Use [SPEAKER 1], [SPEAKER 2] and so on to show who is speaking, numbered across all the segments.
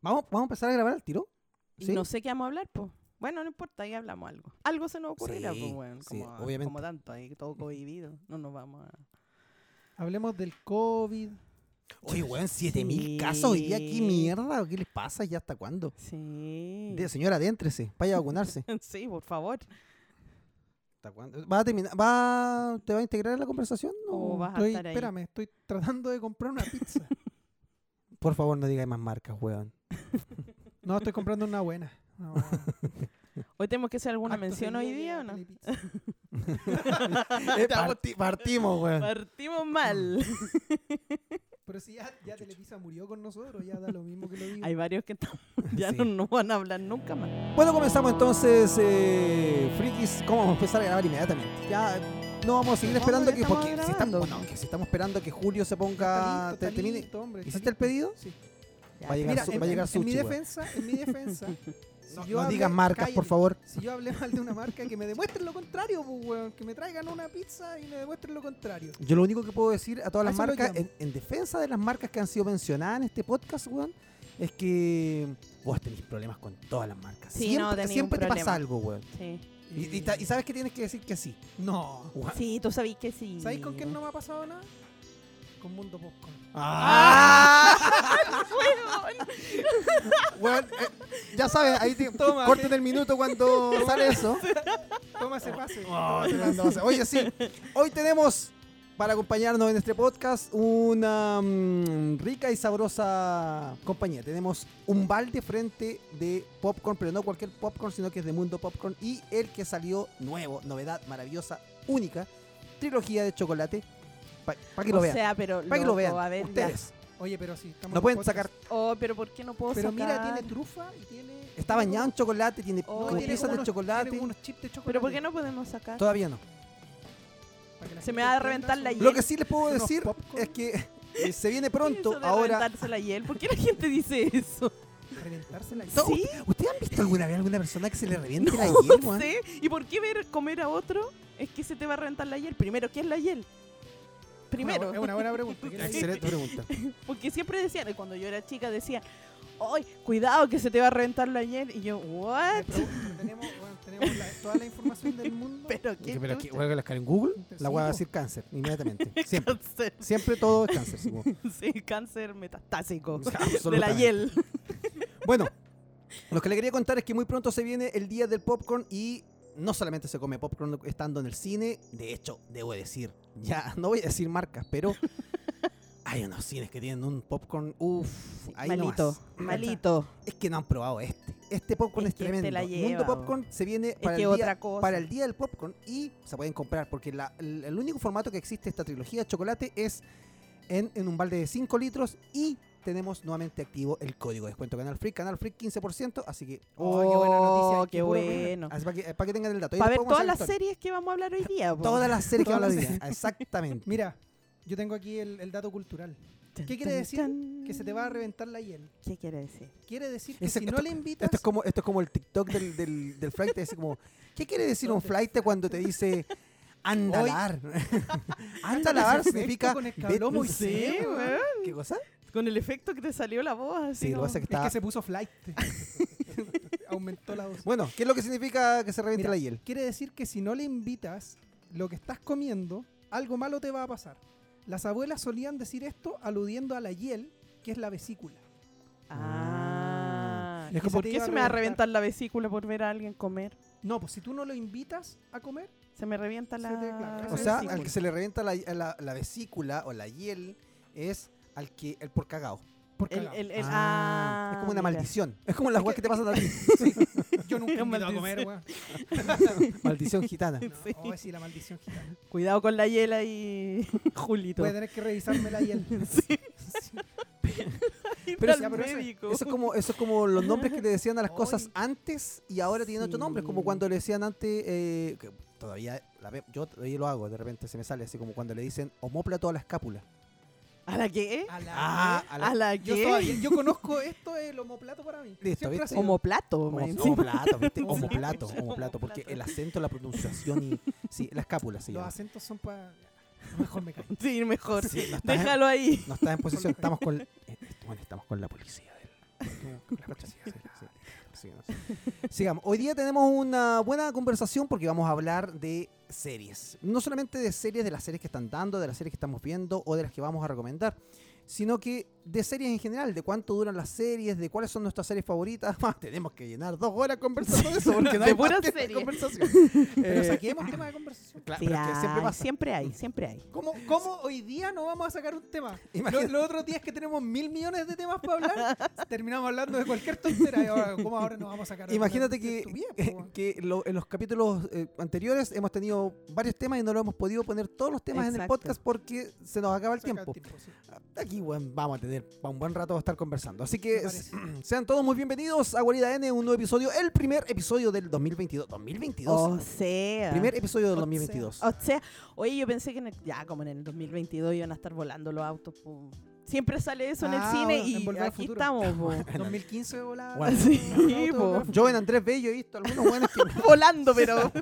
[SPEAKER 1] ¿Vamos, ¿Vamos a empezar a grabar al tiro?
[SPEAKER 2] Y No sé qué vamos a hablar, pues. Bueno, no importa, ahí hablamos algo. Algo se nos ocurrirá,
[SPEAKER 1] Sí,
[SPEAKER 2] pues, weón.
[SPEAKER 1] sí,
[SPEAKER 2] como,
[SPEAKER 1] obviamente.
[SPEAKER 2] como tanto, ahí todo cohibido. No nos vamos a.
[SPEAKER 3] Hablemos del COVID.
[SPEAKER 1] Oye, weón, 7000 casos hoy día, ¿qué
[SPEAKER 2] Sí.
[SPEAKER 1] mierda? ¿Qué les pasa y hasta cuándo?
[SPEAKER 2] Sí.
[SPEAKER 1] De, señora, adéntrese, vaya a vacunarse.
[SPEAKER 2] Sí, por favor.
[SPEAKER 1] ¿Hasta cuándo? ¿Va a terminar? ¿Va, ¿Te va a integrar a la conversación?
[SPEAKER 2] O
[SPEAKER 1] o-
[SPEAKER 2] vas a
[SPEAKER 3] Estoy-
[SPEAKER 2] estar ahí.
[SPEAKER 3] Espérame, estoy tratando de comprar una pizza.
[SPEAKER 1] Por favor, no digas más marcas, weón.
[SPEAKER 3] No, estoy comprando una buena. Una buena.
[SPEAKER 2] Hoy tenemos que hacer alguna
[SPEAKER 3] Acto
[SPEAKER 2] mención hoy
[SPEAKER 3] seguido
[SPEAKER 2] día,
[SPEAKER 3] llega
[SPEAKER 2] ¿o no?
[SPEAKER 3] Telepizza.
[SPEAKER 1] Eh, parti- partimos, weón.
[SPEAKER 2] Partimos mal.
[SPEAKER 3] Pero si ya, ya Telepizza murió con nosotros, ya da lo mismo que lo digo.
[SPEAKER 2] Hay varios que están- ya
[SPEAKER 1] Mm. Sí.
[SPEAKER 2] no, no van a hablar nunca más.
[SPEAKER 1] Bueno, comenzamos entonces, eh, frikis. ¿Cómo vamos a empezar a grabar inmediatamente? Ya no vamos a seguir
[SPEAKER 2] Vamos,
[SPEAKER 1] esperando
[SPEAKER 2] ya
[SPEAKER 1] que,
[SPEAKER 2] estamos
[SPEAKER 1] porque si
[SPEAKER 2] grabando.
[SPEAKER 1] estamos, no, que si estamos esperando que Julio se ponga.
[SPEAKER 3] Está
[SPEAKER 1] Ah, te-
[SPEAKER 3] listo, está
[SPEAKER 1] termine-
[SPEAKER 3] listo, hombre, está
[SPEAKER 1] ¿Hiciste el
[SPEAKER 3] listo.
[SPEAKER 1] pedido?
[SPEAKER 3] Sí.
[SPEAKER 2] Ya,
[SPEAKER 1] Va a llegar
[SPEAKER 3] Mira,
[SPEAKER 1] su-
[SPEAKER 3] en,
[SPEAKER 1] va a llegar
[SPEAKER 3] en mi
[SPEAKER 1] sushi, weón.
[SPEAKER 3] defensa, en mi defensa, si
[SPEAKER 1] No,
[SPEAKER 3] yo
[SPEAKER 1] no
[SPEAKER 3] hablé-
[SPEAKER 1] digas marcas, por
[SPEAKER 3] cállate.
[SPEAKER 1] favor.
[SPEAKER 3] si yo hablé mal de una marca, que me demuestren lo contrario, pues, weón, que me traigan una pizza y me demuestren lo contrario.
[SPEAKER 1] Yo lo único que puedo decir a todas las
[SPEAKER 3] A eso lo
[SPEAKER 1] marcas,
[SPEAKER 3] llamo.
[SPEAKER 1] en, en defensa de las marcas que han sido mencionadas en este podcast, weón, es que vos tenés problemas con todas las marcas.
[SPEAKER 2] Sí, no,
[SPEAKER 1] siempre
[SPEAKER 2] tenés un
[SPEAKER 1] siempre te pasa
[SPEAKER 2] problema.
[SPEAKER 1] algo, weón.
[SPEAKER 2] Sí.
[SPEAKER 1] Y, y ta- y sabes que tienes que decir que sí.
[SPEAKER 3] No.
[SPEAKER 1] Weón.
[SPEAKER 2] Sí, tú sabés que sí.
[SPEAKER 3] ¿Sabéis con quién no me ha pasado nada? Con Mundo Popcorn.
[SPEAKER 1] ¡Ah! Weón, eh, ya sabes, ahí te
[SPEAKER 3] Toma,
[SPEAKER 1] corten el minuto cuando sale eso.
[SPEAKER 3] Toma ese pase.
[SPEAKER 1] Oh, te mando a hacer- Oye, sí, hoy tenemos para acompañarnos en este podcast una mm, rica y sabrosa compañía. Tenemos un balde frente de popcorn, pero no cualquier popcorn, sino que es de Mundo Popcorn y el que salió nuevo, novedad maravillosa, única, trilogía de chocolate. Para que lo
[SPEAKER 2] O
[SPEAKER 1] vean,
[SPEAKER 2] sea, pero.
[SPEAKER 1] para que lo
[SPEAKER 2] loco,
[SPEAKER 1] vean
[SPEAKER 2] a ver, ya.
[SPEAKER 1] ustedes.
[SPEAKER 3] Oye, pero sí, estamos
[SPEAKER 1] No
[SPEAKER 3] en
[SPEAKER 1] pueden
[SPEAKER 3] podcast.
[SPEAKER 1] sacar,
[SPEAKER 2] Oh, pero ¿por qué no puedo
[SPEAKER 3] Pero mira,
[SPEAKER 2] sacar?
[SPEAKER 3] tiene trufa y tiene.
[SPEAKER 1] está bañado en chocolate, tiene
[SPEAKER 2] Oh,
[SPEAKER 3] No,
[SPEAKER 1] como
[SPEAKER 3] y tiene
[SPEAKER 1] piezas de
[SPEAKER 3] unos-
[SPEAKER 1] chocolate.
[SPEAKER 3] tiene unos chips de chocolate.
[SPEAKER 2] ¿Pero por qué no podemos sacar?
[SPEAKER 1] Todavía no.
[SPEAKER 3] Para que la
[SPEAKER 2] Se me
[SPEAKER 3] gente
[SPEAKER 2] va a
[SPEAKER 3] entienda,
[SPEAKER 2] reventar
[SPEAKER 3] son
[SPEAKER 2] la
[SPEAKER 3] unos-
[SPEAKER 1] Lo que sí les puedo
[SPEAKER 3] unos
[SPEAKER 1] decir
[SPEAKER 3] popcorn.
[SPEAKER 1] es que eh, se viene
[SPEAKER 2] ¿Qué es
[SPEAKER 1] pronto,
[SPEAKER 2] eso de
[SPEAKER 1] ahora...
[SPEAKER 2] reventársela a hiel? ¿Por qué la gente dice eso?
[SPEAKER 3] Reventarse la
[SPEAKER 1] No,
[SPEAKER 2] ¿Sí?
[SPEAKER 1] ¿ust- ¿Ustedes han visto alguna vez alguna persona que se le reviente la
[SPEAKER 2] No
[SPEAKER 1] hiel, weón?
[SPEAKER 2] sé. ¿Y por qué ver comer a otro es que se te va a reventar la hiel? Primero, ¿qué es la hiel? Primero,
[SPEAKER 3] Una bu- Es una buena pregunta. ¿qué le digo?
[SPEAKER 1] Excelente pregunta.
[SPEAKER 2] porque siempre decían, y cuando yo era chica decían, ¡ay, cuidado que se te va a reventar la hiel! Y yo,
[SPEAKER 3] Me
[SPEAKER 2] ¿what?
[SPEAKER 3] pregunto, Tenemos, bueno, tenemos la- toda la información del mundo.
[SPEAKER 2] Pero qué
[SPEAKER 1] Pero aquí,
[SPEAKER 2] chucha?
[SPEAKER 1] voy a buscar en Google, la
[SPEAKER 3] Sí,
[SPEAKER 1] voy a
[SPEAKER 3] po.
[SPEAKER 1] decir cáncer, inmediatamente. Siempre,
[SPEAKER 2] cáncer,
[SPEAKER 1] siempre todo es cáncer. sí, po.
[SPEAKER 2] sí, cáncer metastásico de la
[SPEAKER 1] Absolutamente.
[SPEAKER 2] hiel.
[SPEAKER 1] Bueno, lo que le quería contar es que muy pronto se viene el día del popcorn y no solamente se come popcorn estando en el cine, de hecho, debo decir, ya no voy a decir marcas, pero hay unos cines que tienen un popcorn, uff, ahí nomás.
[SPEAKER 2] malito, malito.
[SPEAKER 1] Es que no han probado este. Este popcorn es,
[SPEAKER 2] Es que te
[SPEAKER 1] tremendo.
[SPEAKER 2] la
[SPEAKER 1] Mundo
[SPEAKER 2] lleva, oh.
[SPEAKER 1] Popcorn se viene
[SPEAKER 2] Es
[SPEAKER 1] para
[SPEAKER 2] que
[SPEAKER 1] el, día,
[SPEAKER 2] otra cosa.
[SPEAKER 1] para el día del popcorn y se pueden comprar porque la- el, el único formato que existe de esta trilogía de chocolate es en, en un balde de 5 litros y tenemos nuevamente activo el código de descuento Canal Free, Canal Free 15%, así que
[SPEAKER 2] Oh,
[SPEAKER 3] qué buena noticia,
[SPEAKER 2] qué
[SPEAKER 3] puro bueno.
[SPEAKER 2] bueno.
[SPEAKER 1] para, que, pa' que tengan el dato. Y
[SPEAKER 2] Para ver
[SPEAKER 1] después
[SPEAKER 2] todas
[SPEAKER 1] vamos a
[SPEAKER 2] las
[SPEAKER 1] hacer
[SPEAKER 2] series que vamos a hablar hoy día. po.
[SPEAKER 1] el top. Todas las series que
[SPEAKER 3] Todas
[SPEAKER 1] hablan
[SPEAKER 3] las
[SPEAKER 1] hoy día, exactamente.
[SPEAKER 3] Mira, yo tengo aquí el, el dato cultural. ¿Qué quiere decir? Que se te va a reventar la hiel.
[SPEAKER 2] ¿Qué quiere decir?
[SPEAKER 3] Quiere decir que
[SPEAKER 1] Ese-
[SPEAKER 3] si no
[SPEAKER 1] esto-
[SPEAKER 3] le invitas.
[SPEAKER 1] Esto es como, esto es como el TikTok del, del, del flight, así como, ¿qué quiere decir un flight cuando te dice anda a
[SPEAKER 3] Hoy-
[SPEAKER 1] lavar? anda a lavar
[SPEAKER 3] Perfecto,
[SPEAKER 1] significa
[SPEAKER 3] Con
[SPEAKER 1] ve-
[SPEAKER 3] escablón muy
[SPEAKER 1] sí,
[SPEAKER 3] seco,
[SPEAKER 2] weón.
[SPEAKER 3] weón.
[SPEAKER 1] ¿Qué cosa?
[SPEAKER 2] Con el efecto que te salió la voz, así.
[SPEAKER 1] Sí, lo
[SPEAKER 2] como-
[SPEAKER 1] pasa que
[SPEAKER 3] Es
[SPEAKER 1] está-
[SPEAKER 3] que se puso flight. Aumentó la voz.
[SPEAKER 1] Bueno, ¿qué es lo que significa que se reviente
[SPEAKER 3] Mira,
[SPEAKER 1] la hiel?
[SPEAKER 3] Quiere decir que si no le invitas lo que estás comiendo, algo malo te va a pasar. Las abuelas solían decir esto aludiendo a la hiel, que es la vesícula.
[SPEAKER 2] Ah.
[SPEAKER 3] Es
[SPEAKER 2] ¿Y
[SPEAKER 3] como
[SPEAKER 2] ¿Por
[SPEAKER 3] te
[SPEAKER 2] qué
[SPEAKER 3] iba a
[SPEAKER 2] se me va a
[SPEAKER 3] reventar.
[SPEAKER 2] reventar la vesícula por ver a alguien comer?
[SPEAKER 3] No, pues si tú no lo invitas a comer,
[SPEAKER 2] Se me revienta
[SPEAKER 3] Se
[SPEAKER 2] la.
[SPEAKER 3] te- claro,
[SPEAKER 1] O
[SPEAKER 3] ese
[SPEAKER 1] sea,
[SPEAKER 3] vesícula.
[SPEAKER 1] al que se le revienta la, la- la vesícula o la hiel es al que el por cagao.
[SPEAKER 3] porque
[SPEAKER 2] el, el, el- ah,
[SPEAKER 1] es como una
[SPEAKER 2] mira.
[SPEAKER 1] maldición. Es como las
[SPEAKER 3] Es
[SPEAKER 1] weas que te
[SPEAKER 3] que-
[SPEAKER 1] pasan a ti.
[SPEAKER 3] yo nunca he invitado a
[SPEAKER 2] maldición.
[SPEAKER 3] comer, weón.
[SPEAKER 1] Maldición gitana.
[SPEAKER 3] No,
[SPEAKER 2] Sí.
[SPEAKER 3] oh, sí, la maldición gitana.
[SPEAKER 2] Cuidado con la hiela y Julito.
[SPEAKER 3] Voy a tener que revisarme la hiel.
[SPEAKER 2] pero
[SPEAKER 3] ya, pero eso-
[SPEAKER 2] médico.
[SPEAKER 1] Eso es como, eso es como los nombres que le decían a las
[SPEAKER 3] Ay.
[SPEAKER 1] cosas antes y ahora tienen otro nombre, como
[SPEAKER 2] Sí.
[SPEAKER 1] cuando le decían antes, eh, que todavía la ve- yo todavía lo hago, de repente se me sale así como cuando le dicen homóplato a la escápula. Ah,
[SPEAKER 2] ¿A la qué?
[SPEAKER 3] A la hiel.
[SPEAKER 1] a
[SPEAKER 2] ¿A la
[SPEAKER 3] yo,
[SPEAKER 2] qué?
[SPEAKER 3] todavía- yo conozco esto, el homoplato para mí.
[SPEAKER 1] Listo,
[SPEAKER 3] Siempre
[SPEAKER 1] ¿viste?
[SPEAKER 3] ha sido.
[SPEAKER 2] Homoplato, man.
[SPEAKER 1] homo- homoplato, ¿viste?
[SPEAKER 2] Sí.
[SPEAKER 1] homoplato,
[SPEAKER 2] Sí.
[SPEAKER 1] homoplato, porque
[SPEAKER 2] Homoplato.
[SPEAKER 1] el acento, la pronunciación y sí, la escápula se
[SPEAKER 3] Los
[SPEAKER 1] llama.
[SPEAKER 3] acentos son para... Mejor me callo.
[SPEAKER 2] Sí, mejor.
[SPEAKER 1] Sí, no estás en-
[SPEAKER 2] Déjalo ahí.
[SPEAKER 1] No estás en posición, estamos con eh, bueno, estamos con la policía del,
[SPEAKER 3] La concha sí, sí, la-
[SPEAKER 1] Sí, sí, no sé. Sigamos. Hoy día tenemos una buena conversación porque vamos a hablar de series. No solamente de series, de las series que están dando, de las series que estamos viendo o de las que vamos a recomendar, sino que de series en general, de cuánto duran las series, de cuáles son nuestras series favoritas. Ah, tenemos que llenar dos horas conversando de eso porque no hay
[SPEAKER 2] De
[SPEAKER 1] más
[SPEAKER 2] puras
[SPEAKER 1] que la
[SPEAKER 2] series.
[SPEAKER 1] conversación.
[SPEAKER 3] Pero
[SPEAKER 1] Eh,
[SPEAKER 3] saquemos tema de conversación.
[SPEAKER 1] claro,
[SPEAKER 2] Sí
[SPEAKER 1] pero es que siempre
[SPEAKER 2] hay,
[SPEAKER 1] pasa. Mm.
[SPEAKER 2] siempre hay, siempre hay.
[SPEAKER 3] ¿Cómo, cómo hoy día no vamos a sacar un tema?
[SPEAKER 1] Imagina-
[SPEAKER 3] Los, los otros días que tenemos mil millones de temas para hablar, terminamos hablando de cualquier tontera. Y ahora, ¿Cómo ahora no vamos a sacar?
[SPEAKER 1] Imagínate
[SPEAKER 3] alguna
[SPEAKER 1] que, eh,
[SPEAKER 3] estupidez, po, weón?
[SPEAKER 1] que lo- en los capítulos eh, anteriores hemos tenido varios temas y no lo hemos podido poner todos los temas en el
[SPEAKER 2] Exacto.
[SPEAKER 1] podcast porque se nos acaba el
[SPEAKER 3] Saca
[SPEAKER 1] tiempo.
[SPEAKER 3] sí.
[SPEAKER 1] Aquí weón, vamos a tener pa' un buen rato a estar conversando. Así que
[SPEAKER 3] Me parece.
[SPEAKER 1] sean todos muy bienvenidos a Guarida N, un nuevo episodio, el primer episodio del 2022. 2022.
[SPEAKER 2] O sea.
[SPEAKER 1] primer episodio del
[SPEAKER 3] O
[SPEAKER 1] 2022.
[SPEAKER 2] O sea, oye, yo pensé que en el- ya como en el 2022 iban a estar volando los autos. po. Siempre sale eso en el
[SPEAKER 3] Ah,
[SPEAKER 2] cine
[SPEAKER 3] bueno, en
[SPEAKER 2] y
[SPEAKER 3] Volver al
[SPEAKER 2] aquí
[SPEAKER 3] Futuro.
[SPEAKER 2] estamos. po.
[SPEAKER 3] 2015 de volada.
[SPEAKER 1] Bueno.
[SPEAKER 2] Sí,
[SPEAKER 3] No, no,
[SPEAKER 2] po.
[SPEAKER 3] no, no.
[SPEAKER 1] Yo en Andrés Bello he visto algunos buenos que
[SPEAKER 2] Volando, pero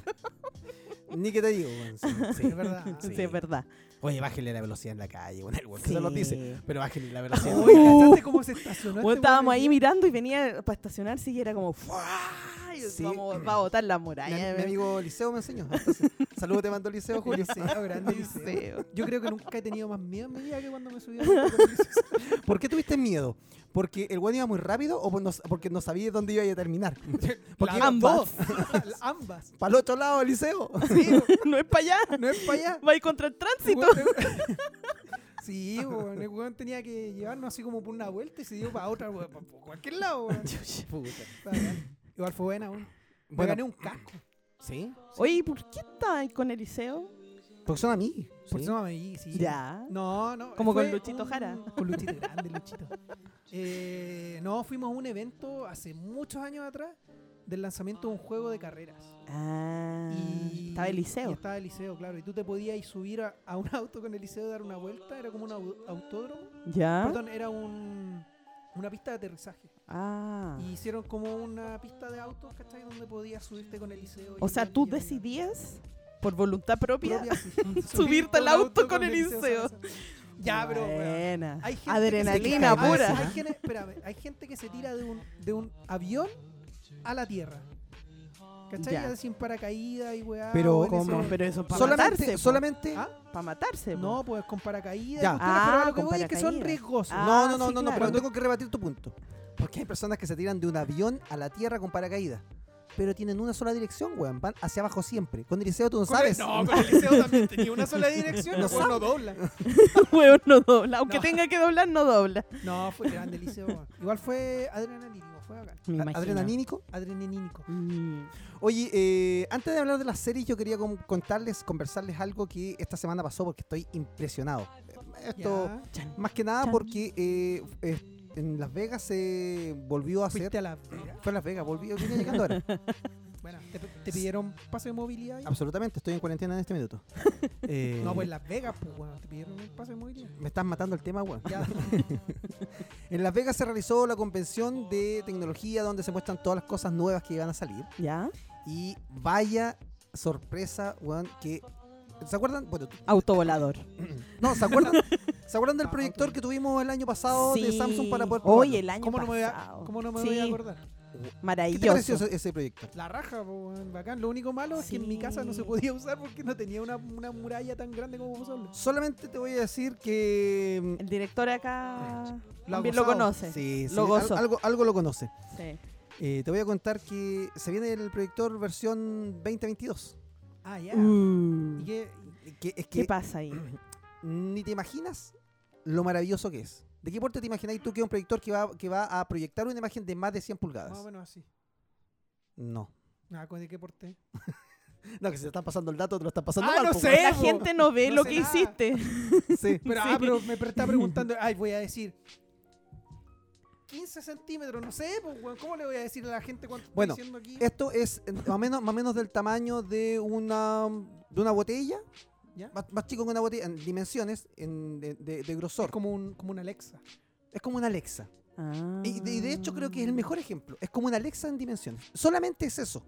[SPEAKER 1] ni que te digo. weón. Sí, sí.
[SPEAKER 3] Es verdad.
[SPEAKER 1] Sí.
[SPEAKER 2] sí, es verdad.
[SPEAKER 1] Oye, bájele la velocidad en la calle. Bueno, el weón que
[SPEAKER 2] Sí.
[SPEAKER 1] se los dice. Pero bájele la velocidad.
[SPEAKER 3] Uy, ¿cachaste cómo se estacionó?
[SPEAKER 2] Bueno,
[SPEAKER 3] este
[SPEAKER 2] estábamos
[SPEAKER 3] weón?
[SPEAKER 2] ahí mirando y venía para estacionarse y era como ¡fuah! Y
[SPEAKER 1] Sí.
[SPEAKER 2] vamos, va a botar la
[SPEAKER 1] mi,
[SPEAKER 2] muralla.
[SPEAKER 1] mi amigo Liceo me enseñó. Saludos te mando Liceo, Julio.
[SPEAKER 3] Liceo, grande
[SPEAKER 2] Sí.
[SPEAKER 3] liceo. Yo creo que nunca he tenido más miedo en mi vida que cuando me subí a la moto con el liceo.
[SPEAKER 1] ¿Por qué tuviste miedo? ¿Porque el weón iba muy rápido o por no- porque no sabía dónde iba a terminar? Porque
[SPEAKER 3] Las
[SPEAKER 2] ambas.
[SPEAKER 3] dos. Las Ambas.
[SPEAKER 1] Para el otro lado, Liceo.
[SPEAKER 3] Sí,
[SPEAKER 2] No es para allá,
[SPEAKER 3] no es para allá.
[SPEAKER 2] va a ir contra el tránsito.
[SPEAKER 3] Weón, Sí, weón, el weón tenía que llevarnos así como por una vuelta y se dio para otra, weón, para cualquier lado, weón. Está bien. Igual fue buena, weón. Me
[SPEAKER 1] Bueno.
[SPEAKER 3] gané un casco.
[SPEAKER 1] ¿Sí?
[SPEAKER 2] Oye, ¿y ¿por qué está ahí con Eliseo?
[SPEAKER 1] Porque son amigos.
[SPEAKER 3] Por
[SPEAKER 1] ¿sí?
[SPEAKER 3] eso no me vi, sí.
[SPEAKER 2] Ya.
[SPEAKER 3] No, no.
[SPEAKER 2] Como con
[SPEAKER 3] fue
[SPEAKER 2] Luchito Jara.
[SPEAKER 3] Con Luchito, grande Luchito. Eh, no, fuimos a un evento hace muchos años atrás del lanzamiento de un juego de carreras.
[SPEAKER 2] Ah,
[SPEAKER 3] Y-
[SPEAKER 2] estaba
[SPEAKER 3] y
[SPEAKER 2] Eliseo.
[SPEAKER 3] estaba el liceo, claro. Y tú te podías ir subir a, a un auto con el liceo, dar una vuelta. Era como un au- autódromo.
[SPEAKER 2] ¿Ya?
[SPEAKER 3] Perdón, era un, una pista de aterrizaje.
[SPEAKER 2] Ah.
[SPEAKER 3] Y hicieron como una pista de autos, ¿cachai? Donde podías subirte con el liceo.
[SPEAKER 2] O sea, tú decidías por voluntad propia. Subirte al auto con el liceo.
[SPEAKER 3] Ya, pero, weón.
[SPEAKER 2] Buena.
[SPEAKER 3] Hay gente
[SPEAKER 2] Adrenalina
[SPEAKER 3] que se tira-
[SPEAKER 2] pura.
[SPEAKER 3] Hay, hay gente, espérame, hay gente que se tira de un, de un avión a la tierra. ¿Cachai?
[SPEAKER 2] Ya.
[SPEAKER 3] Sin paracaídas y weá.
[SPEAKER 1] Pero,
[SPEAKER 3] weón, ese-
[SPEAKER 1] ¿cómo?
[SPEAKER 2] Pero eso para
[SPEAKER 1] Solamente,
[SPEAKER 2] matarse.
[SPEAKER 1] solamente.
[SPEAKER 3] ¿Ah?
[SPEAKER 2] Para matarse. po.
[SPEAKER 3] No, pues con paracaídas.
[SPEAKER 1] Ya.
[SPEAKER 3] y todo, pero
[SPEAKER 2] Ah,
[SPEAKER 3] a lo que
[SPEAKER 2] con
[SPEAKER 3] voy es que son
[SPEAKER 2] paracaídas.
[SPEAKER 3] riesgosos.
[SPEAKER 2] Ah,
[SPEAKER 1] no, no, no,
[SPEAKER 2] sí,
[SPEAKER 1] no, no,
[SPEAKER 2] claro.
[SPEAKER 1] pero tengo que rebatir tu punto. Porque hay personas que se tiran de un avión a la tierra con paracaídas. Pero tienen una sola dirección, weón. Van hacia abajo siempre. Con Liceo tú no
[SPEAKER 3] Con
[SPEAKER 1] sabes.
[SPEAKER 3] el- no, con el liceo también tenía una sola dirección,
[SPEAKER 1] No
[SPEAKER 3] no, no dobla.
[SPEAKER 2] Weón, no dobla. Aunque
[SPEAKER 3] No.
[SPEAKER 2] tenga que doblar, no dobla.
[SPEAKER 3] No, fue grande el liceo. weón. Igual fue adrenalínico, fue bacán.
[SPEAKER 2] Me
[SPEAKER 1] A-
[SPEAKER 2] imagino.
[SPEAKER 1] Adrenalínico.
[SPEAKER 3] Adrenalínico.
[SPEAKER 2] Mm.
[SPEAKER 1] Oye, eh, antes de hablar de las series, yo quería com- contarles, conversarles algo que esta semana pasó porque estoy impresionado. Eh, Esto,
[SPEAKER 3] Ya.
[SPEAKER 2] Chan.
[SPEAKER 1] más que nada
[SPEAKER 2] Chan.
[SPEAKER 1] porque eh, es- en Las Vegas se volvió a hacer.
[SPEAKER 3] Fuiste a la vera.
[SPEAKER 1] Fue a Las Vegas, volvió, viene llegando ahora.
[SPEAKER 3] Bueno, te, te pidieron pase de movilidad. ahí?
[SPEAKER 1] Absolutamente, estoy en cuarentena en este minuto. Eh,
[SPEAKER 3] No, pues en Las Vegas, pues, bueno, te pidieron un pase de movilidad.
[SPEAKER 1] Me estás matando el tema, weón.
[SPEAKER 3] Ya.
[SPEAKER 1] En Las Vegas se realizó la convención de tecnología donde se muestran todas las cosas nuevas que iban a salir.
[SPEAKER 2] ¿Ya?
[SPEAKER 1] Y vaya sorpresa, weón, que. ¿Se acuerdan? Bueno, tú-
[SPEAKER 2] Autovolador.
[SPEAKER 1] no, ¿se acuerdan? ¿Se acuerdan del proyector que tuvimos el año pasado de
[SPEAKER 2] Ah, Sí.
[SPEAKER 1] Samsung para poder probarlo?
[SPEAKER 2] Oye, el año
[SPEAKER 3] ¿Cómo no me voy a,
[SPEAKER 2] pasado.
[SPEAKER 3] cómo no me
[SPEAKER 2] Sí,
[SPEAKER 3] voy a acordar?
[SPEAKER 1] ¿Qué te pareció
[SPEAKER 2] Maravilloso.
[SPEAKER 1] ese, ese proyector?
[SPEAKER 3] La raja, pues, bueno, bacán. Lo único malo es que en mi casa no se
[SPEAKER 2] Sí.
[SPEAKER 3] podía usar porque no tenía una, una muralla tan grande como vosotros.
[SPEAKER 1] Solamente te voy a decir que. mm,
[SPEAKER 2] El director acá
[SPEAKER 1] ha
[SPEAKER 2] también lo
[SPEAKER 1] gozado.
[SPEAKER 2] conoce.
[SPEAKER 1] Sí, sí,
[SPEAKER 2] Lo
[SPEAKER 1] al-
[SPEAKER 2] gozo.
[SPEAKER 1] algo, algo lo conoce.
[SPEAKER 2] Sí.
[SPEAKER 1] Eh, te voy a contar que se viene el proyector versión 2022.
[SPEAKER 3] Ah, ya.
[SPEAKER 2] Uh,
[SPEAKER 3] ¿Y qué?
[SPEAKER 1] Que, es
[SPEAKER 2] ¿Qué
[SPEAKER 1] que
[SPEAKER 2] pasa ahí?
[SPEAKER 1] ni te imaginas lo maravilloso que es. ¿De qué porte te imagináis tú que es un proyector que va, que va a proyectar una imagen de más de 100
[SPEAKER 3] Más o
[SPEAKER 1] pulgadas?
[SPEAKER 3] menos así.
[SPEAKER 1] No.
[SPEAKER 3] Nada, ¿con de qué porte?
[SPEAKER 1] No, que se te están pasando el dato, te lo están pasando
[SPEAKER 3] Ah,
[SPEAKER 1] mal, pues,
[SPEAKER 3] no
[SPEAKER 1] po, weón.
[SPEAKER 3] sé.
[SPEAKER 2] La
[SPEAKER 3] po.
[SPEAKER 2] gente no ve
[SPEAKER 3] No
[SPEAKER 2] lo
[SPEAKER 3] sé
[SPEAKER 2] que
[SPEAKER 3] nada.
[SPEAKER 2] hiciste.
[SPEAKER 1] Sí.
[SPEAKER 3] Pero,
[SPEAKER 2] Sí.
[SPEAKER 3] ah, pero me pre- está preguntando, ay, voy a decir 15 centímetros, no sé, pues, weón, ¿cómo le voy a decir a la gente cuánto
[SPEAKER 1] Bueno,
[SPEAKER 3] estoy diciendo aquí?
[SPEAKER 1] Esto es eh, más o menos, más o menos del tamaño de una, de una botella.
[SPEAKER 3] ¿Ya?
[SPEAKER 1] Más, más chico que una botella, en dimensiones, en, de, de- de grosor.
[SPEAKER 3] Es como un, como un Alexa.
[SPEAKER 1] Es como una Alexa. Y de, y de hecho creo que
[SPEAKER 2] Mm.
[SPEAKER 1] es el mejor ejemplo. Es como una Alexa en dimensiones. Solamente es eso.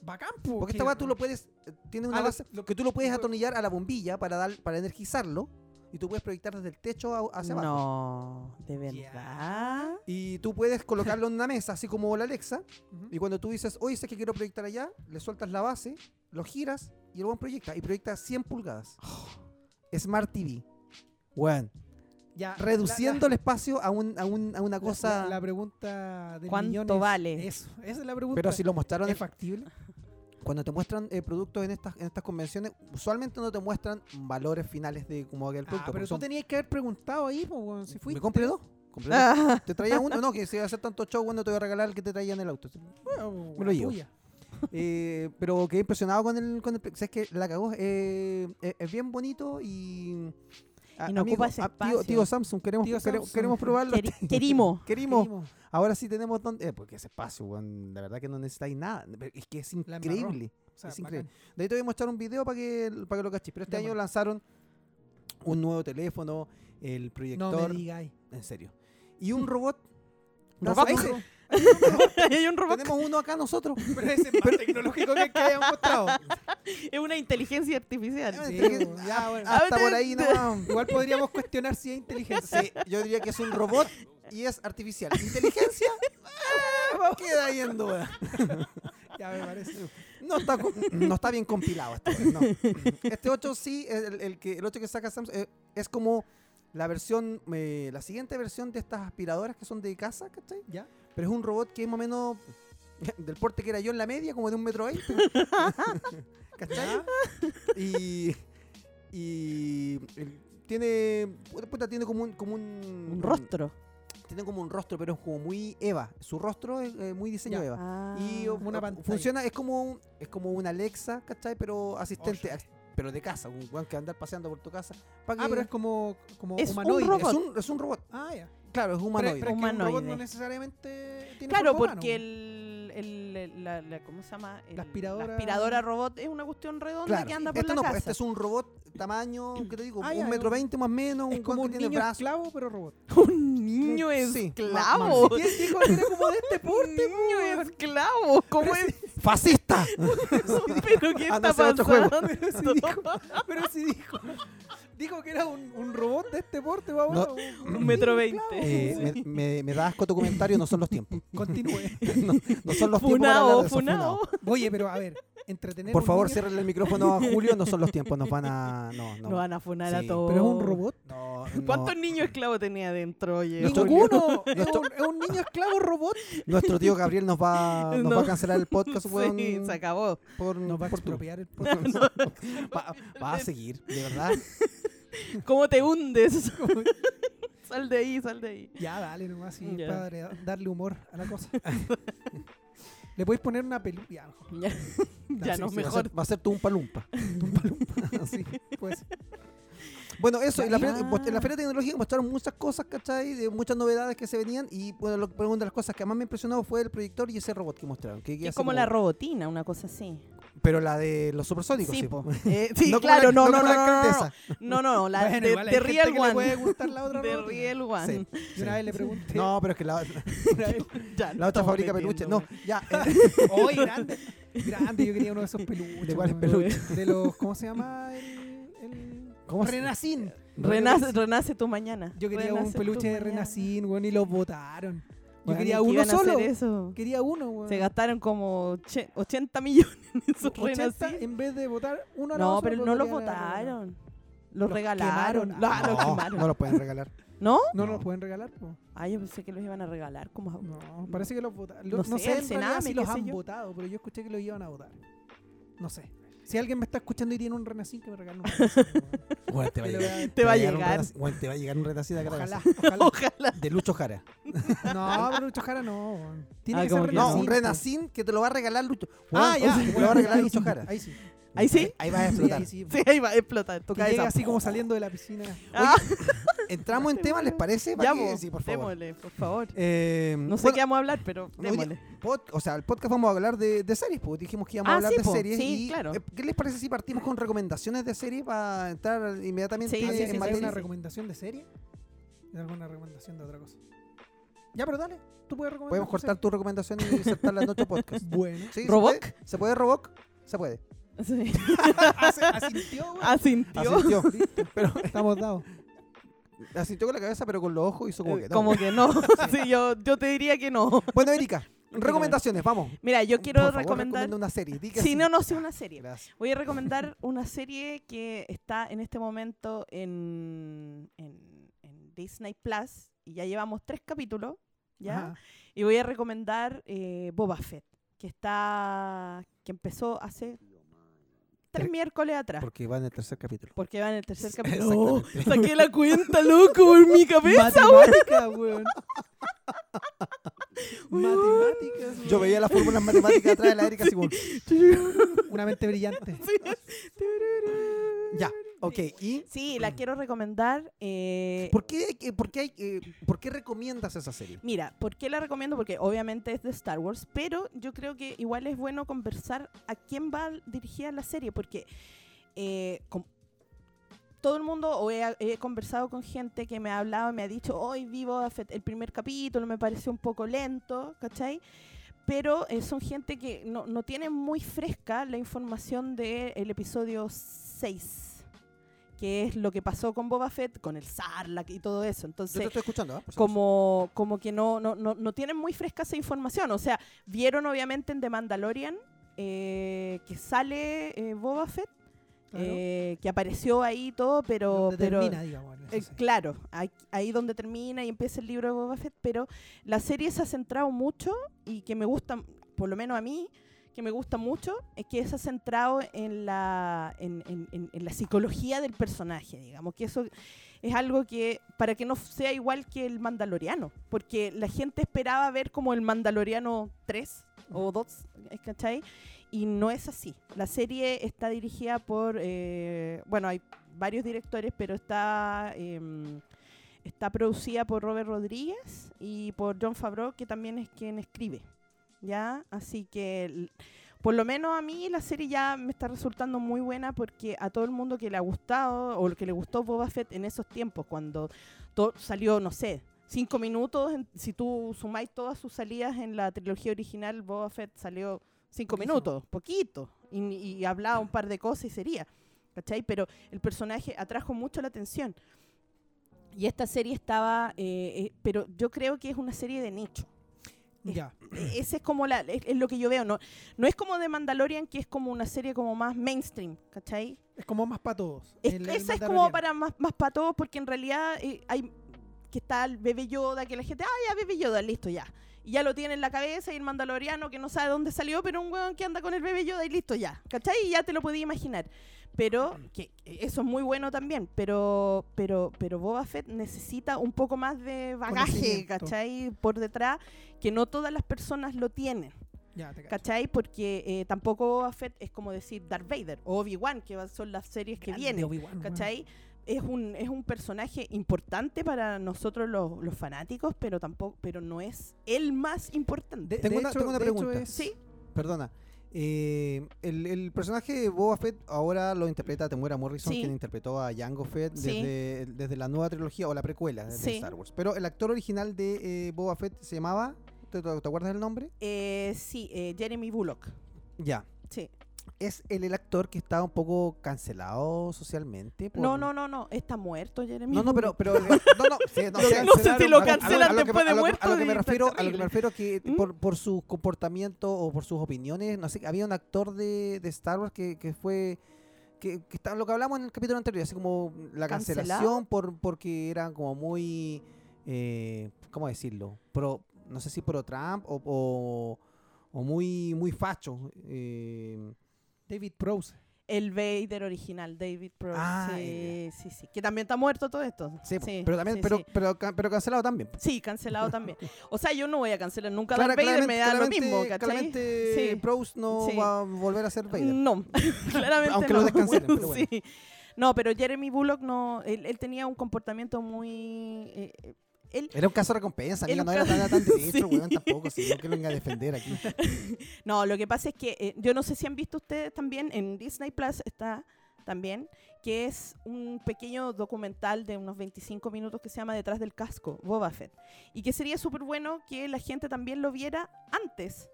[SPEAKER 3] Bacán, pues.
[SPEAKER 1] Porque esta
[SPEAKER 3] que-
[SPEAKER 1] weá tú lo puedes. eh, Tiene una
[SPEAKER 3] Ah, lo-
[SPEAKER 1] base
[SPEAKER 3] lo-
[SPEAKER 1] que tú lo puedes
[SPEAKER 3] lo-
[SPEAKER 1] atornillar a la bombilla para, dar, para energizarlo. y tú puedes proyectar desde el techo a- hacia abajo.
[SPEAKER 2] No, de verdad.
[SPEAKER 1] Y tú puedes colocarlo en una mesa, así como la Alexa.
[SPEAKER 3] Ujú.
[SPEAKER 1] Y cuando tú dices, oye, sé que quiero proyectar allá, le sueltas la base, lo giras y el weón proyecta. Y proyecta 100 pulgadas. Smart TV. Weón.
[SPEAKER 3] Ya,
[SPEAKER 1] Reduciendo
[SPEAKER 3] la-
[SPEAKER 1] el espacio a, un, a, un- a una
[SPEAKER 3] la-
[SPEAKER 1] cosa.
[SPEAKER 3] La, la pregunta del
[SPEAKER 2] ¿Cuánto
[SPEAKER 3] millón es-
[SPEAKER 2] vale?
[SPEAKER 3] Eso, esa es la pregunta.
[SPEAKER 1] pero si lo mostraron.
[SPEAKER 3] ¿Es factible? Ah,
[SPEAKER 1] Cuando te muestran eh, productos en estas, en estas convenciones, usualmente no te muestran valores finales de cómo va el
[SPEAKER 3] Ah,
[SPEAKER 1] producto.
[SPEAKER 3] pero
[SPEAKER 1] porque
[SPEAKER 3] tú
[SPEAKER 1] son-
[SPEAKER 3] tenías que haber preguntado ahí, pues, weón, si
[SPEAKER 1] Me
[SPEAKER 3] fuiste.
[SPEAKER 1] compré dos. compré dos.
[SPEAKER 2] Ah,
[SPEAKER 1] Te traía uno, no, que si iba a hacer tanto show, bueno, te voy a regalar el que te traía en el auto.
[SPEAKER 3] Weón,
[SPEAKER 1] Me lo llevo.
[SPEAKER 3] tuya.
[SPEAKER 1] Eh, pero quedé impresionado con el, con el pre- ¿sabes qué? la cagó. eh, es, es bien bonito y. a-
[SPEAKER 2] Y no ocupa ese
[SPEAKER 1] tío,
[SPEAKER 2] espacio.
[SPEAKER 1] tío Samsung, queremos,
[SPEAKER 3] Tío
[SPEAKER 1] quere-
[SPEAKER 3] Samsung.
[SPEAKER 1] queremos probarlo.
[SPEAKER 2] queri- querimo.
[SPEAKER 1] Querimos.
[SPEAKER 3] Primo.
[SPEAKER 1] Ahora sí tenemos donde. eh, porque ese espacio, weón, la verdad que no necesitáis nada. Pero Es que es
[SPEAKER 3] embarró.
[SPEAKER 1] increíble.
[SPEAKER 3] O sea,
[SPEAKER 1] es increíble. De ahí te voy a mostrar un video para que, para que lo cachéis. Pero este año
[SPEAKER 3] Démosle.
[SPEAKER 1] lanzaron un nuevo teléfono, el
[SPEAKER 3] bacán. No
[SPEAKER 1] proyector.
[SPEAKER 3] me digáis.
[SPEAKER 1] en serio. Y un robot.
[SPEAKER 2] Mm. Robot.
[SPEAKER 1] Ahí se-
[SPEAKER 2] Hay un robot.
[SPEAKER 1] Tenemos uno acá nosotros.
[SPEAKER 3] Pero ese es más tecnológico que, que hayan mostrado.
[SPEAKER 2] Es una inteligencia artificial.
[SPEAKER 3] Sí,
[SPEAKER 1] Creo que-
[SPEAKER 3] weón, ya, bueno.
[SPEAKER 2] Ah,
[SPEAKER 1] Hasta
[SPEAKER 2] te-
[SPEAKER 1] por ahí
[SPEAKER 2] te-
[SPEAKER 1] nomás.
[SPEAKER 3] Igual podríamos cuestionar si es inteligente.
[SPEAKER 1] Sí, yo diría que es un robot y es artificial. Inteligencia ah, queda ahí en duda.
[SPEAKER 3] Ya me parece.
[SPEAKER 1] No está, co- no está bien compilado este. weón, no. Este 8 sí, el, el que, el 8 que saca Samsung eh, es como la versión, eh, la siguiente versión de estas aspiradoras que son de casa, ¿cachai?
[SPEAKER 3] Ya.
[SPEAKER 1] Pero es un robot que es más o menos del porte que era yo en la media, como de un metro veinte. ¿Cachai? Y. Y. el- Tiene. Puta, tiene como un. Como un,
[SPEAKER 2] Un rostro.
[SPEAKER 1] tiene como un rostro, pero es como muy Eva. Su rostro es eh, muy diseño
[SPEAKER 3] Ya.
[SPEAKER 1] Eva. Y
[SPEAKER 2] Ah.
[SPEAKER 1] o-
[SPEAKER 3] una
[SPEAKER 1] o-
[SPEAKER 3] pantalla.
[SPEAKER 1] funciona, es como un, es como una Alexa, ¿cachai? Pero asistente, as- pero de casa, un weón que anda paseando por tu casa. Pa'
[SPEAKER 3] Ah,
[SPEAKER 1] que-
[SPEAKER 3] pero es como, como
[SPEAKER 2] Es un
[SPEAKER 3] humanoide.
[SPEAKER 2] robot.
[SPEAKER 1] es un, es un robot.
[SPEAKER 3] Ah, ya.
[SPEAKER 1] Claro, es
[SPEAKER 3] Pero-
[SPEAKER 1] humanoide.
[SPEAKER 3] Pero, es que un robot
[SPEAKER 2] Humanoide.
[SPEAKER 3] no necesariamente tiene
[SPEAKER 2] Claro,
[SPEAKER 3] forma humana,
[SPEAKER 2] porque
[SPEAKER 3] weón.
[SPEAKER 2] el, el- la, la- ¿cómo se llama? El-
[SPEAKER 3] aspiradora-
[SPEAKER 2] aspiradora robot es una cuestión redonda
[SPEAKER 1] Claro.
[SPEAKER 2] que anda por
[SPEAKER 1] este
[SPEAKER 2] la
[SPEAKER 1] no,
[SPEAKER 2] casa.
[SPEAKER 1] este es un robot tamaño, ¿qué te digo?
[SPEAKER 3] Ah, ya,
[SPEAKER 1] un metro
[SPEAKER 3] ya.
[SPEAKER 1] veinte más o menos,
[SPEAKER 3] Es
[SPEAKER 1] un
[SPEAKER 3] como
[SPEAKER 1] como
[SPEAKER 3] un
[SPEAKER 1] que tiene
[SPEAKER 3] niño
[SPEAKER 1] brazos.
[SPEAKER 3] esclavo, pero robot.
[SPEAKER 2] Un niño
[SPEAKER 1] Sí,
[SPEAKER 2] esclavo.
[SPEAKER 3] Y él dijo que era como de este porte,
[SPEAKER 2] un niño esclavo. ¿Cómo es
[SPEAKER 1] ¡Fascista!
[SPEAKER 2] eso? ¿Pero qué
[SPEAKER 1] Ah, no,
[SPEAKER 2] está
[SPEAKER 1] ese es otro juego.
[SPEAKER 2] pasando?
[SPEAKER 3] Pero si dijo, pero si dijo, dijo que era un, un robot de este porte, va,
[SPEAKER 1] No.
[SPEAKER 3] bueno,
[SPEAKER 2] Un metro
[SPEAKER 3] niño
[SPEAKER 2] veinte.
[SPEAKER 3] esclavo.
[SPEAKER 1] Eh, me, me, me da asco tu comentario, no son los tiempos.
[SPEAKER 3] Continúe.
[SPEAKER 1] No, no son los tiempos para hablar
[SPEAKER 2] Funao,
[SPEAKER 1] de eso, funao.
[SPEAKER 2] funao.
[SPEAKER 3] Oye, pero a ver, entretener.
[SPEAKER 1] Por
[SPEAKER 3] un
[SPEAKER 1] favor,
[SPEAKER 3] niño-
[SPEAKER 1] cierrenle el micrófono a Julio, no son los tiempos, nos van a... No, no.
[SPEAKER 2] Nos van a funar
[SPEAKER 1] Sí.
[SPEAKER 2] a todos.
[SPEAKER 3] Pero es un robot.
[SPEAKER 1] no, no.
[SPEAKER 2] ¿Cuántos niños esclavos tenía adentro, oye?
[SPEAKER 1] Nuestro-
[SPEAKER 2] Julio?
[SPEAKER 3] Ninguno. Es
[SPEAKER 1] Nuestro-
[SPEAKER 3] un, es un niño esclavo robot.
[SPEAKER 1] Nuestro tío Gabriel nos va, nos
[SPEAKER 2] No.
[SPEAKER 1] va a cancelar el podcast, weón.
[SPEAKER 2] Sí, se acabó.
[SPEAKER 1] por,
[SPEAKER 3] Nos va a
[SPEAKER 1] por tu-
[SPEAKER 3] expropiar el porte.
[SPEAKER 1] va, va a seguir, de verdad.
[SPEAKER 2] ¿Cómo te hundes? sal de ahí, sal de ahí.
[SPEAKER 3] Ya, dale nomás, sí,
[SPEAKER 2] Ya.
[SPEAKER 3] padre, da- darle humor a la cosa. Le podéis poner una peluca. Ya, no.
[SPEAKER 2] Ya, ya
[SPEAKER 3] sí,
[SPEAKER 2] no,
[SPEAKER 3] sí,
[SPEAKER 1] Va a ser-
[SPEAKER 2] mejor.
[SPEAKER 1] Va a ser tú un palumpa.
[SPEAKER 3] Sí, pues.
[SPEAKER 1] Bueno, eso, en la, feria,
[SPEAKER 2] Ah.
[SPEAKER 1] en la feria tecnológica mostraron muchas cosas, ¿cachai? De muchas novedades que se venían. Y bueno, lo- una de las cosas que más me impresionó fue el proyector y ese robot que mostraron. Que, que
[SPEAKER 2] Es
[SPEAKER 1] hace
[SPEAKER 2] como la robotina, una cosa así.
[SPEAKER 1] Pero la de los supersónicos, sí.
[SPEAKER 2] Sí,
[SPEAKER 1] po.
[SPEAKER 2] po. Eh, sí,
[SPEAKER 1] No como
[SPEAKER 2] claro,
[SPEAKER 1] la-
[SPEAKER 2] no,
[SPEAKER 1] no
[SPEAKER 2] no,
[SPEAKER 1] como
[SPEAKER 2] no,
[SPEAKER 1] la
[SPEAKER 2] no, no,
[SPEAKER 1] alcaldesa.
[SPEAKER 2] no, no, la
[SPEAKER 3] Bueno,
[SPEAKER 2] de,
[SPEAKER 3] igual hay
[SPEAKER 2] de
[SPEAKER 3] gente
[SPEAKER 2] Real
[SPEAKER 3] que le puede
[SPEAKER 2] One,
[SPEAKER 3] gustar la otra
[SPEAKER 2] de
[SPEAKER 3] robotina.
[SPEAKER 2] Real One.
[SPEAKER 1] Sí.
[SPEAKER 3] Yo una vez le pregunté.
[SPEAKER 1] No, pero es que la,
[SPEAKER 3] una vez-
[SPEAKER 2] Ya,
[SPEAKER 1] la otra
[SPEAKER 2] estamos
[SPEAKER 1] fabrica peluches.
[SPEAKER 2] metiendo,
[SPEAKER 1] No, ya. eh,
[SPEAKER 3] Oye, grande. Grande, yo quería uno de esos peluches.
[SPEAKER 1] ¿De cuáles
[SPEAKER 3] weón.
[SPEAKER 1] peluches?
[SPEAKER 3] De los, ¿cómo se llama? El, el-
[SPEAKER 1] ¿Cómo se-
[SPEAKER 3] Renacín.
[SPEAKER 2] Renace, renace tu mañana.
[SPEAKER 3] Yo quería
[SPEAKER 2] Renace
[SPEAKER 3] un
[SPEAKER 2] tu
[SPEAKER 3] peluche de
[SPEAKER 2] mañana.
[SPEAKER 3] Renacín, weón, y los botaron. Yo
[SPEAKER 2] Bueno,
[SPEAKER 3] quería
[SPEAKER 2] ¿y qué
[SPEAKER 3] uno
[SPEAKER 2] iban a hacer
[SPEAKER 3] solo.
[SPEAKER 2] eso?
[SPEAKER 3] Quería uno, weón.
[SPEAKER 2] Se gastaron como oche- 80 millones en esos
[SPEAKER 3] 80
[SPEAKER 2] Renacín.
[SPEAKER 3] en vez de votar uno a la
[SPEAKER 2] No,
[SPEAKER 3] otra,
[SPEAKER 2] pero no los
[SPEAKER 3] quería regalar uno.
[SPEAKER 2] votaron. Los
[SPEAKER 3] Los
[SPEAKER 2] regalaron.
[SPEAKER 3] quemaron.
[SPEAKER 2] No,
[SPEAKER 3] Ah,
[SPEAKER 2] los
[SPEAKER 1] no,
[SPEAKER 2] quemaron.
[SPEAKER 1] no los pueden regalar.
[SPEAKER 2] ¿No?
[SPEAKER 3] No,
[SPEAKER 1] No.
[SPEAKER 3] los pueden regalar, po.
[SPEAKER 2] Ah, yo pensé que los iban a regalar. Como... a-
[SPEAKER 3] No, parece que los votaron.
[SPEAKER 2] No
[SPEAKER 3] No,
[SPEAKER 2] sé,
[SPEAKER 3] sé,
[SPEAKER 2] el
[SPEAKER 3] en realidad
[SPEAKER 2] Sename,
[SPEAKER 3] si
[SPEAKER 2] qué
[SPEAKER 3] los
[SPEAKER 2] sé
[SPEAKER 3] han
[SPEAKER 2] yo.
[SPEAKER 3] votado, pero yo escuché que los iban a votar. No sé. Si alguien me está escuchando y tiene un renacín, que me regale un renacín. weón.
[SPEAKER 1] Bueno, te va a
[SPEAKER 3] Que lo
[SPEAKER 1] llegar.
[SPEAKER 3] vea-
[SPEAKER 2] Te va a
[SPEAKER 1] un
[SPEAKER 2] llegar.
[SPEAKER 1] retas- bueno, te va a llegar un retacida
[SPEAKER 3] Ojalá, ojalá.
[SPEAKER 2] Ojalá.
[SPEAKER 1] de Lucho Jara.
[SPEAKER 3] No, pero Lucho Jara no. weón. Tiene
[SPEAKER 2] Ah,
[SPEAKER 3] que
[SPEAKER 2] como
[SPEAKER 3] ser
[SPEAKER 2] que
[SPEAKER 1] No, un
[SPEAKER 3] renacín.
[SPEAKER 1] Renacín que te lo va a regalar Lucho.
[SPEAKER 3] Ah,
[SPEAKER 1] Weón,
[SPEAKER 3] ya.
[SPEAKER 1] Que te lo va a regalar
[SPEAKER 3] ahí sí,
[SPEAKER 1] Lucho Jara.
[SPEAKER 3] Ahí sí.
[SPEAKER 2] ¿Ahí sí?
[SPEAKER 1] Ahí vas a
[SPEAKER 3] Sí,
[SPEAKER 1] explotar.
[SPEAKER 3] ahí sí.
[SPEAKER 2] Sí, ahí va a explotar. Tu
[SPEAKER 3] Que llega
[SPEAKER 2] cabeza.
[SPEAKER 3] así como saliendo de la piscina.
[SPEAKER 2] Ah,
[SPEAKER 1] Entramos en tema, ¿les parece? ¿Pa'
[SPEAKER 2] ya,
[SPEAKER 1] qué?
[SPEAKER 2] vos.
[SPEAKER 1] Sí, por favor.
[SPEAKER 2] démosle, por favor.
[SPEAKER 1] Eh,
[SPEAKER 2] No sé
[SPEAKER 1] bueno,
[SPEAKER 2] qué vamos a hablar, pero
[SPEAKER 1] oye,
[SPEAKER 2] démosle.
[SPEAKER 1] pod- o sea, el podcast vamos a hablar de, de series, pues dijimos que íbamos a
[SPEAKER 2] Ah,
[SPEAKER 1] hablar
[SPEAKER 2] sí,
[SPEAKER 1] de
[SPEAKER 2] po.
[SPEAKER 1] series.
[SPEAKER 2] Sí,
[SPEAKER 1] y,
[SPEAKER 2] claro.
[SPEAKER 1] eh, ¿Qué les parece si partimos con recomendaciones de series para entrar inmediatamente
[SPEAKER 2] Sí,
[SPEAKER 3] Ah,
[SPEAKER 1] en
[SPEAKER 3] sí, sí, sí,
[SPEAKER 1] materia?
[SPEAKER 3] una
[SPEAKER 2] sí.
[SPEAKER 3] recomendación de serie? ¿Es alguna recomendación de otra cosa? Ya, pero dale. Tú puedes recomendar.
[SPEAKER 1] Podemos
[SPEAKER 3] tu
[SPEAKER 1] cortar tu recomendación y insertarla en otro podcast.
[SPEAKER 3] serie. Bueno.
[SPEAKER 1] Sí, ¿se
[SPEAKER 2] ¿Roboc?
[SPEAKER 1] puede? ¿Se puede Roboc? Se puede.
[SPEAKER 2] Sí.
[SPEAKER 3] Ase- Ah, Asintió, güey.
[SPEAKER 2] Asintió.
[SPEAKER 1] Asintió.
[SPEAKER 3] Listo.
[SPEAKER 1] Pero
[SPEAKER 3] Estamos dados.
[SPEAKER 1] asintió con la cabeza, pero con los ojos hizo como que. no.
[SPEAKER 2] Eh, Como que no. Sí, yo, yo te diría que no.
[SPEAKER 1] Bueno, Erika, recomendaciones, vamos.
[SPEAKER 2] Mira, yo quiero
[SPEAKER 1] Por favor,
[SPEAKER 2] recomendar.
[SPEAKER 1] recomienda una serie. di que
[SPEAKER 2] Si
[SPEAKER 1] sí.
[SPEAKER 2] no, no sé una serie.
[SPEAKER 1] Gracias.
[SPEAKER 2] Voy a recomendar una serie que está en este momento en, en- en Disney Plus y ya llevamos tres capítulos. ¿ya?
[SPEAKER 3] Ajá.
[SPEAKER 2] Y voy a recomendar eh, Boba Fett, que está que empezó hace tres
[SPEAKER 1] Tre-
[SPEAKER 2] miércoles atrás.
[SPEAKER 1] Porque va en el tercer capítulo.
[SPEAKER 2] Porque va en el tercer
[SPEAKER 1] Sí,
[SPEAKER 2] capítulo. Oh,
[SPEAKER 1] exactamente.
[SPEAKER 2] saqué la cuenta, loco, en mi cabeza.
[SPEAKER 3] Matemática, weón. Matemáticas,
[SPEAKER 1] Yo
[SPEAKER 3] weón.
[SPEAKER 1] veía las fórmulas matemáticas atrás de la Erika, así como,
[SPEAKER 3] Una mente brillante.
[SPEAKER 1] Ya, ok. ¿Y
[SPEAKER 2] Sí, la quiero recomendar. eh,
[SPEAKER 1] por qué, hay que- por qué, hay, eh, por qué recomiendas esa serie?
[SPEAKER 2] Mira, ¿por qué la recomiendo? Porque obviamente es de Star Wars, pero yo creo que igual es bueno conversar a quién va dirigida la serie, porque eh, com- todo el mundo, o he, he conversado con gente que me ha hablado, me ha dicho, hoy vivo el primer capítulo, me pareció un poco lento, ¿cachai? Pero eh, son gente que no, no tiene muy fresca la información del episodio 6, que es lo que pasó con Boba Fett, con el Sarlacc y todo eso.
[SPEAKER 1] Yo
[SPEAKER 2] Entonces,
[SPEAKER 1] te estoy escuchando, ¿ah? Por si acaso.
[SPEAKER 2] como, como que no, no, no, no tienen muy fresca esa información. O sea, vieron obviamente en The Mandalorian eh, que sale eh, Boba Fett,
[SPEAKER 3] Claro.
[SPEAKER 2] eh, que apareció ahí y todo, pero...
[SPEAKER 3] Donde
[SPEAKER 2] pero
[SPEAKER 3] termina, digamos. en
[SPEAKER 2] eh,
[SPEAKER 3] eso sí.
[SPEAKER 2] claro, ahí, ahí donde termina y empieza el libro de Boba Fett, pero la serie se ha centrado mucho y que me gusta, por lo menos a mí, que me gusta mucho, es que se ha centrado en la, en, en- en- en la psicología del personaje, digamos, que eso es algo que, para que no sea igual que el Mandaloriano, porque la gente esperaba ver como el Mandaloriano 3 o 2, ¿cachai? Y no es así. La serie está dirigida por, eh, bueno, hay varios directores, pero está, em, está producida por Robert Rodríguez y por John Favreau, que también es quien escribe. ¿Ya? Así que, l- por lo menos a mí la serie ya me está resultando muy buena porque a todo el mundo que le ha gustado o que le gustó Boba Fett en esos tiempos, cuando to- salió, no sé, cinco minutos, en- si tú sumáis todas sus salidas en la trilogía original, Boba Fett salió cinco
[SPEAKER 3] Poquísimo.
[SPEAKER 2] minutos, poquito, y, y hablaba un par de cosas y sería. ¿Cachai? Pero el personaje atrajo mucho la atención. Y esta serie estaba, eh, eh, pero yo creo que es una serie de nicho
[SPEAKER 3] Ya.
[SPEAKER 2] ese es como la, es, es lo que yo veo. No, no es como de Mandalorian, que es como una serie como más mainstream, ¿cachai?
[SPEAKER 3] Es como más para todos.
[SPEAKER 2] Es-
[SPEAKER 3] el- el
[SPEAKER 2] esa es
[SPEAKER 3] Mandaloriano.
[SPEAKER 2] como para más, más para todos, porque en realidad eh, hay que está el bebé Yoda, que la gente, ah, ya bebé Yoda, listo, ya. Y ya lo tiene en la cabeza y el mandaloriano que no sabe dónde salió, pero un hueón que anda con el bebé Yoda y listo, ya. ¿Cachai? Y ya te lo podía imaginar. Pero, que eso es muy bueno también, pero, pero, pero Boba Fett necesita un poco más de bagaje,
[SPEAKER 3] Conocimiento.
[SPEAKER 2] ¿cachai? Por detrás, que no todas las personas lo tienen.
[SPEAKER 3] Ya, te cacho.
[SPEAKER 2] ¿Cachai? Porque eh, tampoco Boba Fett es como decir Darth Vader o Obi-Wan, que va- son las series que
[SPEAKER 3] Grande
[SPEAKER 2] vienen.
[SPEAKER 3] Obi-Wan, weón.
[SPEAKER 2] ¿Cachai? Es un, es un personaje importante para nosotros los, los fanáticos, pero tampoco, pero no es el más importante.
[SPEAKER 3] De-
[SPEAKER 1] Tengo
[SPEAKER 3] de
[SPEAKER 1] una-
[SPEAKER 3] hecho-
[SPEAKER 1] tengo una
[SPEAKER 3] de hecho
[SPEAKER 1] pregunta.
[SPEAKER 3] es-
[SPEAKER 2] Sí,
[SPEAKER 1] Perdona. eh, el, el personaje de Boba Fett ahora lo interpreta Temuera Morrison,
[SPEAKER 2] Sí.
[SPEAKER 1] quien interpretó a Jango Fett
[SPEAKER 2] Sí.
[SPEAKER 1] desde, desde la nueva trilogía o la precuela de
[SPEAKER 2] Sí.
[SPEAKER 1] Star Wars. Pero el actor original de eh, Boba Fett se llamaba, ¿te, te- te acuerdas el nombre?
[SPEAKER 2] eh, sí, eh, Jeremy Bullock.
[SPEAKER 1] Ya.
[SPEAKER 2] Sí.
[SPEAKER 1] Es el, el actor que está un poco cancelado socialmente. por-
[SPEAKER 2] No, no, no, no. Está muerto Jeremy
[SPEAKER 1] No, no, pero,
[SPEAKER 2] Bullock.
[SPEAKER 1] pero eh, no, no, sí, no,
[SPEAKER 2] Lo
[SPEAKER 1] sí,
[SPEAKER 2] cancelaron, No sé si lo
[SPEAKER 1] a que-
[SPEAKER 2] cancelan
[SPEAKER 1] a que-
[SPEAKER 2] después de
[SPEAKER 1] a lo que-
[SPEAKER 2] muerto
[SPEAKER 1] A lo que me
[SPEAKER 2] y está
[SPEAKER 1] refiero, a lo que
[SPEAKER 2] terrible.
[SPEAKER 1] me refiero que
[SPEAKER 2] ¿Mm?
[SPEAKER 1] por, por su comportamiento o por sus opiniones, no sé, había un actor de, de Star Wars que, que fue que, que está, lo que hablamos en el capítulo anterior, así como la
[SPEAKER 2] ¿Cancelado?
[SPEAKER 1] cancelación por porque era como muy eh, ¿cómo decirlo? Pro, no sé si pro Trump o, o, o muy muy facho. eh,
[SPEAKER 3] David Prowse.
[SPEAKER 2] El Vader original, David Prowse.
[SPEAKER 1] Ah,
[SPEAKER 2] sí, sí, sí. Que también está muerto todo esto.
[SPEAKER 1] sí, pero también
[SPEAKER 2] sí,
[SPEAKER 1] pero,
[SPEAKER 2] sí.
[SPEAKER 1] pero ca- pero cancelado también.
[SPEAKER 2] Sí, cancelado también. O sea, yo no voy a cancelar nunca a
[SPEAKER 1] Clara-
[SPEAKER 2] Darth Vader, me da lo
[SPEAKER 1] claramente-
[SPEAKER 2] mismo, ¿cachai?
[SPEAKER 1] Claramente
[SPEAKER 2] Sí.
[SPEAKER 1] Prowse no
[SPEAKER 2] Sí. Mm.
[SPEAKER 1] va a volver a ser Vader.
[SPEAKER 2] No, claramente
[SPEAKER 1] Aunque
[SPEAKER 2] no.
[SPEAKER 1] lo descancelen, pero bueno.
[SPEAKER 2] Sí. No, pero Jeremy Bullock no, él, él tenía un comportamiento muy... eh, eh, él,
[SPEAKER 1] Era un caso de recompensa,
[SPEAKER 2] Era
[SPEAKER 1] amiga,
[SPEAKER 2] un
[SPEAKER 1] no era
[SPEAKER 2] caso-
[SPEAKER 1] tan, tan derecho,
[SPEAKER 2] Sí.
[SPEAKER 1] weón, tampoco, si no que venga a defender aquí.
[SPEAKER 2] no, lo que pasa es que eh, yo no sé si han visto ustedes también, en Disney Plus está también, que es un pequeño documental de unos 25 minutos que se llama Detrás del Casco, Boba Fett. Y que sería súper bueno que la gente también lo viera antes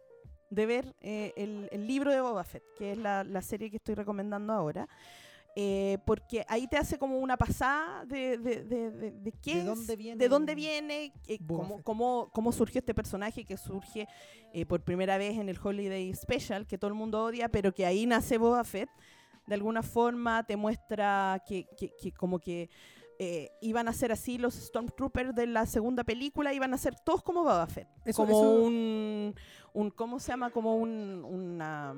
[SPEAKER 2] de ver eh, el, el libro de Boba Fett, que es la, la serie que estoy recomendando ahora. eh, porque ahí te hace como una pasada de, de, de, de- de qué
[SPEAKER 3] ¿De
[SPEAKER 2] es,
[SPEAKER 3] dónde viene
[SPEAKER 2] de dónde viene, eh,
[SPEAKER 3] Boba
[SPEAKER 2] cómo,
[SPEAKER 3] Fett?
[SPEAKER 2] cómo, cómo surgió este personaje que surge eh, por primera vez en el Holiday Special, que todo el mundo odia, pero que ahí nace Boba Fett. De alguna forma te muestra que, que- que como que eh, iban a ser así los Stormtroopers de la segunda película, iban a ser todos como Boba Fett.
[SPEAKER 3] Eso-
[SPEAKER 2] como
[SPEAKER 3] eso-
[SPEAKER 2] un, un, ¿cómo se llama? Como un, una,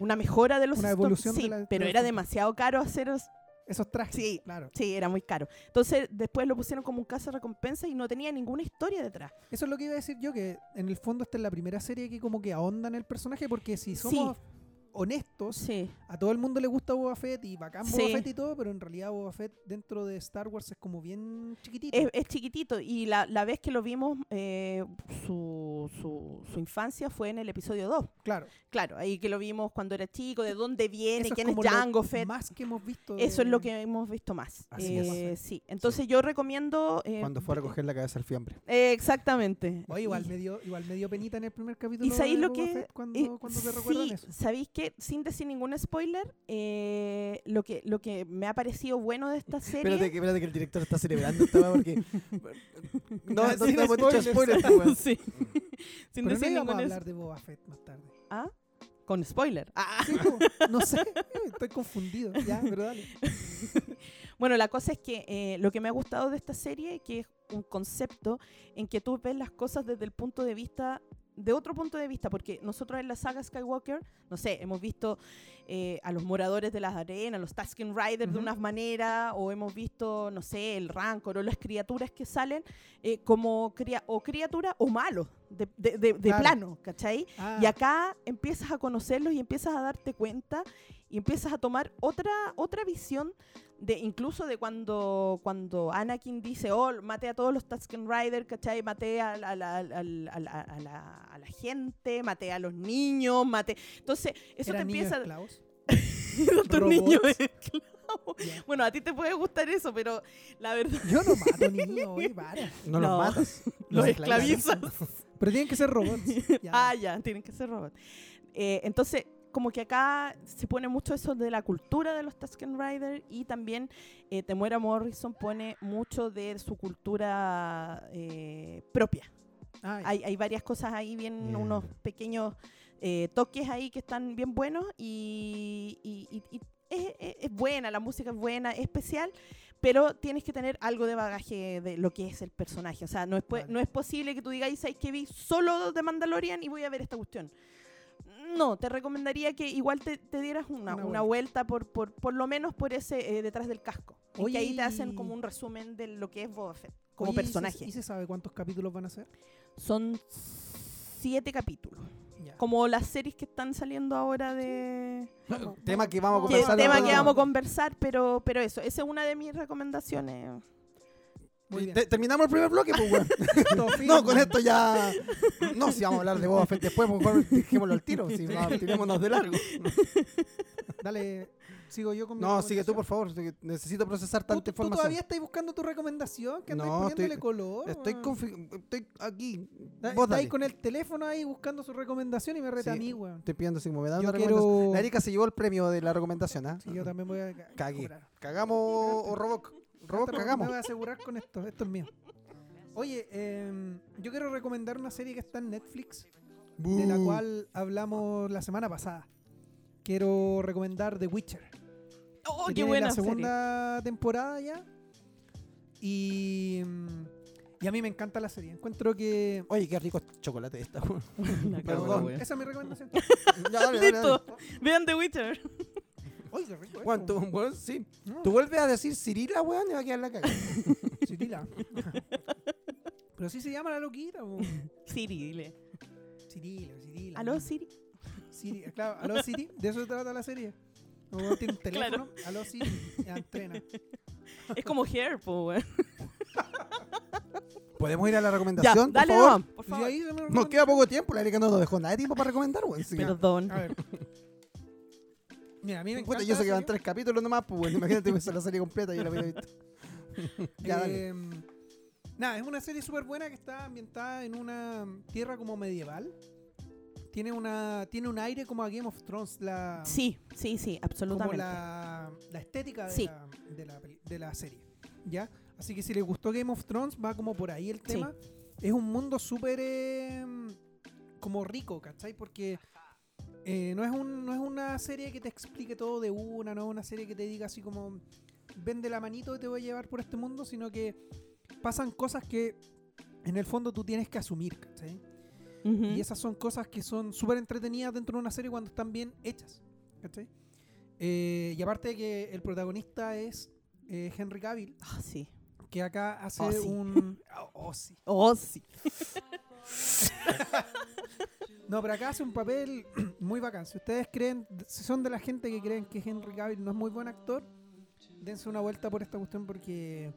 [SPEAKER 2] una mejora de los
[SPEAKER 3] Una
[SPEAKER 2] Storm-
[SPEAKER 3] evolución de
[SPEAKER 2] Sí,
[SPEAKER 3] la- de
[SPEAKER 2] pero
[SPEAKER 3] los
[SPEAKER 2] era
[SPEAKER 3] Storm-
[SPEAKER 2] demasiado caro hacer os-
[SPEAKER 3] Esos trajes.
[SPEAKER 2] Sí.
[SPEAKER 3] Claro.
[SPEAKER 2] Sí, era muy caro. Entonces, después lo pusieron como un caso recompensa y no tenía ninguna historia detrás.
[SPEAKER 3] Eso es lo que iba a decir yo, que en el fondo esta es la primera serie que como que ahonda en el personaje, porque si somos honestos,
[SPEAKER 2] Sí,
[SPEAKER 3] a todo el mundo le gusta Boba Fett y bacán Boba
[SPEAKER 2] Sí.
[SPEAKER 3] Fett y todo, pero en realidad Boba Fett dentro de Star Wars es como bien chiquitito.
[SPEAKER 2] es, es chiquitito. Y la, la vez que lo vimos, eh, su, su, su infancia fue en el episodio 2.
[SPEAKER 3] claro.
[SPEAKER 2] Claro, ahí que lo vimos cuando era chico, de dónde viene,
[SPEAKER 3] Eso
[SPEAKER 2] quién es
[SPEAKER 3] como lo
[SPEAKER 2] Jango Fett.
[SPEAKER 3] Más eh, que hemos visto. de-
[SPEAKER 2] Eso es lo que hemos visto más.
[SPEAKER 1] Así
[SPEAKER 2] Eh, Sí, entonces yo recomiendo... eh,
[SPEAKER 1] Cuando fue a recoger la cabeza al fiambre.
[SPEAKER 2] Eh, exactamente.
[SPEAKER 3] Oye, igual
[SPEAKER 2] Y-
[SPEAKER 3] me, dio, igual me dio penita en el primer capítulo.
[SPEAKER 2] ¿Y sabéis
[SPEAKER 3] de
[SPEAKER 2] lo
[SPEAKER 3] Boba
[SPEAKER 2] que-
[SPEAKER 3] Fett cuando,
[SPEAKER 2] eh,
[SPEAKER 3] cuando te recuerdan
[SPEAKER 2] sí,
[SPEAKER 3] eso.
[SPEAKER 2] ¿Sabéis que sin decir ningún spoiler, eh, lo que lo que me ha parecido bueno de esta serie
[SPEAKER 1] Espérate que, espérate que el director está celebrando esta weá porque. No, no
[SPEAKER 3] Sin
[SPEAKER 1] te hemos dicho
[SPEAKER 3] spoilers.
[SPEAKER 1] spoilers, pues, weón.
[SPEAKER 2] Sí. Sin
[SPEAKER 3] Mm. Pero no
[SPEAKER 2] decir
[SPEAKER 3] íbamos a
[SPEAKER 2] ningún
[SPEAKER 3] hablar de Boba Fett más tarde.
[SPEAKER 2] es- ¿Ah? con spoiler. Ah.
[SPEAKER 3] Sí, po, no sé, estoy confundido. Ya, pero dale.
[SPEAKER 2] Bueno, la cosa es que eh, lo que me ha gustado de esta serie que es un concepto en que tú ves las cosas desde el punto de vista de otro punto de vista, porque nosotros en la saga Skywalker, no sé, hemos visto eh, a los moradores de las arenas, los Tusken Riders de
[SPEAKER 3] Ujú.
[SPEAKER 2] una manera, o hemos visto, no sé, el Rancor o las criaturas que salen eh, como cria- o criaturas o malos, de, de- de- de
[SPEAKER 3] Claro.
[SPEAKER 2] plano, ¿cachai?
[SPEAKER 3] Ah,
[SPEAKER 2] Y acá empiezas a conocerlos y empiezas a darte cuenta y empiezas a tomar otra, otra visión de incluso de cuando, cuando Anakin dice, oh, maté a todos los Tusken Rider, ¿cachai? Maté a, la- a la- a la- a la- a la- a la gente, maté a los niños, maté... Entonces, eso te
[SPEAKER 3] ¿eran niños
[SPEAKER 2] empieza...
[SPEAKER 3] esclavos?
[SPEAKER 2] Tus niños
[SPEAKER 3] robots.
[SPEAKER 2] esclavos.
[SPEAKER 3] Ya.
[SPEAKER 2] Bueno, a ti te puede gustar eso, pero la verdad,
[SPEAKER 3] Yo no mato niños, oye, para.
[SPEAKER 1] No los
[SPEAKER 2] No.
[SPEAKER 1] matas.
[SPEAKER 2] los
[SPEAKER 1] esclavizas.
[SPEAKER 2] esclavizas.
[SPEAKER 3] Pero tienen que ser robots. Ya.
[SPEAKER 2] Ah, ya, tienen que ser robots. Eh, entonces, como que acá se pone mucho eso de la cultura de los Tusken Rider y también eh, Temuera Morrison pone mucho de su cultura eh, propia.
[SPEAKER 3] Ah, ya.
[SPEAKER 2] Hay, hay varias cosas ahí, bien,
[SPEAKER 1] Ya.
[SPEAKER 2] unos pequeños eh, toques ahí que están bien buenos y, y- y- y es, es- es buena, la música es buena, es especial, pero tienes que tener algo de bagaje de lo que es el personaje. O sea, no es, po-
[SPEAKER 3] Vale.
[SPEAKER 2] no es posible que tú digas, ¿sabes que vi solo de Mandalorian y voy a ver esta cuestión? No, te recomendaría que igual te, te dieras una,
[SPEAKER 3] Una
[SPEAKER 2] una, vuelta, por, por, por lo menos por ese eh, detrás del casco. En que ahí te hacen
[SPEAKER 3] Oye,
[SPEAKER 2] como un resumen de lo que es Boba Fett como
[SPEAKER 3] Oye, ¿y se-
[SPEAKER 2] personaje.
[SPEAKER 3] ¿y se, sabe cuántos capítulos van a ser?
[SPEAKER 2] Son siete capítulos.
[SPEAKER 3] Ya.
[SPEAKER 2] Como las series que están saliendo ahora de...
[SPEAKER 1] Tema que vamos a
[SPEAKER 2] que-
[SPEAKER 1] conversar.
[SPEAKER 2] tema
[SPEAKER 1] otro-
[SPEAKER 2] que vamos a conversar, pero, pero eso, esa es una de mis recomendaciones.
[SPEAKER 3] Muy bien.
[SPEAKER 1] Te- terminamos el primer bloque, pues, weón.
[SPEAKER 3] Todo fin,
[SPEAKER 1] No, con
[SPEAKER 3] man.
[SPEAKER 1] esto ya. No, si vamos a hablar de Boba Fett después, pues, mejor dejémoslo al tiro. Si no, tirémonos de largo.
[SPEAKER 3] Dale, sigo yo con mi
[SPEAKER 1] No, sigue tú, por
[SPEAKER 3] recomendación.
[SPEAKER 1] favor. que Necesito procesar
[SPEAKER 3] Tú-
[SPEAKER 1] tanta
[SPEAKER 3] tú
[SPEAKER 1] información.
[SPEAKER 3] todavía estás buscando tu recomendación, que andáis
[SPEAKER 1] No, estoy-
[SPEAKER 3] poniéndole color.
[SPEAKER 1] Estoy,
[SPEAKER 3] weón.
[SPEAKER 1] confi- estoy aquí.
[SPEAKER 3] Da-
[SPEAKER 1] Vos
[SPEAKER 3] está ahí
[SPEAKER 1] dale.
[SPEAKER 3] con el teléfono ahí buscando su recomendación y me reta
[SPEAKER 1] Sí.
[SPEAKER 3] a mí, weón.
[SPEAKER 1] Estoy pidiendo si me dan
[SPEAKER 3] Yo
[SPEAKER 1] una recomendación.
[SPEAKER 3] quiero.
[SPEAKER 1] La Erika se llevó el premio de la recomendación, ¿ah?
[SPEAKER 3] Sí, yo también voy a. ca-
[SPEAKER 1] Cagué.
[SPEAKER 3] cobrar.
[SPEAKER 1] ¿Cagamos o Roboc? Roboc,
[SPEAKER 3] Esto me-
[SPEAKER 1] cagamos.
[SPEAKER 3] Me voy a asegurar con esto, esto es mío. Oye, em, yo quiero recomendar una serie que está en Netflix, de la
[SPEAKER 1] Buh.
[SPEAKER 3] cual hablamos la semana pasada. Quiero recomendar The Witcher.
[SPEAKER 2] ¡Oh, qué
[SPEAKER 3] que tiene
[SPEAKER 2] buena!
[SPEAKER 3] la
[SPEAKER 2] serie.
[SPEAKER 3] segunda temporada ya. Y, mm, y a mí me encanta la serie. Encuentro que.
[SPEAKER 1] Oye, qué rico chocolate esta. weón. cago en la
[SPEAKER 3] Perdón,
[SPEAKER 1] wea.
[SPEAKER 3] esa es mi recomendación.
[SPEAKER 1] ya, dale, dale, dale.
[SPEAKER 2] Listo. Vean The Witcher.
[SPEAKER 3] Oye, qué rico.
[SPEAKER 1] Weón, tú,
[SPEAKER 3] esto.
[SPEAKER 1] weón, sí.
[SPEAKER 3] No,
[SPEAKER 1] Tú vuelves a decir Cirila, weón, y va a quedar la cagada.
[SPEAKER 3] Cirila. Pero sí se llama la loquita. po.
[SPEAKER 2] Siri, dile.
[SPEAKER 3] Cirila, Cirila.
[SPEAKER 2] ¿Aló, Siri?
[SPEAKER 3] Siri, claro, Aló Siri, de eso se trata la serie. Como tiene un teléfono, Aló Siri, ya entrena.
[SPEAKER 2] Es como Hair, po, weón.
[SPEAKER 1] ¿Podemos ir a la
[SPEAKER 2] Ya,
[SPEAKER 1] recomendación?
[SPEAKER 2] dale,
[SPEAKER 1] por favor?
[SPEAKER 2] Noam, por
[SPEAKER 3] Y
[SPEAKER 2] favor.
[SPEAKER 3] ahí se me
[SPEAKER 1] Nos queda poco tiempo, la Erika no nos dejó nada de tiempo para recomendar, weón. Sí, ya.
[SPEAKER 2] Perdón.
[SPEAKER 3] A ver. Mira, a mí me
[SPEAKER 1] Puta,
[SPEAKER 3] encanta.
[SPEAKER 1] yo sé
[SPEAKER 3] la
[SPEAKER 1] que van
[SPEAKER 3] serie.
[SPEAKER 1] tres capítulos nomás, pues bueno, imagínate pues, la serie completa, yo la había visto. ya, dale.
[SPEAKER 3] Eh, Nada, es una serie súper buena que está ambientada en una tierra como medieval. Tiene, una, tiene un aire como a Game of Thrones, la,
[SPEAKER 2] Sí, sí, sí,
[SPEAKER 3] como
[SPEAKER 2] absolutamente.
[SPEAKER 3] la, la estética de,
[SPEAKER 2] Sí.
[SPEAKER 3] la, de, la, peli- de la serie. ¿Ya? Así que si les gustó Game of Thrones, va como por ahí el
[SPEAKER 2] Sí.
[SPEAKER 3] tema. Es un mundo súper eh, como rico, ¿cachai? Porque eh, no, es un, no es una serie que te explique todo de una, no es una serie que te diga así como vende la manito y te voy a llevar por este mundo, sino que pasan cosas que en el fondo tú tienes que asumir, ¿cachai?
[SPEAKER 2] Ujú.
[SPEAKER 3] Y esas son cosas que son súper entretenidas dentro de una serie cuando están bien hechas. ¿cachai? Eh, y aparte de que el protagonista es eh, Henry Cavill,
[SPEAKER 2] Ah, sí.
[SPEAKER 3] que acá hace
[SPEAKER 2] Oh, sí.
[SPEAKER 3] un... Oh, sí.
[SPEAKER 2] Oh, sí.
[SPEAKER 3] No, pero acá hace un papel muy bacán. Si ustedes creen, si son de la gente que creen que Henry Cavill no es muy buen actor, dense una vuelta por esta cuestión porque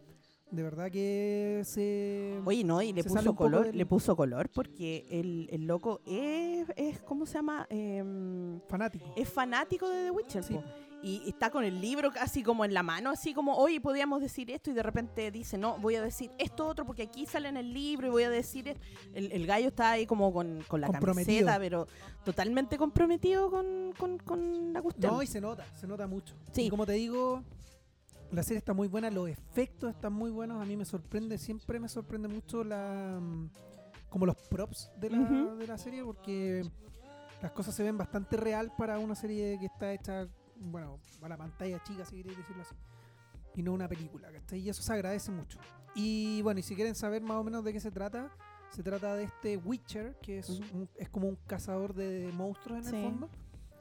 [SPEAKER 3] de verdad que eh, se...
[SPEAKER 2] Oye, no, y le
[SPEAKER 3] Se sale
[SPEAKER 2] puso
[SPEAKER 3] un poco
[SPEAKER 2] color,
[SPEAKER 3] del-
[SPEAKER 2] le puso color porque el, el loco es, es, ¿cómo se llama? Em,
[SPEAKER 3] Fanático.
[SPEAKER 2] es fanático de The Witcher,
[SPEAKER 3] Sí.
[SPEAKER 2] po. Y está con el libro casi como en la mano, así como, oye, podíamos decir esto, y de repente dice, no, voy a decir esto otro, porque aquí sale en el libro y voy a decir esto. El, el gallo está ahí como con, con la
[SPEAKER 3] Comprometido.
[SPEAKER 2] camiseta, pero totalmente comprometido con, con- con la cuestión.
[SPEAKER 3] No, y se nota, se nota mucho.
[SPEAKER 2] Sí.
[SPEAKER 3] Y como te digo, la serie está muy buena, los efectos están muy buenos. A mí me sorprende, siempre me sorprende mucho la mm, como los props de la,
[SPEAKER 2] Ujú.
[SPEAKER 3] de la serie, porque las cosas se ven bastante real para una serie que está hecha, bueno, a la pantalla chica, si queréis decirlo así. Y no una película, ¿cachai? Y eso se agradece mucho. Y bueno, y si quieren saber más o menos de qué se trata, se trata de este Witcher, que es,
[SPEAKER 2] Ujú.
[SPEAKER 3] un- es como un cazador de monstruos en
[SPEAKER 2] Sí.
[SPEAKER 3] el fondo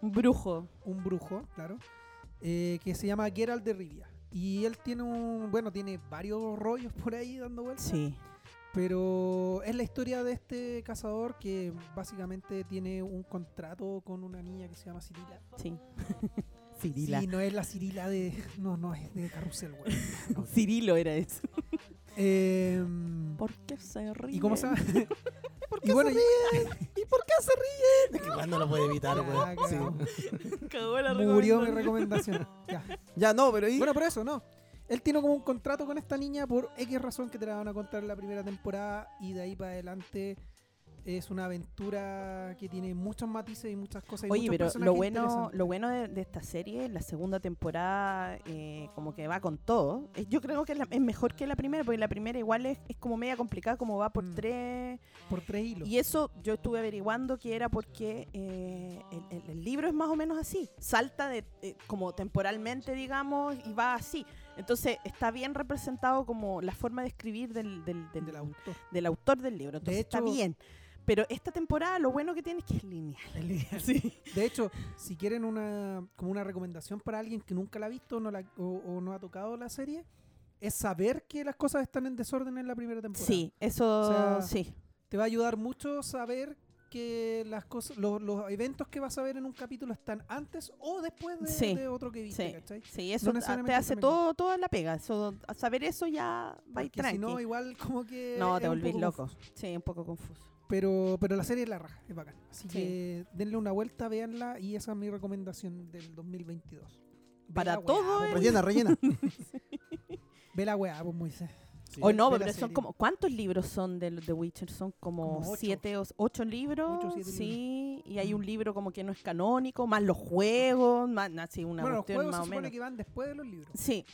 [SPEAKER 2] Un Brujo.
[SPEAKER 3] un brujo, claro, eh, que se llama Geralt de Rivia. Y él tiene un, bueno, tiene varios rollos por ahí dando vueltas,
[SPEAKER 2] Sí.
[SPEAKER 3] pero es la historia de este cazador que básicamente tiene un contrato con una niña que se llama Cirila.
[SPEAKER 2] Sí. Cirila.
[SPEAKER 3] Sí, no es la Cirila de, no, no es de Carrusel, güey.
[SPEAKER 2] Cirilo era eso.
[SPEAKER 3] Eh,
[SPEAKER 2] ¿Por qué se ríe?
[SPEAKER 3] ¿Y cómo se llama?
[SPEAKER 2] ¿Por
[SPEAKER 3] Y bueno,
[SPEAKER 2] ¿Y por qué se ríe?
[SPEAKER 4] Es que cuando lo puede evitar,
[SPEAKER 3] ya,
[SPEAKER 4] weón. Sí.
[SPEAKER 3] cagao.
[SPEAKER 2] Cagó la
[SPEAKER 3] Ah, murió mi
[SPEAKER 2] recomendación.
[SPEAKER 3] recomendación. Ya.
[SPEAKER 1] Ya no, pero y.
[SPEAKER 3] Bueno, por eso, no. Él tiene como un contrato con esta niña por X razón que te la van a contar en la primera temporada y de ahí para adelante es una aventura que tiene muchos matices y muchas cosas. y
[SPEAKER 2] Oye,
[SPEAKER 3] muchos
[SPEAKER 2] pero lo
[SPEAKER 3] personajes
[SPEAKER 2] bueno,
[SPEAKER 3] interesantes.
[SPEAKER 2] lo bueno de, de esta serie, la segunda temporada, eh, como que va con todo. Eh, Yo creo que es, la- es mejor que la primera, porque la primera igual es, es como media complicada, como va por
[SPEAKER 3] Mm.
[SPEAKER 2] tres.
[SPEAKER 3] Por tres hilos.
[SPEAKER 2] Y eso yo estuve averiguando que era porque eh, el, el- el libro es más o menos así. Salta de, eh, como temporalmente, digamos, y va así. Entonces está bien representado como la forma de escribir del, del, del-
[SPEAKER 3] del autor.
[SPEAKER 2] del autor del libro. Entonces está
[SPEAKER 3] hecho-
[SPEAKER 2] bien. Pero esta temporada lo bueno que tiene es que es lineal. Sí.
[SPEAKER 3] De hecho, si quieren una como una recomendación para alguien que nunca la ha visto no la- o, o no ha tocado la serie, es saber que las cosas están en desorden en la primera temporada.
[SPEAKER 2] Sí, eso
[SPEAKER 3] sea,
[SPEAKER 2] sí.
[SPEAKER 3] Te va a ayudar mucho saber que las cosas, los, los eventos que vas a ver en un capítulo están antes o después de,
[SPEAKER 2] Sí,
[SPEAKER 3] de otro que viste,
[SPEAKER 2] Sí,
[SPEAKER 3] ¿cachai?
[SPEAKER 2] sí, eso te- te
[SPEAKER 3] necesariamente
[SPEAKER 2] hace
[SPEAKER 3] también.
[SPEAKER 2] todo, toda la pega. Eso, a saber eso ya va
[SPEAKER 3] Porque
[SPEAKER 2] tranqui.
[SPEAKER 3] si no, igual como que.
[SPEAKER 2] no,
[SPEAKER 3] es
[SPEAKER 2] te
[SPEAKER 3] un
[SPEAKER 2] volvís
[SPEAKER 3] poco
[SPEAKER 2] loco.
[SPEAKER 3] confuso.
[SPEAKER 2] Sí, un poco confuso.
[SPEAKER 3] Pero, pero la serie es la raja, es bacán.
[SPEAKER 2] Sí.
[SPEAKER 3] Así que denle una vuelta, véanla y esa es mi recomendación del 2022. Ve
[SPEAKER 2] Para
[SPEAKER 3] la weá,
[SPEAKER 2] todo
[SPEAKER 3] po,
[SPEAKER 2] el-
[SPEAKER 3] Moisés.
[SPEAKER 1] Rellena, rellena.
[SPEAKER 3] Ve la weá, pues Moisés.
[SPEAKER 4] Sí.
[SPEAKER 2] o Oh, no,
[SPEAKER 3] ve la
[SPEAKER 2] pero son
[SPEAKER 3] serie.
[SPEAKER 2] como. ¿Cuántos libros son de The Witcher? Son como,
[SPEAKER 3] Como ocho.
[SPEAKER 2] siete o ocho libros.
[SPEAKER 3] Ocho, siete
[SPEAKER 2] sí, y hay
[SPEAKER 3] Mm.
[SPEAKER 2] un libro como que no es canónico, más los juegos, más así una
[SPEAKER 3] bueno, los
[SPEAKER 2] cuestión
[SPEAKER 3] juegos se
[SPEAKER 2] más o
[SPEAKER 3] supone
[SPEAKER 2] menos.
[SPEAKER 3] que van después de los libros.
[SPEAKER 2] Sí,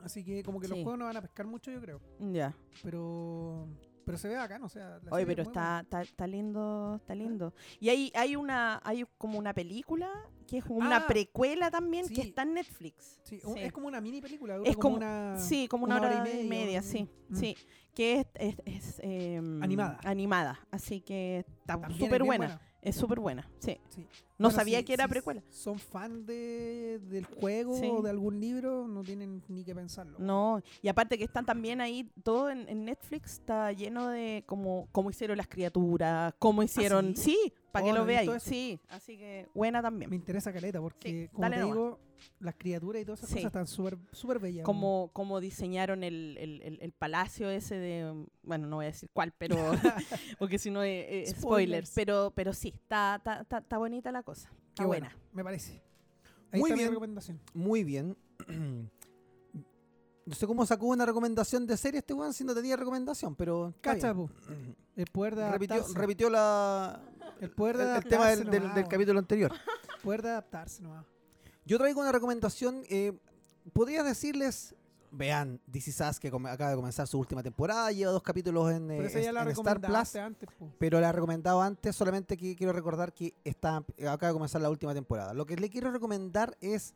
[SPEAKER 3] Así que como que los
[SPEAKER 2] Sí.
[SPEAKER 3] juegos no van a pescar mucho, yo creo.
[SPEAKER 2] ya.
[SPEAKER 3] Pero. Pero se ve bacán, o sea. la
[SPEAKER 2] Oye,
[SPEAKER 3] serie
[SPEAKER 2] pero
[SPEAKER 3] es muy buena.
[SPEAKER 2] está, está, está lindo, está lindo. Y hay, hay una, hay como una película que es una
[SPEAKER 3] Ah,
[SPEAKER 2] precuela también que
[SPEAKER 3] sí.
[SPEAKER 2] está en Netflix.
[SPEAKER 3] Sí, un-
[SPEAKER 2] Sí.
[SPEAKER 3] Es como una mini película, dura
[SPEAKER 2] Es como-
[SPEAKER 3] como, una.
[SPEAKER 2] Sí, como una, hora, y media,
[SPEAKER 3] hora y
[SPEAKER 2] sí,
[SPEAKER 3] media.
[SPEAKER 2] sí. Que es, es- es, em,
[SPEAKER 3] Mm. Animada.
[SPEAKER 2] Animada, así que está
[SPEAKER 3] También es
[SPEAKER 2] súper
[SPEAKER 3] bien
[SPEAKER 2] buena, es súper buena, sí.
[SPEAKER 3] Sí.
[SPEAKER 2] No
[SPEAKER 3] Bueno,
[SPEAKER 2] sabía
[SPEAKER 3] si-
[SPEAKER 2] que era
[SPEAKER 3] si
[SPEAKER 2] precuela.
[SPEAKER 3] Son fan de, del juego
[SPEAKER 2] Sí.
[SPEAKER 3] o de algún libro, no tienen ni que pensarlo.
[SPEAKER 2] No, y aparte que están también ahí, todo en, en Netflix está lleno de como cómo hicieron las criaturas,
[SPEAKER 3] Ah,
[SPEAKER 2] cómo hicieron, sí, para
[SPEAKER 3] Oh,
[SPEAKER 2] que
[SPEAKER 3] no
[SPEAKER 2] lo
[SPEAKER 3] he
[SPEAKER 2] veáis,
[SPEAKER 3] visto eso.
[SPEAKER 2] sí, así que buena también.
[SPEAKER 3] Me interesa caleta porque,
[SPEAKER 2] Sí,
[SPEAKER 3] como
[SPEAKER 2] dale
[SPEAKER 3] te
[SPEAKER 2] nomás.
[SPEAKER 3] digo, las criaturas y todas esas
[SPEAKER 2] Sí.
[SPEAKER 3] cosas están súper súper
[SPEAKER 1] Em.
[SPEAKER 3] bellas.
[SPEAKER 2] cómo, cómo diseñaron el, el- el- el palacio ese de, um, bueno, no voy a decir cuál, pero, porque si no, eh, eh, spoiler,
[SPEAKER 3] Spoilers.
[SPEAKER 2] pero, pero sí, está, está, está- está bonita la cosa,
[SPEAKER 3] Qué
[SPEAKER 2] está
[SPEAKER 3] bueno,
[SPEAKER 2] buena.
[SPEAKER 3] me parece. Ahí
[SPEAKER 1] Muy
[SPEAKER 3] está
[SPEAKER 1] bien.
[SPEAKER 3] mi recomendación.
[SPEAKER 1] Muy bien. No sé cómo sacó una recomendación de serie este weón si no tenía recomendación, pero. está
[SPEAKER 3] Cacha,
[SPEAKER 1] bien.
[SPEAKER 3] po, el poder de
[SPEAKER 1] Repitió,
[SPEAKER 3] adaptarse.
[SPEAKER 1] repitió la,
[SPEAKER 3] El poder de
[SPEAKER 1] el, el
[SPEAKER 3] adaptarse
[SPEAKER 1] tema del, del-
[SPEAKER 3] nomás,
[SPEAKER 1] del Eh,
[SPEAKER 3] weón.
[SPEAKER 1] capítulo anterior.
[SPEAKER 3] El poder de adaptarse nomás.
[SPEAKER 1] Yo traigo una recomendación. eh, Podría decirles, vean, DC Sass, que come- acaba de comenzar su última temporada, lleva dos capítulos en, eh,
[SPEAKER 3] Pero esa ya
[SPEAKER 1] en
[SPEAKER 3] la
[SPEAKER 1] Star Plus.
[SPEAKER 3] recomendaste antes, po.
[SPEAKER 1] pero la he recomendado antes, solamente que quiero recordar que está, acaba de comenzar la última temporada. Lo que le quiero recomendar es,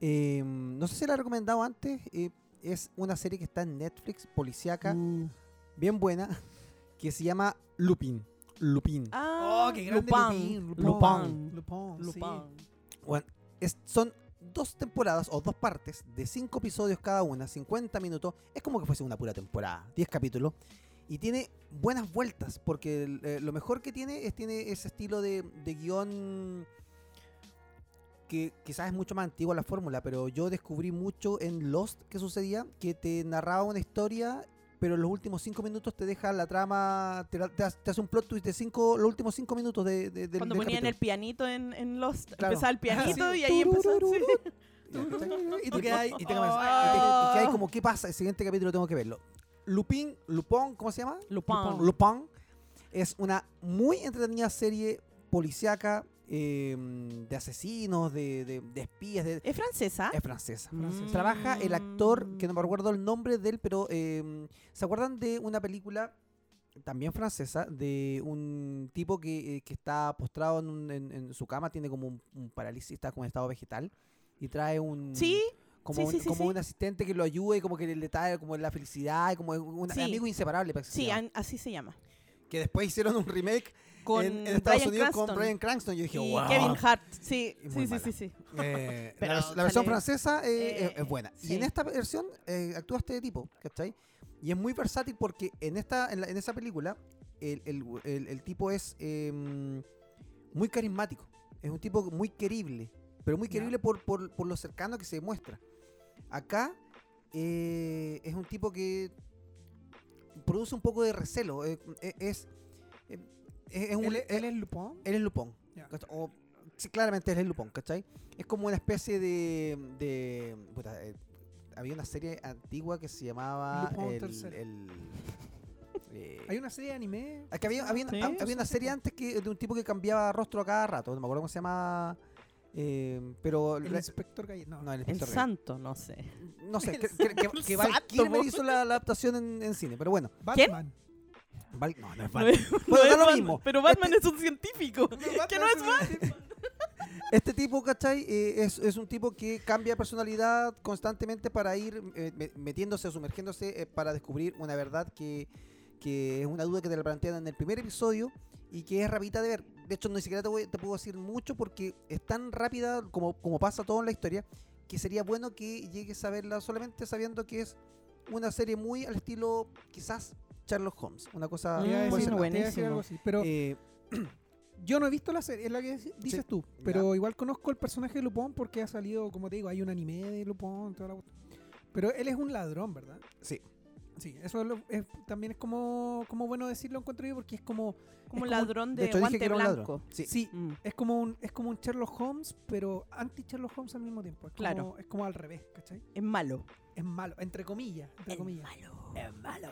[SPEAKER 1] eh, no sé si la he recomendado antes, eh, es una serie que está en Netflix,
[SPEAKER 2] Mm.
[SPEAKER 1] policíaca, bien buena, que se llama Lupin. Lupin.
[SPEAKER 2] Ah, Lupin.
[SPEAKER 3] Lupin.
[SPEAKER 1] Oh, Lupin.
[SPEAKER 3] Lupin, sí.
[SPEAKER 2] Lupin.
[SPEAKER 1] Bueno, es- son dos temporadas o dos partes de cinco episodios cada una, 50 minutos. Es como que fuese una pura temporada, 10 capítulos. Y tiene buenas vueltas, porque el- eh, lo mejor que tiene es tiene ese estilo de, de guión que quizás es mucho más antigua la fórmula, pero yo descubrí mucho en Lost que sucedía, que te narraba una historia, pero en los últimos cinco minutos te deja la trama, te, la- te hace- te hace un plot twist de cinco, los últimos cinco minutos de, de- del-
[SPEAKER 2] Cuando
[SPEAKER 1] del
[SPEAKER 2] ponían
[SPEAKER 1] capítulo.
[SPEAKER 2] el pianito en, en Lost,
[SPEAKER 1] Claro. Ah,
[SPEAKER 2] empezaba el pianito
[SPEAKER 1] Sí.
[SPEAKER 2] y ahí empezó. sí.
[SPEAKER 1] Y tú quedas ahí- y te quedas
[SPEAKER 2] Oh.
[SPEAKER 1] ahí- y te- y quedas ahí como, ¿qué pasa? El siguiente capítulo tengo que verlo. Lupin, Lupón, ¿cómo se llama?
[SPEAKER 2] Lupin.
[SPEAKER 1] Lupin es una muy entretenida serie policíaca eh, de asesinos, de, de- de espías, de-
[SPEAKER 2] ¿Es francesa?
[SPEAKER 1] es francesa.
[SPEAKER 2] Mm.
[SPEAKER 1] Trabaja el actor, que no me acuerdo el nombre de él, pero eh, ¿se acuerdan de una película también francesa de un tipo que, eh, que está postrado en, un- en- en su cama, tiene como un, un parálisis, está como en estado vegetal y trae un
[SPEAKER 2] Sí,
[SPEAKER 1] como,
[SPEAKER 2] sí,
[SPEAKER 1] un,
[SPEAKER 2] sí, sí,
[SPEAKER 1] como
[SPEAKER 2] sí.
[SPEAKER 1] un asistente que lo ayude, como que le- le trae como la felicidad, como un
[SPEAKER 2] Sí.
[SPEAKER 1] amigo inseparable. parece que se
[SPEAKER 2] sí,
[SPEAKER 1] llama.
[SPEAKER 2] an- así se llama.
[SPEAKER 1] que después hicieron un remake
[SPEAKER 2] Con
[SPEAKER 1] en, en Estados
[SPEAKER 2] Bryan
[SPEAKER 1] Unidos con
[SPEAKER 2] Cranston
[SPEAKER 1] Brian Cranston. Yo dije,
[SPEAKER 2] y
[SPEAKER 1] wow.
[SPEAKER 2] Kevin Hart. Sí,
[SPEAKER 1] Es muy
[SPEAKER 2] sí, sí, sí, sí.
[SPEAKER 1] Eh,
[SPEAKER 2] Pero
[SPEAKER 1] la, vers- la versión
[SPEAKER 2] sale-
[SPEAKER 1] francesa eh,
[SPEAKER 2] eh,
[SPEAKER 1] es, es buena. Y
[SPEAKER 2] sí.
[SPEAKER 1] en esta versión eh, actúa este tipo, ¿cachai? Y es muy versátil porque en esta en, la- en esa película el, el- el- el tipo es eh, muy carismático. Es un tipo muy querible, pero muy
[SPEAKER 3] Ya.
[SPEAKER 1] querible por, por, por lo cercano que se muestra. Acá eh, es un tipo que produce un poco de recelo. eh, eh, es, eh, es, es un,
[SPEAKER 3] ¿Él, es-
[SPEAKER 1] eh,
[SPEAKER 3] él es Lupin?
[SPEAKER 1] él es Lupón.
[SPEAKER 3] Ya.
[SPEAKER 1] O, sí, claramente él es Lupón, ¿cachai? Es como una especie de. de- puta, eh, había una serie antigua que se llamaba.
[SPEAKER 3] Lupón
[SPEAKER 1] el,
[SPEAKER 3] tercero.
[SPEAKER 1] el- eh,
[SPEAKER 3] Hay una serie de anime.
[SPEAKER 1] es que había, había,
[SPEAKER 2] Sí,
[SPEAKER 1] ha-
[SPEAKER 2] sí,
[SPEAKER 1] había una
[SPEAKER 3] sí,
[SPEAKER 1] serie
[SPEAKER 3] sí.
[SPEAKER 1] antes que de un tipo que cambiaba rostro a cada rato. No me acuerdo cómo se llamaba. eh, pero.
[SPEAKER 3] El
[SPEAKER 1] la-
[SPEAKER 3] inspector Gallet. No,
[SPEAKER 1] no, el
[SPEAKER 2] El
[SPEAKER 1] inspector Gadget.
[SPEAKER 2] santo, no sé.
[SPEAKER 1] No sé, que, que, que- que Val
[SPEAKER 2] santo,
[SPEAKER 1] Kilmer
[SPEAKER 2] po.
[SPEAKER 1] hizo la, la adaptación en, en cine, pero bueno.
[SPEAKER 3] Batman.
[SPEAKER 1] Val- no, no es
[SPEAKER 2] No
[SPEAKER 1] Val.
[SPEAKER 2] es-
[SPEAKER 1] Bueno,
[SPEAKER 2] no
[SPEAKER 1] da
[SPEAKER 2] es
[SPEAKER 1] lo
[SPEAKER 2] Batman,
[SPEAKER 1] mismo.
[SPEAKER 2] Pero Batman es un científico. Que no es
[SPEAKER 3] Batman.
[SPEAKER 1] Este tipo, ¿cachai? Eh, es, es un tipo que cambia de personalidad constantemente para ir eh, me- metiéndose o sumergiéndose eh, para descubrir una verdad que, que es una duda que te la plantean en el primer episodio y que es rapidita de ver. De hecho, ni siquiera te, voy- te puedo decir mucho porque es tan rápida como, como pasa todo en la historia que sería bueno que llegues a verla solamente sabiendo que es una serie muy al estilo quizás Sherlock Holmes. Una cosa...
[SPEAKER 2] Mm,
[SPEAKER 3] Te iba a
[SPEAKER 1] por ese
[SPEAKER 3] decir-
[SPEAKER 1] lado.
[SPEAKER 3] te iba a decir
[SPEAKER 2] buenísimo.
[SPEAKER 3] algo así, Pero
[SPEAKER 1] Eh,
[SPEAKER 3] yo no he visto la serie, es la que dices
[SPEAKER 1] Sí,
[SPEAKER 3] tú. Pero igual conozco el personaje de Lupin porque ha salido, como te digo, hay un anime de Lupin. Toda la... cuestión. Pero él es un ladrón, ¿verdad?
[SPEAKER 1] sí.
[SPEAKER 3] Sí, eso es lo- es- también es como, como bueno decirlo, encuentro yo, porque es como,
[SPEAKER 2] Como un
[SPEAKER 3] Es como-
[SPEAKER 2] ladrón de,
[SPEAKER 1] De hecho, dije que
[SPEAKER 2] guante
[SPEAKER 1] era un
[SPEAKER 2] blanco.
[SPEAKER 1] ladrón. Sí.
[SPEAKER 3] sí,
[SPEAKER 2] Mm.
[SPEAKER 3] es como un, es como un Sherlock Holmes, pero anti-Sherlock Holmes al mismo tiempo. Es como,
[SPEAKER 2] Claro.
[SPEAKER 3] Es como al revés, ¿cachai?
[SPEAKER 2] Es malo.
[SPEAKER 3] Es malo, entre comillas, entre
[SPEAKER 2] Es
[SPEAKER 3] comillas.
[SPEAKER 2] malo.
[SPEAKER 3] Es malo.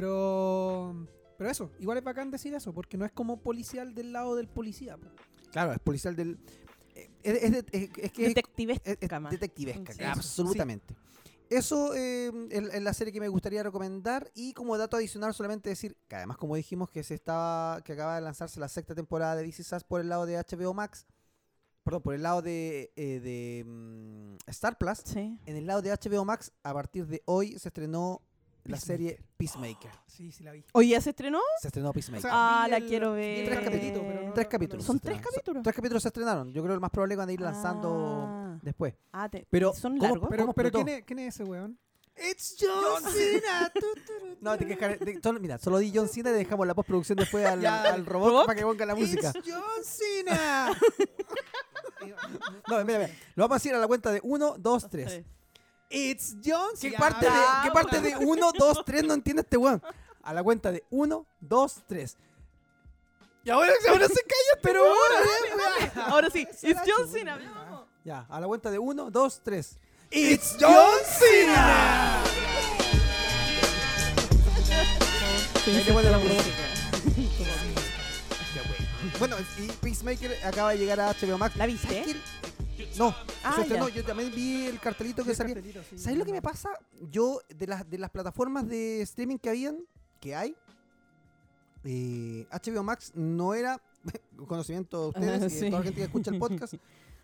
[SPEAKER 3] Pero, pero eso, igual es bacán decir eso, porque no es como policial del lado del policía. po.
[SPEAKER 1] Claro, es policial del... eh, Es, es de- es- es que es es, es
[SPEAKER 2] Detectivesca más.
[SPEAKER 1] detectivesca,
[SPEAKER 2] Sí.
[SPEAKER 1] claro,
[SPEAKER 3] Eso,
[SPEAKER 1] absolutamente. Eso eh, es es la serie que me gustaría recomendar y como dato adicional solamente decir que además como dijimos que se estaba que acaba de lanzarse la sexta temporada de DC Sass por el lado de HBO Max, perdón, por el lado de, eh, de mm, Star Plus,
[SPEAKER 2] Sí.
[SPEAKER 1] en el lado de HBO Max a partir de hoy se estrenó la
[SPEAKER 3] Peacemaker.
[SPEAKER 1] serie Peacemaker.
[SPEAKER 3] Sí, sí, la vi.
[SPEAKER 2] ¿Hoy ya se estrenó.
[SPEAKER 1] Se estrenó Peacemaker.
[SPEAKER 3] sea,
[SPEAKER 2] Ah,
[SPEAKER 3] vi
[SPEAKER 2] la quiero
[SPEAKER 3] vi
[SPEAKER 2] ver.
[SPEAKER 1] Tres
[SPEAKER 3] capitulito,
[SPEAKER 2] capítulos.
[SPEAKER 3] pero no-
[SPEAKER 1] tres
[SPEAKER 3] no-
[SPEAKER 1] capítulos.
[SPEAKER 2] Son
[SPEAKER 1] se
[SPEAKER 2] tres
[SPEAKER 1] estrenaron. Son-
[SPEAKER 2] capítulos.
[SPEAKER 1] Tres capítulos se estrenaron. Yo creo que el más probable es que van a ir lanzando
[SPEAKER 2] Ah.
[SPEAKER 1] después.
[SPEAKER 2] Ah, te-
[SPEAKER 1] Pero,
[SPEAKER 2] son
[SPEAKER 1] ¿cómo-
[SPEAKER 2] largos.
[SPEAKER 3] Pero,
[SPEAKER 1] ¿Cómo
[SPEAKER 3] pero
[SPEAKER 1] explotó?
[SPEAKER 3] ¿quién, es, ¿quién es ese weón?
[SPEAKER 1] It's John Cena. No, te quejas. te- solo- mira, solo di John Cena y dejamos la postproducción después al, al robot
[SPEAKER 2] ¿Robot?
[SPEAKER 1] para que ponga la música.
[SPEAKER 3] John Cena!
[SPEAKER 1] No, mira, mira. Lo vamos a decir a la cuenta de 1, 2, 3.
[SPEAKER 2] Tres.
[SPEAKER 3] It's John
[SPEAKER 1] ¿Qué
[SPEAKER 3] Cena.
[SPEAKER 1] parte de,
[SPEAKER 2] ya,
[SPEAKER 1] ¿qué
[SPEAKER 2] bueno.
[SPEAKER 1] parte de 1, 2, 3 no entiende este weón? A la cuenta de 1, 2, 3. Y ahora, ahora se calla, pero ahora. ¿eh?
[SPEAKER 2] Ahora sí, es John
[SPEAKER 3] chulo,
[SPEAKER 2] Cena.
[SPEAKER 3] ya.
[SPEAKER 2] vamos.
[SPEAKER 1] Ya, a la cuenta de 1, 2, 3. It's John Cena. Ahí te ponen la música. Qué bueno. Bueno, y Peacemaker acaba de llegar a HBO Max.
[SPEAKER 2] ¿La viste?
[SPEAKER 1] ¿Sabes qué? No,
[SPEAKER 2] Ah,
[SPEAKER 1] se estrenó.
[SPEAKER 2] ya.
[SPEAKER 1] yo también vi el cartelito que
[SPEAKER 3] Sí,
[SPEAKER 1] salía.
[SPEAKER 3] cartelito, sí.
[SPEAKER 1] ¿Sabes lo que me pasa? Yo, de las, de las plataformas de streaming que habían, que hay, eh, HBO Max no era, conocimiento de ustedes
[SPEAKER 2] Ah,
[SPEAKER 1] y de
[SPEAKER 2] sí.
[SPEAKER 1] toda la gente que escucha el podcast,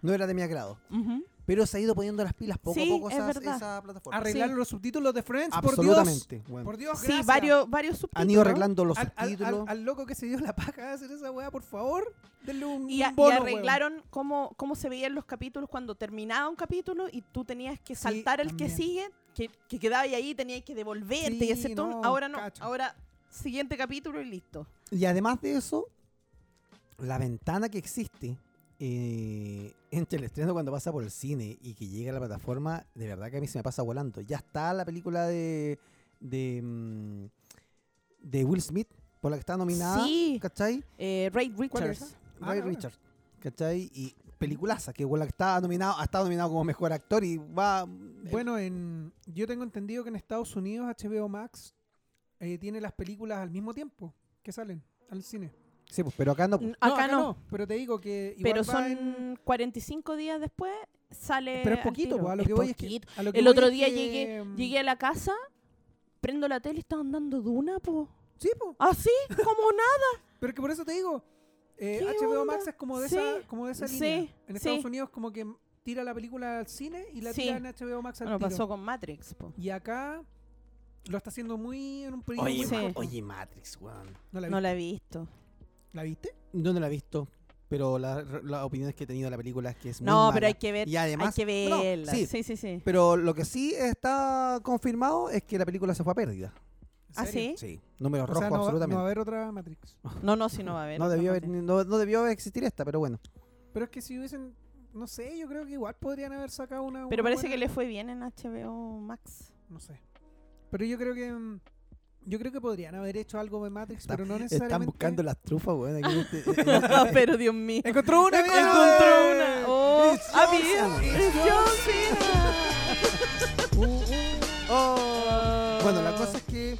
[SPEAKER 1] no era de mi agrado.
[SPEAKER 2] Ujú.
[SPEAKER 1] Pero se ha ido poniendo las pilas poco
[SPEAKER 2] Sí,
[SPEAKER 1] a poco
[SPEAKER 2] es
[SPEAKER 1] esa,
[SPEAKER 2] verdad.
[SPEAKER 1] esa plataforma.
[SPEAKER 3] Arreglaron los subtítulos de Friends, por Dios.
[SPEAKER 1] Absolutamente. weón.
[SPEAKER 3] Por Dios,
[SPEAKER 2] Sí,
[SPEAKER 3] gracias.
[SPEAKER 2] varios, varios
[SPEAKER 1] Han ido
[SPEAKER 2] subtítulos.
[SPEAKER 1] arreglando los
[SPEAKER 3] Al, al-
[SPEAKER 1] subtítulos.
[SPEAKER 3] al- al loco que se dio la paja de hacer esa weá, por favor, denle un,
[SPEAKER 2] Y, a-
[SPEAKER 3] un
[SPEAKER 2] y
[SPEAKER 3] bono, weón.
[SPEAKER 2] arreglaron cómo, cómo se veían los capítulos cuando terminaba un capítulo y tú tenías que
[SPEAKER 3] Sí,
[SPEAKER 2] saltar el
[SPEAKER 3] también.
[SPEAKER 2] que sigue, que, que quedaba ahí, ahí, tenías que devolverte y
[SPEAKER 3] Sí,
[SPEAKER 2] hacer todo. un-
[SPEAKER 3] no,
[SPEAKER 2] ahora no,
[SPEAKER 3] cacho.
[SPEAKER 2] ahora siguiente capítulo y listo.
[SPEAKER 1] Y además de eso, la ventana que existe eh, entre el estreno cuando pasa por el cine y que llega a la plataforma, de verdad que a mí se me pasa volando. Ya está la película de de, mm, de Will Smith, por la que está nominada,
[SPEAKER 2] Sí.
[SPEAKER 1] ¿cachai?
[SPEAKER 2] Eh, Ray
[SPEAKER 3] ¿Cuál
[SPEAKER 2] Richards.
[SPEAKER 3] es esa? Ah,
[SPEAKER 1] Ray
[SPEAKER 3] no, no.
[SPEAKER 1] Richard, ¿cachai? Y peliculaza, que por la que está nominado, ha estado nominado como mejor actor y va...
[SPEAKER 3] Bueno, en, yo tengo entendido que en Estados Unidos HBO Max eh, tiene las películas al mismo tiempo que salen al cine.
[SPEAKER 1] Sí, pues, pero acá no...
[SPEAKER 2] N-
[SPEAKER 3] No,
[SPEAKER 2] Acá no,
[SPEAKER 3] Pero te digo que igual
[SPEAKER 2] pero
[SPEAKER 3] va
[SPEAKER 2] son
[SPEAKER 3] en-
[SPEAKER 2] 45 días después sale
[SPEAKER 3] Pero es
[SPEAKER 2] al
[SPEAKER 3] poquito,
[SPEAKER 2] tiro.
[SPEAKER 3] po, a lo
[SPEAKER 2] Es
[SPEAKER 3] que voy es que-
[SPEAKER 2] poquito.
[SPEAKER 3] a lo que
[SPEAKER 2] El
[SPEAKER 3] voy
[SPEAKER 2] otro
[SPEAKER 3] es
[SPEAKER 2] día
[SPEAKER 3] que,
[SPEAKER 2] llegué,
[SPEAKER 3] mm,
[SPEAKER 2] llegué a la casa, prendo la tele y estaban dando duna, po.
[SPEAKER 3] Sí, po.
[SPEAKER 2] ¿Así? ¿Como nada?
[SPEAKER 3] Pero que por eso te digo, eh,
[SPEAKER 2] ¿Qué
[SPEAKER 3] HBO
[SPEAKER 2] onda?
[SPEAKER 3] Max es como de
[SPEAKER 2] Sí,
[SPEAKER 3] esa, como de esa
[SPEAKER 2] sí,
[SPEAKER 3] línea. En Estados
[SPEAKER 2] sí.
[SPEAKER 3] Unidos como que tira la película al cine y la
[SPEAKER 2] Sí.
[SPEAKER 3] tira en HBO Max al
[SPEAKER 2] Bueno,
[SPEAKER 3] tiro.
[SPEAKER 2] pasó con Matrix, po.
[SPEAKER 3] Y acá lo está haciendo muy en un periodo
[SPEAKER 1] Oye,
[SPEAKER 3] muy
[SPEAKER 2] Sí.
[SPEAKER 3] corto.
[SPEAKER 1] oye, Matrix, weón.
[SPEAKER 3] ¿No la,
[SPEAKER 2] No
[SPEAKER 3] vi-
[SPEAKER 2] la he visto.
[SPEAKER 3] ¿la viste?
[SPEAKER 1] Yo no la he visto, pero la- las opiniones que he tenido de la película es que es muy
[SPEAKER 2] No,
[SPEAKER 1] mala.
[SPEAKER 2] pero hay que ver.
[SPEAKER 1] Y además,
[SPEAKER 2] hay que
[SPEAKER 1] no, no,
[SPEAKER 2] verla.
[SPEAKER 1] sí,
[SPEAKER 2] sí, sí, sí.
[SPEAKER 1] Pero lo que sí está confirmado es que la película se fue a pérdida.
[SPEAKER 3] ¿En
[SPEAKER 2] ¿Ah,
[SPEAKER 3] serio?
[SPEAKER 2] sí?
[SPEAKER 1] Sí, número
[SPEAKER 3] O
[SPEAKER 1] rojo
[SPEAKER 3] sea, no, va- no va a
[SPEAKER 1] absolutamente.
[SPEAKER 3] haber otra Matrix.
[SPEAKER 2] No, no, si no va a haber.
[SPEAKER 1] No debió,
[SPEAKER 2] otra
[SPEAKER 1] haber,
[SPEAKER 2] parte.
[SPEAKER 1] no, no debió existir esta, pero bueno.
[SPEAKER 3] Pero es que si hubiesen, no sé, yo creo que igual podrían haber sacado una.
[SPEAKER 2] Pero
[SPEAKER 3] una
[SPEAKER 2] parece que
[SPEAKER 3] buena-
[SPEAKER 2] le fue bien en HBO Max.
[SPEAKER 3] No sé. Pero yo creo que. mm, Yo creo que podrían haber hecho algo de Matrix,
[SPEAKER 1] Está-
[SPEAKER 3] pero no necesariamente.
[SPEAKER 1] Están buscando las trufas, weón. aquí en este- en este-
[SPEAKER 2] pero Dios mío.
[SPEAKER 3] ¡Encontró una! mira!
[SPEAKER 2] Encontró una. Oh,
[SPEAKER 1] It's
[SPEAKER 2] a
[SPEAKER 1] eh, Johnson, it's uh. Oh.
[SPEAKER 2] Oh.
[SPEAKER 1] Bueno, la cosa es que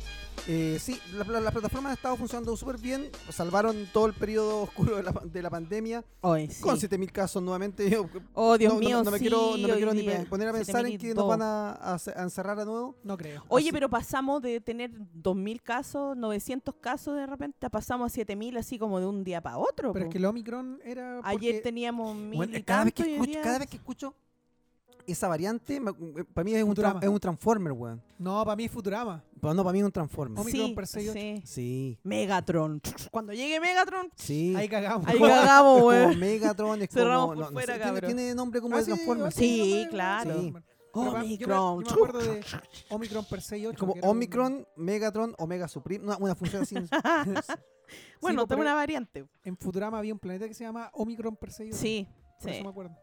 [SPEAKER 1] eh, sí, la- la- las plataformas han estado funcionando súper bien. Salvaron todo el periodo oscuro de la, de la pandemia.
[SPEAKER 2] Hoy sí.
[SPEAKER 1] Con 7.000 casos nuevamente. Yo-
[SPEAKER 2] Oh, Dios
[SPEAKER 1] no, no-
[SPEAKER 2] mío,
[SPEAKER 1] no me
[SPEAKER 2] sí,
[SPEAKER 1] quiero, no me
[SPEAKER 2] hoy
[SPEAKER 1] quiero ni
[SPEAKER 2] día.
[SPEAKER 1] pe- poner a pensar en que nos
[SPEAKER 2] 7.002.
[SPEAKER 1] van a, a ce- a encerrar a nuevo.
[SPEAKER 3] No creo.
[SPEAKER 2] Oye,
[SPEAKER 1] así.
[SPEAKER 2] pero pasamos de tener 2.000 casos, 900 casos de repente, a pasamos a 7.000 así como de un día para otro.
[SPEAKER 3] Pero es
[SPEAKER 2] po.
[SPEAKER 3] que el Omicron era.
[SPEAKER 2] Ayer
[SPEAKER 3] porque-
[SPEAKER 2] teníamos mil
[SPEAKER 1] Bueno,
[SPEAKER 2] y
[SPEAKER 1] cada, vez
[SPEAKER 2] tanto
[SPEAKER 1] que
[SPEAKER 2] y hoy
[SPEAKER 1] escucho,
[SPEAKER 2] día-
[SPEAKER 1] cada vez que escucho esa variante, para mí es un,
[SPEAKER 3] Futurama.
[SPEAKER 1] tra- es un Transformer, weón.
[SPEAKER 3] No, para mí es Futurama.
[SPEAKER 1] Pero no, para mí es un Transformer.
[SPEAKER 3] Omicron
[SPEAKER 2] Sí,
[SPEAKER 3] per se y ocho.
[SPEAKER 2] sí.
[SPEAKER 1] Sí,
[SPEAKER 2] Megatron. Cuando llegue Megatron,
[SPEAKER 1] sí.
[SPEAKER 3] Ahí cagamos. Ah,
[SPEAKER 2] ahí cagamos,
[SPEAKER 1] Es
[SPEAKER 2] weón.
[SPEAKER 1] como Megatron, es
[SPEAKER 2] Cerramos
[SPEAKER 1] como...
[SPEAKER 2] por fuera,
[SPEAKER 1] tiene,
[SPEAKER 2] cabrón.
[SPEAKER 1] tiene nombre como
[SPEAKER 3] Ah,
[SPEAKER 1] de Transformer.
[SPEAKER 3] ok,
[SPEAKER 2] Sí,
[SPEAKER 3] no me- no me-
[SPEAKER 2] claro.
[SPEAKER 3] sí. Pero pa- yo me-
[SPEAKER 2] Omicron.
[SPEAKER 3] Yo me acuerdo de Omicron per se y
[SPEAKER 1] Es
[SPEAKER 3] ocho,
[SPEAKER 1] como
[SPEAKER 3] que era un-
[SPEAKER 1] Omicron, Megatron, Omega Supreme. Una, una función así.
[SPEAKER 2] Bueno, tengo
[SPEAKER 3] po, pero-
[SPEAKER 2] una variante.
[SPEAKER 3] En Futurama había un planeta que se llama Omicron per se y ocho.
[SPEAKER 2] Sí,
[SPEAKER 3] Por
[SPEAKER 2] sí.
[SPEAKER 3] eso me acuerdo.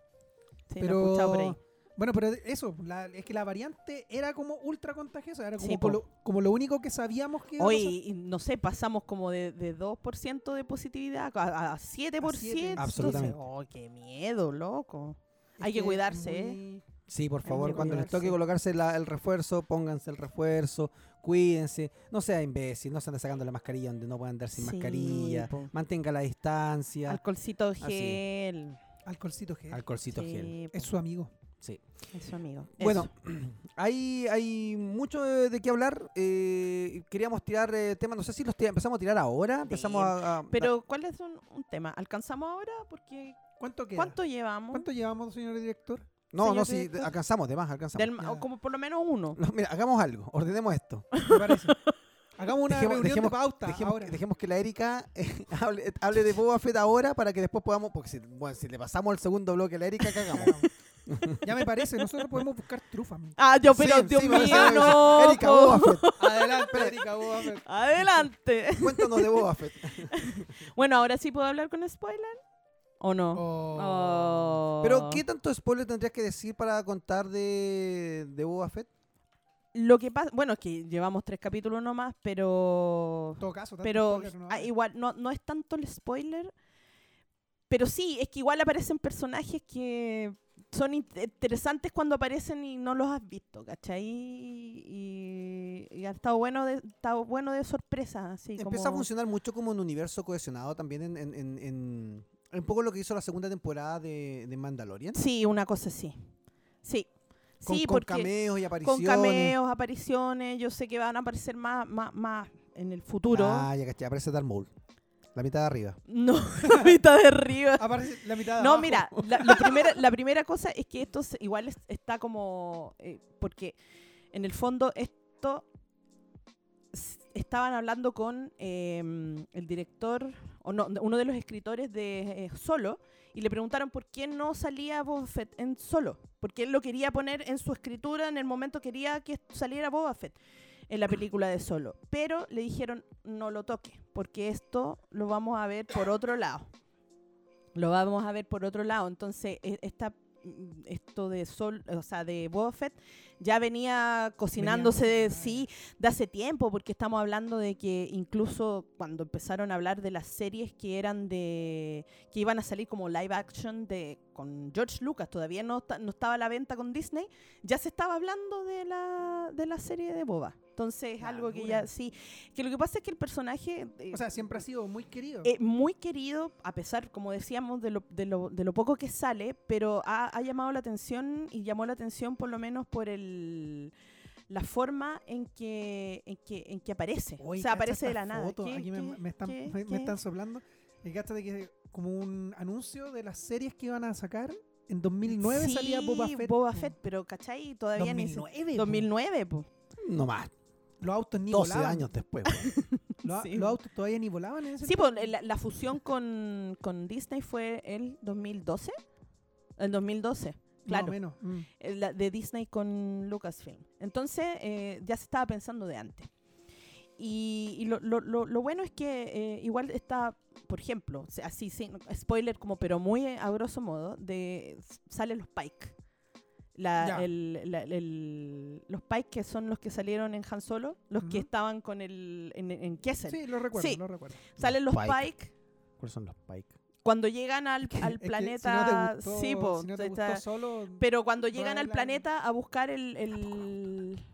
[SPEAKER 2] sí, lo he
[SPEAKER 3] pero
[SPEAKER 2] escuchado por ahí.
[SPEAKER 3] bueno, pero eso, la- es que la variante era como ultra contagiosa, era como,
[SPEAKER 2] Sí,
[SPEAKER 3] por
[SPEAKER 2] po.
[SPEAKER 3] lo, como lo único que sabíamos que iba a
[SPEAKER 2] Hoy,
[SPEAKER 3] pasar.
[SPEAKER 2] y no sé, pasamos como de, de 2% de positividad a, a 7%.
[SPEAKER 1] Absolutamente.
[SPEAKER 2] Oh, qué miedo, loco.
[SPEAKER 3] Es
[SPEAKER 2] hay que cuidarse,
[SPEAKER 3] es
[SPEAKER 2] ¿eh?
[SPEAKER 3] muy-
[SPEAKER 1] Sí, por
[SPEAKER 3] Hay
[SPEAKER 1] favor,
[SPEAKER 3] que
[SPEAKER 1] cuando les toque
[SPEAKER 2] cuidarse.
[SPEAKER 1] colocarse la- el refuerzo, pónganse el refuerzo, cuídense, no sea imbécil, no se anden sacando la mascarilla donde no puedan andar sin
[SPEAKER 2] Sí,
[SPEAKER 1] mascarilla,
[SPEAKER 2] po.
[SPEAKER 1] mantenga la distancia,
[SPEAKER 2] Alcoholcito
[SPEAKER 1] Ah, sí.
[SPEAKER 2] gel.
[SPEAKER 3] Alcoholcito gel.
[SPEAKER 1] alcoholcito
[SPEAKER 2] Sí,
[SPEAKER 1] gel.
[SPEAKER 2] po.
[SPEAKER 3] es su amigo.
[SPEAKER 1] Sí.
[SPEAKER 2] Eso, amigo.
[SPEAKER 1] Bueno,
[SPEAKER 2] Eso.
[SPEAKER 1] hay, hay mucho de, de qué hablar. eh, queríamos tirar eh, temas, no sé si los tira- empezamos a tirar ahora, empezamos a... a-
[SPEAKER 2] Pero, ¿cuál es un, un tema? ¿Alcanzamos ahora? Porque
[SPEAKER 3] ¿Cuánto ¿Mm? queda?
[SPEAKER 2] ¿Cuánto llevamos?
[SPEAKER 3] ¿Cuánto llevamos, señor director?
[SPEAKER 1] no, no,
[SPEAKER 2] señor
[SPEAKER 1] sí,
[SPEAKER 2] director?
[SPEAKER 1] alcanzamos, de más, alcanzamos.
[SPEAKER 2] Del-
[SPEAKER 3] Ya.
[SPEAKER 2] o como por lo menos uno.
[SPEAKER 1] No, mira, hagamos algo, ordenemos esto.
[SPEAKER 3] Me parece. Hagamos una
[SPEAKER 1] Dejemos-
[SPEAKER 3] reunión
[SPEAKER 1] dejemos-
[SPEAKER 3] de pauta
[SPEAKER 1] Dejemos,
[SPEAKER 3] ahora.
[SPEAKER 1] dejemos que la Erika eh, hable, hable de Boba Fett ahora para que después podamos, porque si, bueno, si le pasamos el segundo bloque a la Erika, cagamos.
[SPEAKER 3] Hagamos. ya me parece, nosotros podemos buscar trufa. amigo.
[SPEAKER 2] Ah, yo, pero
[SPEAKER 1] Sí,
[SPEAKER 2] Dios
[SPEAKER 1] sí, vamos a
[SPEAKER 2] mío,
[SPEAKER 1] hacer-
[SPEAKER 2] no.
[SPEAKER 1] Erika,
[SPEAKER 2] po.
[SPEAKER 1] Boba Fett.
[SPEAKER 3] Adelante, Erika, vos, a ver.
[SPEAKER 2] Adelante.
[SPEAKER 1] Cuéntanos de Boba Fett.
[SPEAKER 2] Bueno, ahora sí puedo hablar con spoiler. ¿O no?
[SPEAKER 3] Oh.
[SPEAKER 2] Oh.
[SPEAKER 1] Pero, ¿qué tanto spoiler tendrías que decir para contar de, de Boba Fett?
[SPEAKER 2] Lo que pasa, bueno, es que llevamos tres capítulos nomás, pero.
[SPEAKER 3] En todo caso, tanto
[SPEAKER 2] Pero
[SPEAKER 3] spoiler, ¿no?
[SPEAKER 2] ah, igual, no, no es tanto el spoiler. Pero sí, es que igual aparecen personajes que son in- interesantes cuando aparecen y no los has visto, ¿cachai? Y, y ha estado bueno de, estado bueno de sorpresa. Así
[SPEAKER 1] Empieza a
[SPEAKER 2] como-
[SPEAKER 1] funcionar mucho como un universo cohesionado también en, en, en- en- en un poco lo que hizo la segunda temporada de, de Mandalorian.
[SPEAKER 2] Sí, una cosa así. Sí.
[SPEAKER 1] Con,
[SPEAKER 2] sí,
[SPEAKER 1] con
[SPEAKER 2] porque
[SPEAKER 1] cameos y
[SPEAKER 2] con
[SPEAKER 1] apariciones.
[SPEAKER 2] cameos, apariciones, yo sé que van a aparecer más, más, más en el futuro.
[SPEAKER 1] Ah, ya caché, aparece Darth Maul. La mitad de arriba.
[SPEAKER 2] No, la mitad de arriba.
[SPEAKER 3] Aparece la
[SPEAKER 1] Ah,
[SPEAKER 3] mitad de
[SPEAKER 2] No,
[SPEAKER 3] abajo.
[SPEAKER 2] mira, la, lo primera, la primera cosa es que esto se- igual es- está como... eh, porque en el fondo esto... s- Estaban hablando con eh, el director, o no, uno de los escritores de eh, Solo, y le preguntaron por qué no salía Boba Fett en Solo. Porque él lo quería poner en su escritura, en el momento quería que saliera Boba Fett en la película de Solo. Pero le dijeron, no lo toque, porque esto lo vamos a ver por otro lado. Lo vamos a ver por otro lado. Entonces, e- esta, mm, esto de Sol, o sea, de Boba Fett, ya venía cocinándose de sí de hace tiempo, porque estamos hablando de que incluso cuando empezaron a hablar de las series que eran de que iban a salir como live action de con George Lucas, todavía no, esta- no estaba a la venta con Disney, ya se estaba hablando de la, de la serie de Boba. Entonces, es
[SPEAKER 3] La
[SPEAKER 2] algo que
[SPEAKER 3] dura.
[SPEAKER 2] ya sí, que lo que pasa es que el personaje eh,
[SPEAKER 3] Ah, O sea, siempre ha sido muy querido.
[SPEAKER 2] eh, muy querido, a pesar, como decíamos, de lo, de lo, de lo poco que sale, pero ha, ha llamado la atención y llamó la atención por lo menos por el la forma en que en que, en que aparece.
[SPEAKER 3] Oye,
[SPEAKER 2] o sea,
[SPEAKER 3] cacha
[SPEAKER 2] aparece de
[SPEAKER 3] esta
[SPEAKER 2] la nada.
[SPEAKER 3] foto.
[SPEAKER 2] ¿Qué-
[SPEAKER 3] Aquí me,
[SPEAKER 2] qué-
[SPEAKER 3] me están,
[SPEAKER 2] qué-
[SPEAKER 3] me, me
[SPEAKER 2] qué?
[SPEAKER 3] están soplando. Y de que como un anuncio de las series que iban a sacar. En 2009
[SPEAKER 2] Sí,
[SPEAKER 3] salía Boba Fett.
[SPEAKER 2] Boba
[SPEAKER 3] po.
[SPEAKER 2] Fett, pero ¿cachai? Todavía ni se-
[SPEAKER 3] 2009. po.
[SPEAKER 2] 2009, po.
[SPEAKER 1] No más,
[SPEAKER 3] Los autos ni
[SPEAKER 1] 12
[SPEAKER 3] volaban.
[SPEAKER 1] años después. weón.
[SPEAKER 3] Los,
[SPEAKER 2] Sí,
[SPEAKER 3] los
[SPEAKER 2] po.
[SPEAKER 3] autos todavía ni volaban en ese
[SPEAKER 2] Sí, po, la, la fusión con, con Disney fue el 2012. El 2012.
[SPEAKER 3] Más o
[SPEAKER 2] Claro.
[SPEAKER 3] menos. Mm.
[SPEAKER 2] eh, la de Disney con Lucasfilm. Entonces, eh, ya se estaba pensando de antes. Y, y lo, lo- lo- lo bueno es que eh, igual está, por ejemplo, se- así, sin spoiler como, pero muy eh, a grosso modo, de s- salen los Pike. La,
[SPEAKER 3] Ya.
[SPEAKER 2] el- la- el- los Pike que son los que salieron en Han Solo, los que
[SPEAKER 3] Ujú.
[SPEAKER 2] estaban con el, en, en Kessel.
[SPEAKER 3] Sí, lo recuerdo,
[SPEAKER 2] Sí.
[SPEAKER 3] lo recuerdo.
[SPEAKER 2] Salen los
[SPEAKER 1] Pike.
[SPEAKER 2] Pike
[SPEAKER 1] ¿Cuáles son los Pike?
[SPEAKER 2] cuando llegan al, al
[SPEAKER 3] Es que
[SPEAKER 2] planeta.
[SPEAKER 3] Si no te gustó,
[SPEAKER 2] sí, po,
[SPEAKER 3] si no te
[SPEAKER 2] está-
[SPEAKER 3] gustó solo.
[SPEAKER 2] pero cuando llegan al
[SPEAKER 3] Roland.
[SPEAKER 2] planeta a buscar el. el-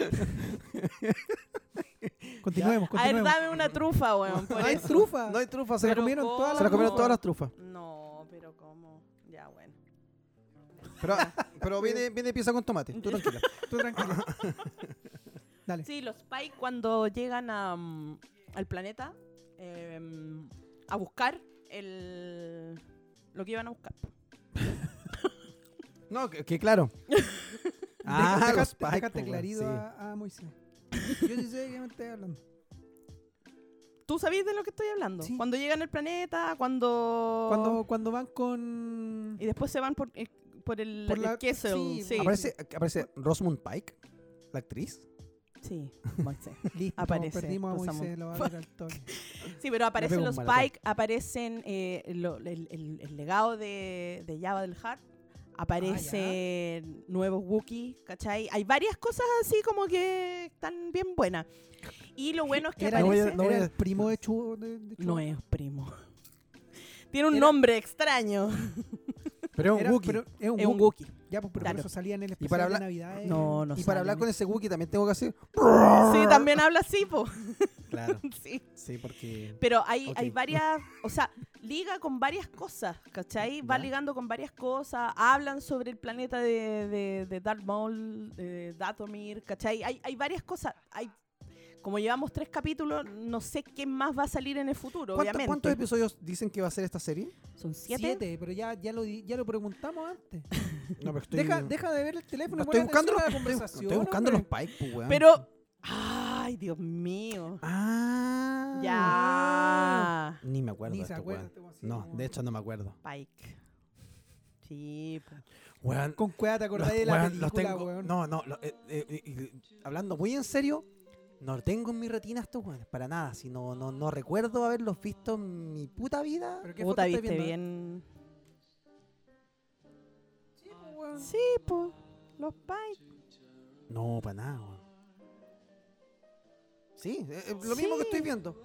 [SPEAKER 3] Ah, Continuemos,
[SPEAKER 2] A ver,
[SPEAKER 3] continuemos.
[SPEAKER 2] dame una trufa, weón. por
[SPEAKER 3] no hay
[SPEAKER 2] eso.
[SPEAKER 3] trufa.
[SPEAKER 1] No hay trufas,
[SPEAKER 3] se la
[SPEAKER 2] Pero
[SPEAKER 3] comieron
[SPEAKER 2] ¿cómo?
[SPEAKER 3] todas las
[SPEAKER 1] se la comieron
[SPEAKER 2] no.
[SPEAKER 1] todas las trufas.
[SPEAKER 2] No, pero ¿cómo? Ya, bueno.
[SPEAKER 1] Pero, pero viene, viene pieza con tomate. Tú tranquila.
[SPEAKER 3] Tú tranquila. Dale.
[SPEAKER 2] Sí, los Pike cuando llegan a, mm, al planeta eh, a buscar el. Lo que iban a buscar.
[SPEAKER 1] No, que, que claro.
[SPEAKER 3] Deja- deja-
[SPEAKER 1] Ah, los Pike,
[SPEAKER 3] Déjate
[SPEAKER 1] pues,
[SPEAKER 3] clarido
[SPEAKER 1] sí.
[SPEAKER 3] a, a Moisés. Yo sí sé de qué me estoy hablando.
[SPEAKER 2] ¿Tú sabés de lo que estoy hablando?
[SPEAKER 3] Sí.
[SPEAKER 2] Cuando llegan al planeta, cuando.
[SPEAKER 3] Cuando, cuando van con.
[SPEAKER 2] Y después se van por, eh, por el,
[SPEAKER 3] Por
[SPEAKER 2] el
[SPEAKER 3] la-
[SPEAKER 2] Kessel.
[SPEAKER 3] sí,
[SPEAKER 2] Sí, sí.
[SPEAKER 1] Aparece, aparece Rosamund Pike, la actriz.
[SPEAKER 2] Moisés.
[SPEAKER 3] Listo,
[SPEAKER 2] Aparece,
[SPEAKER 3] perdimos a
[SPEAKER 2] Rosamund.
[SPEAKER 3] Moisés, lo va a ver al toque.
[SPEAKER 2] Sí, pero aparecen
[SPEAKER 1] pego
[SPEAKER 2] los
[SPEAKER 1] un maratón.
[SPEAKER 2] Pike, aparecen eh, lo- el, el- el legado de, de Java del Hart,
[SPEAKER 1] Ah,
[SPEAKER 2] aparecen nuevos Wookiees, ¿cachai? Hay varias cosas así como que están bien buenas. Y lo bueno es que
[SPEAKER 3] Era,
[SPEAKER 1] No voy a-
[SPEAKER 2] aparece...
[SPEAKER 1] no
[SPEAKER 3] era
[SPEAKER 1] voy a-
[SPEAKER 3] el primo de Chu. de- de Chu.
[SPEAKER 2] No es primo. Tiene un
[SPEAKER 3] Era-
[SPEAKER 2] nombre extraño.
[SPEAKER 1] Pero es
[SPEAKER 3] Era-
[SPEAKER 1] un Wookiee.
[SPEAKER 3] pero es un
[SPEAKER 2] Es un
[SPEAKER 3] Wookiee.
[SPEAKER 2] Wookiee.
[SPEAKER 3] Ya, pues, pero
[SPEAKER 2] Claro.
[SPEAKER 3] por eso salía en el especial
[SPEAKER 1] para
[SPEAKER 3] de
[SPEAKER 1] hablar-
[SPEAKER 3] Navidad. eh.
[SPEAKER 2] No, no
[SPEAKER 1] y para hablar con
[SPEAKER 2] él.
[SPEAKER 1] ese Wookiee también tengo que hacer.
[SPEAKER 2] Sí, también habla así, po.
[SPEAKER 1] Claro,
[SPEAKER 2] Sí.
[SPEAKER 1] sí, porque.
[SPEAKER 2] Pero hay, hay
[SPEAKER 1] Ok.
[SPEAKER 2] varias, o sea, liga con varias cosas, ¿cachai? Va
[SPEAKER 1] Ya.
[SPEAKER 2] ligando con varias cosas, hablan sobre el planeta de, de, de Darth Maul, de Datomir, ¿cachai? Hay, hay varias cosas, hay, como llevamos tres capítulos, no sé qué más va a salir en el futuro,
[SPEAKER 1] ¿Cuánto-
[SPEAKER 2] obviamente.
[SPEAKER 1] ¿Cuántos episodios dicen que va a ser esta serie?
[SPEAKER 2] Son siete.
[SPEAKER 3] Siete, pero ya, ya, lo, di- ya lo preguntamos antes.
[SPEAKER 1] No, pero estoy.
[SPEAKER 3] Deja, deja de ver el teléfono. y
[SPEAKER 1] estoy
[SPEAKER 3] pon
[SPEAKER 1] buscando,
[SPEAKER 3] atención
[SPEAKER 1] los,
[SPEAKER 3] a la
[SPEAKER 1] estoy-
[SPEAKER 3] conversación.
[SPEAKER 1] estoy buscando los
[SPEAKER 3] hombre.
[SPEAKER 1] Pike, pues, weón.
[SPEAKER 2] Pero, ay, Dios mío.
[SPEAKER 1] Ah.
[SPEAKER 2] Ya.
[SPEAKER 1] Ni me acuerdo
[SPEAKER 3] Ni
[SPEAKER 1] de
[SPEAKER 3] se
[SPEAKER 1] esto,
[SPEAKER 3] acuerda,
[SPEAKER 1] weón.
[SPEAKER 3] este
[SPEAKER 2] pues,
[SPEAKER 3] weón, sí,
[SPEAKER 1] No,
[SPEAKER 3] como-
[SPEAKER 1] de hecho no me acuerdo.
[SPEAKER 2] Pike. Sí, po.
[SPEAKER 1] Weón.
[SPEAKER 3] Con cueva te acordás
[SPEAKER 1] los-
[SPEAKER 3] de la
[SPEAKER 1] weón, los
[SPEAKER 3] película,
[SPEAKER 1] tengo-
[SPEAKER 3] weón.
[SPEAKER 1] No, no. lo- eh, eh, eh, eh, hablando muy en serio, no los tengo en mi retina estos weones. Para nada. Si no, no, no recuerdo haberlos visto en mi puta vida.
[SPEAKER 3] ¿Pero qué
[SPEAKER 2] Puta,
[SPEAKER 3] foto estás
[SPEAKER 2] viste
[SPEAKER 3] viendo?
[SPEAKER 2] bien.
[SPEAKER 3] Sí, pues, weón.
[SPEAKER 2] Sí, po. Los Pike.
[SPEAKER 1] No, para nada, weón. Sí, eh, eh, lo mismo
[SPEAKER 2] Sí.
[SPEAKER 1] que estoy viendo.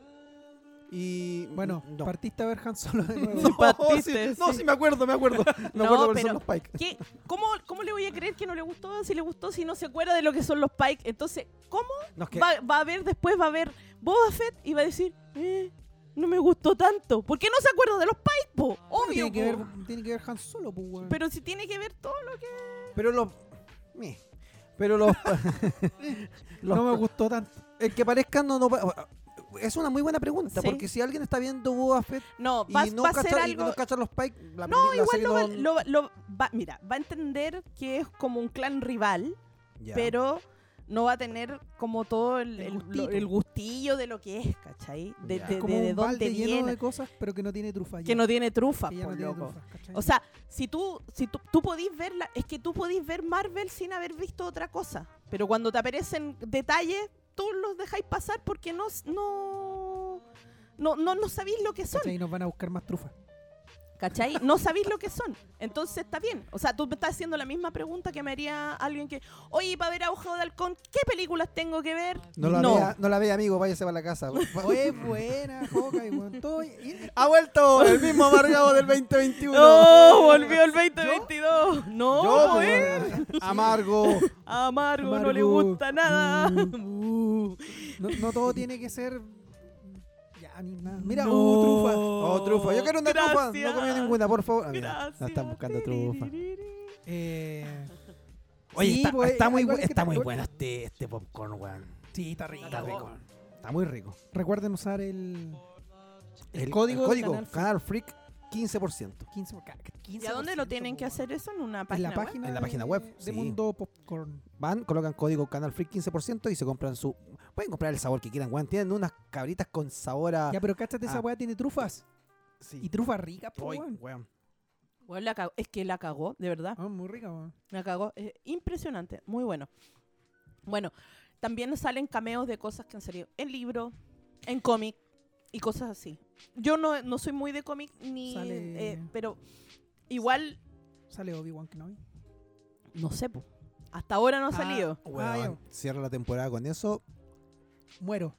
[SPEAKER 1] Y
[SPEAKER 3] Bueno,
[SPEAKER 1] no.
[SPEAKER 3] partiste a ver Han Solo de nuevo.
[SPEAKER 1] No,
[SPEAKER 2] Partiste,
[SPEAKER 1] sí, no,
[SPEAKER 2] sí.
[SPEAKER 1] sí, me acuerdo, me acuerdo. Me
[SPEAKER 2] No,
[SPEAKER 1] acuerdo cuáles
[SPEAKER 2] pero-
[SPEAKER 1] son los Pike.
[SPEAKER 2] ¿Qué? ¿Cómo, ¿Cómo le voy a creer que no le gustó? Si le gustó, si no se acuerda de lo que son los Pike. Entonces, ¿cómo
[SPEAKER 1] No, es que-
[SPEAKER 2] va, va a ver después, va a ver Boba Fett y va a decir, eh, no me gustó tanto? ¿Por qué no se acuerda de los Pike, po? Obvio,
[SPEAKER 3] tiene,
[SPEAKER 2] po.
[SPEAKER 3] que ver, tiene que ver Han Solo, pues, weón.
[SPEAKER 2] Pero si tiene que ver todo lo que...
[SPEAKER 1] Pero los. meh. Pero los. los-
[SPEAKER 3] No me gustó tanto.
[SPEAKER 1] El que parezcan no, no pa- Es una muy buena pregunta,
[SPEAKER 2] Sí.
[SPEAKER 1] porque si alguien está viendo Boba Fett
[SPEAKER 2] No,
[SPEAKER 1] y
[SPEAKER 2] va,
[SPEAKER 1] no
[SPEAKER 2] va a ser
[SPEAKER 1] cacha, y
[SPEAKER 2] algo...
[SPEAKER 1] no cacha los Pike, la,
[SPEAKER 2] No,
[SPEAKER 1] la
[SPEAKER 2] igual
[SPEAKER 1] serie
[SPEAKER 2] lo
[SPEAKER 1] no-
[SPEAKER 2] va, lo va- lo va- mira, va a entender que es como un clan rival,
[SPEAKER 1] Ya.
[SPEAKER 2] pero no va a tener como todo el,
[SPEAKER 3] El
[SPEAKER 2] el- lo-
[SPEAKER 3] gustito.
[SPEAKER 2] el gustillo de lo que es, ¿cachai? De,
[SPEAKER 1] Ya.
[SPEAKER 2] de-
[SPEAKER 3] como
[SPEAKER 2] de- de
[SPEAKER 3] un
[SPEAKER 2] dónde
[SPEAKER 3] balde lleno
[SPEAKER 2] viene,
[SPEAKER 3] de cosas, pero que no tiene trufa. ya.
[SPEAKER 2] que no tiene trufa,
[SPEAKER 3] Que ya no
[SPEAKER 2] por
[SPEAKER 3] tiene
[SPEAKER 2] loco.
[SPEAKER 3] trufa, ¿cachai?
[SPEAKER 2] O sea, si tú, si tú, tú podís ver, la- es que tú podís ver Marvel sin haber visto otra cosa, pero cuando te aparecen detalles, tú los dejáis pasar porque no, no, no, no, no sabéis lo que son.
[SPEAKER 3] ¿Cachai? Y nos van a buscar más trufa.
[SPEAKER 2] ¿Cachai? No sabéis lo que son. Entonces está bien. O sea, tú me estás haciendo la misma pregunta que me haría alguien que, oye, para ver a Ojo de Halcón, ¿qué películas tengo que ver?
[SPEAKER 1] No la, Vea, no la vea, amigo, váyase para la casa.
[SPEAKER 3] Oye, buena, Hawkeye, weón. Todo- y- y-
[SPEAKER 1] ¡Ha vuelto! El mismo amargado del 2021.
[SPEAKER 2] No, volvió el 2022. No,
[SPEAKER 1] Yo, pues, po,
[SPEAKER 2] eh.
[SPEAKER 1] weón. amargo.
[SPEAKER 2] A Amargo, no le
[SPEAKER 3] Amargo.
[SPEAKER 2] gusta nada.
[SPEAKER 1] Mm.
[SPEAKER 2] Uh.
[SPEAKER 3] Mm, no, no todo tiene que ser. Ya, ni nada. Mira,
[SPEAKER 2] No.
[SPEAKER 3] uh, trufa.
[SPEAKER 1] Oh, trufa. Yo quiero una trufa.
[SPEAKER 2] Gracias.
[SPEAKER 1] No comí ninguna, por favor. Ah, mira,
[SPEAKER 2] Gracias.
[SPEAKER 1] No están buscando trufa.
[SPEAKER 3] Eh,
[SPEAKER 1] Oye,
[SPEAKER 3] Sí,
[SPEAKER 1] está,
[SPEAKER 3] pues,
[SPEAKER 1] está muy,
[SPEAKER 3] igual
[SPEAKER 1] bu-
[SPEAKER 3] es que
[SPEAKER 1] está
[SPEAKER 3] te-
[SPEAKER 1] muy bueno este, este popcorn, weón.
[SPEAKER 3] sí, está rico.
[SPEAKER 1] Está rico. Está muy rico.
[SPEAKER 3] Recuerden usar el
[SPEAKER 1] El,
[SPEAKER 3] código
[SPEAKER 1] el
[SPEAKER 3] del
[SPEAKER 1] código Canal,
[SPEAKER 3] Canal
[SPEAKER 1] Freak, 15%.
[SPEAKER 3] 15%. por ca- 15
[SPEAKER 2] ¿Y a dónde lo tienen que hacer eso? ¿En una
[SPEAKER 3] pues.
[SPEAKER 2] página?
[SPEAKER 3] En la
[SPEAKER 2] web?
[SPEAKER 3] página,
[SPEAKER 1] En la página
[SPEAKER 3] de-
[SPEAKER 1] web,
[SPEAKER 3] De
[SPEAKER 1] sí.
[SPEAKER 3] Mundo Popcorn.
[SPEAKER 1] Van, colocan código Canal Freak 15% y se compran su. Pueden comprar el sabor que quieran, weón. Tienen unas cabritas con sabor a.
[SPEAKER 3] Ya, pero cáchate, esa
[SPEAKER 1] Ah.
[SPEAKER 3] weá tiene trufas. Y
[SPEAKER 1] Sí.
[SPEAKER 3] trufas ricas, po,
[SPEAKER 1] Oy,
[SPEAKER 3] weón.
[SPEAKER 1] weón.
[SPEAKER 2] Bueno, la cagó. Es que la cagó, de verdad.
[SPEAKER 3] Ah, muy rica, weón.
[SPEAKER 2] La cagó. Eh, impresionante. Muy bueno. Bueno, también salen cameos de cosas que han salido en libro, en cómic y cosas así. Yo no, no soy muy de cómic ni.
[SPEAKER 3] Sale-
[SPEAKER 2] eh, pero igual,
[SPEAKER 3] Sale Obi-Wan Kenobi.
[SPEAKER 2] no sé, po. Hasta ahora no ha
[SPEAKER 3] Ah,
[SPEAKER 2] salido.
[SPEAKER 1] Weón, Cierra la temporada con eso.
[SPEAKER 3] Muero.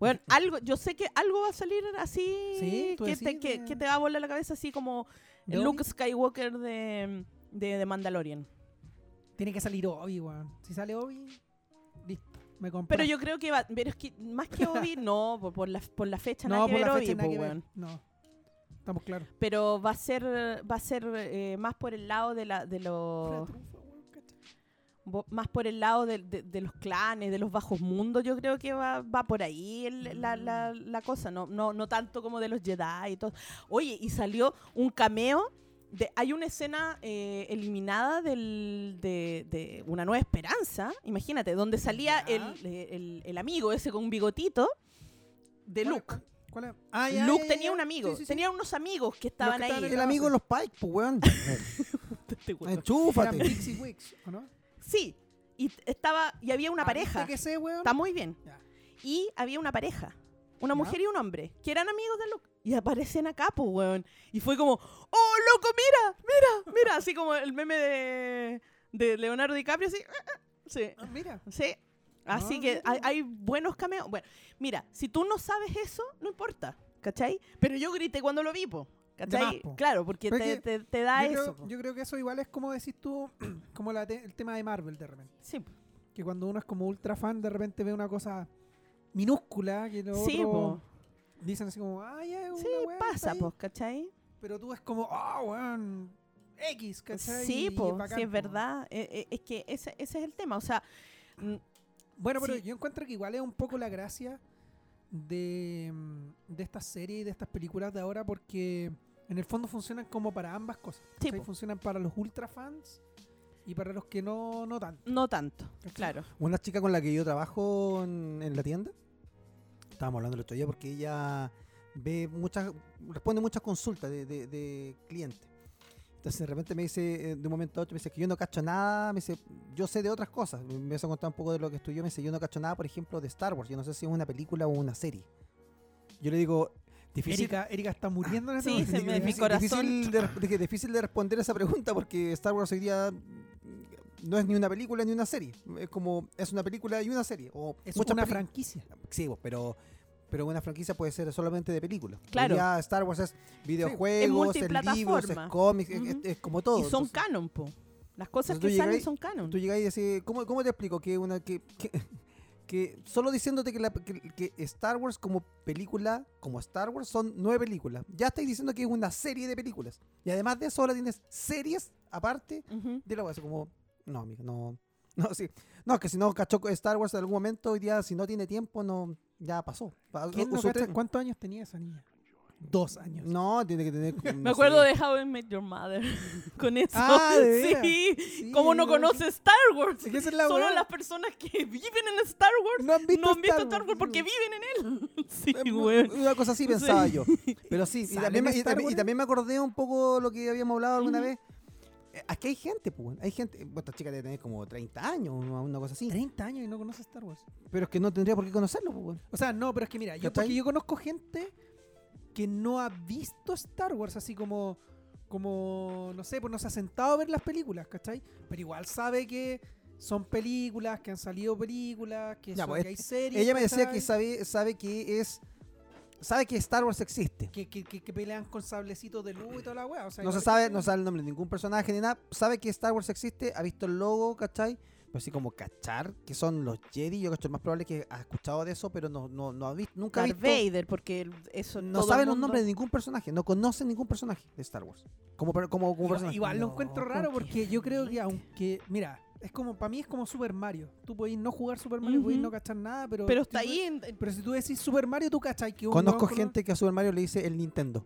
[SPEAKER 2] Bueno, algo, yo sé que algo va a salir así.
[SPEAKER 3] Sí, tú
[SPEAKER 2] que,
[SPEAKER 3] decís
[SPEAKER 2] te, que-
[SPEAKER 3] de-
[SPEAKER 2] que te va a volar la cabeza así como
[SPEAKER 3] ¿De
[SPEAKER 2] el
[SPEAKER 3] Obi?
[SPEAKER 2] Luke Skywalker de, de, de Mandalorian.
[SPEAKER 3] Tiene que salir Obi, weón. Si sale Obi, listo. Me compré.
[SPEAKER 2] Pero yo creo que va. Pero es que más que Obi, no, por, por la, por la fecha nada
[SPEAKER 3] No,
[SPEAKER 2] que
[SPEAKER 3] por
[SPEAKER 2] ver
[SPEAKER 3] la
[SPEAKER 2] Obi,
[SPEAKER 3] fecha nada
[SPEAKER 2] po,
[SPEAKER 3] que ver.
[SPEAKER 2] weón.
[SPEAKER 3] No. Estamos claros.
[SPEAKER 2] pero va a ser va a ser eh, más por el lado de la de
[SPEAKER 3] Pura
[SPEAKER 2] los
[SPEAKER 3] trufa, weón, ¿cachai?
[SPEAKER 2] bo- más por el lado de, de- de los clanes de los bajos mundos yo creo que va, va por ahí el-
[SPEAKER 3] Mm.
[SPEAKER 2] la, la- la cosa no no no tanto como de los Jedi y todo oye y salió un cameo de, hay una escena eh, eliminada del, de, de Una Nueva Esperanza, imagínate, donde salía
[SPEAKER 3] Ya.
[SPEAKER 2] el, eh, el- el amigo ese con bigotito de
[SPEAKER 3] ¿Cuál es-
[SPEAKER 2] Luke.
[SPEAKER 3] ¿Cuál es? Ah, ya,
[SPEAKER 2] Luke
[SPEAKER 3] ya, ya,
[SPEAKER 2] tenía
[SPEAKER 3] ya.
[SPEAKER 2] un amigo,
[SPEAKER 3] Sí, sí, sí.
[SPEAKER 2] tenía unos amigos que estaban
[SPEAKER 3] que
[SPEAKER 2] ahí.
[SPEAKER 3] estaban en
[SPEAKER 1] El amigo de los Pike, pues, weón.
[SPEAKER 2] Este weón.
[SPEAKER 3] Eran
[SPEAKER 1] Enchúfate.
[SPEAKER 3] Pixie Wicks, ¿o no?
[SPEAKER 2] Sí, y t- estaba y había una
[SPEAKER 3] Ah,
[SPEAKER 2] pareja.
[SPEAKER 3] ¿viste que sé, weón?
[SPEAKER 2] Está muy bien.
[SPEAKER 3] Ya.
[SPEAKER 2] Y había una pareja, una
[SPEAKER 3] Ya.
[SPEAKER 2] mujer y un hombre, que eran amigos de Luke. Y aparecen acá, pues, weón. Y fue como, ¡oh, loco, mira! ¡Mira! ¡Mira! Así como el meme de, de Leonardo DiCaprio, así. Sí,
[SPEAKER 3] Ah, mira.
[SPEAKER 2] sí. Así
[SPEAKER 3] Ah,
[SPEAKER 2] que
[SPEAKER 3] mira.
[SPEAKER 2] hay, hay buenos cameos. Bueno, mira, si tú no sabes eso, no importa, ¿cachai? Pero yo grité cuando lo vi, po. ¿Cachai?
[SPEAKER 3] más, po.
[SPEAKER 2] Claro, porque
[SPEAKER 3] Pero es
[SPEAKER 2] te,
[SPEAKER 3] que
[SPEAKER 2] te- te da
[SPEAKER 3] yo,
[SPEAKER 2] Ah, eso. po.
[SPEAKER 3] creo, yo creo que eso igual es como decís tú, como la te- el tema de Marvel de repente.
[SPEAKER 2] Sí, po.
[SPEAKER 3] Que cuando uno es como ultra fan, de repente ve una cosa minúscula que los
[SPEAKER 2] sí, po.
[SPEAKER 3] otros dicen así como, ah, ya, es una
[SPEAKER 2] Sí,
[SPEAKER 3] weá, está
[SPEAKER 2] pasa,
[SPEAKER 3] ahí".
[SPEAKER 2] pues, ¿cachai?
[SPEAKER 3] Pero tú es como, ah, weón, X, ¿cachai? Y-
[SPEAKER 2] Sí,
[SPEAKER 3] y
[SPEAKER 2] po,
[SPEAKER 3] bacán,
[SPEAKER 2] sí, es
[SPEAKER 3] po.
[SPEAKER 2] verdad. Eh, eh, es que ese, ese es el tema. O sea, mm,
[SPEAKER 3] Bueno, pero
[SPEAKER 2] Sí.
[SPEAKER 3] yo encuentro que igual es un poco la gracia de, mm, de estas series y de estas películas de ahora porque en el fondo funcionan como para ambas cosas.
[SPEAKER 2] Sí,
[SPEAKER 3] ¿cachai?
[SPEAKER 2] po.
[SPEAKER 3] Funcionan para los ultra fans y para los que no, no tanto.
[SPEAKER 2] no tanto, claro.
[SPEAKER 1] Una chica con la que yo trabajo en, en la tienda, estábamos hablando el otro día porque ella ve muchas, responde muchas consultas de, de- de clientes. Entonces de repente me dice, eh, de un momento a otro, me dice que yo no cacho nada, me dice, yo sé de otras cosas. Me empezó a contar un poco de lo que estudió, me dice, yo no cacho nada, por ejemplo, de Star Wars. Yo no sé si es una película o una serie. Yo le digo, difícil.
[SPEAKER 3] Erika, Erika está muriendo en este
[SPEAKER 2] Sí,
[SPEAKER 3] momento.
[SPEAKER 2] se me-
[SPEAKER 3] Erika,
[SPEAKER 2] mi
[SPEAKER 3] sí.
[SPEAKER 2] corazón.
[SPEAKER 1] Difícil de, de- difícil de responder esa pregunta porque Star Wars hoy día no es ni una película ni una serie. Es como, es una película y una serie. O
[SPEAKER 3] Es
[SPEAKER 1] muchas
[SPEAKER 3] una
[SPEAKER 1] peli-
[SPEAKER 3] franquicia.
[SPEAKER 1] Sí, vos, pero Pero una franquicia puede ser solamente de películas.
[SPEAKER 2] Claro.
[SPEAKER 1] Hoy día Star Wars es videojuegos, es, libros, es
[SPEAKER 2] multiplataforma.
[SPEAKER 1] cómics, es-
[SPEAKER 2] Ujú.
[SPEAKER 1] es, es como todo.
[SPEAKER 2] y son
[SPEAKER 1] Entonces,
[SPEAKER 2] canon, po. Las cosas
[SPEAKER 1] Entonces tú
[SPEAKER 2] que salen
[SPEAKER 1] llegáis-
[SPEAKER 2] son canon.
[SPEAKER 1] Tú llegas y decís, ¿cómo, cómo te explico? Que una que, que, que solo diciéndote que, la- que- que Star Wars como película, como Star Wars, son nueve películas. Ya estáis diciendo que es una serie de películas. Y además de eso, ahora tienes series aparte
[SPEAKER 2] Ujú.
[SPEAKER 1] de la wea, así como, no, amigo, no. No, sí. No, es que si no cachó Star Wars en algún momento, hoy día, si no tiene tiempo, no. Ya pasó. Pa-
[SPEAKER 3] ¿Quién no
[SPEAKER 1] usted-
[SPEAKER 3] cacha ¿Cuántos años tenía esa niña? Dos años.
[SPEAKER 1] No, tiene que tener. no
[SPEAKER 2] Me
[SPEAKER 1] sé.
[SPEAKER 2] acuerdo de How I Met Your Mother. Con eso.
[SPEAKER 3] Ah, ¿de
[SPEAKER 2] sí.
[SPEAKER 3] Sí,
[SPEAKER 2] ¿Cómo no conoce Star Wars?
[SPEAKER 3] Es que esa es la
[SPEAKER 2] Solo
[SPEAKER 3] weá.
[SPEAKER 2] las personas que viven en Star Wars
[SPEAKER 3] No han visto,
[SPEAKER 2] no han visto
[SPEAKER 3] Star Wars Em,
[SPEAKER 2] porque viven en él. Sí,
[SPEAKER 1] Eh,
[SPEAKER 2] weón.
[SPEAKER 1] Una cosa así
[SPEAKER 2] Sí.
[SPEAKER 1] pensaba yo. Pero sí, y
[SPEAKER 3] ¿Sale
[SPEAKER 1] también, me,
[SPEAKER 3] en
[SPEAKER 1] y,
[SPEAKER 3] Star
[SPEAKER 1] también, y
[SPEAKER 3] Wars?
[SPEAKER 1] también me acordé un poco lo que habíamos hablado alguna
[SPEAKER 2] Ujú.
[SPEAKER 1] vez. Eh, Aquí hay gente, pues. Hay gente. bueno, Esta chica debe tener como 30 años, una una cosa así.
[SPEAKER 3] 30 años y no conoce Star Wars.
[SPEAKER 1] Pero es que no tendría por qué conocerlo, pues. weón.
[SPEAKER 3] O sea, no, pero es que mira, yo,
[SPEAKER 1] ¿Cachai?
[SPEAKER 3] porque yo conozco gente que no ha visto Star Wars, así como, como no sé, pues no se ha sentado a ver las películas, ¿cachai? Pero igual sabe que son películas, que han salido películas, que,
[SPEAKER 1] Ya,
[SPEAKER 3] son-
[SPEAKER 1] pues,
[SPEAKER 3] que hay series.
[SPEAKER 1] Ella me decía que
[SPEAKER 3] ¿cachai?
[SPEAKER 1] sabe, sabe que es. Sabe que Star Wars existe.
[SPEAKER 3] que, que, que- que pelean con sablecitos de luz y toda la weá. O sea,
[SPEAKER 1] No se
[SPEAKER 3] igual-
[SPEAKER 1] sabe, no sabe el nombre de ningún personaje ni nada. Sabe que Star Wars existe, ha visto el logo, ¿cachai? Pero así como cachar que son los Jedi, yo cacho el más probable es que ha escuchado de eso, pero no, no, no ha visto, nunca ha
[SPEAKER 2] Darth
[SPEAKER 1] visto.
[SPEAKER 2] Vader, porque el- eso
[SPEAKER 1] No
[SPEAKER 2] todo el
[SPEAKER 1] saben los
[SPEAKER 2] mundo-
[SPEAKER 1] nombres de ningún personaje, no conocen ningún personaje de Star Wars. Como, per- como, como
[SPEAKER 3] Igual,
[SPEAKER 1] personaje.
[SPEAKER 3] igual lo
[SPEAKER 2] No,
[SPEAKER 3] encuentro raro
[SPEAKER 2] ¿con
[SPEAKER 3] porque
[SPEAKER 2] quién?
[SPEAKER 3] yo creo que aunque, mira, es como, para mí es como Super Mario. Tú podés no jugar Super Mario, podés
[SPEAKER 2] Ujú.
[SPEAKER 3] no cachar nada, pero...
[SPEAKER 2] Pero
[SPEAKER 3] si
[SPEAKER 2] está
[SPEAKER 3] tú-
[SPEAKER 2] ahí. en- en-
[SPEAKER 3] Pero si tú decís Super Mario, tú cachai que un
[SPEAKER 1] Conozco
[SPEAKER 3] weón cono-
[SPEAKER 1] gente que a Super Mario le dice el Nintendo.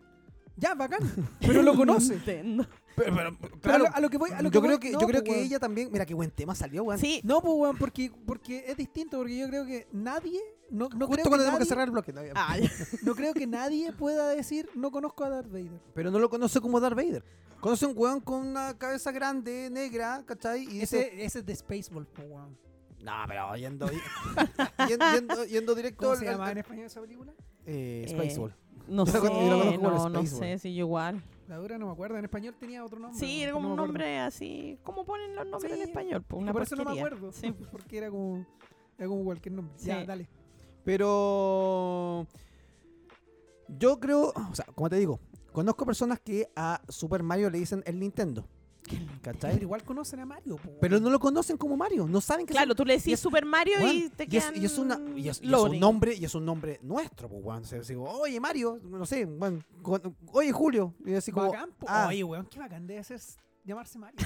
[SPEAKER 3] Ya, bacán, pero lo conoce.
[SPEAKER 2] Nintendo.
[SPEAKER 3] Pero a lo-
[SPEAKER 1] Claro.
[SPEAKER 3] a lo que voy, a lo
[SPEAKER 1] yo
[SPEAKER 3] que
[SPEAKER 1] creo
[SPEAKER 3] voy-
[SPEAKER 1] que,
[SPEAKER 3] no,
[SPEAKER 1] yo creo
[SPEAKER 3] pues,
[SPEAKER 1] que
[SPEAKER 3] weón.
[SPEAKER 1] ella también. Mira qué buen tema salió, weón.
[SPEAKER 2] Sí.
[SPEAKER 3] No, pues, weón, porque, porque es distinto, porque yo creo que nadie, no, no,
[SPEAKER 1] Justo
[SPEAKER 3] creo
[SPEAKER 1] cuando
[SPEAKER 3] que
[SPEAKER 1] tenemos que
[SPEAKER 3] nadie
[SPEAKER 1] cerrar el bloque. no, ya.
[SPEAKER 2] Ah, ya.
[SPEAKER 3] no creo que nadie pueda decir, no conozco a Darth Vader.
[SPEAKER 1] Pero no lo conoce como Darth Vader. Conoce un weón con una cabeza grande, negra, ¿cachai? Y dice.
[SPEAKER 3] Ese, ese es de Spaceball, pues, weón.
[SPEAKER 1] No, pero yendo. yendo, yendo- yendo directo
[SPEAKER 3] ¿Cómo se
[SPEAKER 1] al-
[SPEAKER 3] llamaba en
[SPEAKER 1] al-
[SPEAKER 3] español esa película?
[SPEAKER 1] eh,
[SPEAKER 2] Eh,
[SPEAKER 1] Spaceball.
[SPEAKER 2] No
[SPEAKER 1] Yo
[SPEAKER 2] sé,
[SPEAKER 1] la conozco- yo la conozco por
[SPEAKER 2] no, no
[SPEAKER 1] Spaceball.
[SPEAKER 2] sé, sí, yo igual.
[SPEAKER 3] La dura no me acuerdo, en español tenía otro nombre.
[SPEAKER 2] Sí,
[SPEAKER 3] weón,
[SPEAKER 2] era
[SPEAKER 3] pero
[SPEAKER 2] como
[SPEAKER 3] no me
[SPEAKER 2] un
[SPEAKER 3] acuerdo.
[SPEAKER 2] nombre así. ¿Cómo ponen los nombres en
[SPEAKER 3] Sí,
[SPEAKER 2] español? Pues una
[SPEAKER 3] por eso no me
[SPEAKER 2] porquería.
[SPEAKER 3] acuerdo.
[SPEAKER 2] Sí.
[SPEAKER 3] Porque era como, era como cualquier nombre.
[SPEAKER 2] Sí.
[SPEAKER 3] Ya, dale.
[SPEAKER 1] Pero yo creo, o sea, como te digo, conozco personas que a Super Mario le dicen el Nintendo.
[SPEAKER 3] Pero
[SPEAKER 1] ¿Cachai?
[SPEAKER 3] igual conocen a Mario, pues, weón.
[SPEAKER 1] Pero no lo conocen como Mario, no saben que
[SPEAKER 2] Claro, tú le decís
[SPEAKER 1] y es-
[SPEAKER 2] Super Mario y te
[SPEAKER 1] y es,
[SPEAKER 2] quedan
[SPEAKER 1] y es una y es, y es un
[SPEAKER 2] loading.
[SPEAKER 1] nombre y es un nombre nuestro, pues weón. O sea, así como, oye Mario, no sé, weón, con- oye Julio, y así como
[SPEAKER 3] Bacán, po.
[SPEAKER 1] ah.
[SPEAKER 3] Oye, weón, qué bacán debe ser s- llamarse Mario.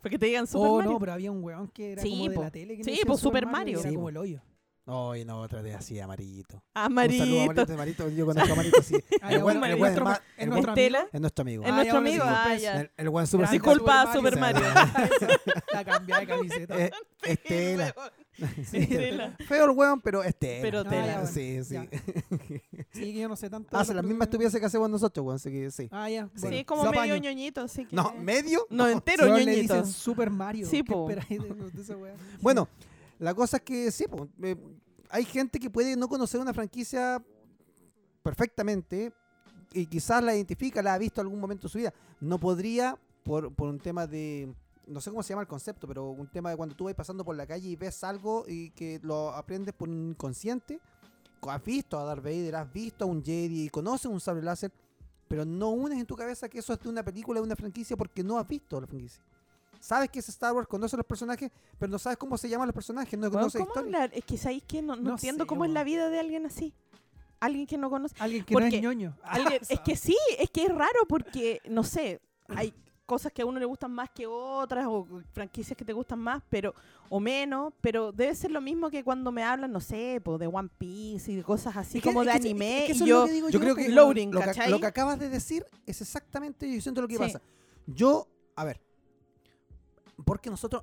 [SPEAKER 2] Porque te digan Super
[SPEAKER 3] oh,
[SPEAKER 2] Mario.
[SPEAKER 3] no, pero había un weón que era
[SPEAKER 2] Sí,
[SPEAKER 3] como de
[SPEAKER 2] po.
[SPEAKER 3] la tele. Que le
[SPEAKER 2] Sí,
[SPEAKER 3] decían
[SPEAKER 2] po, Super
[SPEAKER 3] y
[SPEAKER 2] Mario.
[SPEAKER 3] Era
[SPEAKER 1] Sí, po.
[SPEAKER 3] como el hoyo.
[SPEAKER 1] oye, no, traté así amarillito.
[SPEAKER 2] Ah,
[SPEAKER 1] Un saludo a
[SPEAKER 2] Amarillito.
[SPEAKER 1] Marito, Marito, yo conozco a Marito, sí.
[SPEAKER 3] Ah,
[SPEAKER 1] El
[SPEAKER 3] ya,
[SPEAKER 1] buen-
[SPEAKER 3] bueno,
[SPEAKER 1] el
[SPEAKER 3] es
[SPEAKER 1] buen
[SPEAKER 3] nuestro-
[SPEAKER 1] ma-
[SPEAKER 3] es
[SPEAKER 1] el buen-
[SPEAKER 3] nuestro
[SPEAKER 2] Estela.
[SPEAKER 1] es nuestro amigo.
[SPEAKER 2] Es
[SPEAKER 3] Ah,
[SPEAKER 2] nuestro
[SPEAKER 3] ya, bueno,
[SPEAKER 2] amigo.
[SPEAKER 3] disculpa,
[SPEAKER 2] Ah,
[SPEAKER 3] es-
[SPEAKER 2] ya.
[SPEAKER 1] El, el buen super
[SPEAKER 3] Grande
[SPEAKER 1] Super-
[SPEAKER 2] Disculpa, Super
[SPEAKER 3] La cambié de camiseta.
[SPEAKER 1] Eh, Estela.
[SPEAKER 2] Estela.
[SPEAKER 1] Este, Feo el weón, pero Estela.
[SPEAKER 2] Pero
[SPEAKER 3] Estela. Ah, ya,
[SPEAKER 1] Sí, sí.
[SPEAKER 3] bueno, Sí, que yo no sé tanto. de
[SPEAKER 1] Hace
[SPEAKER 3] esas
[SPEAKER 1] las mismas
[SPEAKER 3] cosas, weón.
[SPEAKER 1] estupideces que hacemos nosotros, weón. Así que sí.
[SPEAKER 3] Ah, ya.
[SPEAKER 1] Sí.
[SPEAKER 2] Sí,
[SPEAKER 3] bueno.
[SPEAKER 2] es como
[SPEAKER 1] Lo
[SPEAKER 2] medio
[SPEAKER 1] apaño.
[SPEAKER 2] ñoñito, así que...
[SPEAKER 1] No, medio.
[SPEAKER 2] No, entero
[SPEAKER 3] Solo le
[SPEAKER 2] ñoñito.
[SPEAKER 3] dicen Super Mario.
[SPEAKER 2] Sí,
[SPEAKER 3] ¿Qué
[SPEAKER 2] po.
[SPEAKER 3] esperáis de, de esa weá?
[SPEAKER 1] Bueno, la cosa es que sí, po, eh, hay gente que puede no conocer una franquicia perfectamente y quizás la identifica, la ha visto en algún momento de su vida. No podría, por, por un tema de. No sé cómo se llama el concepto, pero un tema de cuando tú vas pasando por la calle y ves algo y que lo aprendes por un inconsciente. Co- Has visto a Darth Vader, has visto a un Jedi, conoces un sable láser, pero no unes en tu cabeza que eso es de una película, de una franquicia, porque no has visto la franquicia. Sabes que es Star Wars, conoces los personajes, pero no sabes cómo se llaman los personajes, no
[SPEAKER 2] Weón,
[SPEAKER 1] conoces
[SPEAKER 2] ¿Cómo
[SPEAKER 1] historia.
[SPEAKER 2] hablar? Es que sabéis que no, no
[SPEAKER 3] No
[SPEAKER 2] entiendo
[SPEAKER 3] sé,
[SPEAKER 2] cómo es la
[SPEAKER 3] weón.
[SPEAKER 2] vida de alguien así. Alguien que no conoce.
[SPEAKER 3] Alguien que no
[SPEAKER 2] Porque-
[SPEAKER 3] es ñoño.
[SPEAKER 2] Alguien- es que sí, es que es raro porque, no sé, hay cosas que a uno le gustan más que otras o franquicias que te gustan más pero o menos, pero debe ser lo mismo que cuando me hablan, no sé, po, de One Piece y de cosas así
[SPEAKER 1] Es que-
[SPEAKER 2] como
[SPEAKER 1] es
[SPEAKER 2] de
[SPEAKER 1] que sí,
[SPEAKER 2] anime
[SPEAKER 1] es que eso es
[SPEAKER 2] y yo...
[SPEAKER 1] lo que digo
[SPEAKER 2] yo creo
[SPEAKER 1] pues,
[SPEAKER 2] que-
[SPEAKER 1] weón.
[SPEAKER 2] loading,
[SPEAKER 1] lo que,
[SPEAKER 2] ¿cachai?
[SPEAKER 1] lo que acabas de decir es exactamente yo siento lo que
[SPEAKER 2] Sí.
[SPEAKER 1] pasa. Yo, a ver, porque nosotros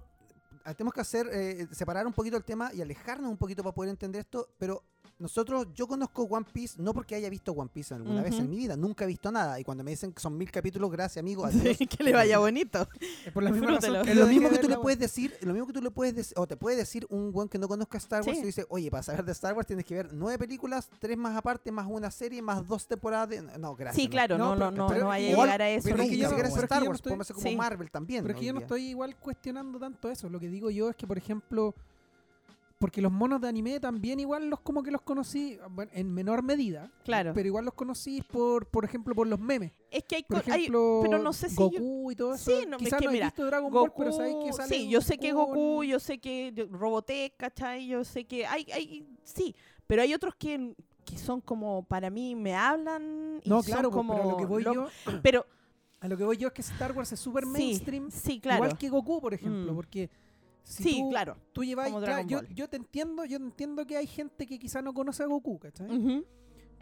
[SPEAKER 1] ah, tenemos que hacer eh, separar un poquito el tema y alejarnos un poquito para poder entender esto, pero nosotros yo conozco One Piece no porque haya visto One Piece alguna vez
[SPEAKER 2] Ujú.
[SPEAKER 1] en mi vida, nunca he visto nada y cuando me dicen que son mil capítulos, gracias amigo, adiós.
[SPEAKER 2] que le vaya bonito.
[SPEAKER 3] Es Eh, por la misma razón
[SPEAKER 2] Disfrútalo.
[SPEAKER 3] que
[SPEAKER 1] Es
[SPEAKER 3] yo
[SPEAKER 1] lo
[SPEAKER 3] dejé
[SPEAKER 1] mismo
[SPEAKER 3] de
[SPEAKER 1] que tú
[SPEAKER 3] verla,
[SPEAKER 1] le
[SPEAKER 3] weón.
[SPEAKER 1] puedes decir, lo mismo que tú le puedes decir, o te puede decir un weón que no conozca Star Wars
[SPEAKER 2] Sí.
[SPEAKER 1] y dice, oye, para saber de Star Wars tienes que ver nueve películas, tres más aparte, más una serie, más dos temporadas de... No, gracias.
[SPEAKER 2] Sí,
[SPEAKER 1] no.
[SPEAKER 2] claro, no, no,
[SPEAKER 3] No, pero-
[SPEAKER 2] no,
[SPEAKER 1] pero-
[SPEAKER 2] no vaya a
[SPEAKER 1] igual-
[SPEAKER 2] llegar a eso.
[SPEAKER 1] Pero es que ya
[SPEAKER 2] nunca,
[SPEAKER 1] ni
[SPEAKER 3] no,
[SPEAKER 1] siquiera es
[SPEAKER 2] weón.
[SPEAKER 3] pero es que
[SPEAKER 1] Star
[SPEAKER 3] yo no
[SPEAKER 1] Wars,
[SPEAKER 3] estoy-
[SPEAKER 1] podemos hacer como
[SPEAKER 2] Sí.
[SPEAKER 1] Marvel también.
[SPEAKER 3] Pero es que
[SPEAKER 1] hoy
[SPEAKER 3] yo no
[SPEAKER 1] día.
[SPEAKER 3] estoy igual cuestionando tanto eso. Lo que digo yo es que, por ejemplo, Porque los monos de anime también igual los como que los conocí, bueno, en menor medida,
[SPEAKER 2] Claro.
[SPEAKER 3] pero igual los conocí por, por ejemplo, por los memes.
[SPEAKER 2] es que hay,
[SPEAKER 3] Por
[SPEAKER 2] co- hay-
[SPEAKER 3] ejemplo,
[SPEAKER 2] pero no sé si yo-
[SPEAKER 3] Goku y todo eso.
[SPEAKER 2] Sí, no, es
[SPEAKER 3] Quizás
[SPEAKER 2] que
[SPEAKER 3] no has
[SPEAKER 2] mira,
[SPEAKER 3] visto Dragon Ball, pero sabes que
[SPEAKER 2] Goku,
[SPEAKER 3] sale
[SPEAKER 2] sí, yo sé que Goku,
[SPEAKER 3] en-
[SPEAKER 2] yo sé que de- Robotech, ¿cachai? Yo sé que hay, hay, sí, pero hay otros que, que son como, para mí, me hablan y
[SPEAKER 3] No,
[SPEAKER 2] son
[SPEAKER 3] claro, pues,
[SPEAKER 2] como...
[SPEAKER 3] pero a lo que voy
[SPEAKER 2] lo-
[SPEAKER 3] yo,
[SPEAKER 2] Pero,
[SPEAKER 3] a lo que voy yo es que Star Wars es super
[SPEAKER 2] sí,
[SPEAKER 3] mainstream,
[SPEAKER 2] sí, claro.
[SPEAKER 3] igual que Goku, por ejemplo,
[SPEAKER 2] Mm.
[SPEAKER 3] porque si
[SPEAKER 2] sí,
[SPEAKER 3] tú,
[SPEAKER 2] claro.
[SPEAKER 3] tú llevas,
[SPEAKER 2] como
[SPEAKER 3] claro,
[SPEAKER 2] Dragon
[SPEAKER 3] yo,
[SPEAKER 2] Ball.
[SPEAKER 3] yo te entiendo, yo entiendo que hay gente que quizá no conoce a Goku, ¿cachai?
[SPEAKER 2] Ujú.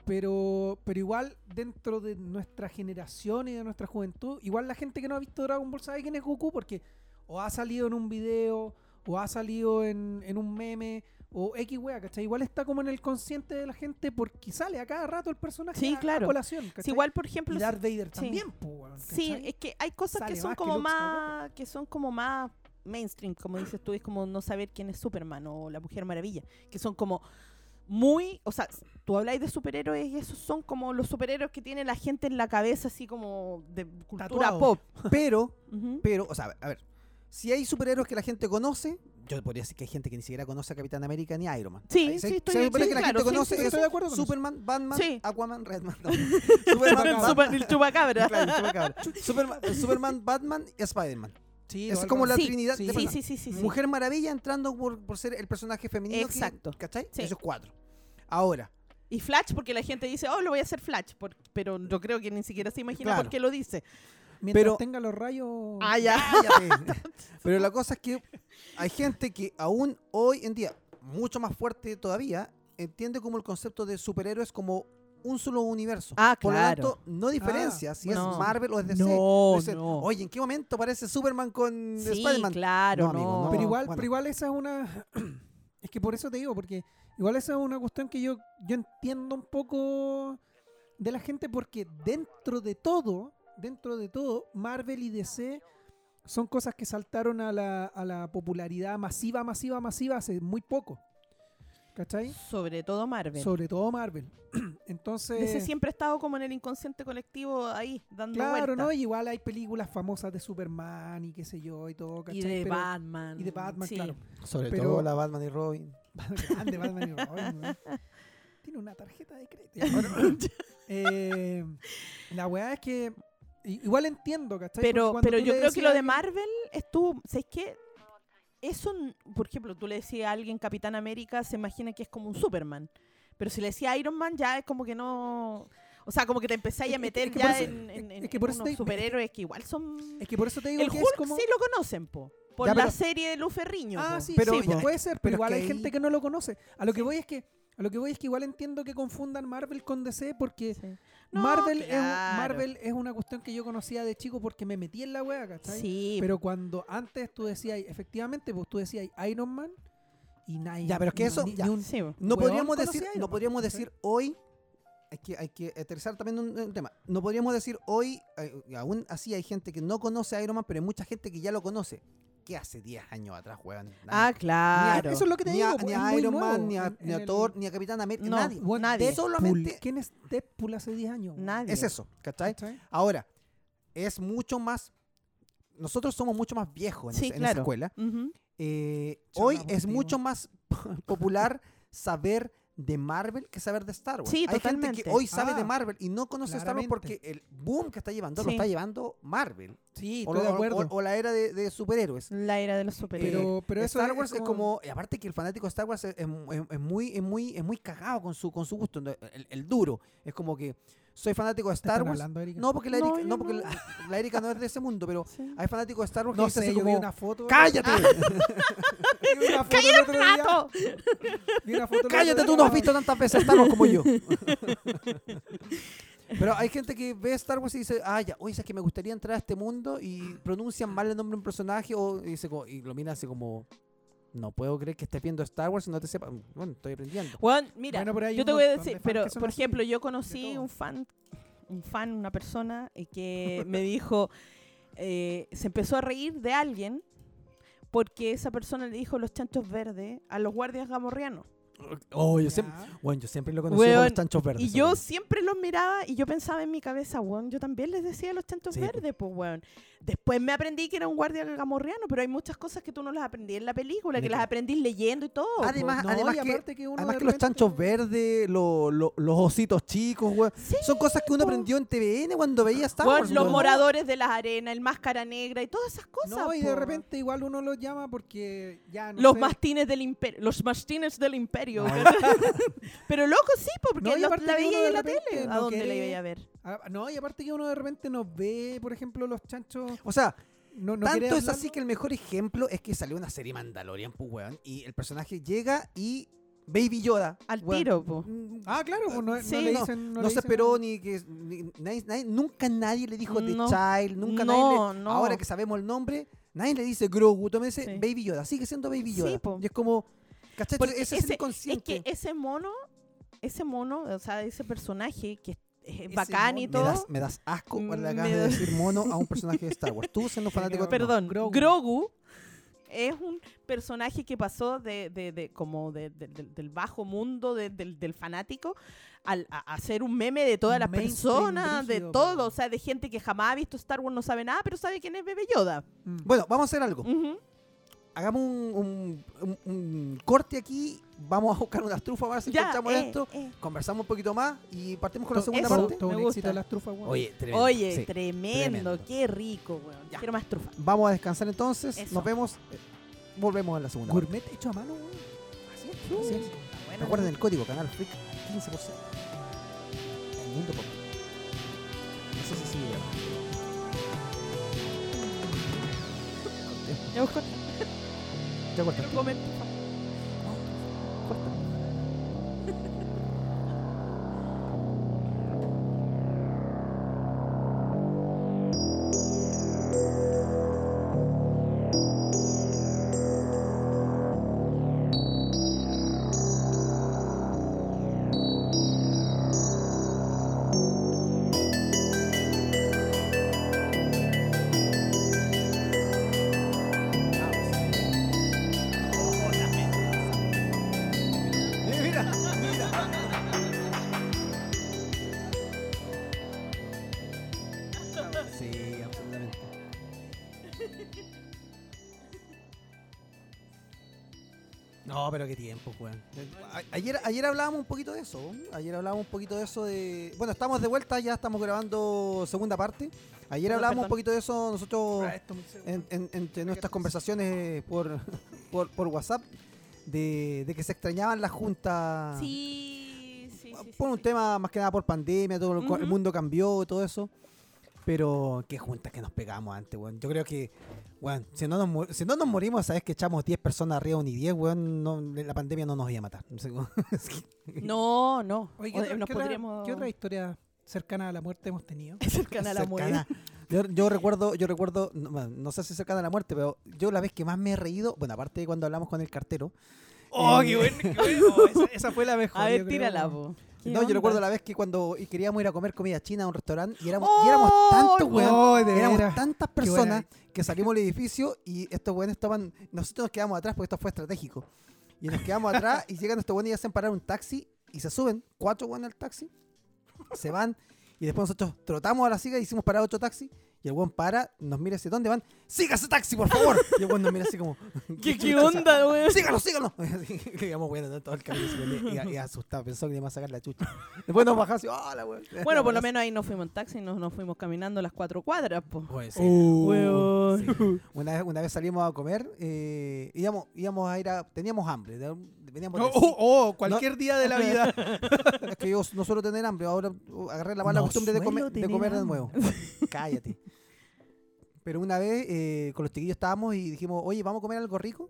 [SPEAKER 3] Pero, pero igual, dentro de nuestra generación y de nuestra juventud, igual la gente que no ha visto Dragon Ball sabe quién es Goku porque o ha salido en un video, o ha salido en, en un meme, o X wea, ¿cachai? Igual está como en el consciente de la gente porque sale a cada rato el personaje
[SPEAKER 2] Sí,
[SPEAKER 3] a, a
[SPEAKER 2] claro.
[SPEAKER 3] colación,
[SPEAKER 2] Sí,
[SPEAKER 3] ¿cachai?
[SPEAKER 2] igual, por ejemplo,
[SPEAKER 3] y Darth Vader
[SPEAKER 2] sí.
[SPEAKER 3] también, po, weón,
[SPEAKER 2] Sí,
[SPEAKER 3] ¿cachai?
[SPEAKER 2] es que hay cosas
[SPEAKER 3] Sale
[SPEAKER 2] que son
[SPEAKER 3] más que
[SPEAKER 2] como
[SPEAKER 3] Luke
[SPEAKER 2] más, que son como más mainstream, como dices tú, es como no saber quién es Superman o la Mujer Maravilla, que son como muy, o sea, s- tú habláis de superhéroes y esos son como los superhéroes que tiene la gente en la cabeza, así como de cultura
[SPEAKER 3] Tatuado.
[SPEAKER 2] pop.
[SPEAKER 1] Pero,
[SPEAKER 2] Ujú.
[SPEAKER 1] pero, o sea, a ver, si hay superhéroes que la gente conoce, yo podría decir que hay gente que ni siquiera conoce a Capitán América ni a Iron Man.
[SPEAKER 2] Sí,
[SPEAKER 1] Ahí
[SPEAKER 2] sí, estoy-
[SPEAKER 1] si hay superhéroes
[SPEAKER 2] sí,
[SPEAKER 1] que la
[SPEAKER 2] claro,
[SPEAKER 1] gente
[SPEAKER 2] sí,
[SPEAKER 1] conoce,
[SPEAKER 2] sí,
[SPEAKER 1] es
[SPEAKER 3] estoy de acuerdo con
[SPEAKER 1] Superman, Batman,
[SPEAKER 2] Sí.
[SPEAKER 1] Aquaman, Redman. no. Superman,
[SPEAKER 2] El
[SPEAKER 1] Batman,
[SPEAKER 2] super- el chupacabra.
[SPEAKER 1] claro, el chupacabra. Superman, eh, Superman, Batman y Spider-Man.
[SPEAKER 3] Sí,
[SPEAKER 1] Es
[SPEAKER 3] lo-
[SPEAKER 1] como la
[SPEAKER 2] Sí,
[SPEAKER 1] trinidad
[SPEAKER 3] sí.
[SPEAKER 1] de
[SPEAKER 2] Sí,
[SPEAKER 1] personajes.
[SPEAKER 2] sí, sí, sí, sí.
[SPEAKER 1] Mujer Maravilla entrando por, por ser el personaje femenino. que-
[SPEAKER 2] Exacto.
[SPEAKER 1] ¿Cachai?
[SPEAKER 2] Sí.
[SPEAKER 1] Esos cuatro. Ahora,
[SPEAKER 2] Y Flash, porque la gente dice, oh, lo voy a hacer Flash, por- pero yo creo que ni siquiera se imagina
[SPEAKER 1] Claro.
[SPEAKER 2] por qué lo dice.
[SPEAKER 3] Mientras
[SPEAKER 1] pero-
[SPEAKER 3] tenga los rayos...
[SPEAKER 2] Ah, ya.
[SPEAKER 1] Cállate. Pero la cosa es que hay gente que aún hoy en día, mucho más fuerte todavía, entiende como el concepto de superhéroes como un solo universo.
[SPEAKER 2] Ah,
[SPEAKER 1] Por lo
[SPEAKER 2] claro. Ah,
[SPEAKER 1] tanto, no diferencia si es
[SPEAKER 2] no.
[SPEAKER 1] Marvel o es DC.
[SPEAKER 2] No,
[SPEAKER 1] Dicen,
[SPEAKER 2] no.
[SPEAKER 1] Oye, ¿en qué momento aparece Superman con
[SPEAKER 2] Sí,
[SPEAKER 1] Spider-Man?
[SPEAKER 2] claro,
[SPEAKER 1] No, amigo, no.
[SPEAKER 3] Pero igual,
[SPEAKER 1] bueno.
[SPEAKER 3] pero igual esa es una. es que por eso te digo, porque igual esa es una cuestión que yo, yo entiendo un poco de la gente, porque dentro de todo, dentro de todo, Marvel y DC son cosas que saltaron a la, a la popularidad masiva, masiva, masiva hace muy poco. ¿Cachai?
[SPEAKER 2] Sobre todo Marvel.
[SPEAKER 3] Sobre todo Marvel.
[SPEAKER 2] Ese
[SPEAKER 3] Entonces.
[SPEAKER 2] siempre ha estado como en el inconsciente colectivo ahí, dando
[SPEAKER 3] Claro,
[SPEAKER 2] vuelta.
[SPEAKER 3] ¿no? Y igual hay películas famosas de Superman y qué sé yo y todo, ¿cachai?
[SPEAKER 2] Y de
[SPEAKER 3] Pero-
[SPEAKER 2] Batman.
[SPEAKER 3] y de Batman,
[SPEAKER 2] sí.
[SPEAKER 3] claro.
[SPEAKER 1] Sobre
[SPEAKER 3] Pero-
[SPEAKER 1] todo la Batman y Robin.
[SPEAKER 3] Grande Batman y Robin, weón. Tiene una tarjeta de crédito. Ya, bueno, eh, la weá es que. i- Igual entiendo, ¿cachai? Porque
[SPEAKER 2] Pero,
[SPEAKER 3] cuando
[SPEAKER 2] pero
[SPEAKER 3] tú
[SPEAKER 2] yo
[SPEAKER 3] le
[SPEAKER 2] creo que lo de
[SPEAKER 3] decías a alguien-
[SPEAKER 2] Marvel estuvo. ¿Sabes qué? Eso, n- por ejemplo, tú le decías a alguien Capitán América, se imagina que es como un Superman. Pero si le decía Iron Man, ya es como que no. O sea, como que te empezáis
[SPEAKER 3] Es-
[SPEAKER 2] a
[SPEAKER 3] es-
[SPEAKER 2] meter
[SPEAKER 3] es que por
[SPEAKER 2] ya
[SPEAKER 3] eso-
[SPEAKER 2] en, en-
[SPEAKER 3] es-
[SPEAKER 2] en-
[SPEAKER 3] es que por
[SPEAKER 2] en
[SPEAKER 3] eso
[SPEAKER 2] unos
[SPEAKER 3] te-
[SPEAKER 2] superhéroes que igual son.
[SPEAKER 3] Es que por eso te digo
[SPEAKER 2] El
[SPEAKER 3] que
[SPEAKER 2] Hulk
[SPEAKER 3] es como.
[SPEAKER 2] sí lo conocen, po. Por
[SPEAKER 1] Ya,
[SPEAKER 2] la
[SPEAKER 1] pero-
[SPEAKER 2] serie de Lu Ferriño.
[SPEAKER 3] Ah,
[SPEAKER 2] po.
[SPEAKER 3] sí,
[SPEAKER 1] Pero
[SPEAKER 3] sí,
[SPEAKER 1] ya,
[SPEAKER 3] puede ser,
[SPEAKER 1] pero
[SPEAKER 3] pero
[SPEAKER 1] es
[SPEAKER 3] igual
[SPEAKER 1] que
[SPEAKER 3] hay
[SPEAKER 1] ahí-
[SPEAKER 3] gente que no lo conoce. A lo que voy es que. A lo que voy es que igual entiendo que confundan Marvel con DC porque
[SPEAKER 2] Sí. No,
[SPEAKER 3] Marvel, es, un-
[SPEAKER 2] claro.
[SPEAKER 3] Marvel es una cuestión que yo conocía de chico porque me metí en la wea, ¿cachai?
[SPEAKER 2] Sí,
[SPEAKER 3] Pero cuando antes tú decías, efectivamente, pues tú decías Iron Man y nadie.
[SPEAKER 1] Ya, pero es que
[SPEAKER 3] ni-
[SPEAKER 1] eso-
[SPEAKER 3] ni-
[SPEAKER 1] ya.
[SPEAKER 3] ni un-
[SPEAKER 2] sí, po.
[SPEAKER 1] No
[SPEAKER 3] Weón,
[SPEAKER 1] podríamos
[SPEAKER 3] conocí
[SPEAKER 1] decir,
[SPEAKER 3] a Iron
[SPEAKER 1] no
[SPEAKER 3] Man,
[SPEAKER 1] podríamos
[SPEAKER 3] ¿cachai?
[SPEAKER 1] decir hoy, hay que, hay que aterrizar también un, un tema, no podríamos decir hoy, eh, aún así hay gente que no conoce a Iron Man, pero hay mucha gente que ya lo conoce. Que hace 10 años atrás, weón?
[SPEAKER 2] Ah,
[SPEAKER 1] Nadie.
[SPEAKER 2] claro.
[SPEAKER 3] Eso es lo que te
[SPEAKER 1] Ni
[SPEAKER 3] digo.
[SPEAKER 1] a,
[SPEAKER 3] pues,
[SPEAKER 1] ni
[SPEAKER 3] es
[SPEAKER 1] a
[SPEAKER 3] muy
[SPEAKER 1] Iron Man,
[SPEAKER 3] nuevo
[SPEAKER 1] ni a,
[SPEAKER 3] en-
[SPEAKER 1] ni a
[SPEAKER 3] en el-
[SPEAKER 1] Thor, ni a Capitán América,
[SPEAKER 2] No,
[SPEAKER 1] nadie.
[SPEAKER 3] Bueno,
[SPEAKER 2] nadie.
[SPEAKER 3] Deadpool.
[SPEAKER 1] Solamente-
[SPEAKER 3] ¿Quién es Deadpool hace 10 años?
[SPEAKER 2] Nadie.
[SPEAKER 1] Es eso, ¿cachai?
[SPEAKER 3] ¿Cachai?
[SPEAKER 1] Ahora, es mucho más... Nosotros somos mucho más viejos en,
[SPEAKER 2] Sí,
[SPEAKER 1] esa- en esa
[SPEAKER 2] claro.
[SPEAKER 1] escuela.
[SPEAKER 2] Ujú.
[SPEAKER 1] Eh,
[SPEAKER 3] Charlamos
[SPEAKER 1] hoy es
[SPEAKER 3] contigo.
[SPEAKER 1] mucho más popular saber de Marvel que saber de Star Wars.
[SPEAKER 2] Sí,
[SPEAKER 1] Hay gente
[SPEAKER 2] totalmente.
[SPEAKER 1] que hoy sabe de
[SPEAKER 3] Ah,
[SPEAKER 1] Marvel y no conoce a Star Wars porque
[SPEAKER 3] claramente.
[SPEAKER 1] el boom que está llevando lo
[SPEAKER 2] Sí.
[SPEAKER 1] está llevando Marvel.
[SPEAKER 3] Sí,
[SPEAKER 1] O,
[SPEAKER 3] estoy de
[SPEAKER 1] lo- o-
[SPEAKER 3] acuerdo.
[SPEAKER 1] o- o la era de, de superhéroes. Eh,
[SPEAKER 2] La era de los superhéroes.
[SPEAKER 3] pero, pero eso
[SPEAKER 1] Star
[SPEAKER 3] es-
[SPEAKER 1] Wars
[SPEAKER 3] es
[SPEAKER 1] es como... y aparte que el fanático de Star Wars es, es- es- es muy, es, muy, es muy cagado con su, con su gusto, ¿no? el, el duro. Es como que soy fanático de
[SPEAKER 3] ¿Te están
[SPEAKER 1] Star Wars.
[SPEAKER 3] hablando, Erika?
[SPEAKER 1] No, porque, la
[SPEAKER 2] No,
[SPEAKER 1] Erika,
[SPEAKER 2] yo
[SPEAKER 1] no, porque
[SPEAKER 2] no.
[SPEAKER 1] la, la Erika no es de ese mundo, pero
[SPEAKER 2] Sí.
[SPEAKER 1] hay fanáticos de Star Wars que
[SPEAKER 3] No
[SPEAKER 1] dicen
[SPEAKER 3] sé,
[SPEAKER 1] así
[SPEAKER 3] yo
[SPEAKER 1] como...
[SPEAKER 3] vi una foto. Ah.
[SPEAKER 1] ¡Cállate!
[SPEAKER 3] Vi una foto el otro día,
[SPEAKER 2] ¡Gato!
[SPEAKER 3] vi una foto el otro
[SPEAKER 1] Cállate,
[SPEAKER 3] día,
[SPEAKER 1] tú no has
[SPEAKER 3] weón.
[SPEAKER 1] visto tantas veces Star Wars como yo. Pero hay gente que ve Star Wars y dice, ah, ya, oye, es que me gustaría entrar a este mundo y pronuncian mal el nombre de un personaje o y dice como, y lo mira así como, no puedo creer que estés viendo Star Wars y no te sepa. Bueno, estoy aprendiendo.
[SPEAKER 2] Weón, mira,
[SPEAKER 3] Bueno, pero hay
[SPEAKER 2] yo
[SPEAKER 3] un
[SPEAKER 2] te voy a
[SPEAKER 3] montón de
[SPEAKER 2] decir,
[SPEAKER 3] fans
[SPEAKER 2] pero
[SPEAKER 3] que son
[SPEAKER 2] por
[SPEAKER 3] así,
[SPEAKER 2] ejemplo, yo
[SPEAKER 3] de
[SPEAKER 2] conocí
[SPEAKER 3] todo.
[SPEAKER 2] un fan, un fan, una persona eh, que me dijo, eh, se empezó a reír de alguien porque esa persona le dijo los chanchos verdes a los guardias gamorrianos.
[SPEAKER 1] Oh, yo
[SPEAKER 3] Ya.
[SPEAKER 1] siempre, bueno, yo siempre lo conocí como
[SPEAKER 2] Weón,
[SPEAKER 1] los chanchos verdes.
[SPEAKER 2] Y yo
[SPEAKER 1] weón.
[SPEAKER 2] siempre los miraba y yo pensaba en mi cabeza, weón, yo también les decía los chanchos
[SPEAKER 1] Sí, po.
[SPEAKER 2] verdes, pues, weón. Después me aprendí que era un guardia gamorreano, pero hay muchas cosas que tú no las aprendí en la película, que
[SPEAKER 1] Mira.
[SPEAKER 2] las aprendí leyendo y todo. po.
[SPEAKER 1] Además,
[SPEAKER 3] pues, No,
[SPEAKER 1] además
[SPEAKER 3] y
[SPEAKER 1] que,
[SPEAKER 3] aparte que uno
[SPEAKER 1] además
[SPEAKER 3] de
[SPEAKER 1] que los
[SPEAKER 3] repente-
[SPEAKER 1] chanchos verdes, lo- lo- los ositos chicos, weón.
[SPEAKER 2] Sí,
[SPEAKER 1] Son cosas que uno
[SPEAKER 2] po.
[SPEAKER 1] aprendió en TVN cuando veía Star
[SPEAKER 2] Weón,
[SPEAKER 1] Wars,
[SPEAKER 2] los
[SPEAKER 1] weón.
[SPEAKER 2] moradores de las arenas, el máscara negra y todas esas cosas.
[SPEAKER 3] No, y de
[SPEAKER 2] po.
[SPEAKER 3] repente igual uno los llama porque ya no
[SPEAKER 2] Los
[SPEAKER 3] sé.
[SPEAKER 2] mastines del imperio. Los mastines del imperio.
[SPEAKER 1] No.
[SPEAKER 2] pero loco, sí, po, porque
[SPEAKER 3] No, y
[SPEAKER 2] los-
[SPEAKER 3] aparte
[SPEAKER 2] la
[SPEAKER 3] que uno
[SPEAKER 2] veía
[SPEAKER 3] de
[SPEAKER 2] en la
[SPEAKER 3] repente
[SPEAKER 2] tele. ¿A
[SPEAKER 3] no
[SPEAKER 2] dónde la
[SPEAKER 3] quiere-
[SPEAKER 2] iba a ver?
[SPEAKER 3] Ah, No, y aparte que uno de repente nos ve, por ejemplo, los chanchos.
[SPEAKER 1] O sea,
[SPEAKER 3] No, no quiere
[SPEAKER 1] tanto es
[SPEAKER 3] hablar-
[SPEAKER 1] así que el mejor ejemplo es que salió una serie Mandalorian, pues, weón. Y el personaje llega y Baby Yoda.
[SPEAKER 2] Al
[SPEAKER 1] weón,
[SPEAKER 2] tiro, po.
[SPEAKER 1] mm,
[SPEAKER 3] Ah, claro, pues, no, no
[SPEAKER 2] Sí.
[SPEAKER 3] le
[SPEAKER 1] No,
[SPEAKER 3] dicen.
[SPEAKER 1] No,
[SPEAKER 3] le
[SPEAKER 1] se
[SPEAKER 3] dicen
[SPEAKER 1] esperó
[SPEAKER 3] nada.
[SPEAKER 1] ni que. ni- nadie- nadie- nunca nadie le dijo The
[SPEAKER 2] No.
[SPEAKER 1] Child, nunca
[SPEAKER 2] No,
[SPEAKER 1] nadie. le-
[SPEAKER 2] no.
[SPEAKER 1] Ahora que sabemos el nombre, nadie le dice Grogu. Tome ese
[SPEAKER 2] Sí.
[SPEAKER 1] Baby Yoda, sigue siendo Baby
[SPEAKER 2] Sí,
[SPEAKER 1] Yoda.
[SPEAKER 2] po.
[SPEAKER 1] y es como. ¿Cachai?
[SPEAKER 2] Porque
[SPEAKER 1] Ese, es
[SPEAKER 2] ese-
[SPEAKER 1] el
[SPEAKER 2] Es
[SPEAKER 1] inconsciente.
[SPEAKER 2] que ese mono, ese mono, o sea, ese personaje que es- es
[SPEAKER 3] Ese
[SPEAKER 2] bacán y
[SPEAKER 3] mono.
[SPEAKER 1] me,
[SPEAKER 2] todo. Mm,
[SPEAKER 1] das, me das asco cuando le acabas
[SPEAKER 2] Me
[SPEAKER 1] de
[SPEAKER 2] da-
[SPEAKER 1] decir mono a un personaje de Star Wars. Tú siendo fanático de
[SPEAKER 2] Perdón,
[SPEAKER 3] Grogu.
[SPEAKER 2] Grogu. es un personaje que pasó de, de- de- como de- de- del- del bajo mundo de- del, del fanático al, a, a ser un meme de todas las
[SPEAKER 3] Mainstream
[SPEAKER 2] personas, de
[SPEAKER 3] brígido, po.
[SPEAKER 2] todo, o sea, de gente que jamás ha visto Star Wars, no sabe nada, pero sabe quién es Bebe Yoda.
[SPEAKER 3] Mm.
[SPEAKER 1] Bueno, vamos a hacer algo.
[SPEAKER 2] Ujú.
[SPEAKER 1] Hagamos un, un- un- un corte aquí. Vamos a buscar unas trufas a ver si
[SPEAKER 2] Ya,
[SPEAKER 1] encontramos
[SPEAKER 2] eh,
[SPEAKER 1] esto.
[SPEAKER 2] eh.
[SPEAKER 1] Conversamos un poquito más y partimos con la segunda
[SPEAKER 2] eso.
[SPEAKER 1] parte.
[SPEAKER 3] Todo
[SPEAKER 2] me
[SPEAKER 3] un éxito
[SPEAKER 2] gusta.
[SPEAKER 3] las trufas, weón.
[SPEAKER 1] Oye, tremendo.
[SPEAKER 2] Oye,
[SPEAKER 1] sí.
[SPEAKER 2] tremendo,
[SPEAKER 1] tremendo.
[SPEAKER 2] qué rico, weón.
[SPEAKER 1] Ya.
[SPEAKER 2] Quiero más trufa.
[SPEAKER 1] Vamos a descansar entonces.
[SPEAKER 2] Eso.
[SPEAKER 1] Nos vemos. Eh, Volvemos en la segunda. parte.
[SPEAKER 3] Gourmet hecho a mano, weón. Así es,
[SPEAKER 2] Uh,
[SPEAKER 3] así es.
[SPEAKER 2] bueno.
[SPEAKER 1] Recuerden el código Canal Freak 15%. El mundo pop. Eso sí sigue grabando.
[SPEAKER 2] Ya busco-
[SPEAKER 1] Ya corta.
[SPEAKER 2] quiero comer trufa.
[SPEAKER 1] Mira, mira. Sí, absolutamente. No, pero qué tiempo, weón. A- Ayer, ayer hablábamos un poquito de eso. ¿eh? Ayer hablábamos un poquito de eso de. Bueno, estamos de vuelta, ya estamos grabando segunda parte. Ayer
[SPEAKER 2] No,
[SPEAKER 1] hablábamos un
[SPEAKER 2] perdón.
[SPEAKER 1] poquito de eso nosotros
[SPEAKER 3] Ah, esto me hizo-
[SPEAKER 1] en- en- entre nuestras conversaciones por, por, por WhatsApp de, de que se extrañaban las juntas.
[SPEAKER 2] Sí, sí, sí, sí,
[SPEAKER 1] por Ah. un
[SPEAKER 2] sí.
[SPEAKER 1] tema más que nada por pandemia, todo lo cual- el
[SPEAKER 2] Ujú.
[SPEAKER 1] mundo cambió y todo eso. Pero qué juntas que nos pegamos antes, weón. Yo creo que, weón, si no nos, mu- si no nos morimos, sabes que echamos 10 personas arriba, ni 10, weón, no- la pandemia no nos iba a matar. No sé, weón. Es que-
[SPEAKER 2] No, no.
[SPEAKER 3] Oye, ¿qué
[SPEAKER 2] O-
[SPEAKER 3] otra-
[SPEAKER 2] nos
[SPEAKER 3] qué otra-
[SPEAKER 2] podríamos.
[SPEAKER 3] ¿Qué otra historia cercana a la muerte hemos tenido?
[SPEAKER 2] cercana a la muerte.
[SPEAKER 1] cercana. Yo, yo recuerdo, yo recuerdo, no, bueno, no sé si cercana a la muerte, pero yo la vez que más me he reído, bueno, aparte de cuando hablamos con el cartero.
[SPEAKER 3] Oh,
[SPEAKER 1] eh,
[SPEAKER 3] qué bueno, qué bueno. Oh, esa, esa fue la mejor.
[SPEAKER 2] A
[SPEAKER 3] yo
[SPEAKER 2] ver,
[SPEAKER 3] creo.
[SPEAKER 2] tírala, po. ¿Qué
[SPEAKER 1] No, yo
[SPEAKER 2] onda?
[SPEAKER 1] recuerdo la vez que cuando y queríamos ir a comer comida china a un restaurante y éramos, y éramos tantos,
[SPEAKER 2] ¡Oh,
[SPEAKER 1] weón.
[SPEAKER 3] no! De
[SPEAKER 1] éramos
[SPEAKER 3] veras.
[SPEAKER 1] tantas
[SPEAKER 3] buena
[SPEAKER 1] personas que salimos del edificio y estos weones estaban. Nosotros nos quedamos atrás porque esto fue estratégico. Y nos quedamos atrás y llegan estos weones y hacen parar un taxi y se suben cuatro weones al taxi, se van y después nosotros trotamos a la siga y hicimos parar otro taxi. Y el weón para, nos mira hacia dónde van. ¡Siga ese taxi, por favor! Y el weón nos mira así como.
[SPEAKER 2] ¿Qué, qué
[SPEAKER 1] chucha?
[SPEAKER 2] onda, weón?
[SPEAKER 1] sígalo, sígalo. Que digamos, bueno, no, todo el camino se venía y, a- y asustado, pensó que le iba a sacar la chucha. Después nos bajamos y, ¡hola, weón!
[SPEAKER 2] Bueno, por lo menos ahí no fuimos en taxi, nos, nos fuimos caminando las cuatro cuadras, po.
[SPEAKER 1] Pues, sí.
[SPEAKER 2] Oh.
[SPEAKER 3] Uh,
[SPEAKER 2] Weón.
[SPEAKER 1] Sí. Una, vez, una vez salimos a comer, eh, íbamos, íbamos a ir a. Teníamos hambre. de- Veníamos
[SPEAKER 3] Oh,
[SPEAKER 1] del-
[SPEAKER 3] oh, oh, cualquier día de la vida.
[SPEAKER 1] Es que yo no suelo tener hambre, ahora uh, agarré la mala
[SPEAKER 2] No
[SPEAKER 1] costumbre de,
[SPEAKER 2] suelo
[SPEAKER 1] comer- de
[SPEAKER 2] tener
[SPEAKER 1] comer de
[SPEAKER 2] hambre.
[SPEAKER 1] nuevo. Cállate. Pero una vez eh, con los chiquillos estábamos y dijimos, oye, vamos a comer algo rico.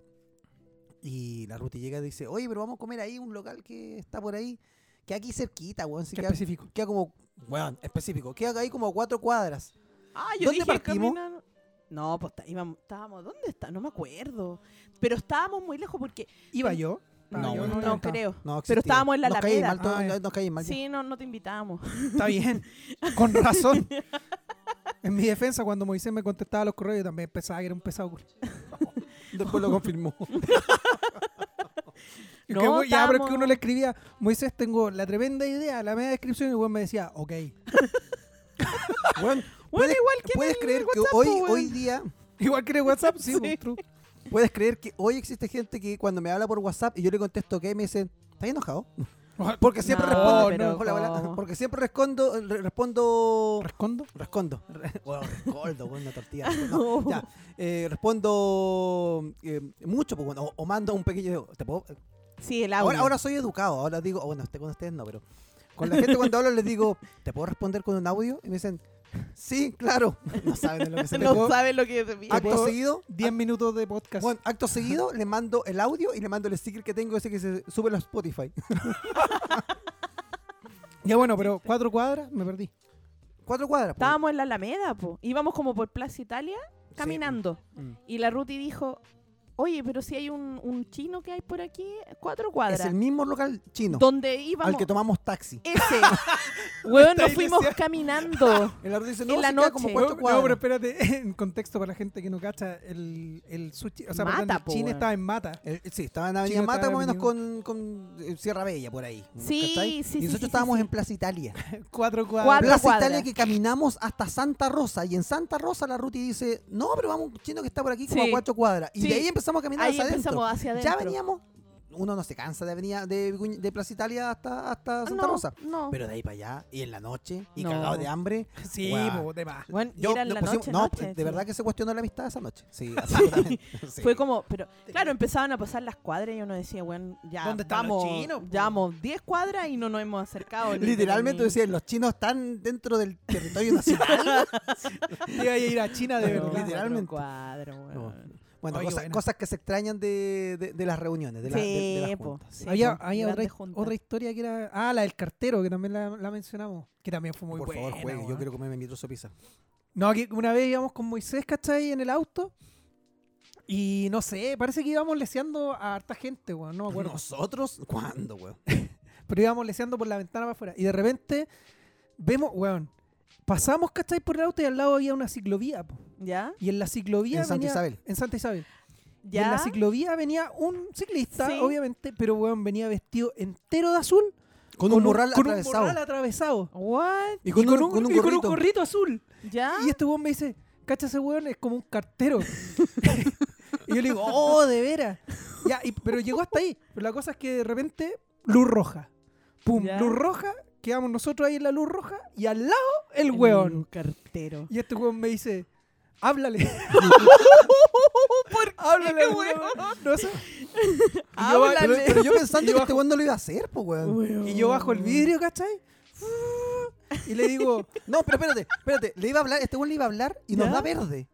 [SPEAKER 1] Y la Ruti llega y dice, oye, pero vamos a comer ahí un local que está por ahí, que aquí cerquita, weón. sí,
[SPEAKER 3] Qué
[SPEAKER 1] queda,
[SPEAKER 3] específico.
[SPEAKER 1] queda como, weón, específico, queda ahí como a cuatro cuadras.
[SPEAKER 2] Ah, yo
[SPEAKER 1] ¿Dónde
[SPEAKER 2] dije
[SPEAKER 1] partimos?
[SPEAKER 2] caminar- No, pues ta- íbamos, estábamos, ¿dónde está? No me acuerdo. Pero estábamos muy lejos porque.
[SPEAKER 3] ¿Iba yo?
[SPEAKER 1] No,
[SPEAKER 3] Ah, yo
[SPEAKER 1] bueno,
[SPEAKER 2] no,
[SPEAKER 3] iba.
[SPEAKER 2] creo.
[SPEAKER 1] No
[SPEAKER 2] Pero
[SPEAKER 1] existía.
[SPEAKER 2] estábamos en la
[SPEAKER 1] nos caí
[SPEAKER 2] Alameda.
[SPEAKER 1] mal, todo-
[SPEAKER 3] Ah, ya.
[SPEAKER 1] nos caí mal.
[SPEAKER 2] Sí, no, no te invitamos.
[SPEAKER 3] Está bien. Con razón. En mi defensa, cuando Moisés me contestaba los correos, yo también pensaba que era un pesado.
[SPEAKER 1] Después lo confirmó.
[SPEAKER 3] Y
[SPEAKER 2] No,
[SPEAKER 3] que, güey, ya, pero es
[SPEAKER 2] estábamos-
[SPEAKER 3] que uno le escribía, Moisés, tengo la tremenda idea, la media descripción, y el güey me decía, ok.
[SPEAKER 1] Weón,
[SPEAKER 2] Bueno,
[SPEAKER 1] ¿Puedes,
[SPEAKER 2] igual que en
[SPEAKER 1] puedes
[SPEAKER 2] el
[SPEAKER 1] creer que
[SPEAKER 2] WhatsApp,
[SPEAKER 1] hoy,
[SPEAKER 2] po, weón.
[SPEAKER 1] hoy día
[SPEAKER 3] Igual que en el WhatsApp, sí,
[SPEAKER 2] Sí.
[SPEAKER 3] pues, true.
[SPEAKER 1] puedes creer que hoy existe gente que cuando me habla por WhatsApp y yo le contesto que me dicen, ¿estás enojado? Porque siempre
[SPEAKER 2] No,
[SPEAKER 1] respondo,
[SPEAKER 2] pero
[SPEAKER 1] hola, hola,
[SPEAKER 2] ¿cómo?
[SPEAKER 1] porque siempre respondo, re- respondo,
[SPEAKER 3] ¿Rescondo?
[SPEAKER 1] respondo, Re- weón, rescoldo, weón, una tortilla. No, ya. Eh, respondo eh, mucho, pues, bueno, o, o mando un pequeño, ¿te puedo?
[SPEAKER 2] Sí, el audio.
[SPEAKER 1] Ahora, ahora soy educado, ahora digo, bueno, este con ustedes no, pero con la gente cuando hablo les digo, ¿te puedo responder con un audio? Y me dicen, sí, claro. No saben de lo que se
[SPEAKER 2] no
[SPEAKER 1] trata.
[SPEAKER 2] saben lo que te pide.
[SPEAKER 1] Acto seguido,
[SPEAKER 3] 10 minutos de podcast.
[SPEAKER 1] Bueno, acto seguido le mando el audio y le mando el sticker que tengo ese que se sube a Spotify.
[SPEAKER 3] Ya bueno, pero cuatro cuadras me perdí.
[SPEAKER 1] Cuatro cuadras. po.
[SPEAKER 2] Estábamos en la Alameda, po. Íbamos como por Plaza Italia
[SPEAKER 1] Sí.
[SPEAKER 2] caminando.
[SPEAKER 1] Mm.
[SPEAKER 2] Y la Ruti dijo, oye, pero si hay un, un chino que hay por aquí, cuatro cuadras.
[SPEAKER 1] Es el mismo local chino
[SPEAKER 2] Donde íbamos.
[SPEAKER 1] al que tomamos taxi.
[SPEAKER 2] Ese. Weón, nos
[SPEAKER 3] Está
[SPEAKER 2] fuimos
[SPEAKER 3] iglesia.
[SPEAKER 2] caminando.
[SPEAKER 1] El árbitro dice,
[SPEAKER 2] En
[SPEAKER 1] no,
[SPEAKER 2] la
[SPEAKER 1] se queda como
[SPEAKER 2] noche.
[SPEAKER 1] cuatro
[SPEAKER 3] No,
[SPEAKER 1] cuadras.
[SPEAKER 3] pero espérate, en contexto para la gente que no cacha, el, el sushi, o sea,
[SPEAKER 2] Mata,
[SPEAKER 3] perdón, el
[SPEAKER 2] po,
[SPEAKER 3] chino
[SPEAKER 2] weón.
[SPEAKER 3] estaba en mata.
[SPEAKER 1] El- Eh, sí, estaba en Avenida
[SPEAKER 3] Chino
[SPEAKER 1] Mata
[SPEAKER 3] estaba
[SPEAKER 1] más o menos
[SPEAKER 3] en
[SPEAKER 1] con, con, eh, Sierra Bella por ahí.
[SPEAKER 2] Sí, sí, sí,
[SPEAKER 1] Y nosotros
[SPEAKER 2] sí, sí,
[SPEAKER 1] estábamos
[SPEAKER 2] sí.
[SPEAKER 1] en Plaza Italia.
[SPEAKER 2] Cuatro.
[SPEAKER 3] Cuatro cuadras.
[SPEAKER 1] Plaza
[SPEAKER 2] cuadras.
[SPEAKER 1] Italia que caminamos hasta Santa Rosa. Y en Santa Rosa la Ruti dice, no, pero vamos a un chino que está por aquí como
[SPEAKER 2] Sí.
[SPEAKER 1] a cuatro cuadras. Y
[SPEAKER 2] Sí.
[SPEAKER 1] de ahí empezamos a caminar
[SPEAKER 2] Ahí
[SPEAKER 1] hacia adentro.
[SPEAKER 2] empezamos hacia adentro.
[SPEAKER 1] Ya veníamos, uno no se cansa de avenida, de, Vicuña- de Plaza Italia hasta, hasta Santa
[SPEAKER 2] Ah, no,
[SPEAKER 1] Rosa.
[SPEAKER 2] No.
[SPEAKER 1] Pero de ahí para allá, y en la noche, y
[SPEAKER 2] No.
[SPEAKER 1] cagado de hambre.
[SPEAKER 3] Sí,
[SPEAKER 1] Guau.
[SPEAKER 3] po, de más.
[SPEAKER 2] Bueno, y
[SPEAKER 1] Yo-
[SPEAKER 2] era en
[SPEAKER 1] nos
[SPEAKER 2] la
[SPEAKER 1] pusimos-
[SPEAKER 2] noche,
[SPEAKER 1] no,
[SPEAKER 2] noche,
[SPEAKER 1] de
[SPEAKER 2] sí.
[SPEAKER 1] verdad que se cuestionó la amistad esa noche. Sí, absolutamente. Sí.
[SPEAKER 2] Fue como, pero claro, empezaban a pasar las cuadras y uno decía, bueno, ya
[SPEAKER 3] ¿Dónde están los
[SPEAKER 2] vamos,
[SPEAKER 3] chinos, po?
[SPEAKER 2] ya vamos 10 cuadras y no nos hemos acercado. ni-
[SPEAKER 1] Literalmente
[SPEAKER 2] ni-
[SPEAKER 1] decían, los chinos están dentro del territorio nacional.
[SPEAKER 3] Iba a ir a China de
[SPEAKER 2] No,
[SPEAKER 1] Pero-
[SPEAKER 3] verdad.
[SPEAKER 1] literalmente.
[SPEAKER 2] cuatro cuadras, weón.
[SPEAKER 1] bueno,
[SPEAKER 3] Oye,
[SPEAKER 1] cosas-
[SPEAKER 3] bueno.
[SPEAKER 1] cosas que se extrañan de, de- de las reuniones, de, la- de- de
[SPEAKER 2] Sí,
[SPEAKER 1] las
[SPEAKER 2] po,
[SPEAKER 1] juntas.
[SPEAKER 2] sí,
[SPEAKER 3] había
[SPEAKER 2] po,
[SPEAKER 3] había otra,
[SPEAKER 2] grandes
[SPEAKER 3] his-
[SPEAKER 2] juntas.
[SPEAKER 3] otra historia que era. Ah, la del cartero, que también la, la mencionamos. Que también fue muy
[SPEAKER 1] Por
[SPEAKER 3] buena.
[SPEAKER 1] favor, juegue, yo
[SPEAKER 3] weón.
[SPEAKER 1] quiero comerme mi trozo de pizza.
[SPEAKER 3] No, que una vez íbamos con Moisés, ¿cachai? En el auto. Y no sé, parece que íbamos leseando a harta gente, weón. No me acuerdo.
[SPEAKER 1] ¿Nosotros? ¿Cuándo, weón?
[SPEAKER 3] Pero íbamos leseando por la ventana para afuera. Y de repente vemos, weón. Pasamos, ¿cachai? Por el auto y al lado había una ciclovía, po.
[SPEAKER 2] ¿Ya?
[SPEAKER 3] Y en la ciclovía.
[SPEAKER 1] En Santa
[SPEAKER 3] venía-
[SPEAKER 1] Isabel.
[SPEAKER 3] En Santa Isabel. Y
[SPEAKER 2] ¿Ya?
[SPEAKER 3] en la ciclovía venía un ciclista,
[SPEAKER 2] Sí.
[SPEAKER 3] obviamente, pero weón venía vestido entero de azul.
[SPEAKER 1] Con, un morral
[SPEAKER 3] con
[SPEAKER 1] atravesado.
[SPEAKER 3] morral atravesado.
[SPEAKER 2] ¿What?
[SPEAKER 1] y con, un, con un
[SPEAKER 3] y con un
[SPEAKER 1] gorrito.
[SPEAKER 3] gorrito azul.
[SPEAKER 2] ¿Ya?
[SPEAKER 3] Y este weón me dice, cacha ese weón, es como un cartero. y yo le digo, oh, de veras. Ya, y- pero llegó hasta ahí. Pero la cosa es que de repente, luz roja. Pum,
[SPEAKER 2] Ya.
[SPEAKER 3] luz roja. Quedamos nosotros ahí en la luz roja y al lado el
[SPEAKER 2] El
[SPEAKER 3] weón.
[SPEAKER 2] cartero.
[SPEAKER 3] Y este weón me dice, háblale. háblale, al
[SPEAKER 2] weón?
[SPEAKER 3] weón. No sé.
[SPEAKER 2] Ah,
[SPEAKER 3] Y yo-
[SPEAKER 1] Pero,
[SPEAKER 2] Háblale.
[SPEAKER 1] pero yo pensando
[SPEAKER 3] Y
[SPEAKER 1] que
[SPEAKER 3] bajo-
[SPEAKER 1] este weón no lo iba a hacer, pues, weón.
[SPEAKER 2] Weón.
[SPEAKER 3] Y yo bajo el vidrio, ¿cachai? Y le digo,
[SPEAKER 1] No, pero espérate, espérate. Le iba a hablar, este weón le iba a hablar y nos
[SPEAKER 2] ¿Ya?
[SPEAKER 1] da verde.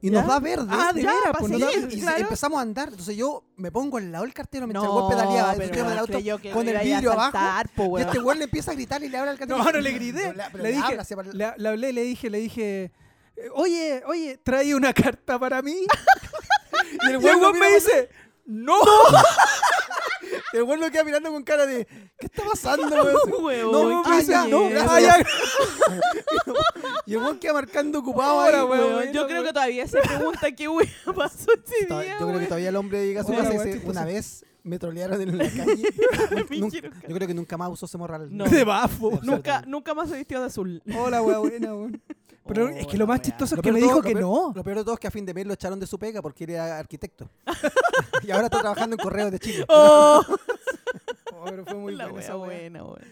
[SPEAKER 1] Y
[SPEAKER 2] ¿Ya?
[SPEAKER 1] nos da verde.
[SPEAKER 3] ah, de
[SPEAKER 2] Ya,
[SPEAKER 3] veras,
[SPEAKER 2] pa'
[SPEAKER 3] pues,
[SPEAKER 1] Y-
[SPEAKER 3] no
[SPEAKER 2] seguir.
[SPEAKER 3] sabes".
[SPEAKER 1] y,
[SPEAKER 2] claro.
[SPEAKER 1] empezamos a andar. Entonces yo me pongo al lado del cartero mientras el weón pedaleaba.
[SPEAKER 2] pero
[SPEAKER 1] yo quedo en el
[SPEAKER 2] weón,
[SPEAKER 1] auto
[SPEAKER 2] creyó que
[SPEAKER 1] con
[SPEAKER 2] lo
[SPEAKER 1] el
[SPEAKER 2] iba a
[SPEAKER 1] vidrio abajo.
[SPEAKER 2] asaltar, po,
[SPEAKER 1] Y
[SPEAKER 2] weón.
[SPEAKER 1] este weón le empieza a gritar y le habla al cartero.
[SPEAKER 3] No, no le grité.
[SPEAKER 1] Pero pero
[SPEAKER 3] Le dije,
[SPEAKER 1] habla hacia-
[SPEAKER 3] le, le hablé, le dije, le dije, eh, oye, oye, trae una carta para mí.
[SPEAKER 1] y el
[SPEAKER 3] y el
[SPEAKER 1] weón lo
[SPEAKER 3] weón
[SPEAKER 1] mira
[SPEAKER 3] me
[SPEAKER 1] con-
[SPEAKER 3] dice, no.
[SPEAKER 1] El weón lo queda mirando con cara de. ¿Qué está pasando, weón?
[SPEAKER 2] Weón,
[SPEAKER 1] No, no,
[SPEAKER 2] qué
[SPEAKER 1] me dice,
[SPEAKER 2] mierda.
[SPEAKER 1] no,
[SPEAKER 3] gracias.
[SPEAKER 1] ah, ya. Y el weón queda marcando ocupado ahora,
[SPEAKER 3] Ahora,
[SPEAKER 1] weón.
[SPEAKER 2] Weón,
[SPEAKER 3] weón,
[SPEAKER 2] yo
[SPEAKER 3] no,
[SPEAKER 2] creo
[SPEAKER 3] weón.
[SPEAKER 2] que todavía se pregunta qué weón pasó ese
[SPEAKER 1] Todavía- yo
[SPEAKER 2] día,
[SPEAKER 1] creo que
[SPEAKER 2] weón.
[SPEAKER 1] todavía el hombre llega a su
[SPEAKER 3] Hola,
[SPEAKER 1] casa y
[SPEAKER 3] weón,
[SPEAKER 1] dice,
[SPEAKER 3] chistoso.
[SPEAKER 1] una vez me trolearon en la calle.
[SPEAKER 2] Me
[SPEAKER 1] Nun-
[SPEAKER 2] quiero cagar.
[SPEAKER 1] yo creo que nunca más usó ese morral.
[SPEAKER 2] No.
[SPEAKER 3] De bafo.
[SPEAKER 1] No.
[SPEAKER 2] Nunca, nunca más se vistió de azul. Oh,
[SPEAKER 3] Hola, wea buena, Oh, weón. Pero es que lo más
[SPEAKER 2] Hola,
[SPEAKER 3] chistoso
[SPEAKER 1] Lo
[SPEAKER 3] es que
[SPEAKER 1] peor
[SPEAKER 3] me
[SPEAKER 1] de todo-
[SPEAKER 3] dijo
[SPEAKER 1] lo
[SPEAKER 3] que
[SPEAKER 1] peor-
[SPEAKER 3] no.
[SPEAKER 1] Lo peor de todo es que a fin de mes lo echaron de su pega porque era arquitecto. y ahora está trabajando en correos de Chile.
[SPEAKER 2] Oh,
[SPEAKER 3] Oh, pero fue muy
[SPEAKER 2] la
[SPEAKER 3] buena
[SPEAKER 2] wea
[SPEAKER 3] esa wea.
[SPEAKER 2] buena, weón.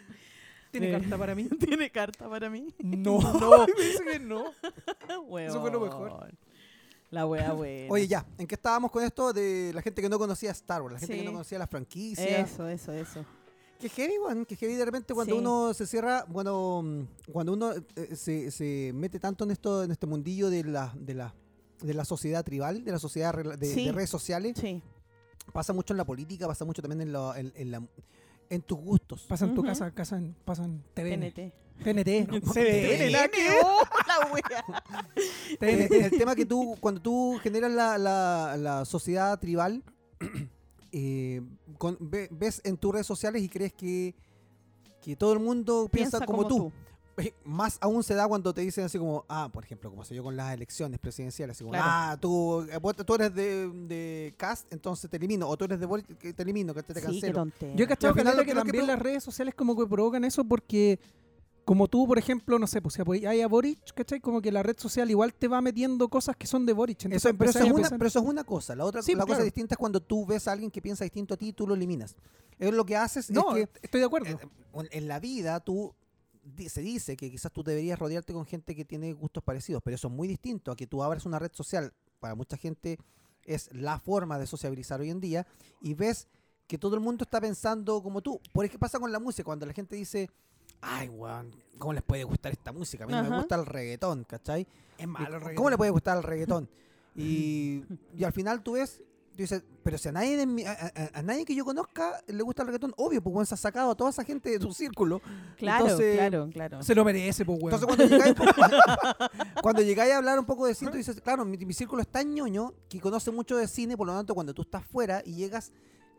[SPEAKER 3] ¿Tiene
[SPEAKER 2] Eh.
[SPEAKER 3] carta para mí?
[SPEAKER 2] ¿Tiene carta para mí?
[SPEAKER 3] No.
[SPEAKER 2] No.
[SPEAKER 3] me dice que no.
[SPEAKER 2] Eso
[SPEAKER 3] fue lo mejor.
[SPEAKER 2] La wea buena.
[SPEAKER 1] Oye, ya, ¿en qué estábamos con esto de la gente que no conocía Star Wars? La gente
[SPEAKER 2] Sí.
[SPEAKER 1] que no conocía las franquicias.
[SPEAKER 2] Eso, eso, eso.
[SPEAKER 1] Que heavy, weón, que heavy de repente cuando
[SPEAKER 2] Sí.
[SPEAKER 1] uno se cierra, bueno, mm, cuando uno eh, se, se mete tanto en esto en este mundillo de la, de la, de la sociedad tribal, de la sociedad rela- de,
[SPEAKER 2] Sí.
[SPEAKER 1] de redes sociales,
[SPEAKER 2] Sí.
[SPEAKER 1] pasa mucho en la política, pasa mucho también en, lo- en, en la- en tus gustos.
[SPEAKER 3] Pasa en tu
[SPEAKER 2] Ujú.
[SPEAKER 3] casa, casa en, pasa en TVN.
[SPEAKER 2] TNT.
[SPEAKER 3] TNT.
[SPEAKER 1] No,
[SPEAKER 3] CDN, nada que ver.
[SPEAKER 2] Oh, la wea.
[SPEAKER 1] Eh,
[SPEAKER 3] TNT.
[SPEAKER 1] el tema que tú, cuando tú generas la, la- la sociedad tribal, eh, con- ve- ves en tus redes sociales y crees que, que todo el mundo piensa, como, tú. Eh, Más aún se da cuando te dicen así como, ah, por ejemplo, como se dio con las elecciones presidenciales, así como,
[SPEAKER 2] Claro.
[SPEAKER 1] ah, tú, eh, vos- tú eres de, de cast, entonces te elimino, o tú eres de Volt, que te elimino, que te, te
[SPEAKER 2] Sí, qué
[SPEAKER 1] cancelo.
[SPEAKER 2] tontea.
[SPEAKER 3] Yo he cachado
[SPEAKER 1] Y al final
[SPEAKER 3] caleta
[SPEAKER 1] lo
[SPEAKER 3] que
[SPEAKER 1] que- lo que
[SPEAKER 3] también
[SPEAKER 1] pro-
[SPEAKER 3] las redes sociales como que provocan eso porque Como tú, por ejemplo, no sé, pues si apoyáis a Boric, ¿cachai? Como que la red social igual te va metiendo cosas que son de Boric. Entonces
[SPEAKER 1] Eso, pero, eso
[SPEAKER 3] empezáis
[SPEAKER 1] es
[SPEAKER 3] a
[SPEAKER 1] una,
[SPEAKER 3] pensar-
[SPEAKER 1] pero eso es una cosa. La otra
[SPEAKER 3] Sí,
[SPEAKER 1] la cosa
[SPEAKER 3] claro.
[SPEAKER 1] distinta es cuando tú ves a alguien que piensa distinto a ti y tú lo eliminas. Es lo que haces
[SPEAKER 3] No,
[SPEAKER 1] es que
[SPEAKER 3] estoy de acuerdo.
[SPEAKER 1] en- Eh, en la vida tú di- se dice que quizás tú deberías rodearte con gente que tiene gustos parecidos, pero eso es muy distinto a que tú abras una red social. Para mucha gente es la forma de sociabilizar hoy en día y ves que todo el mundo está pensando como tú. Por eso pasa con la música, cuando la gente dice, ay, weón, ¿cómo les puede gustar esta música? A mí no me
[SPEAKER 2] Ajá.
[SPEAKER 1] gusta el reggaetón, ¿cachai?
[SPEAKER 3] es malo el
[SPEAKER 1] ¿Cómo le
[SPEAKER 3] reggaetón.
[SPEAKER 1] puede gustar el reggaetón? Y, y al final tú ves, tú dices, pero si a nadie, de mi- a, a- a nadie que yo conozca le gusta el reggaetón, obvio, pues weón, se ha sacado a toda esa gente de tu círculo.
[SPEAKER 2] Claro,
[SPEAKER 1] Entonces-
[SPEAKER 2] claro, claro.
[SPEAKER 3] Se lo merece, pues, weón.
[SPEAKER 1] Entonces cuando llegáis, cuando llegáis a hablar un poco de cine, tú dices, claro, mi, mi círculo es tan ñoño que conoce mucho de cine, por lo tanto cuando tú estás fuera y llegas,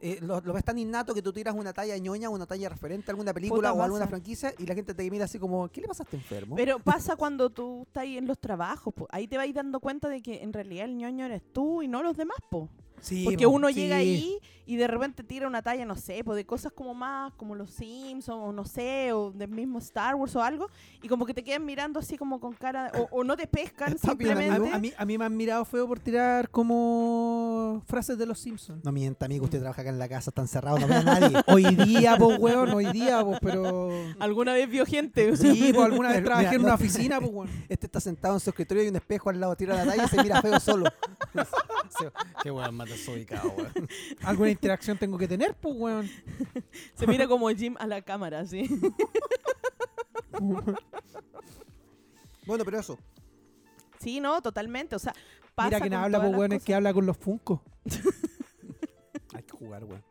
[SPEAKER 1] eh, lo, lo ves tan innato que tú tiras una talla ñoña, una talla referente a alguna película
[SPEAKER 2] Puta
[SPEAKER 1] o a alguna
[SPEAKER 2] masa.
[SPEAKER 1] franquicia y la gente te mira así como, ¿qué le pasaste enfermo?
[SPEAKER 2] Pero pasa cuando tú estás ahí en los trabajos, po. ahí te vais dando cuenta de que en realidad el ñoño eres tú y no los demás, po.
[SPEAKER 3] Sí,
[SPEAKER 2] Porque
[SPEAKER 3] po,
[SPEAKER 2] uno
[SPEAKER 3] sí.
[SPEAKER 2] llega ahí y de repente tira una talla, no sé, po, de cosas como más, como los Simpsons, o no sé, o del mismo Star Wars o algo, y como que te quedan mirando así como con cara, de- o, o no te pescan
[SPEAKER 1] Está bien,
[SPEAKER 3] A,
[SPEAKER 2] simplemente.
[SPEAKER 3] a mí, a mí me han mirado feo por tirar como frases de los Simpsons.
[SPEAKER 1] No mienta, amigo, usted trabaja acá en la casa, está encerrado, no ve a nadie.
[SPEAKER 3] Hoy día, pues, weón, hoy día, pues, pero.
[SPEAKER 2] Alguna vez vio gente.
[SPEAKER 3] Sí, pues, alguna vez
[SPEAKER 1] Pero,
[SPEAKER 3] trabajé
[SPEAKER 1] mira,
[SPEAKER 3] en
[SPEAKER 1] no-
[SPEAKER 3] una oficina, pues, weón.
[SPEAKER 1] Este está sentado en su escritorio y un espejo al lado tira la talla y se mira feo solo. Qué weón más desubicado, weón.
[SPEAKER 3] Alguna interacción tengo que tener, pues, weón.
[SPEAKER 2] Se mira como Jim a la cámara, sí.
[SPEAKER 1] Bueno, pero eso.
[SPEAKER 2] Sí, no, totalmente. O sea, pasa
[SPEAKER 3] Mira quien
[SPEAKER 2] con
[SPEAKER 3] habla,
[SPEAKER 2] todas
[SPEAKER 3] pues,
[SPEAKER 2] las
[SPEAKER 3] weón, es
[SPEAKER 2] cosas.
[SPEAKER 3] que habla con los funcos.
[SPEAKER 1] Hay que jugar, weón.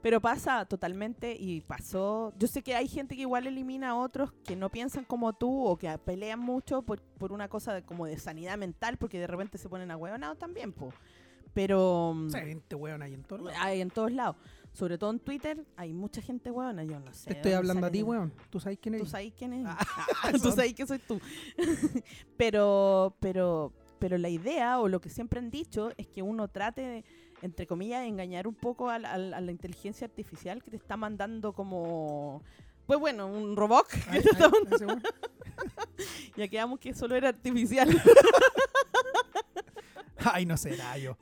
[SPEAKER 2] Pero pasa totalmente y pasó. Yo sé que hay gente que igual elimina a otros que no piensan como tú o que pelean mucho por, por una cosa de- como de sanidad mental porque de repente se ponen a también, po. Pero mm,
[SPEAKER 3] gente, weón, ahí en todo lado.
[SPEAKER 2] hay en todos lados. Sobre todo en Twitter hay mucha gente hueona, yo no sé.
[SPEAKER 3] Te estoy
[SPEAKER 2] dónde
[SPEAKER 3] hablando a
[SPEAKER 2] sale
[SPEAKER 3] ti,
[SPEAKER 2] el-
[SPEAKER 3] weón. Tú sabes quién
[SPEAKER 2] Tú
[SPEAKER 3] eres.
[SPEAKER 2] sabes quién es. Ah, tú sabes que soy tú. pero, pero, pero la idea o lo que siempre han dicho es que uno trate de, entre comillas, de engañar un poco al- al- a, la inteligencia artificial que te está mandando como... Pues bueno, un robot,
[SPEAKER 3] Ahí- ahí- ese weón.
[SPEAKER 2] ya quedamos que solo era artificial.
[SPEAKER 3] Ay, no será yo.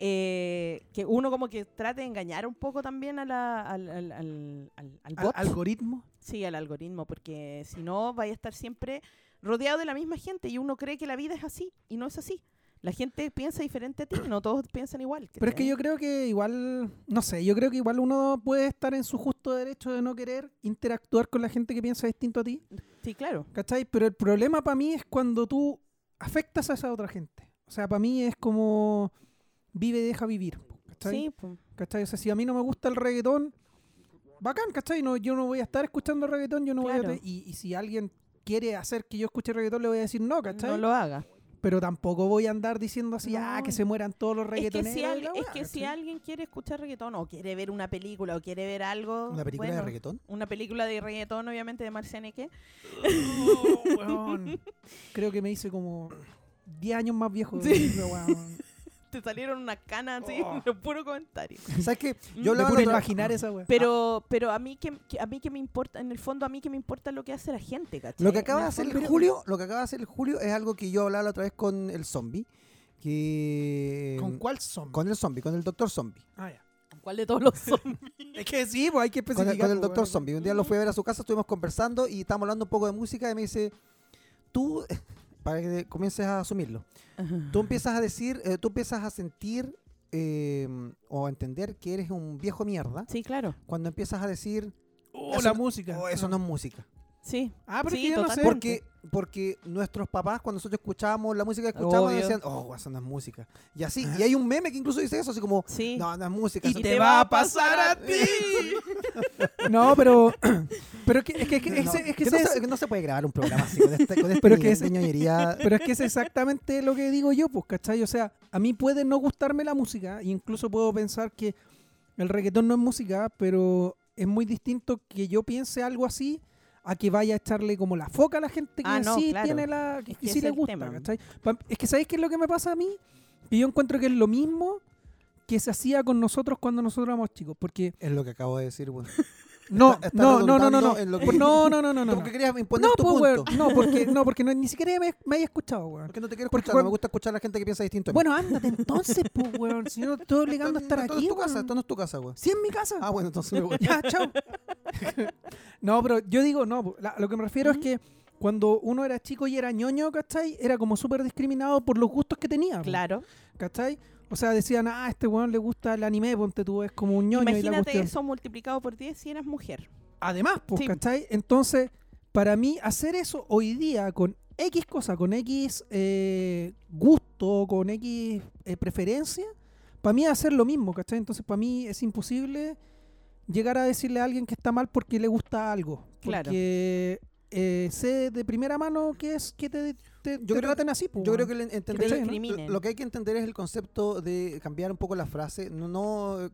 [SPEAKER 2] Eh, que uno como que trate de engañar un poco también a la, al, al, al, al- al
[SPEAKER 3] Al-
[SPEAKER 2] bot.
[SPEAKER 3] algoritmo.
[SPEAKER 2] Sí, al algoritmo, porque si no, vais a estar siempre rodeado de la misma gente y uno cree que la vida es así y no es así. La gente piensa diferente a ti, no todos piensan igual.
[SPEAKER 3] Pero es que
[SPEAKER 2] ¿cachai?
[SPEAKER 3] yo creo que igual, no sé, yo creo que igual uno puede estar en su justo derecho de no querer interactuar con la gente que piensa distinto a ti,
[SPEAKER 2] Sí, claro.
[SPEAKER 3] ¿cachai? Pero el problema para mí es cuando tú afectas a esa otra gente. O sea, para mí es como vive y deja vivir, ¿cachai?
[SPEAKER 2] Sí, po.
[SPEAKER 3] ¿Cachai? O sea, si a mí no me gusta el reggaetón, bacán, ¿cachai? No, yo no voy a estar escuchando reggaetón, yo no voy a...
[SPEAKER 2] Claro.
[SPEAKER 3] Y, y si alguien quiere hacer que yo escuche reggaetón, le voy a decir no, ¿cachai?
[SPEAKER 2] no lo haga.
[SPEAKER 3] Pero tampoco voy a andar diciendo así, ah,
[SPEAKER 2] No.
[SPEAKER 3] que se mueran todos los
[SPEAKER 2] Es que,
[SPEAKER 3] reggaetoneros.
[SPEAKER 2] si,
[SPEAKER 3] y
[SPEAKER 2] al-
[SPEAKER 3] la
[SPEAKER 2] es
[SPEAKER 3] weá,
[SPEAKER 1] ah,
[SPEAKER 2] que si
[SPEAKER 3] ¿cachai?
[SPEAKER 2] alguien quiere escuchar reggaetón o quiere ver una película o quiere ver
[SPEAKER 3] Oh,
[SPEAKER 2] algo...
[SPEAKER 1] ¿Una película de
[SPEAKER 2] bueno,
[SPEAKER 1] reggaetón?
[SPEAKER 2] Una película de reggaetón, obviamente, de Marcianeque.
[SPEAKER 3] Oh, weón. Creo que me hice como 10 años más viejo. de
[SPEAKER 2] Sí.
[SPEAKER 3] libro, weón.
[SPEAKER 2] Te salieron unas canas así,
[SPEAKER 3] Oh.
[SPEAKER 2] los puro comentario.
[SPEAKER 1] ¿Sabes qué?
[SPEAKER 2] Mm.
[SPEAKER 1] Yo
[SPEAKER 3] Me
[SPEAKER 1] hablaba
[SPEAKER 3] puro
[SPEAKER 1] la otra-
[SPEAKER 3] imaginar esa weón.
[SPEAKER 2] Pero, pero a mí que, que- a mí que me importa, en el fondo a mí que me importa lo que hace la gente, ¿cachai?
[SPEAKER 1] Lo que
[SPEAKER 2] En
[SPEAKER 1] acaba de
[SPEAKER 2] el
[SPEAKER 1] hacer
[SPEAKER 2] fondo
[SPEAKER 1] el
[SPEAKER 2] yo-
[SPEAKER 1] Julio, lo que acaba de hacer el Julio es algo que yo hablaba la otra vez con el zombie. Que...
[SPEAKER 3] ¿Con cuál son?
[SPEAKER 1] Em, Con el zombie, con el doctor zombie.
[SPEAKER 3] Ah, ya.
[SPEAKER 2] ¿Cuál de todos los zombies?
[SPEAKER 3] Es que sí, pues hay que
[SPEAKER 1] con
[SPEAKER 3] especificar.
[SPEAKER 1] el, con el
[SPEAKER 3] pues,
[SPEAKER 1] doctor
[SPEAKER 3] weón.
[SPEAKER 1] zombie. Un día lo fui a ver a su casa, estuvimos conversando y estábamos hablando un poco de música y me dice, tú, para que comiences a asumirlo, tú empiezas a decir, eh, tú empiezas a sentir eh, o a entender que eres un viejo mierda
[SPEAKER 2] Sí, claro.
[SPEAKER 1] cuando empiezas a decir,
[SPEAKER 3] Oh,
[SPEAKER 1] Eso
[SPEAKER 3] la
[SPEAKER 1] no-
[SPEAKER 3] música.
[SPEAKER 1] "Oh, eso no es música.
[SPEAKER 2] Sí.
[SPEAKER 3] Ah, pero es
[SPEAKER 2] Sí,
[SPEAKER 3] que yo no sé.
[SPEAKER 2] totalmente.
[SPEAKER 1] Porque, porque nuestros papás cuando nosotros escuchábamos la música que escuchábamos
[SPEAKER 2] Obvio.
[SPEAKER 1] decían, oh, eso no es música. Y así, y hay un meme que incluso dice eso, así como,
[SPEAKER 2] Sí.
[SPEAKER 1] no, no es música. eso
[SPEAKER 3] Y
[SPEAKER 1] no-
[SPEAKER 3] te va a pasar a ti. No, pero. Pero es que, es que, es que
[SPEAKER 1] no,
[SPEAKER 3] ese- es que
[SPEAKER 1] que no
[SPEAKER 3] ese-
[SPEAKER 1] se, que no se puede grabar un programa así con este, con este
[SPEAKER 3] Pero que
[SPEAKER 1] nivel
[SPEAKER 3] es-
[SPEAKER 1] de ñoñería
[SPEAKER 3] Pero es que es exactamente lo que digo yo, pues, ¿cachai? O sea, a mí puede no gustarme la música, e incluso puedo pensar que el reggaetón no es música, pero es muy distinto que yo piense algo así a que vaya a echarle como la foca a la gente que
[SPEAKER 2] Ah, no,
[SPEAKER 3] sí
[SPEAKER 2] claro.
[SPEAKER 3] tiene la. que,
[SPEAKER 2] Es que
[SPEAKER 3] sí
[SPEAKER 2] es
[SPEAKER 3] le
[SPEAKER 2] el
[SPEAKER 3] gusta,
[SPEAKER 2] tema.
[SPEAKER 3] ¿cachai? Pa- Es que ¿sabéis qué es lo que me pasa a mí? Que yo encuentro que es lo mismo que se hacía con nosotros cuando nosotros éramos chicos, porque
[SPEAKER 1] Es lo que acabo de decir, weón.
[SPEAKER 3] No,
[SPEAKER 1] Está- está
[SPEAKER 3] no, no, no, no,
[SPEAKER 1] redundando
[SPEAKER 3] no.
[SPEAKER 1] en lo que-
[SPEAKER 3] Por- No, no, no, no, no.
[SPEAKER 1] Porque querías imponer
[SPEAKER 3] No,
[SPEAKER 1] tu
[SPEAKER 3] pues,
[SPEAKER 1] punto.
[SPEAKER 3] weón, no, porque, no, porque no- ni siquiera me, me haya escuchado, weón.
[SPEAKER 1] Porque no te quiero
[SPEAKER 3] Porque,
[SPEAKER 1] escuchar,
[SPEAKER 3] weón-
[SPEAKER 1] no me gusta escuchar a la gente que piensa distinto. a mí.
[SPEAKER 3] Bueno, ándate entonces, pues, weón. Si no te estoy obligando a estar
[SPEAKER 1] Esto no
[SPEAKER 3] aquí,
[SPEAKER 1] es tu casa,
[SPEAKER 3] weón.
[SPEAKER 1] esto no es tu casa, weón.
[SPEAKER 3] Sí, en mi casa.
[SPEAKER 1] Ah, bueno, entonces me voy.
[SPEAKER 3] ya, chao. no, pero yo digo, no, po, la- lo que me refiero
[SPEAKER 2] Ujú.
[SPEAKER 3] es que cuando uno era chico y era ñoño, ¿cachai? Era como súper discriminado por los gustos que tenía, po,
[SPEAKER 2] Claro.
[SPEAKER 3] ¿cachai? O sea, decían, ah, a este weón le gusta el anime, ponte tú, es como un ñoño y la
[SPEAKER 2] Imagínate
[SPEAKER 3] cuestión.
[SPEAKER 2] eso multiplicado por 10 si eras mujer.
[SPEAKER 3] Además, pues,
[SPEAKER 2] Sí.
[SPEAKER 3] ¿cachai? Entonces, para mí, hacer eso hoy día con X cosa, con X eh, gusto, con X eh, preferencia, para mí es hacer lo mismo, ¿cachai? Entonces, para mí es imposible llegar a decirle a alguien que está mal porque le gusta algo.
[SPEAKER 2] Claro.
[SPEAKER 3] Porque eh, sé de primera mano que es que te, te, te
[SPEAKER 1] creo-
[SPEAKER 3] traten así, pues,
[SPEAKER 1] Yo creo
[SPEAKER 3] weón.
[SPEAKER 1] que el
[SPEAKER 3] te
[SPEAKER 1] entender
[SPEAKER 2] discriminen.
[SPEAKER 1] lo que hay que entender es el concepto de cambiar un poco la frase, no, no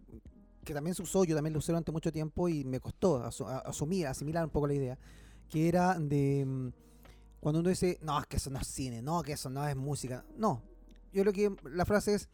[SPEAKER 1] que también se usó, yo también lo usé durante mucho tiempo y me costó asu- a- asumir, asimilar un poco la idea, que era de mm, cuando uno dice, no, es que eso no es cine, no, que eso no es música. No, yo creo que la frase es,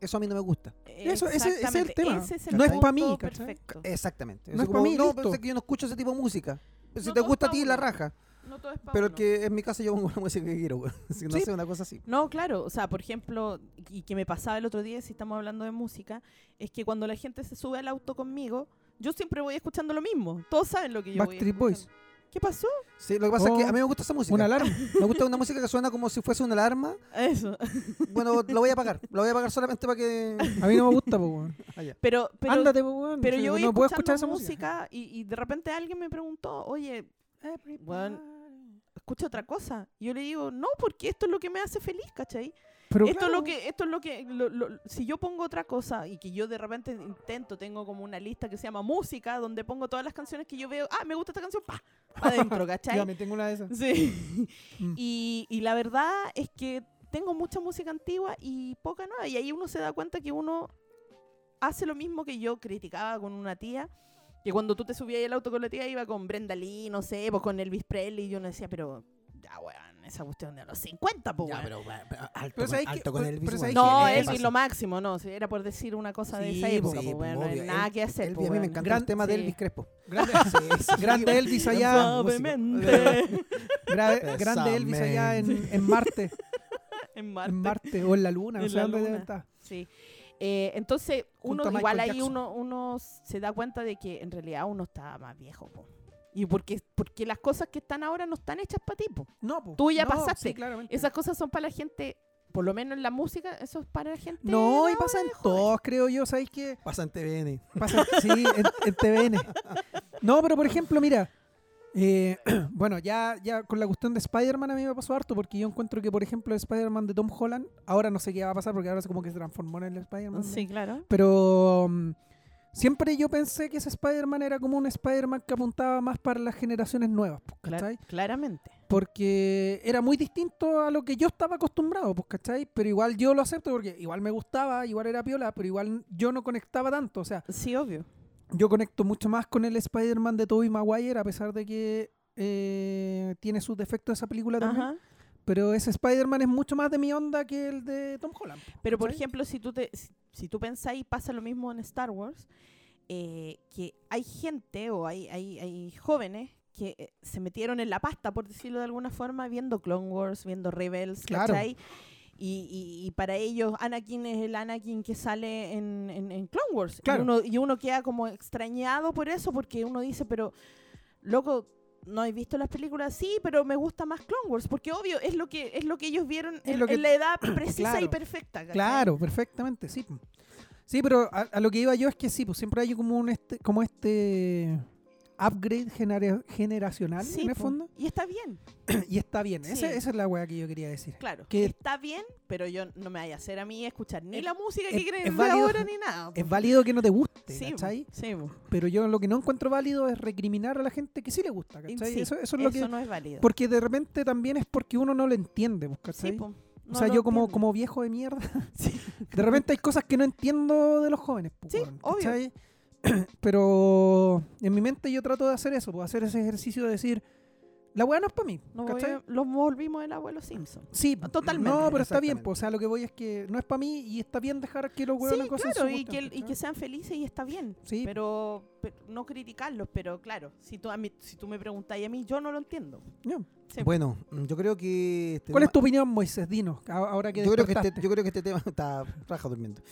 [SPEAKER 1] eso a mí no me gusta.
[SPEAKER 3] Eso- ese- ese es el
[SPEAKER 2] Exactamente,
[SPEAKER 3] tema.
[SPEAKER 2] ese
[SPEAKER 3] No
[SPEAKER 1] es
[SPEAKER 2] punto
[SPEAKER 3] pa' mí, ¿cachai? Eh,
[SPEAKER 2] perfecto.
[SPEAKER 1] Exactamente.
[SPEAKER 3] No
[SPEAKER 1] Así
[SPEAKER 3] es pa'
[SPEAKER 1] como,
[SPEAKER 3] mí,
[SPEAKER 1] no,
[SPEAKER 3] listo.
[SPEAKER 1] pero es que yo no escucho ese tipo de música. Si
[SPEAKER 2] No
[SPEAKER 1] te
[SPEAKER 2] todos
[SPEAKER 1] gusta a
[SPEAKER 2] pa'
[SPEAKER 1] ti, la
[SPEAKER 2] uno.
[SPEAKER 1] raja.
[SPEAKER 2] No todo es pa'
[SPEAKER 1] Pero
[SPEAKER 2] uno.
[SPEAKER 1] que en mi casa yo pongo la música que quiero, güey. Así que no
[SPEAKER 3] Sí.
[SPEAKER 1] sé, una cosa así.
[SPEAKER 2] No, claro, o sea, por ejemplo, y que me pasaba el otro día, si estamos hablando de música, es que cuando la gente se sube al auto conmigo, yo siempre voy escuchando lo mismo. Todos saben lo que yo voy
[SPEAKER 3] Backstreet Boys.
[SPEAKER 2] escuchando. ¿Qué pasó?
[SPEAKER 1] Sí, lo que pasa es que
[SPEAKER 3] Oh,
[SPEAKER 1] a mí me gusta esa música.
[SPEAKER 3] Una alarma.
[SPEAKER 1] Me gusta una música que suena como si fuese una alarma.
[SPEAKER 2] Eso.
[SPEAKER 1] Bueno, la voy a apagar. La voy a apagar solamente para que.
[SPEAKER 3] A mí no me gusta, pues, weón.
[SPEAKER 1] Ah, ya.
[SPEAKER 2] Pero, pero,
[SPEAKER 3] Ándate, pues, weón.
[SPEAKER 2] pero
[SPEAKER 3] Sí,
[SPEAKER 2] yo voy
[SPEAKER 3] no puedo
[SPEAKER 2] escuchando
[SPEAKER 3] escuchar esa música. Eh,
[SPEAKER 2] música y, y de repente alguien me preguntó, oye, escucha otra cosa. Y yo le digo, no, porque esto es lo que me hace feliz, ¿cachai?
[SPEAKER 3] Pero
[SPEAKER 2] esto es
[SPEAKER 3] claro,
[SPEAKER 2] lo que, esto es lo que, lo- lo- si yo pongo otra cosa y que yo de repente intento, tengo como una lista que se llama música, donde pongo todas las canciones que yo veo, ah, me gusta esta canción, pa, pa adentro,
[SPEAKER 3] Ya
[SPEAKER 2] ¿cachai?
[SPEAKER 3] me tengo una de esas.
[SPEAKER 2] Sí.
[SPEAKER 3] Mm.
[SPEAKER 2] Y, y la verdad es que tengo mucha música antigua y poca nueva. Y ahí uno se da cuenta que uno hace lo mismo que yo criticaba con una tía. Que cuando tú te subías al auto con la tía iba con Brenda Lee, no sé, pues con Elvis Presley. Y yo no decía, pero ya, weón, esa cuestión de los 50, pues,
[SPEAKER 1] Ya,
[SPEAKER 2] weón.
[SPEAKER 1] pero, bueno, pero alto,
[SPEAKER 3] Pero
[SPEAKER 1] con-
[SPEAKER 3] sabes que-
[SPEAKER 1] alto con
[SPEAKER 3] pero-
[SPEAKER 1] Elvis.
[SPEAKER 3] pero
[SPEAKER 1] weón.
[SPEAKER 3] sabes
[SPEAKER 2] No,
[SPEAKER 3] ¿Qué le
[SPEAKER 1] ¿Qué
[SPEAKER 2] Elvis
[SPEAKER 1] pasa?
[SPEAKER 2] lo máximo, no. si Era por decir una cosa de
[SPEAKER 1] Sí,
[SPEAKER 2] esa época,
[SPEAKER 1] sí,
[SPEAKER 2] pues,
[SPEAKER 1] pues,
[SPEAKER 2] bueno,
[SPEAKER 1] obvio.
[SPEAKER 2] nada
[SPEAKER 1] El-
[SPEAKER 2] que hacer.
[SPEAKER 1] Elvis,
[SPEAKER 2] pues,
[SPEAKER 1] a mí me
[SPEAKER 2] bueno.
[SPEAKER 1] encanta el
[SPEAKER 3] Gran-
[SPEAKER 1] tema de
[SPEAKER 2] sí.
[SPEAKER 1] Elvis Crespo.
[SPEAKER 3] Grande,
[SPEAKER 1] Sí, sí.
[SPEAKER 3] grande Elvis allá.
[SPEAKER 2] Suavemente.
[SPEAKER 3] Gra- grande Elvis allá en, en Marte.
[SPEAKER 2] en
[SPEAKER 3] En
[SPEAKER 2] Marte.
[SPEAKER 3] Marte o en la Luna. No
[SPEAKER 2] En
[SPEAKER 3] sé
[SPEAKER 2] la
[SPEAKER 3] dónde
[SPEAKER 2] Luna.
[SPEAKER 3] está.
[SPEAKER 2] Sí. Eh, entonces, uno,
[SPEAKER 3] Junto a Michael
[SPEAKER 2] igual ahí
[SPEAKER 3] Jackson.
[SPEAKER 2] uno, uno se da cuenta de que en realidad uno está más viejo. po. Y porque, porque las cosas que están ahora no están hechas para ti. po.
[SPEAKER 3] No, po.
[SPEAKER 2] Tú ya
[SPEAKER 3] No,
[SPEAKER 2] pasaste.
[SPEAKER 3] sí, claramente.
[SPEAKER 2] Esas cosas son para la gente, por lo menos en la música, eso es para la gente.
[SPEAKER 3] No,
[SPEAKER 2] de
[SPEAKER 3] y
[SPEAKER 2] ahora.
[SPEAKER 3] pasan todos, creo yo. ¿Sabéis qué?
[SPEAKER 1] Pasa en TVN.
[SPEAKER 3] Pasa, sí, en, en TVN. No, pero por ejemplo, mira. eh, bueno, ya, ya con la cuestión de Spider-Man a mí me pasó harto porque yo encuentro que, por ejemplo, el Spider-Man de Tom Holland, ahora no sé qué va a pasar porque ahora es como que se transformó en el Spider-Man. de-
[SPEAKER 2] Sí, claro.
[SPEAKER 3] Pero mm, siempre yo pensé que ese Spider-Man era como un Spider-Man que apuntaba más para las generaciones nuevas, pues,
[SPEAKER 2] Cla-
[SPEAKER 3] ¿cachai?
[SPEAKER 2] claramente.
[SPEAKER 3] Porque era muy distinto a lo que yo estaba acostumbrado, pues, ¿cachai? Pero igual yo lo acepto porque igual me gustaba, igual era piola, pero igual yo no conectaba tanto. O sea,
[SPEAKER 2] Sí, obvio.
[SPEAKER 3] yo conecto mucho más con el Spider-Man de Tobey Maguire, a pesar de que eh, tiene sus defectos esa película también.
[SPEAKER 2] Ajá.
[SPEAKER 3] Pero ese Spider-Man es mucho más de mi onda que el de Tom Holland. pues,
[SPEAKER 2] Pero por
[SPEAKER 3] ¿cachai?
[SPEAKER 2] ejemplo, si tú te, si, si tú pensáis, pasa lo mismo en Star Wars, eh, que hay gente o hay, hay, hay jóvenes que eh, se metieron en la pasta, por decirlo de alguna forma, viendo Clone Wars, viendo Rebels,
[SPEAKER 3] Claro.
[SPEAKER 2] ¿cachai? Y, y- y para ellos Anakin es el Anakin que sale en, en- en Clone Wars.
[SPEAKER 3] Claro.
[SPEAKER 2] Y, uno, y uno queda como extrañado por eso, porque uno dice, pero, loco, no he visto las películas, sí, pero me gusta más Clone Wars, porque obvio, es lo que, es lo que ellos vieron
[SPEAKER 3] Es
[SPEAKER 2] en,
[SPEAKER 3] lo que-
[SPEAKER 2] en la edad precisa y
[SPEAKER 3] Claro.
[SPEAKER 2] perfecta. ¿cachai?
[SPEAKER 3] Claro, perfectamente, sí. po. Sí, pero a, a lo que iba yo es que sí, pues siempre hay como un este, como este upgrade genera- generacional
[SPEAKER 2] Sí,
[SPEAKER 3] en el
[SPEAKER 2] po.
[SPEAKER 3] fondo.
[SPEAKER 2] Y está bien,
[SPEAKER 3] Y está bien,
[SPEAKER 2] Sí.
[SPEAKER 3] esa, esa es la weá que yo quería decir.
[SPEAKER 2] claro.
[SPEAKER 3] Que-
[SPEAKER 2] Está bien, pero yo no me vaya a hacer a mí escuchar ni
[SPEAKER 3] Es-
[SPEAKER 2] la música
[SPEAKER 3] es-
[SPEAKER 2] que creen
[SPEAKER 3] es
[SPEAKER 2] de
[SPEAKER 3] válido.
[SPEAKER 2] ahora ni nada.
[SPEAKER 3] Es válido que no te guste,
[SPEAKER 2] Sí,
[SPEAKER 3] ¿cachai?
[SPEAKER 2] sí, bo.
[SPEAKER 3] Pero yo lo que no encuentro válido es recriminar a la gente que sí le gusta, ¿cachai?
[SPEAKER 2] Sí,
[SPEAKER 3] eso, eso es lo que...
[SPEAKER 2] no es válido.
[SPEAKER 3] Porque de repente también es porque uno no lo entiende, pues, ¿cachai?
[SPEAKER 2] Sí, po.
[SPEAKER 3] o
[SPEAKER 2] No
[SPEAKER 3] sea,
[SPEAKER 2] lo
[SPEAKER 3] yo como,
[SPEAKER 2] entiendo.
[SPEAKER 3] como viejo de mierda,
[SPEAKER 2] Sí.
[SPEAKER 3] de repente hay cosas que no entiendo de los jóvenes. pues,
[SPEAKER 2] Sí,
[SPEAKER 3] weón,
[SPEAKER 2] obvio.
[SPEAKER 3] ¿cachai? Pero en mi mente yo trato de hacer eso, pues, hacer ese ejercicio de decir, La weá no es para mí.
[SPEAKER 2] No
[SPEAKER 3] ¿cachai?
[SPEAKER 2] voy- los volvimos el abuelo Simpson.
[SPEAKER 3] Sí,
[SPEAKER 2] No, totalmente.
[SPEAKER 3] No, pero está bien,
[SPEAKER 1] Exactamente.
[SPEAKER 3] po, o sea, lo que voy es que no es para mí y está bien dejar que los huevos
[SPEAKER 2] Sí, claro, y que, y que sean felices y está bien.
[SPEAKER 3] Sí.
[SPEAKER 2] Pero, pero no criticarlos, pero claro, si tú, a mí, si tú me preguntáis a mí, yo no lo entiendo. Sí.
[SPEAKER 1] Bueno, yo creo que. este
[SPEAKER 3] ¿Cuál es tu opinión, Moisés? Dinos, a- ahora que
[SPEAKER 1] Yo creo que, este,
[SPEAKER 3] despertaste.
[SPEAKER 1] yo creo que este tema está raja durmiendo.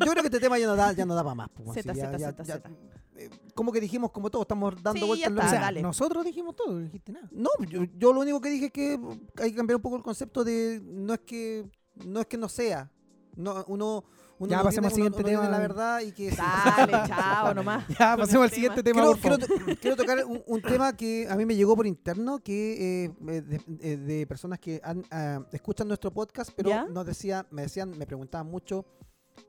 [SPEAKER 1] Yo creo que este tema ya no da, ya no da para más. po, así
[SPEAKER 2] Z,
[SPEAKER 1] ya-
[SPEAKER 2] Z,
[SPEAKER 1] ya-
[SPEAKER 2] Z,
[SPEAKER 1] ya-
[SPEAKER 2] Z.
[SPEAKER 1] eh, Como que dijimos, como todos, estamos dando
[SPEAKER 2] Sí,
[SPEAKER 1] vueltas
[SPEAKER 2] ya
[SPEAKER 1] en
[SPEAKER 3] O
[SPEAKER 1] lo
[SPEAKER 2] está.
[SPEAKER 3] sea,
[SPEAKER 1] mismo.
[SPEAKER 2] Ah, dale.
[SPEAKER 3] nosotros dijimos todo, no dijiste nada.
[SPEAKER 1] No, yo, yo lo único que dije es que hay que cambiar un poco el concepto de no es que no es que no sea. No, uno, uno
[SPEAKER 3] Ya,
[SPEAKER 1] no
[SPEAKER 3] pasemos al
[SPEAKER 1] tiene- uno-
[SPEAKER 3] siguiente
[SPEAKER 1] uno tiene
[SPEAKER 3] tema.
[SPEAKER 1] la verdad y que
[SPEAKER 2] Dale, chao, nomás.
[SPEAKER 3] Ya,
[SPEAKER 2] Con el
[SPEAKER 3] pasemos
[SPEAKER 2] tema.
[SPEAKER 3] al siguiente tema.
[SPEAKER 1] Quiero,
[SPEAKER 3] por favor.
[SPEAKER 1] quiero to- quiero tocar un, un tema que a mí me llegó por interno, que eh, eh, de, eh, de personas que han, ah, escuchan nuestro podcast, pero
[SPEAKER 2] ¿Ya?
[SPEAKER 1] nos decía, me decían, me preguntaban mucho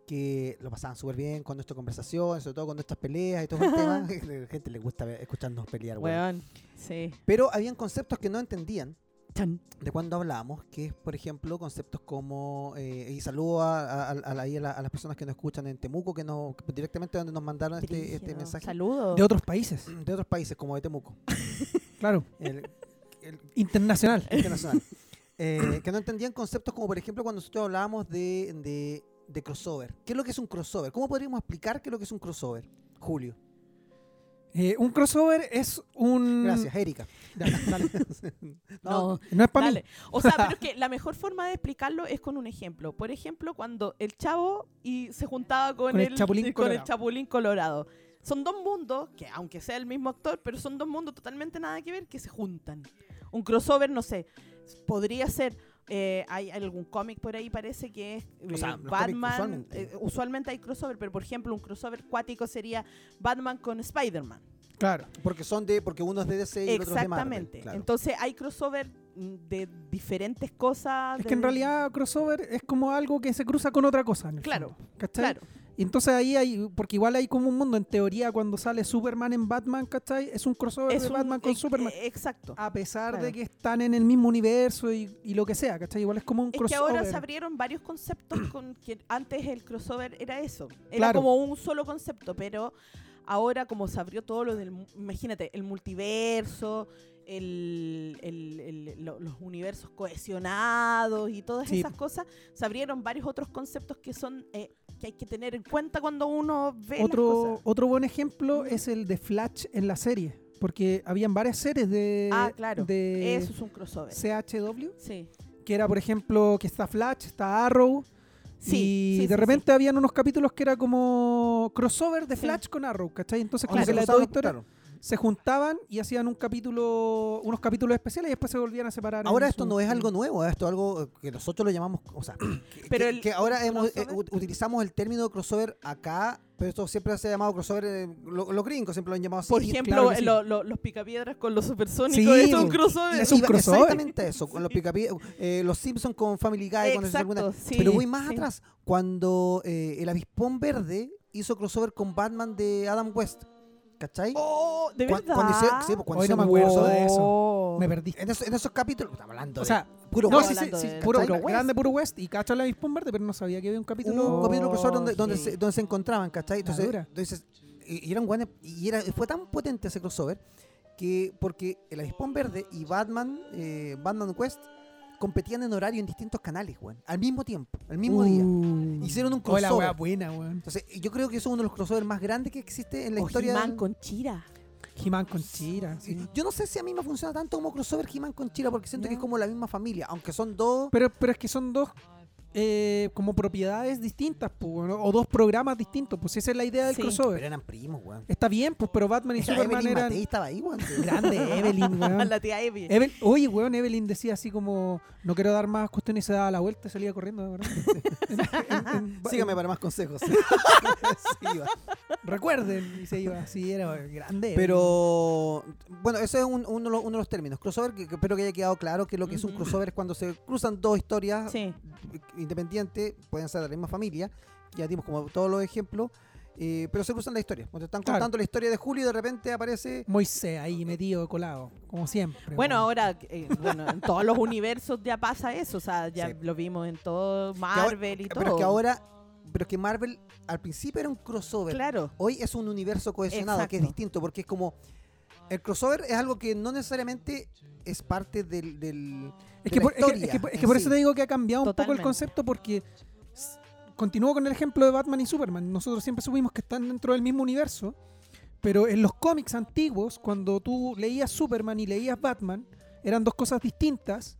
[SPEAKER 1] que lo pasaban súper bien con nuestra conversación, sobre todo con nuestras peleas y todo el tema. La gente le gusta ver- escucharnos pelear, weón.
[SPEAKER 2] Weón, sí.
[SPEAKER 1] Pero habían conceptos que no entendían
[SPEAKER 3] Este,
[SPEAKER 2] Chan.
[SPEAKER 1] de cuando hablábamos, que es, por ejemplo, conceptos como, eh, y saludo a, a- a la- ahí a la- a las personas que nos escuchan en Temuco, que nos, directamente donde nos mandaron este, este
[SPEAKER 2] Brígido.
[SPEAKER 1] mensaje,
[SPEAKER 2] Saludos.
[SPEAKER 3] De otros países,
[SPEAKER 1] de otros países, como de Temuco.
[SPEAKER 3] claro,
[SPEAKER 1] El- el-
[SPEAKER 3] internacional.
[SPEAKER 1] internacional. Eh, que no entendían conceptos como, por ejemplo, cuando nosotros hablábamos de, de- de crossover. ¿Qué es lo que es un crossover? ¿Cómo podríamos explicar qué es lo que es un crossover? Julio.
[SPEAKER 3] Eh, un crossover es
[SPEAKER 2] Mm.
[SPEAKER 3] un.
[SPEAKER 1] Gracias, Erika.
[SPEAKER 2] No.
[SPEAKER 3] No es para mí.
[SPEAKER 2] Dale. O sea, pero es que la mejor forma de explicarlo es con un ejemplo. Por ejemplo, cuando el chavo y se juntaba con,
[SPEAKER 3] Con el Chapulín
[SPEAKER 2] con el
[SPEAKER 3] Colorado.
[SPEAKER 2] Chapulín Colorado. Son dos mundos, que aunque sea el mismo actor, pero son dos mundos totalmente nada que ver que se juntan. Un crossover, no sé, podría ser... eh, hay algún cómic por ahí, parece que es eh,
[SPEAKER 1] sea, los cómics
[SPEAKER 2] Batman.
[SPEAKER 1] usualmente.
[SPEAKER 2] eh, usualmente hay crossover, pero por ejemplo, un crossover cuático sería Batman con Spider-Man.
[SPEAKER 3] Claro.
[SPEAKER 1] Porque son de, porque uno es de DC y el otro es de Marvel.
[SPEAKER 2] Exactamente.
[SPEAKER 1] claro.
[SPEAKER 2] Entonces hay crossover mm, de diferentes cosas.
[SPEAKER 3] Es
[SPEAKER 2] Ah, de-
[SPEAKER 3] que en realidad crossover es como algo que se cruza con otra cosa. en el
[SPEAKER 2] Claro,
[SPEAKER 3] fondo, ¿cachai?
[SPEAKER 2] Claro.
[SPEAKER 3] Y entonces ahí hay, porque igual hay como un mundo, en teoría, cuando sale Superman en Batman, ¿cachai? Es un crossover de
[SPEAKER 2] un-
[SPEAKER 3] Batman con
[SPEAKER 2] ex-
[SPEAKER 3] Superman.
[SPEAKER 2] eh, Exacto.
[SPEAKER 3] A pesar
[SPEAKER 2] claro.
[SPEAKER 3] de que están en el mismo universo y, y lo que sea, ¿cachai? Igual es como un
[SPEAKER 2] Es que
[SPEAKER 3] crossover.
[SPEAKER 2] ahora se abrieron varios conceptos con que antes el crossover era eso. Era
[SPEAKER 3] Claro.
[SPEAKER 2] como un solo concepto, pero ahora como se abrió todo lo del... mu- Imagínate, el multiverso, el- el- el- lo- los universos cohesionados y todas
[SPEAKER 3] Sí.
[SPEAKER 2] esas cosas, se abrieron varios otros conceptos que son... eh, que hay que tener en cuenta cuando uno ve las
[SPEAKER 3] otro,
[SPEAKER 2] cosas.
[SPEAKER 3] otro buen ejemplo
[SPEAKER 2] Ujú.
[SPEAKER 3] es el de Flash en la serie, porque habían varias series de,
[SPEAKER 2] Ah, claro.
[SPEAKER 3] de
[SPEAKER 2] Eso es un crossover.
[SPEAKER 3] CHW,
[SPEAKER 2] Sí.
[SPEAKER 3] que era, por ejemplo, que está Flash, está Arrow,
[SPEAKER 2] Sí,
[SPEAKER 3] y
[SPEAKER 2] sí, sí,
[SPEAKER 3] de repente habían unos capítulos que era como crossover de
[SPEAKER 2] Sí.
[SPEAKER 3] Flash con Arrow, ¿cachai? Entonces
[SPEAKER 1] Donde
[SPEAKER 3] como
[SPEAKER 1] se
[SPEAKER 3] que las
[SPEAKER 1] cruzaron
[SPEAKER 3] dos
[SPEAKER 1] los-
[SPEAKER 3] historias
[SPEAKER 1] claro.
[SPEAKER 3] se juntaban y hacían un capítulo, unos capítulos especiales y después se volvían a separar. en
[SPEAKER 1] Ahora esto
[SPEAKER 3] su-
[SPEAKER 1] no es algo nuevo, esto es algo que nosotros lo llamamos, o sea, que,
[SPEAKER 2] Pero
[SPEAKER 1] que-
[SPEAKER 2] el-
[SPEAKER 1] que ahora hemos, eh,
[SPEAKER 2] crossover.
[SPEAKER 1] u- utilizamos el término de crossover acá, pero esto siempre se ha llamado crossover, eh, lo- los gringos siempre lo han llamado así.
[SPEAKER 2] Por
[SPEAKER 1] y-
[SPEAKER 2] ejemplo,
[SPEAKER 3] claro que sí.
[SPEAKER 2] lo- lo- los picapiedras con los supersónicos
[SPEAKER 3] Sí,
[SPEAKER 2] es un
[SPEAKER 3] po.
[SPEAKER 2] crossover.
[SPEAKER 3] Es un
[SPEAKER 1] Iba-
[SPEAKER 3] crossover.
[SPEAKER 1] Exactamente eso, con los picapie- eh, los Simpsons con Family Guy, con esos
[SPEAKER 2] Exacto,
[SPEAKER 1] algunas-
[SPEAKER 2] sí,
[SPEAKER 1] pero voy más
[SPEAKER 2] sí.
[SPEAKER 1] atrás, cuando eh, el avispón verde hizo crossover con Batman de Adam West, ¿cachai?
[SPEAKER 2] Oh, de
[SPEAKER 1] Cuan-
[SPEAKER 2] verdad.
[SPEAKER 1] cuando hicieron- sí, pues, cuando
[SPEAKER 3] Hoy no me
[SPEAKER 1] hicieron un
[SPEAKER 3] acuerdo de
[SPEAKER 1] crossover-
[SPEAKER 3] eso.
[SPEAKER 2] Oh.
[SPEAKER 3] Me perdí.
[SPEAKER 1] En, esos, en esos capítulos, pues, estamos hablando
[SPEAKER 3] O
[SPEAKER 1] de
[SPEAKER 3] sea,
[SPEAKER 1] puro
[SPEAKER 3] no,
[SPEAKER 1] West,
[SPEAKER 3] sí, sí,
[SPEAKER 2] hablando
[SPEAKER 3] sí,
[SPEAKER 2] de-
[SPEAKER 3] puro,
[SPEAKER 1] ¿cachai?
[SPEAKER 3] grande puro West y cacho la Avispón Verde, pero no sabía que había un capítulo.
[SPEAKER 1] un capítulo crossover donde, donde,
[SPEAKER 2] Oh, sí.
[SPEAKER 1] se, donde se encontraban, ¿cachai? Entonces,
[SPEAKER 3] dura.
[SPEAKER 1] entonces y, y eran guanes- y era, fue tan potente ese crossover que porque el Avispón Verde y Batman, eh, Batman Quest competían en horario en distintos canales, weón, al mismo tiempo, al mismo día.
[SPEAKER 2] Uh.
[SPEAKER 3] día.
[SPEAKER 1] Hicieron un
[SPEAKER 3] la
[SPEAKER 1] crossover.
[SPEAKER 3] wea buena, weón.
[SPEAKER 1] Entonces, yo creo que eso es uno de los crossovers más grandes que existe en la
[SPEAKER 2] O
[SPEAKER 1] historia.
[SPEAKER 2] Oh, He-Man
[SPEAKER 1] del-
[SPEAKER 2] con Chira.
[SPEAKER 3] He-Man con Chira.
[SPEAKER 1] Sí.
[SPEAKER 3] sí.
[SPEAKER 1] Yo no sé si a mí me funciona tanto como crossover He-Man con Chira, porque siento que
[SPEAKER 3] No.
[SPEAKER 1] es como la misma familia, aunque son dos.
[SPEAKER 3] Pero, pero es que son dos eh, como propiedades distintas, pues, weón, o dos programas distintos. Pues esa es la idea del
[SPEAKER 2] Sí.
[SPEAKER 1] Pero
[SPEAKER 3] crossover.
[SPEAKER 1] eran primos, weón.
[SPEAKER 3] Está bien, pues, pero Batman y
[SPEAKER 1] Era
[SPEAKER 3] Superman
[SPEAKER 1] Evelyn
[SPEAKER 3] eran.
[SPEAKER 1] Matei estaba ahí, weón.
[SPEAKER 3] Grande Evelyn,
[SPEAKER 1] Ah.
[SPEAKER 3] weón.
[SPEAKER 2] la tía Evie.
[SPEAKER 1] Eh,
[SPEAKER 3] Evel- Oye, weón, Evelyn decía así como, no quiero dar más cuestiones y se daba la vuelta y salía corriendo. ¿verdad? En- en- en-
[SPEAKER 1] Sígame para más consejos. Sí, va.
[SPEAKER 3] Recuerden, y se iba así, era grande.
[SPEAKER 1] Pero bueno, ese es un- uno, de los- uno de los términos. Crossover, que, que espero que haya quedado claro que lo que es un
[SPEAKER 2] Ujú.
[SPEAKER 1] crossover es cuando se cruzan dos historias
[SPEAKER 2] Sí.
[SPEAKER 1] independientes, pueden ser de la misma familia, ya dimos como todos los ejemplos, eh, pero se cruzan la historia. Cuando están
[SPEAKER 3] Claro.
[SPEAKER 1] contando la historia de Julio y de repente aparece...
[SPEAKER 3] Moisés ahí metido colado, como siempre.
[SPEAKER 2] Bueno,
[SPEAKER 3] weón.
[SPEAKER 2] ahora, eh, bueno, en todos los universos ya pasa eso. O sea, ya
[SPEAKER 1] Sí.
[SPEAKER 2] lo vimos en todo
[SPEAKER 1] ahora-
[SPEAKER 2] Marvel y todo.
[SPEAKER 1] Pero es que ahora, pero es que Marvel al principio era un crossover.
[SPEAKER 2] Claro.
[SPEAKER 1] Hoy es un universo cohesionado que es
[SPEAKER 2] Exacto.
[SPEAKER 1] distinto porque es como el crossover es algo que no necesariamente es parte del, del- de
[SPEAKER 3] Es que,
[SPEAKER 1] la
[SPEAKER 3] por, es que- es
[SPEAKER 1] historia
[SPEAKER 3] que por- es
[SPEAKER 1] en
[SPEAKER 3] que por
[SPEAKER 1] sí.
[SPEAKER 3] eso te digo que ha cambiado un poco
[SPEAKER 2] Totalmente.
[SPEAKER 3] el concepto porque s- continúo con el ejemplo de Batman y Superman. Nosotros siempre supimos que están dentro del mismo universo, pero en los cómics antiguos, cuando tú leías Superman y leías Batman, eran dos cosas distintas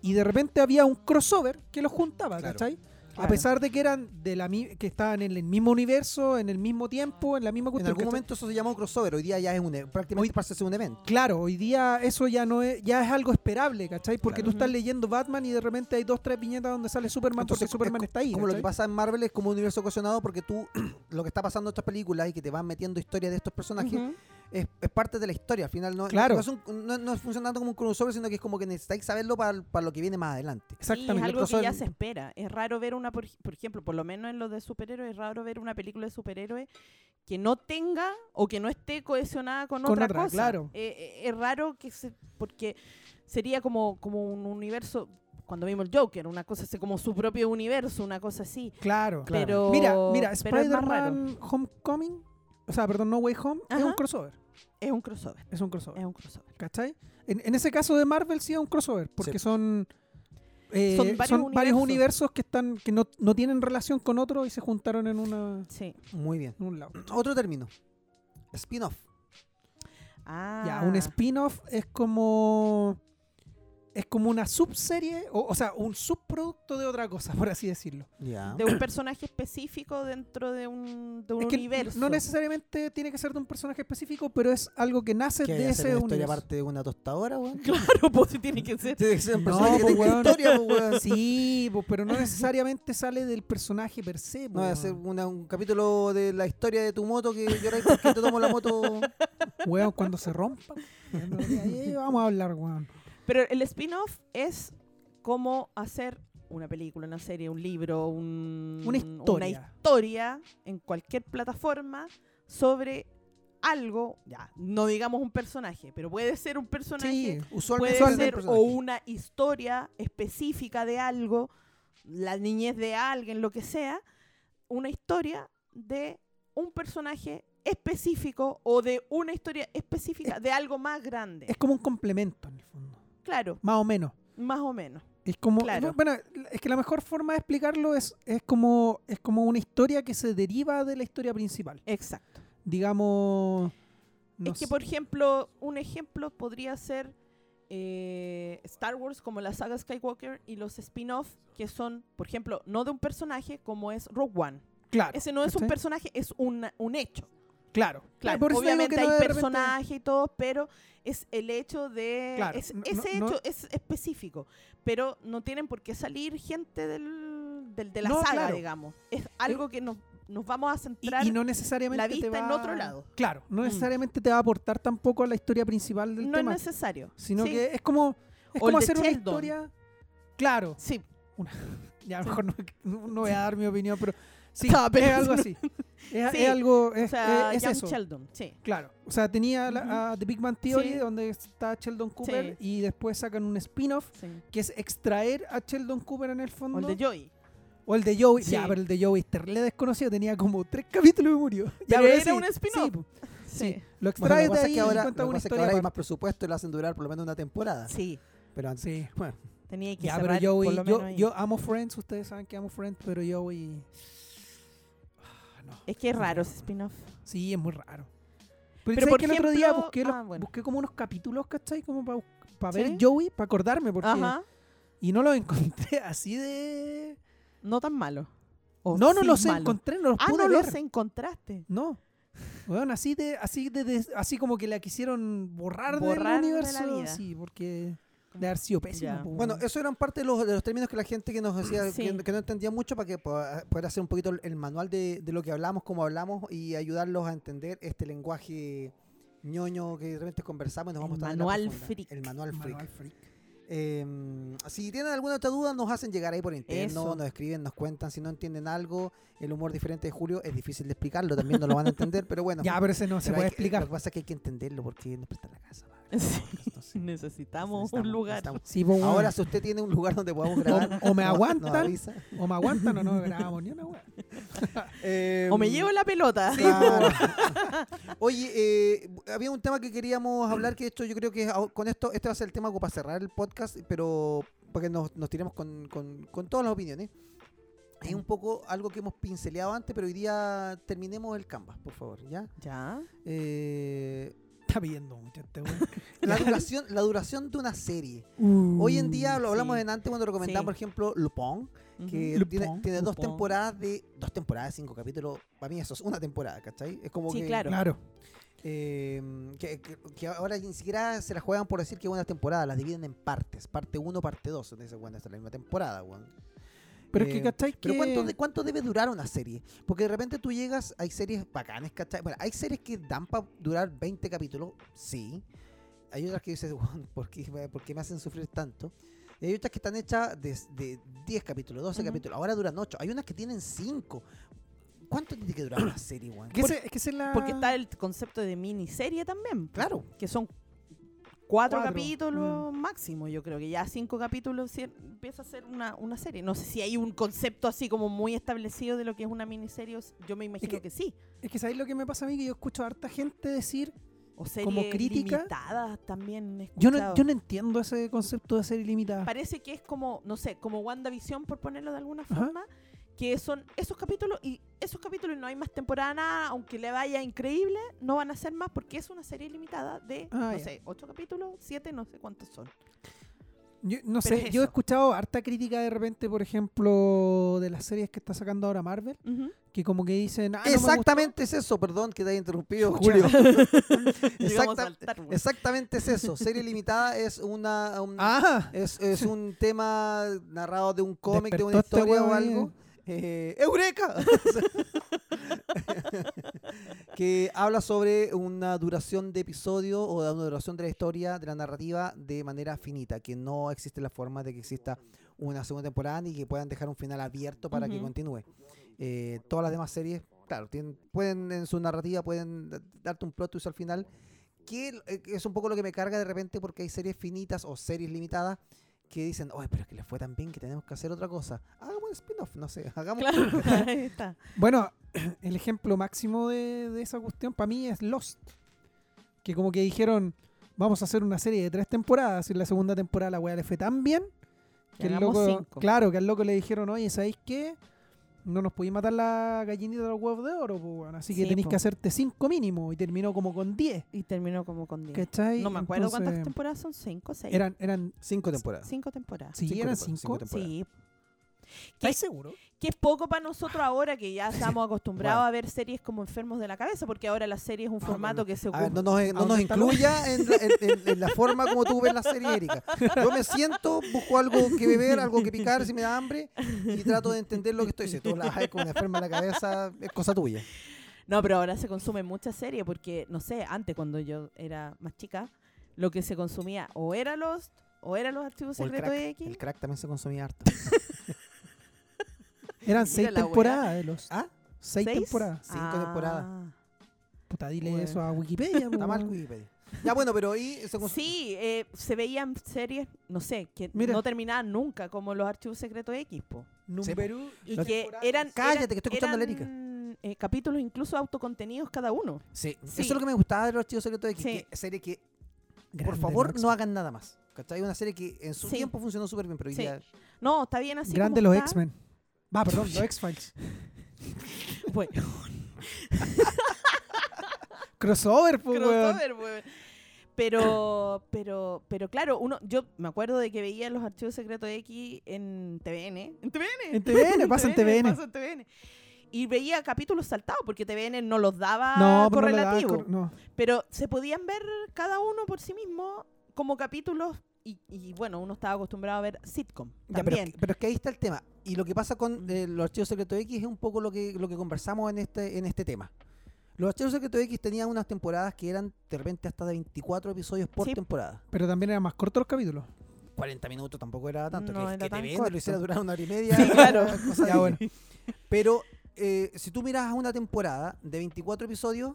[SPEAKER 3] y de repente había un crossover que los juntaba,
[SPEAKER 1] Claro.
[SPEAKER 3] ¿cachai? A
[SPEAKER 2] Claro.
[SPEAKER 3] pesar de que eran de la mi- que estaban en el mismo universo, en el mismo tiempo, en la misma
[SPEAKER 1] en
[SPEAKER 3] cuestión.
[SPEAKER 1] algún
[SPEAKER 3] ¿cachai?
[SPEAKER 1] momento eso se llamó crossover hoy día ya es un e- prácticamente
[SPEAKER 3] Hoy-
[SPEAKER 1] pasa a ser un evento
[SPEAKER 3] Claro, hoy día eso ya no es, ya es algo esperable, ¿cachai? Porque
[SPEAKER 1] Claro.
[SPEAKER 3] tú estás leyendo Batman y de repente hay dos, tres viñetas donde sale Superman
[SPEAKER 1] Entonces,
[SPEAKER 3] porque Superman
[SPEAKER 1] es
[SPEAKER 3] está ahí.
[SPEAKER 1] como lo que
[SPEAKER 3] ¿cachai?
[SPEAKER 1] pasa en Marvel es como un universo cohesionado porque tú lo que está pasando en estas películas y que te van metiendo historias de estos personajes
[SPEAKER 2] Ujú.
[SPEAKER 1] es, es parte de la historia al final no,
[SPEAKER 3] Claro.
[SPEAKER 1] no, es un- no- no es funcionando como un crossover sino que es como que necesitáis saberlo para, para lo que viene más adelante
[SPEAKER 2] Sí, es
[SPEAKER 3] Exactamente.
[SPEAKER 2] algo que ya
[SPEAKER 1] crossover-
[SPEAKER 2] se espera. Es raro ver una, por, ej- por ejemplo, por lo menos en los de superhéroes, es raro ver una película de superhéroes que no tenga o que no esté cohesionada con,
[SPEAKER 3] Con
[SPEAKER 2] otra,
[SPEAKER 3] otra,
[SPEAKER 2] cosa.
[SPEAKER 3] claro.
[SPEAKER 2] Eh, eh, es raro que se, porque sería como, como un universo, cuando vimos el Joker, una cosa así, como su propio universo, una cosa así.
[SPEAKER 3] Claro.
[SPEAKER 2] Pero,
[SPEAKER 3] Mira, mira,
[SPEAKER 2] pero es más raro.
[SPEAKER 3] Spider-Man Homecoming, o sea, perdón, No Way Home, es un
[SPEAKER 2] Ajá. Eh.
[SPEAKER 3] crossover.
[SPEAKER 2] Es un crossover,
[SPEAKER 3] Es un crossover.
[SPEAKER 2] es un crossover.
[SPEAKER 3] ¿Cachai? En, en ese caso de Marvel sí es un crossover, porque son... eh,
[SPEAKER 2] Son varios universos.
[SPEAKER 3] universos que están que no, no tienen relación con otro y se juntaron en, una,
[SPEAKER 2] Sí.
[SPEAKER 1] muy bien
[SPEAKER 3] en un lado.
[SPEAKER 1] otro término spin-off
[SPEAKER 2] Ah.
[SPEAKER 3] Ya, un spin-off es como. Es como una subserie, o, o sea, un subproducto de otra cosa, por así decirlo.
[SPEAKER 1] ya
[SPEAKER 2] de un personaje específico dentro de un, de un
[SPEAKER 3] es que
[SPEAKER 2] universo.
[SPEAKER 3] no necesariamente tiene que ser de un personaje específico, pero es algo que nace
[SPEAKER 1] ¿Qué hay
[SPEAKER 3] de
[SPEAKER 1] que hacer
[SPEAKER 3] ese
[SPEAKER 1] una historia
[SPEAKER 3] universo.
[SPEAKER 1] aparte de una tostadora weón?
[SPEAKER 2] Claro, pues tiene que ser.
[SPEAKER 1] Tiene que Este ser un
[SPEAKER 3] No,
[SPEAKER 1] personaje
[SPEAKER 3] po,
[SPEAKER 1] que tenga
[SPEAKER 3] weón.
[SPEAKER 1] historia, po, weón.
[SPEAKER 3] Sí, po, pero no necesariamente sale del personaje per se. po,
[SPEAKER 1] No voy a hacer una- un capítulo de la historia de tu moto que lloráis porque te tomo la moto.
[SPEAKER 3] Weón, cuando se rompa. cuando- ahí vamos a hablar, weón.
[SPEAKER 2] Pero el spin-off es cómo hacer una película, una serie, un libro, un-
[SPEAKER 3] Una historia.
[SPEAKER 2] historia en cualquier plataforma sobre algo, ya, no digamos un personaje, pero puede ser un
[SPEAKER 3] Sí,
[SPEAKER 2] personaje, puede
[SPEAKER 1] Usualmente
[SPEAKER 2] ser
[SPEAKER 1] el personaje.
[SPEAKER 2] o una historia específica de algo, la niñez de alguien, lo que sea, una historia de un personaje específico o de una historia específica de algo más grande.
[SPEAKER 3] es como un complemento, en el fondo.
[SPEAKER 2] Claro,
[SPEAKER 3] Más o menos.
[SPEAKER 2] más o menos.
[SPEAKER 3] Es como,
[SPEAKER 2] Claro.
[SPEAKER 3] bueno, es que la mejor forma de explicarlo es, es, como, es como una historia que se deriva de la historia principal.
[SPEAKER 2] Exacto.
[SPEAKER 3] Digamos... no
[SPEAKER 2] es que,
[SPEAKER 3] sé.
[SPEAKER 2] por ejemplo, un ejemplo podría ser eh, Star Wars como la saga Skywalker y los spin-off que son, por ejemplo, no de un personaje como es Rogue One.
[SPEAKER 3] claro,
[SPEAKER 2] Ese no es un
[SPEAKER 3] ¿cachai?
[SPEAKER 2] personaje, es un, un hecho.
[SPEAKER 3] Claro,
[SPEAKER 2] Claro,
[SPEAKER 3] por eso digo
[SPEAKER 2] obviamente
[SPEAKER 3] que no
[SPEAKER 2] hay
[SPEAKER 3] de repente-
[SPEAKER 2] personaje y todo, pero es el hecho de...
[SPEAKER 3] Claro,
[SPEAKER 2] es-
[SPEAKER 3] no-
[SPEAKER 2] ese
[SPEAKER 3] no-
[SPEAKER 2] hecho es específico, pero no tienen por qué salir gente del, del- de la
[SPEAKER 3] No,
[SPEAKER 2] saga,
[SPEAKER 3] claro.
[SPEAKER 2] digamos. Es algo que nos, nos vamos a
[SPEAKER 3] Y-
[SPEAKER 2] centrar
[SPEAKER 3] y, no necesariamente
[SPEAKER 2] la
[SPEAKER 3] te
[SPEAKER 2] vista en
[SPEAKER 3] va-
[SPEAKER 2] otro lado.
[SPEAKER 3] Claro, no
[SPEAKER 2] Mm.
[SPEAKER 3] necesariamente te va a aportar tampoco a la historia principal del
[SPEAKER 2] no
[SPEAKER 3] tema,
[SPEAKER 2] es necesario.
[SPEAKER 3] sino
[SPEAKER 2] Sí,
[SPEAKER 3] que es como, es
[SPEAKER 2] O el
[SPEAKER 3] como
[SPEAKER 2] de
[SPEAKER 3] hacer una
[SPEAKER 2] Sheldon.
[SPEAKER 3] historia... Claro,
[SPEAKER 2] Sí,
[SPEAKER 3] ya a lo
[SPEAKER 2] Sí.
[SPEAKER 3] mejor no, no voy a dar mi opinión, pero sí,
[SPEAKER 2] Estaba
[SPEAKER 3] es
[SPEAKER 2] pensando.
[SPEAKER 3] algo así. Es,
[SPEAKER 2] Sí,
[SPEAKER 3] es algo, es,
[SPEAKER 2] o sea,
[SPEAKER 3] Eh, es- es
[SPEAKER 2] Young
[SPEAKER 3] eso.
[SPEAKER 2] Sheldon, sí.
[SPEAKER 3] Claro, o sea, tenía la-
[SPEAKER 2] Ujú.
[SPEAKER 3] a The Big Man Theory,
[SPEAKER 2] Sí.
[SPEAKER 3] donde está Sheldon Cooper, y después sacan un spin-off,
[SPEAKER 2] sí.
[SPEAKER 3] que es extraer a Sheldon Cooper en el
[SPEAKER 2] O
[SPEAKER 3] fondo.
[SPEAKER 2] el de Joey.
[SPEAKER 3] O el de Joey.
[SPEAKER 2] Sí.
[SPEAKER 3] Ya, pero el de Joey le desconocido, tenía como tres capítulos y murió. ya,
[SPEAKER 2] Pero era
[SPEAKER 3] sí,
[SPEAKER 2] un spin-off.
[SPEAKER 3] sí, po.
[SPEAKER 2] Sí.
[SPEAKER 1] Bueno,
[SPEAKER 3] lo extraes
[SPEAKER 1] lo
[SPEAKER 3] de
[SPEAKER 1] que pasa
[SPEAKER 3] ahí
[SPEAKER 1] es que ahora,
[SPEAKER 3] y cuenta
[SPEAKER 1] lo que
[SPEAKER 3] una
[SPEAKER 1] pasa es que
[SPEAKER 3] historia.
[SPEAKER 1] ahora hay
[SPEAKER 3] aparte.
[SPEAKER 1] más presupuesto y lo hacen durar por lo menos una temporada.
[SPEAKER 2] Sí,
[SPEAKER 1] Pero antes,
[SPEAKER 3] Sí.
[SPEAKER 1] bueno,
[SPEAKER 2] tenía que
[SPEAKER 3] Ya,
[SPEAKER 2] cerrar
[SPEAKER 3] pero Joey,
[SPEAKER 2] por lo menos
[SPEAKER 3] yo,
[SPEAKER 2] ahí.
[SPEAKER 3] yo amo Friends, ustedes saben que amo Friends, pero Joey... Ah, no.
[SPEAKER 2] Es que es raro ese spin-off.
[SPEAKER 3] Sí, es muy raro.
[SPEAKER 2] Pero,
[SPEAKER 3] Pero, ¿sabes
[SPEAKER 2] por
[SPEAKER 3] que el otro día
[SPEAKER 2] ejemplo-
[SPEAKER 3] busqué, los-
[SPEAKER 2] ah, bueno.
[SPEAKER 3] busqué como unos capítulos, ¿cachai? Como para ver
[SPEAKER 2] ¿Sí?
[SPEAKER 3] Joey, para acordarme, porque...
[SPEAKER 2] Ajá.
[SPEAKER 3] Y no los encontré así de.
[SPEAKER 2] No tan malo. O
[SPEAKER 3] no, no
[SPEAKER 2] sí
[SPEAKER 3] los
[SPEAKER 2] malo.
[SPEAKER 3] encontré, no los
[SPEAKER 2] Ah,
[SPEAKER 3] pude
[SPEAKER 2] no
[SPEAKER 3] ver.
[SPEAKER 2] los encontraste.
[SPEAKER 3] No. Weón, así de, así de, de- así como que la quisieron borrar,
[SPEAKER 2] Borrar
[SPEAKER 3] del
[SPEAKER 2] de la
[SPEAKER 3] universo.
[SPEAKER 2] vida.
[SPEAKER 3] Sí, porque de haber sido pésimo.
[SPEAKER 2] Ya.
[SPEAKER 3] po, weón.
[SPEAKER 1] bueno, eso eran parte de los, de los términos que la gente que nos decía
[SPEAKER 2] Sí.
[SPEAKER 1] que, que no entendía mucho para que pueda- poder hacer un poquito el- el manual de, de lo que hablamos, cómo hablamos y ayudarlos a entender este lenguaje ñoño que de repente conversamos y nos
[SPEAKER 2] El
[SPEAKER 1] vamos tan en la
[SPEAKER 2] manual
[SPEAKER 1] profunda.
[SPEAKER 2] freak.
[SPEAKER 1] El manual freak.
[SPEAKER 3] Manual freak.
[SPEAKER 1] Eh, si tienen alguna otra duda, nos hacen llegar ahí por interno,
[SPEAKER 2] Eso.
[SPEAKER 1] nos escriben, nos cuentan. Si no entienden algo, el humor diferente de Julio es difícil de explicarlo, también no lo van a entender, pero bueno.
[SPEAKER 3] Ya, pero ese no se
[SPEAKER 1] Pero
[SPEAKER 3] puede
[SPEAKER 1] hay que- Lo
[SPEAKER 3] explicar.
[SPEAKER 1] que pasa es que hay que entenderlo porque nos prestan la casa. para
[SPEAKER 2] Sí.
[SPEAKER 1] podcast, no sé.
[SPEAKER 2] Necesitamos, un
[SPEAKER 1] Necesitamos-
[SPEAKER 2] lugar.
[SPEAKER 1] necesitamos.
[SPEAKER 3] Sí, po, weón.
[SPEAKER 1] Ahora, si usted tiene un lugar donde podamos grabar,
[SPEAKER 3] o me
[SPEAKER 1] nos- nos
[SPEAKER 3] aguantan.
[SPEAKER 1] avisa.
[SPEAKER 3] O me aguantan o no grabamos ni una weá.
[SPEAKER 1] Eh,
[SPEAKER 2] O me llevo la pelota.
[SPEAKER 1] claro. Oye, eh, había un tema que queríamos hablar, que esto yo creo que ahor- con esto, este va a ser el tema como para cerrar el podcast, pero para que nos, nos tiremos con, con- con todas las opiniones. Es un poco algo que hemos pinceleado antes, pero hoy día terminemos el canvas, por favor, ¿ya?
[SPEAKER 2] Ya.
[SPEAKER 1] Eh,
[SPEAKER 3] Está viendo mucho este weón.
[SPEAKER 1] la, duración, la duración de una serie.
[SPEAKER 2] Uh.
[SPEAKER 1] Hoy en día lo hablamos
[SPEAKER 2] sí.
[SPEAKER 1] en antes cuando recomendamos,
[SPEAKER 2] Sí.
[SPEAKER 1] por ejemplo, Lupón, que
[SPEAKER 3] Mm, Ujú.
[SPEAKER 1] tiene,
[SPEAKER 3] Lupón,
[SPEAKER 1] tiene dos
[SPEAKER 3] Lupón.
[SPEAKER 1] temporadas de. Dos temporadas, cinco capítulos. Para mí eso es una temporada, ¿cachai? Es como
[SPEAKER 2] Sí,
[SPEAKER 1] que.
[SPEAKER 2] claro.
[SPEAKER 3] Claro.
[SPEAKER 1] eh, que, que- que ahora ni siquiera se la juegan por decir que es una temporada, las dividen en partes. Parte 1, parte 2. Entonces, bueno, esta es la misma temporada, weón.
[SPEAKER 3] Pero
[SPEAKER 1] Eh,
[SPEAKER 3] es que, ¿cachai?
[SPEAKER 1] Pero
[SPEAKER 3] que-
[SPEAKER 1] ¿cuánto, de- ¿cuánto debe durar una serie? Porque de repente tú llegas, hay series bacanes, ¿cachai? Bueno, hay series que dan para durar 20 capítulos, sí. Hay otras que dices, "Weón, ¿por qué, por qué me hacen sufrir tanto? Y hay otras que están hechas de, de 10 capítulos, 12
[SPEAKER 2] Ujú.
[SPEAKER 1] capítulos. Ahora duran 8. Hay unas que tienen 5. ¿Cuánto tiene que durar una serie, weón?
[SPEAKER 3] que
[SPEAKER 2] Por-
[SPEAKER 3] ese- es que esa es la...
[SPEAKER 2] Porque está el concepto de miniserie también.
[SPEAKER 1] Claro.
[SPEAKER 2] Que son cuatro,
[SPEAKER 3] Cuatro, Mm.
[SPEAKER 2] capítulos máximo, yo creo que ya cinco capítulos sí empieza a ser una, una serie. No sé si hay un concepto así como muy establecido de lo que es una miniserie, o s- yo me imagino que,
[SPEAKER 3] que-
[SPEAKER 2] sí.
[SPEAKER 3] Es que ¿sabéis lo que me pasa a mí? Que yo escucho a harta gente decir...
[SPEAKER 2] O series
[SPEAKER 3] Como crítica-
[SPEAKER 2] limitadas también. he
[SPEAKER 3] Yo no,
[SPEAKER 2] escuchado.
[SPEAKER 3] yo no entiendo ese concepto de serie limitada.
[SPEAKER 2] Parece que es como, no sé, como WandaVision, por ponerlo de alguna
[SPEAKER 3] Ajá.
[SPEAKER 2] forma, que son esos capítulos y esos capítulos no hay más temporada, nada, aunque le vaya increíble, no van a ser más porque es una serie limitada de,
[SPEAKER 3] Ah,
[SPEAKER 2] no
[SPEAKER 3] ya.
[SPEAKER 2] sé, ocho capítulos, siete, no sé cuántos son.
[SPEAKER 3] Yo, no
[SPEAKER 2] Pero
[SPEAKER 3] sé,
[SPEAKER 2] es
[SPEAKER 3] yo
[SPEAKER 2] eso.
[SPEAKER 3] he escuchado harta crítica de repente, por ejemplo, de las series que está sacando ahora Marvel,
[SPEAKER 2] Ujú.
[SPEAKER 3] que como que dicen... "Ah, no me gustó".
[SPEAKER 1] Exactamente es eso, perdón que te haya interrumpido,
[SPEAKER 3] Chucha.
[SPEAKER 1] Julio.
[SPEAKER 2] Llegamos a
[SPEAKER 1] Exacta-
[SPEAKER 2] saltar, güey.
[SPEAKER 1] exactamente es eso. Serie limitada es una, un-
[SPEAKER 3] Ah,
[SPEAKER 1] Es, es un tema narrado de un cómic, de una
[SPEAKER 3] Despertó este
[SPEAKER 1] historia o
[SPEAKER 3] huevo ahí,
[SPEAKER 1] algo. Eh, ¡Eureka! que habla sobre una duración de episodio o de una duración de la historia, de la narrativa, de manera finita, que no existe la forma de que exista una segunda temporada ni que puedan dejar un final abierto para que
[SPEAKER 2] Ujú.
[SPEAKER 1] continúe. Eh, todas las demás series, claro, tienen, pueden en su narrativa, pueden da- darte un plot twist al final, que eh, es un poco lo que me carga de repente porque hay series finitas o series limitadas que dicen, oye, pero es que les fue tan bien que tenemos que hacer otra cosa. Hagamos un spin-off, no sé, hagamos...
[SPEAKER 2] Claro, ahí está.
[SPEAKER 3] bueno, el ejemplo máximo de, de esa cuestión para mí es Lost, que como que dijeron, vamos a hacer una serie de tres temporadas y en la segunda temporada la weá le fue tan bien que
[SPEAKER 2] Que
[SPEAKER 3] el
[SPEAKER 2] hagamos
[SPEAKER 3] loco,
[SPEAKER 2] cinco.
[SPEAKER 3] claro, que al loco le dijeron, oye, ¿sabéis qué? No nos podéis matar la gallinita de los huevos de oro, po, weón, así que
[SPEAKER 2] Sí,
[SPEAKER 3] tenéis
[SPEAKER 2] po.
[SPEAKER 3] que hacerte cinco mínimo y terminó como con diez.
[SPEAKER 2] Y terminó como con diez.
[SPEAKER 3] ¿Cachai?
[SPEAKER 2] No me acuerdo cuántas
[SPEAKER 3] Entonces,
[SPEAKER 2] temporadas son, cinco, seis.
[SPEAKER 3] Eran, eran,
[SPEAKER 1] Cinco temporadas.
[SPEAKER 2] Cinco temporadas.
[SPEAKER 3] sí,
[SPEAKER 1] Cinco
[SPEAKER 3] eran
[SPEAKER 1] temporadas,
[SPEAKER 3] cinco.
[SPEAKER 1] cinco
[SPEAKER 2] Sí,
[SPEAKER 3] ¿Estáis seguro?
[SPEAKER 2] que es poco para nosotros ahora que ya estamos acostumbrados a ver series como enfermos de la cabeza, porque ahora la serie es un formato que se
[SPEAKER 1] Ah, A ver,
[SPEAKER 2] ocupa.
[SPEAKER 1] no nos, eh, no nos
[SPEAKER 3] dónde está lo-
[SPEAKER 1] incluya en, la- en- en- en la forma como tú ves la serie, Erika. Yo me siento, busco algo que beber, algo que picar si me da hambre y trato de entender lo que estoy diciendo. Tú la bajas con una enferma en la cabeza, es cosa tuya.
[SPEAKER 2] No, pero ahora se consume mucha serie porque, no sé, antes cuando yo era más chica, lo que se consumía o era Lost, o era los archivos
[SPEAKER 1] O el,
[SPEAKER 2] secretos
[SPEAKER 1] crack,
[SPEAKER 2] X.
[SPEAKER 1] el crack también se consumía harto.
[SPEAKER 3] Eran seis
[SPEAKER 2] la weá.
[SPEAKER 3] temporadas de los.
[SPEAKER 1] ¿Ah?
[SPEAKER 3] Seis,
[SPEAKER 2] ¿Seis? Ah.
[SPEAKER 3] temporadas.
[SPEAKER 1] Cinco temporadas.
[SPEAKER 3] Puta, dile
[SPEAKER 2] Weón.
[SPEAKER 3] eso a Wikipedia.
[SPEAKER 1] Está mal
[SPEAKER 3] weón.
[SPEAKER 1] Wikipedia. Ya bueno, pero ahí se consumía.
[SPEAKER 2] Sí, eh, se veían series, no sé, que
[SPEAKER 3] Mira.
[SPEAKER 2] no terminaban nunca, como los archivos secretos X, po.
[SPEAKER 3] Número-
[SPEAKER 2] Y
[SPEAKER 1] Los-
[SPEAKER 2] que eran.
[SPEAKER 1] Cállate,
[SPEAKER 2] eran-
[SPEAKER 1] que estoy escuchando a la Erika.
[SPEAKER 2] eran, eh, capítulos incluso autocontenidos cada uno.
[SPEAKER 1] Sí, Eso
[SPEAKER 2] Sí.
[SPEAKER 1] es lo que me gustaba de los archivos secretos X,
[SPEAKER 2] Sí.
[SPEAKER 1] que serie que por
[SPEAKER 3] Grande,
[SPEAKER 1] favor
[SPEAKER 3] Max.
[SPEAKER 1] no hagan nada más. ¿Cachai? Una serie que en su
[SPEAKER 2] Sí.
[SPEAKER 1] tiempo funcionó súper bien, pero hoy
[SPEAKER 2] Sí.
[SPEAKER 1] día-
[SPEAKER 2] No, está bien así.
[SPEAKER 3] Grande
[SPEAKER 2] como
[SPEAKER 3] los
[SPEAKER 2] está.
[SPEAKER 3] X-Men. Va, perdón, los X-Files.
[SPEAKER 2] Bueno.
[SPEAKER 3] Crossover, pues, weón.
[SPEAKER 2] crossover, weón. Pero, pero, pero claro, uno, yo me acuerdo de que veía los archivos secretos X en TVN. En TVN.
[SPEAKER 3] En TVN, pasa en TVN.
[SPEAKER 2] pasa en TVN. Y veía capítulos saltados porque TVN no los daba
[SPEAKER 3] No, pero no le daba
[SPEAKER 2] Ah, correlativo.
[SPEAKER 3] cor- no.
[SPEAKER 2] pero se podían ver cada uno por sí mismo como capítulos. Y, y bueno, uno estaba acostumbrado a ver sitcom.
[SPEAKER 1] Ya, pero,
[SPEAKER 2] También. Mm.
[SPEAKER 1] es que- pero es que ahí está el tema. Y lo que pasa con eh, los archivos secretos X es un poco lo que, lo que conversamos en este, en este tema. Los archivos secretos X tenían unas temporadas que eran de repente hasta de 24 episodios por
[SPEAKER 2] Sí.
[SPEAKER 1] temporada.
[SPEAKER 3] Pero también eran más cortos los capítulos.
[SPEAKER 1] 40 minutos tampoco era tanto.
[SPEAKER 2] No
[SPEAKER 1] que
[SPEAKER 2] era
[SPEAKER 1] que
[SPEAKER 2] tan
[SPEAKER 1] TVN
[SPEAKER 2] corto.
[SPEAKER 1] lo hiciera durar una hora y media.
[SPEAKER 2] claro.
[SPEAKER 1] cosa
[SPEAKER 3] Ya,
[SPEAKER 1] de-
[SPEAKER 3] bueno.
[SPEAKER 1] Pero eh, si tú miras a una temporada de 24 episodios,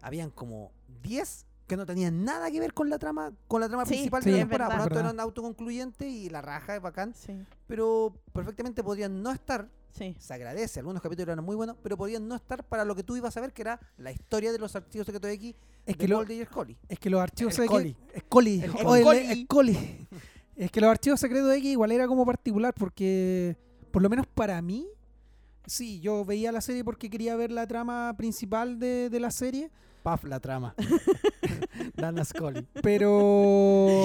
[SPEAKER 1] habían como 10 que no tenían nada que ver con la trama, con la trama
[SPEAKER 2] Sí,
[SPEAKER 1] principal
[SPEAKER 3] sí,
[SPEAKER 1] de la
[SPEAKER 3] es
[SPEAKER 1] temporada. Por
[SPEAKER 3] verdad.
[SPEAKER 1] lo tanto,
[SPEAKER 3] Verdad.
[SPEAKER 1] eran autoconcluyentes y la raja es bacán
[SPEAKER 2] Sí.
[SPEAKER 1] pero perfectamente podrían no estar
[SPEAKER 2] Sí.
[SPEAKER 1] Se agradece, algunos capítulos eran muy buenos, pero podían no estar para lo que tú ibas a ver, que era la historia de los archivos secretos de X
[SPEAKER 3] Es
[SPEAKER 1] de
[SPEAKER 3] que, lo,
[SPEAKER 1] Mulder y Scully.
[SPEAKER 3] es que los archivos
[SPEAKER 1] El
[SPEAKER 3] secretos. Es Coli.
[SPEAKER 1] El
[SPEAKER 3] Oh, el-
[SPEAKER 1] Coli.
[SPEAKER 3] el Coli. Es que los archivos secretos X igual era como particular porque, por lo menos para mí, sí, yo veía la serie porque quería ver la trama principal de, de la serie,
[SPEAKER 1] Paf, la trama. Dana Scully.
[SPEAKER 3] pero...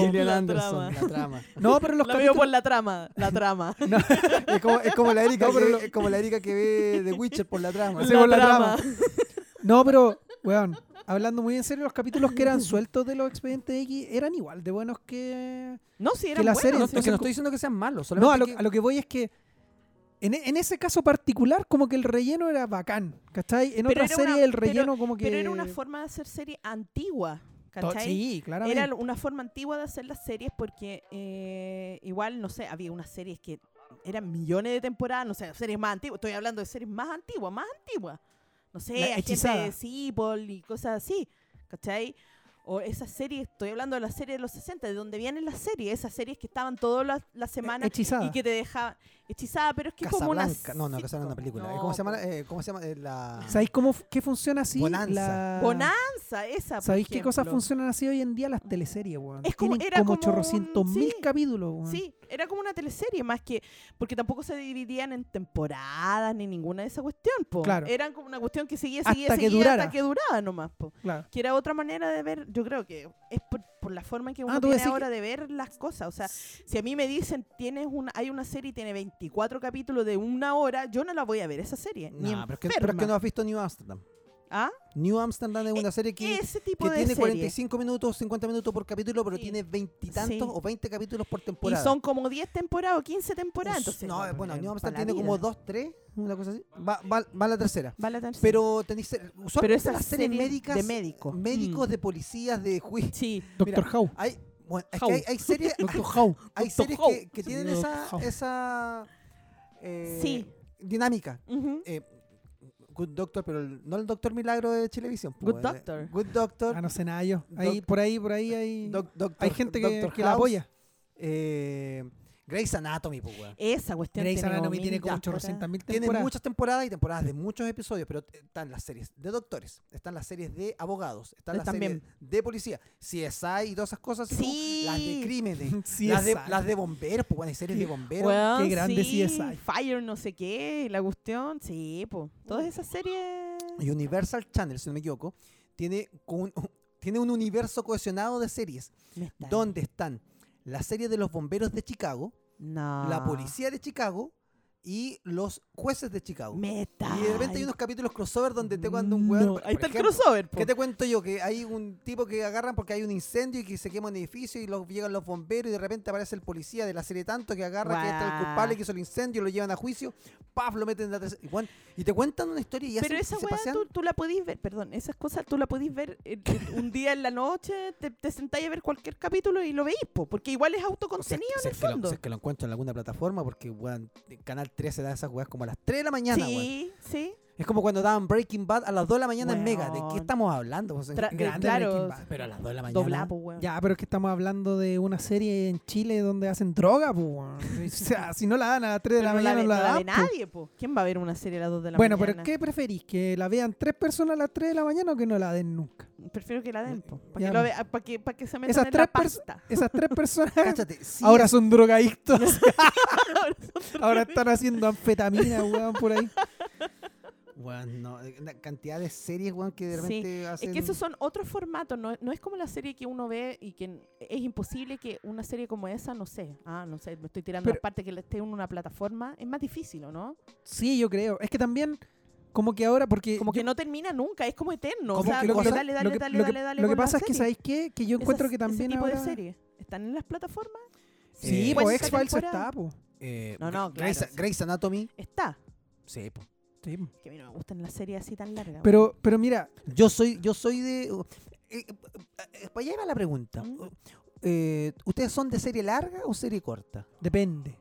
[SPEAKER 1] Gillian
[SPEAKER 2] La
[SPEAKER 1] Anderson,
[SPEAKER 2] trama.
[SPEAKER 1] la trama.
[SPEAKER 3] No, pero los
[SPEAKER 2] la veo
[SPEAKER 3] capítulos...
[SPEAKER 2] por la trama, la trama.
[SPEAKER 3] no,
[SPEAKER 1] Es como, es como la Erika
[SPEAKER 3] No, pero
[SPEAKER 1] que,
[SPEAKER 3] lo-
[SPEAKER 1] es como la Erika que ve The Witcher por la trama.
[SPEAKER 3] Sí, por la trama. no, pero, weón, hablando muy en serio, los capítulos que eran sueltos de los expedientes X eran igual de buenos que...
[SPEAKER 2] No, sí, era
[SPEAKER 3] la
[SPEAKER 2] bueno.
[SPEAKER 3] serie
[SPEAKER 1] No,
[SPEAKER 3] no-
[SPEAKER 1] es que no estoy diciendo que sean malos,
[SPEAKER 3] No, a
[SPEAKER 1] solamente
[SPEAKER 3] lo,
[SPEAKER 1] que-
[SPEAKER 3] a lo que voy es que en, e- en ese caso particular como que el relleno era bacán, ¿cachai? En
[SPEAKER 2] Pero
[SPEAKER 3] otra
[SPEAKER 2] era una-
[SPEAKER 3] serie el
[SPEAKER 2] pero-
[SPEAKER 3] relleno como que...
[SPEAKER 2] Pero era una forma de hacer serie antigua,
[SPEAKER 3] to-
[SPEAKER 2] ¿cachai?
[SPEAKER 3] Sí, claramente.
[SPEAKER 2] Era una forma antigua de hacer las series porque eh, igual, no sé, había unas series que eran millones de temporadas, no sé, series más antiguas, estoy hablando de series más antiguas, más antiguas. No sé,
[SPEAKER 3] La Hechizada.
[SPEAKER 2] gente de Seapol y cosas así, ¿cachai? O esas series, estoy hablando de las series de los 60, de donde vienen las series, esas series que estaban todas las las semanas
[SPEAKER 3] Eh, Hechizada.
[SPEAKER 2] y que te dejaban hechizada, pero es que es como una...
[SPEAKER 1] Casablanca. No, no, Casablanca es una película.
[SPEAKER 2] No,
[SPEAKER 1] ¿Cómo se llama?
[SPEAKER 2] po-
[SPEAKER 1] Eh, ¿Cómo se llama? Eh, la...
[SPEAKER 3] ¿Sabéis cómo f- qué funciona así?
[SPEAKER 1] Bonanza.
[SPEAKER 3] La-
[SPEAKER 2] Bonanza, esa. por
[SPEAKER 3] ¿Sabéis qué cosas
[SPEAKER 2] ejemplo.
[SPEAKER 3] funcionan así hoy en día las teleseries, weón?
[SPEAKER 2] Es como-
[SPEAKER 3] Tienen
[SPEAKER 2] era
[SPEAKER 3] como
[SPEAKER 2] como un-
[SPEAKER 3] mil
[SPEAKER 2] sí.
[SPEAKER 3] capítulos, weón.
[SPEAKER 2] Sí, era como una teleserie más que. Porque tampoco se dividían en temporadas ni ninguna de esa cuestión, po.
[SPEAKER 3] Claro.
[SPEAKER 2] Eran como una cuestión que seguía,
[SPEAKER 3] Hasta
[SPEAKER 2] seguía,
[SPEAKER 3] que
[SPEAKER 2] seguía
[SPEAKER 3] durara.
[SPEAKER 2] hasta que duraba nomás, po.
[SPEAKER 3] Claro.
[SPEAKER 2] Que era otra manera de ver, yo creo que es por, por la forma en que uno
[SPEAKER 3] tú
[SPEAKER 2] tiene
[SPEAKER 3] decís que-
[SPEAKER 2] ahora de ver las cosas. O sea, si a mí me dicen, tienes una, hay una serie y tiene 24 capítulos de una hora, yo no la voy a ver esa serie. ni
[SPEAKER 1] No, pero es, que, pero es que
[SPEAKER 2] enferma.
[SPEAKER 1] no has visto New Amsterdam.
[SPEAKER 2] ¿Ah?
[SPEAKER 1] New Amsterdam es una serie que,
[SPEAKER 2] Ese tipo
[SPEAKER 1] que
[SPEAKER 2] de
[SPEAKER 1] tiene
[SPEAKER 2] serie.
[SPEAKER 1] 45 minutos, 50 minutos por capítulo, pero
[SPEAKER 2] Sí.
[SPEAKER 1] tiene veintitantos
[SPEAKER 2] Sí.
[SPEAKER 1] o 20 capítulos por
[SPEAKER 2] Y
[SPEAKER 1] temporada.
[SPEAKER 2] son como 10 temporadas o 15 temporadas.
[SPEAKER 1] Us-
[SPEAKER 2] Entonces,
[SPEAKER 1] Pues,
[SPEAKER 2] eh,
[SPEAKER 1] no, eh, bueno,
[SPEAKER 2] para
[SPEAKER 1] New Amsterdam
[SPEAKER 2] la
[SPEAKER 1] tiene como
[SPEAKER 2] vida.
[SPEAKER 1] dos, tres, una cosa así. Va, va- va la tercera.
[SPEAKER 2] Va la tercera.
[SPEAKER 1] Pero tenéis eh,
[SPEAKER 2] Pero
[SPEAKER 1] usualmente
[SPEAKER 2] esas
[SPEAKER 1] las series
[SPEAKER 2] series
[SPEAKER 1] médicas
[SPEAKER 2] de médicos.
[SPEAKER 1] médicos
[SPEAKER 2] Mm.
[SPEAKER 1] de policías, de juicios.
[SPEAKER 2] Sí.
[SPEAKER 3] Doctor
[SPEAKER 1] Mira,
[SPEAKER 3] Howe.
[SPEAKER 1] Hay, bueno, es que
[SPEAKER 3] How.
[SPEAKER 1] hay, hay series,
[SPEAKER 3] Doctor Howe.
[SPEAKER 1] hay
[SPEAKER 3] Doctor
[SPEAKER 1] series
[SPEAKER 3] Howe.
[SPEAKER 1] que, que
[SPEAKER 3] Sí,
[SPEAKER 1] tienen
[SPEAKER 3] Doctor
[SPEAKER 1] esa,
[SPEAKER 3] Howe.
[SPEAKER 1] esa eh,
[SPEAKER 2] Sí.
[SPEAKER 1] dinámica.
[SPEAKER 2] ujú.
[SPEAKER 1] Eh, Good Doctor, pero el- no el Doctor Milagro de Televisión. pues,
[SPEAKER 2] Good
[SPEAKER 1] bueno.
[SPEAKER 2] Doctor.
[SPEAKER 1] Good Doctor.
[SPEAKER 3] Ah, no sé nada yo. Ahí, por ahí, por ahí hay,
[SPEAKER 1] Doc- Doctor-
[SPEAKER 3] hay gente que,
[SPEAKER 1] Doctor
[SPEAKER 3] que la
[SPEAKER 1] House,
[SPEAKER 3] apoya.
[SPEAKER 1] Eh, Grey's Anatomy, pues, weón.
[SPEAKER 2] Esa cuestión
[SPEAKER 3] Grey's
[SPEAKER 2] tiene
[SPEAKER 3] Anatomy
[SPEAKER 2] como
[SPEAKER 3] tiene
[SPEAKER 2] mil
[SPEAKER 3] como
[SPEAKER 2] temporadas.
[SPEAKER 3] 800 mil
[SPEAKER 1] Tienen
[SPEAKER 3] temporadas.
[SPEAKER 1] muchas temporadas y temporadas de muchos episodios, pero t- están las series de doctores, están las series de abogados,
[SPEAKER 3] Eh,
[SPEAKER 1] están las
[SPEAKER 2] También.
[SPEAKER 1] series de policía, CSI y todas esas cosas, así como
[SPEAKER 2] Sí.
[SPEAKER 1] las de crímenes,
[SPEAKER 3] Sí,
[SPEAKER 1] las, de,
[SPEAKER 3] exacto.
[SPEAKER 1] las de bomberos, pues, weón, hay series de bomberos.
[SPEAKER 2] Weón,
[SPEAKER 3] qué grande
[SPEAKER 2] sí,
[SPEAKER 3] CSI.
[SPEAKER 2] Fire no sé qué, la cuestión, sí, po.
[SPEAKER 1] Mm.
[SPEAKER 2] Todas esas series.
[SPEAKER 1] Y Universal Channel, si no me equivoco, tiene, con un, tiene un universo cohesionado de series,
[SPEAKER 2] me están-
[SPEAKER 1] donde están la serie de los bomberos de Chicago,
[SPEAKER 2] No.
[SPEAKER 1] la policía de Chicago y los jueces de Chicago. Y
[SPEAKER 2] Me
[SPEAKER 1] de repente hay
[SPEAKER 2] estáis-
[SPEAKER 1] unos capítulos crossover donde te cuento un weón.
[SPEAKER 2] No,
[SPEAKER 1] por-
[SPEAKER 2] Ahí
[SPEAKER 1] por
[SPEAKER 2] está el
[SPEAKER 1] ejemplo,
[SPEAKER 2] crossover, po.
[SPEAKER 1] ¿Qué te cuento yo? Que hay un tipo que agarran porque hay un incendio y que se quema un edificio y los, llegan los bomberos y de repente aparece el policía de la serie tanto que agarra que este es el
[SPEAKER 2] Guau.
[SPEAKER 1] culpable que hizo el incendio, lo llevan a juicio, ¡paf! lo meten en la tercera. Y, bueno, y te cuentan una historia y
[SPEAKER 2] Pero
[SPEAKER 1] hacen-
[SPEAKER 2] esa
[SPEAKER 1] se
[SPEAKER 2] weá
[SPEAKER 1] pasean.
[SPEAKER 2] tú, tú la podís ver, perdón, esas cosas tú la podís ver eh, eh, un día en la noche, te, te sentáis a ver cualquier capítulo y lo veís, po, porque igual es
[SPEAKER 1] O sea,
[SPEAKER 2] autocontenido
[SPEAKER 1] si
[SPEAKER 2] en el
[SPEAKER 1] es que lo-
[SPEAKER 2] fondo.
[SPEAKER 1] si es que lo encuentro en alguna plataforma porque weón, en Canal 13 da esas weas como a las 3 de la mañana, weón.
[SPEAKER 2] sí, sí.
[SPEAKER 1] Es como cuando daban Breaking Bad a las 2 de la mañana en Mega. ¿De qué
[SPEAKER 2] Weón.
[SPEAKER 1] estamos hablando? O sea,
[SPEAKER 2] Tra- eh,
[SPEAKER 3] grande
[SPEAKER 2] claro,
[SPEAKER 3] Breaking Bad.
[SPEAKER 1] pero a las 2 de la mañana.
[SPEAKER 2] doblá, po, weón.
[SPEAKER 3] Ya, pero es que estamos hablando de una serie en Chile donde hacen droga, pues. O sea, si no la dan a las 3 de la
[SPEAKER 2] Pero no
[SPEAKER 3] mañana,
[SPEAKER 2] ve-
[SPEAKER 3] no la
[SPEAKER 2] no ve
[SPEAKER 3] dan. po.
[SPEAKER 2] nadie, po. ¿Quién va a ver una serie a las 2 de la
[SPEAKER 3] Bueno,
[SPEAKER 2] mañana?
[SPEAKER 3] pero ¿qué preferís? ¿Que la vean tres personas a las 3 de la mañana o que no la den nunca?
[SPEAKER 2] Prefiero que la den, po, para
[SPEAKER 3] Ya,
[SPEAKER 2] que, lo
[SPEAKER 3] po.
[SPEAKER 2] vea- pa' que, pa' que se metan
[SPEAKER 3] Esas
[SPEAKER 2] en
[SPEAKER 3] tres
[SPEAKER 2] la
[SPEAKER 3] pers-
[SPEAKER 2] pasta.
[SPEAKER 3] Esas tres personas
[SPEAKER 1] Cáchate, sí,
[SPEAKER 3] ahora son drogadictos. ahora están haciendo anfetamina, weón, por ahí.
[SPEAKER 1] Weón, no, eh, la cantidad de series, weón, que de
[SPEAKER 2] Sí,
[SPEAKER 1] repente
[SPEAKER 2] Es
[SPEAKER 1] hacen...
[SPEAKER 2] que esos son otros formatos, no, no es como la serie que uno ve y que n- es imposible que una serie como esa, no sé, ah, no sé, me estoy tirando
[SPEAKER 3] Pero-
[SPEAKER 2] la parte que le esté en una plataforma, es más difícil, ¿o no?
[SPEAKER 3] Sí, yo creo. Es que también, como que ahora, porque.
[SPEAKER 2] Como
[SPEAKER 3] Eh, yo-
[SPEAKER 2] que no termina nunca, es como eterno, o
[SPEAKER 1] Como
[SPEAKER 2] sea,
[SPEAKER 1] que
[SPEAKER 2] como
[SPEAKER 1] lo
[SPEAKER 2] que
[SPEAKER 1] que-
[SPEAKER 2] dale,
[SPEAKER 3] lo
[SPEAKER 2] dale,
[SPEAKER 3] que-
[SPEAKER 2] dale,
[SPEAKER 3] lo que-
[SPEAKER 2] dale, dale
[SPEAKER 3] Lo que
[SPEAKER 2] con la
[SPEAKER 3] pasa es que,
[SPEAKER 2] serie.
[SPEAKER 3] ¿sabéis qué? Que yo
[SPEAKER 2] Esas-
[SPEAKER 3] encuentro que también
[SPEAKER 2] ese tipo
[SPEAKER 3] ahora.
[SPEAKER 2] de series están en las plataformas,
[SPEAKER 3] Sí,
[SPEAKER 1] Eh,
[SPEAKER 3] pues
[SPEAKER 2] Cuenta
[SPEAKER 3] X-Files
[SPEAKER 2] temporada.
[SPEAKER 3] está, pues.
[SPEAKER 1] Eh,
[SPEAKER 2] No, no,
[SPEAKER 1] Grey's,
[SPEAKER 2] claro, sí.
[SPEAKER 1] Grey's Anatomy.
[SPEAKER 2] está,
[SPEAKER 1] Sí, po.
[SPEAKER 3] Sí, po.
[SPEAKER 2] que a mí no me gustan las series así tan largas.
[SPEAKER 3] Pero, pero mira,
[SPEAKER 1] Yo soy, yo soy de. eh, eh, eh, para allá va la pregunta.
[SPEAKER 2] Mm.
[SPEAKER 1] Eh, ¿Ustedes son de serie larga o serie corta?
[SPEAKER 3] depende.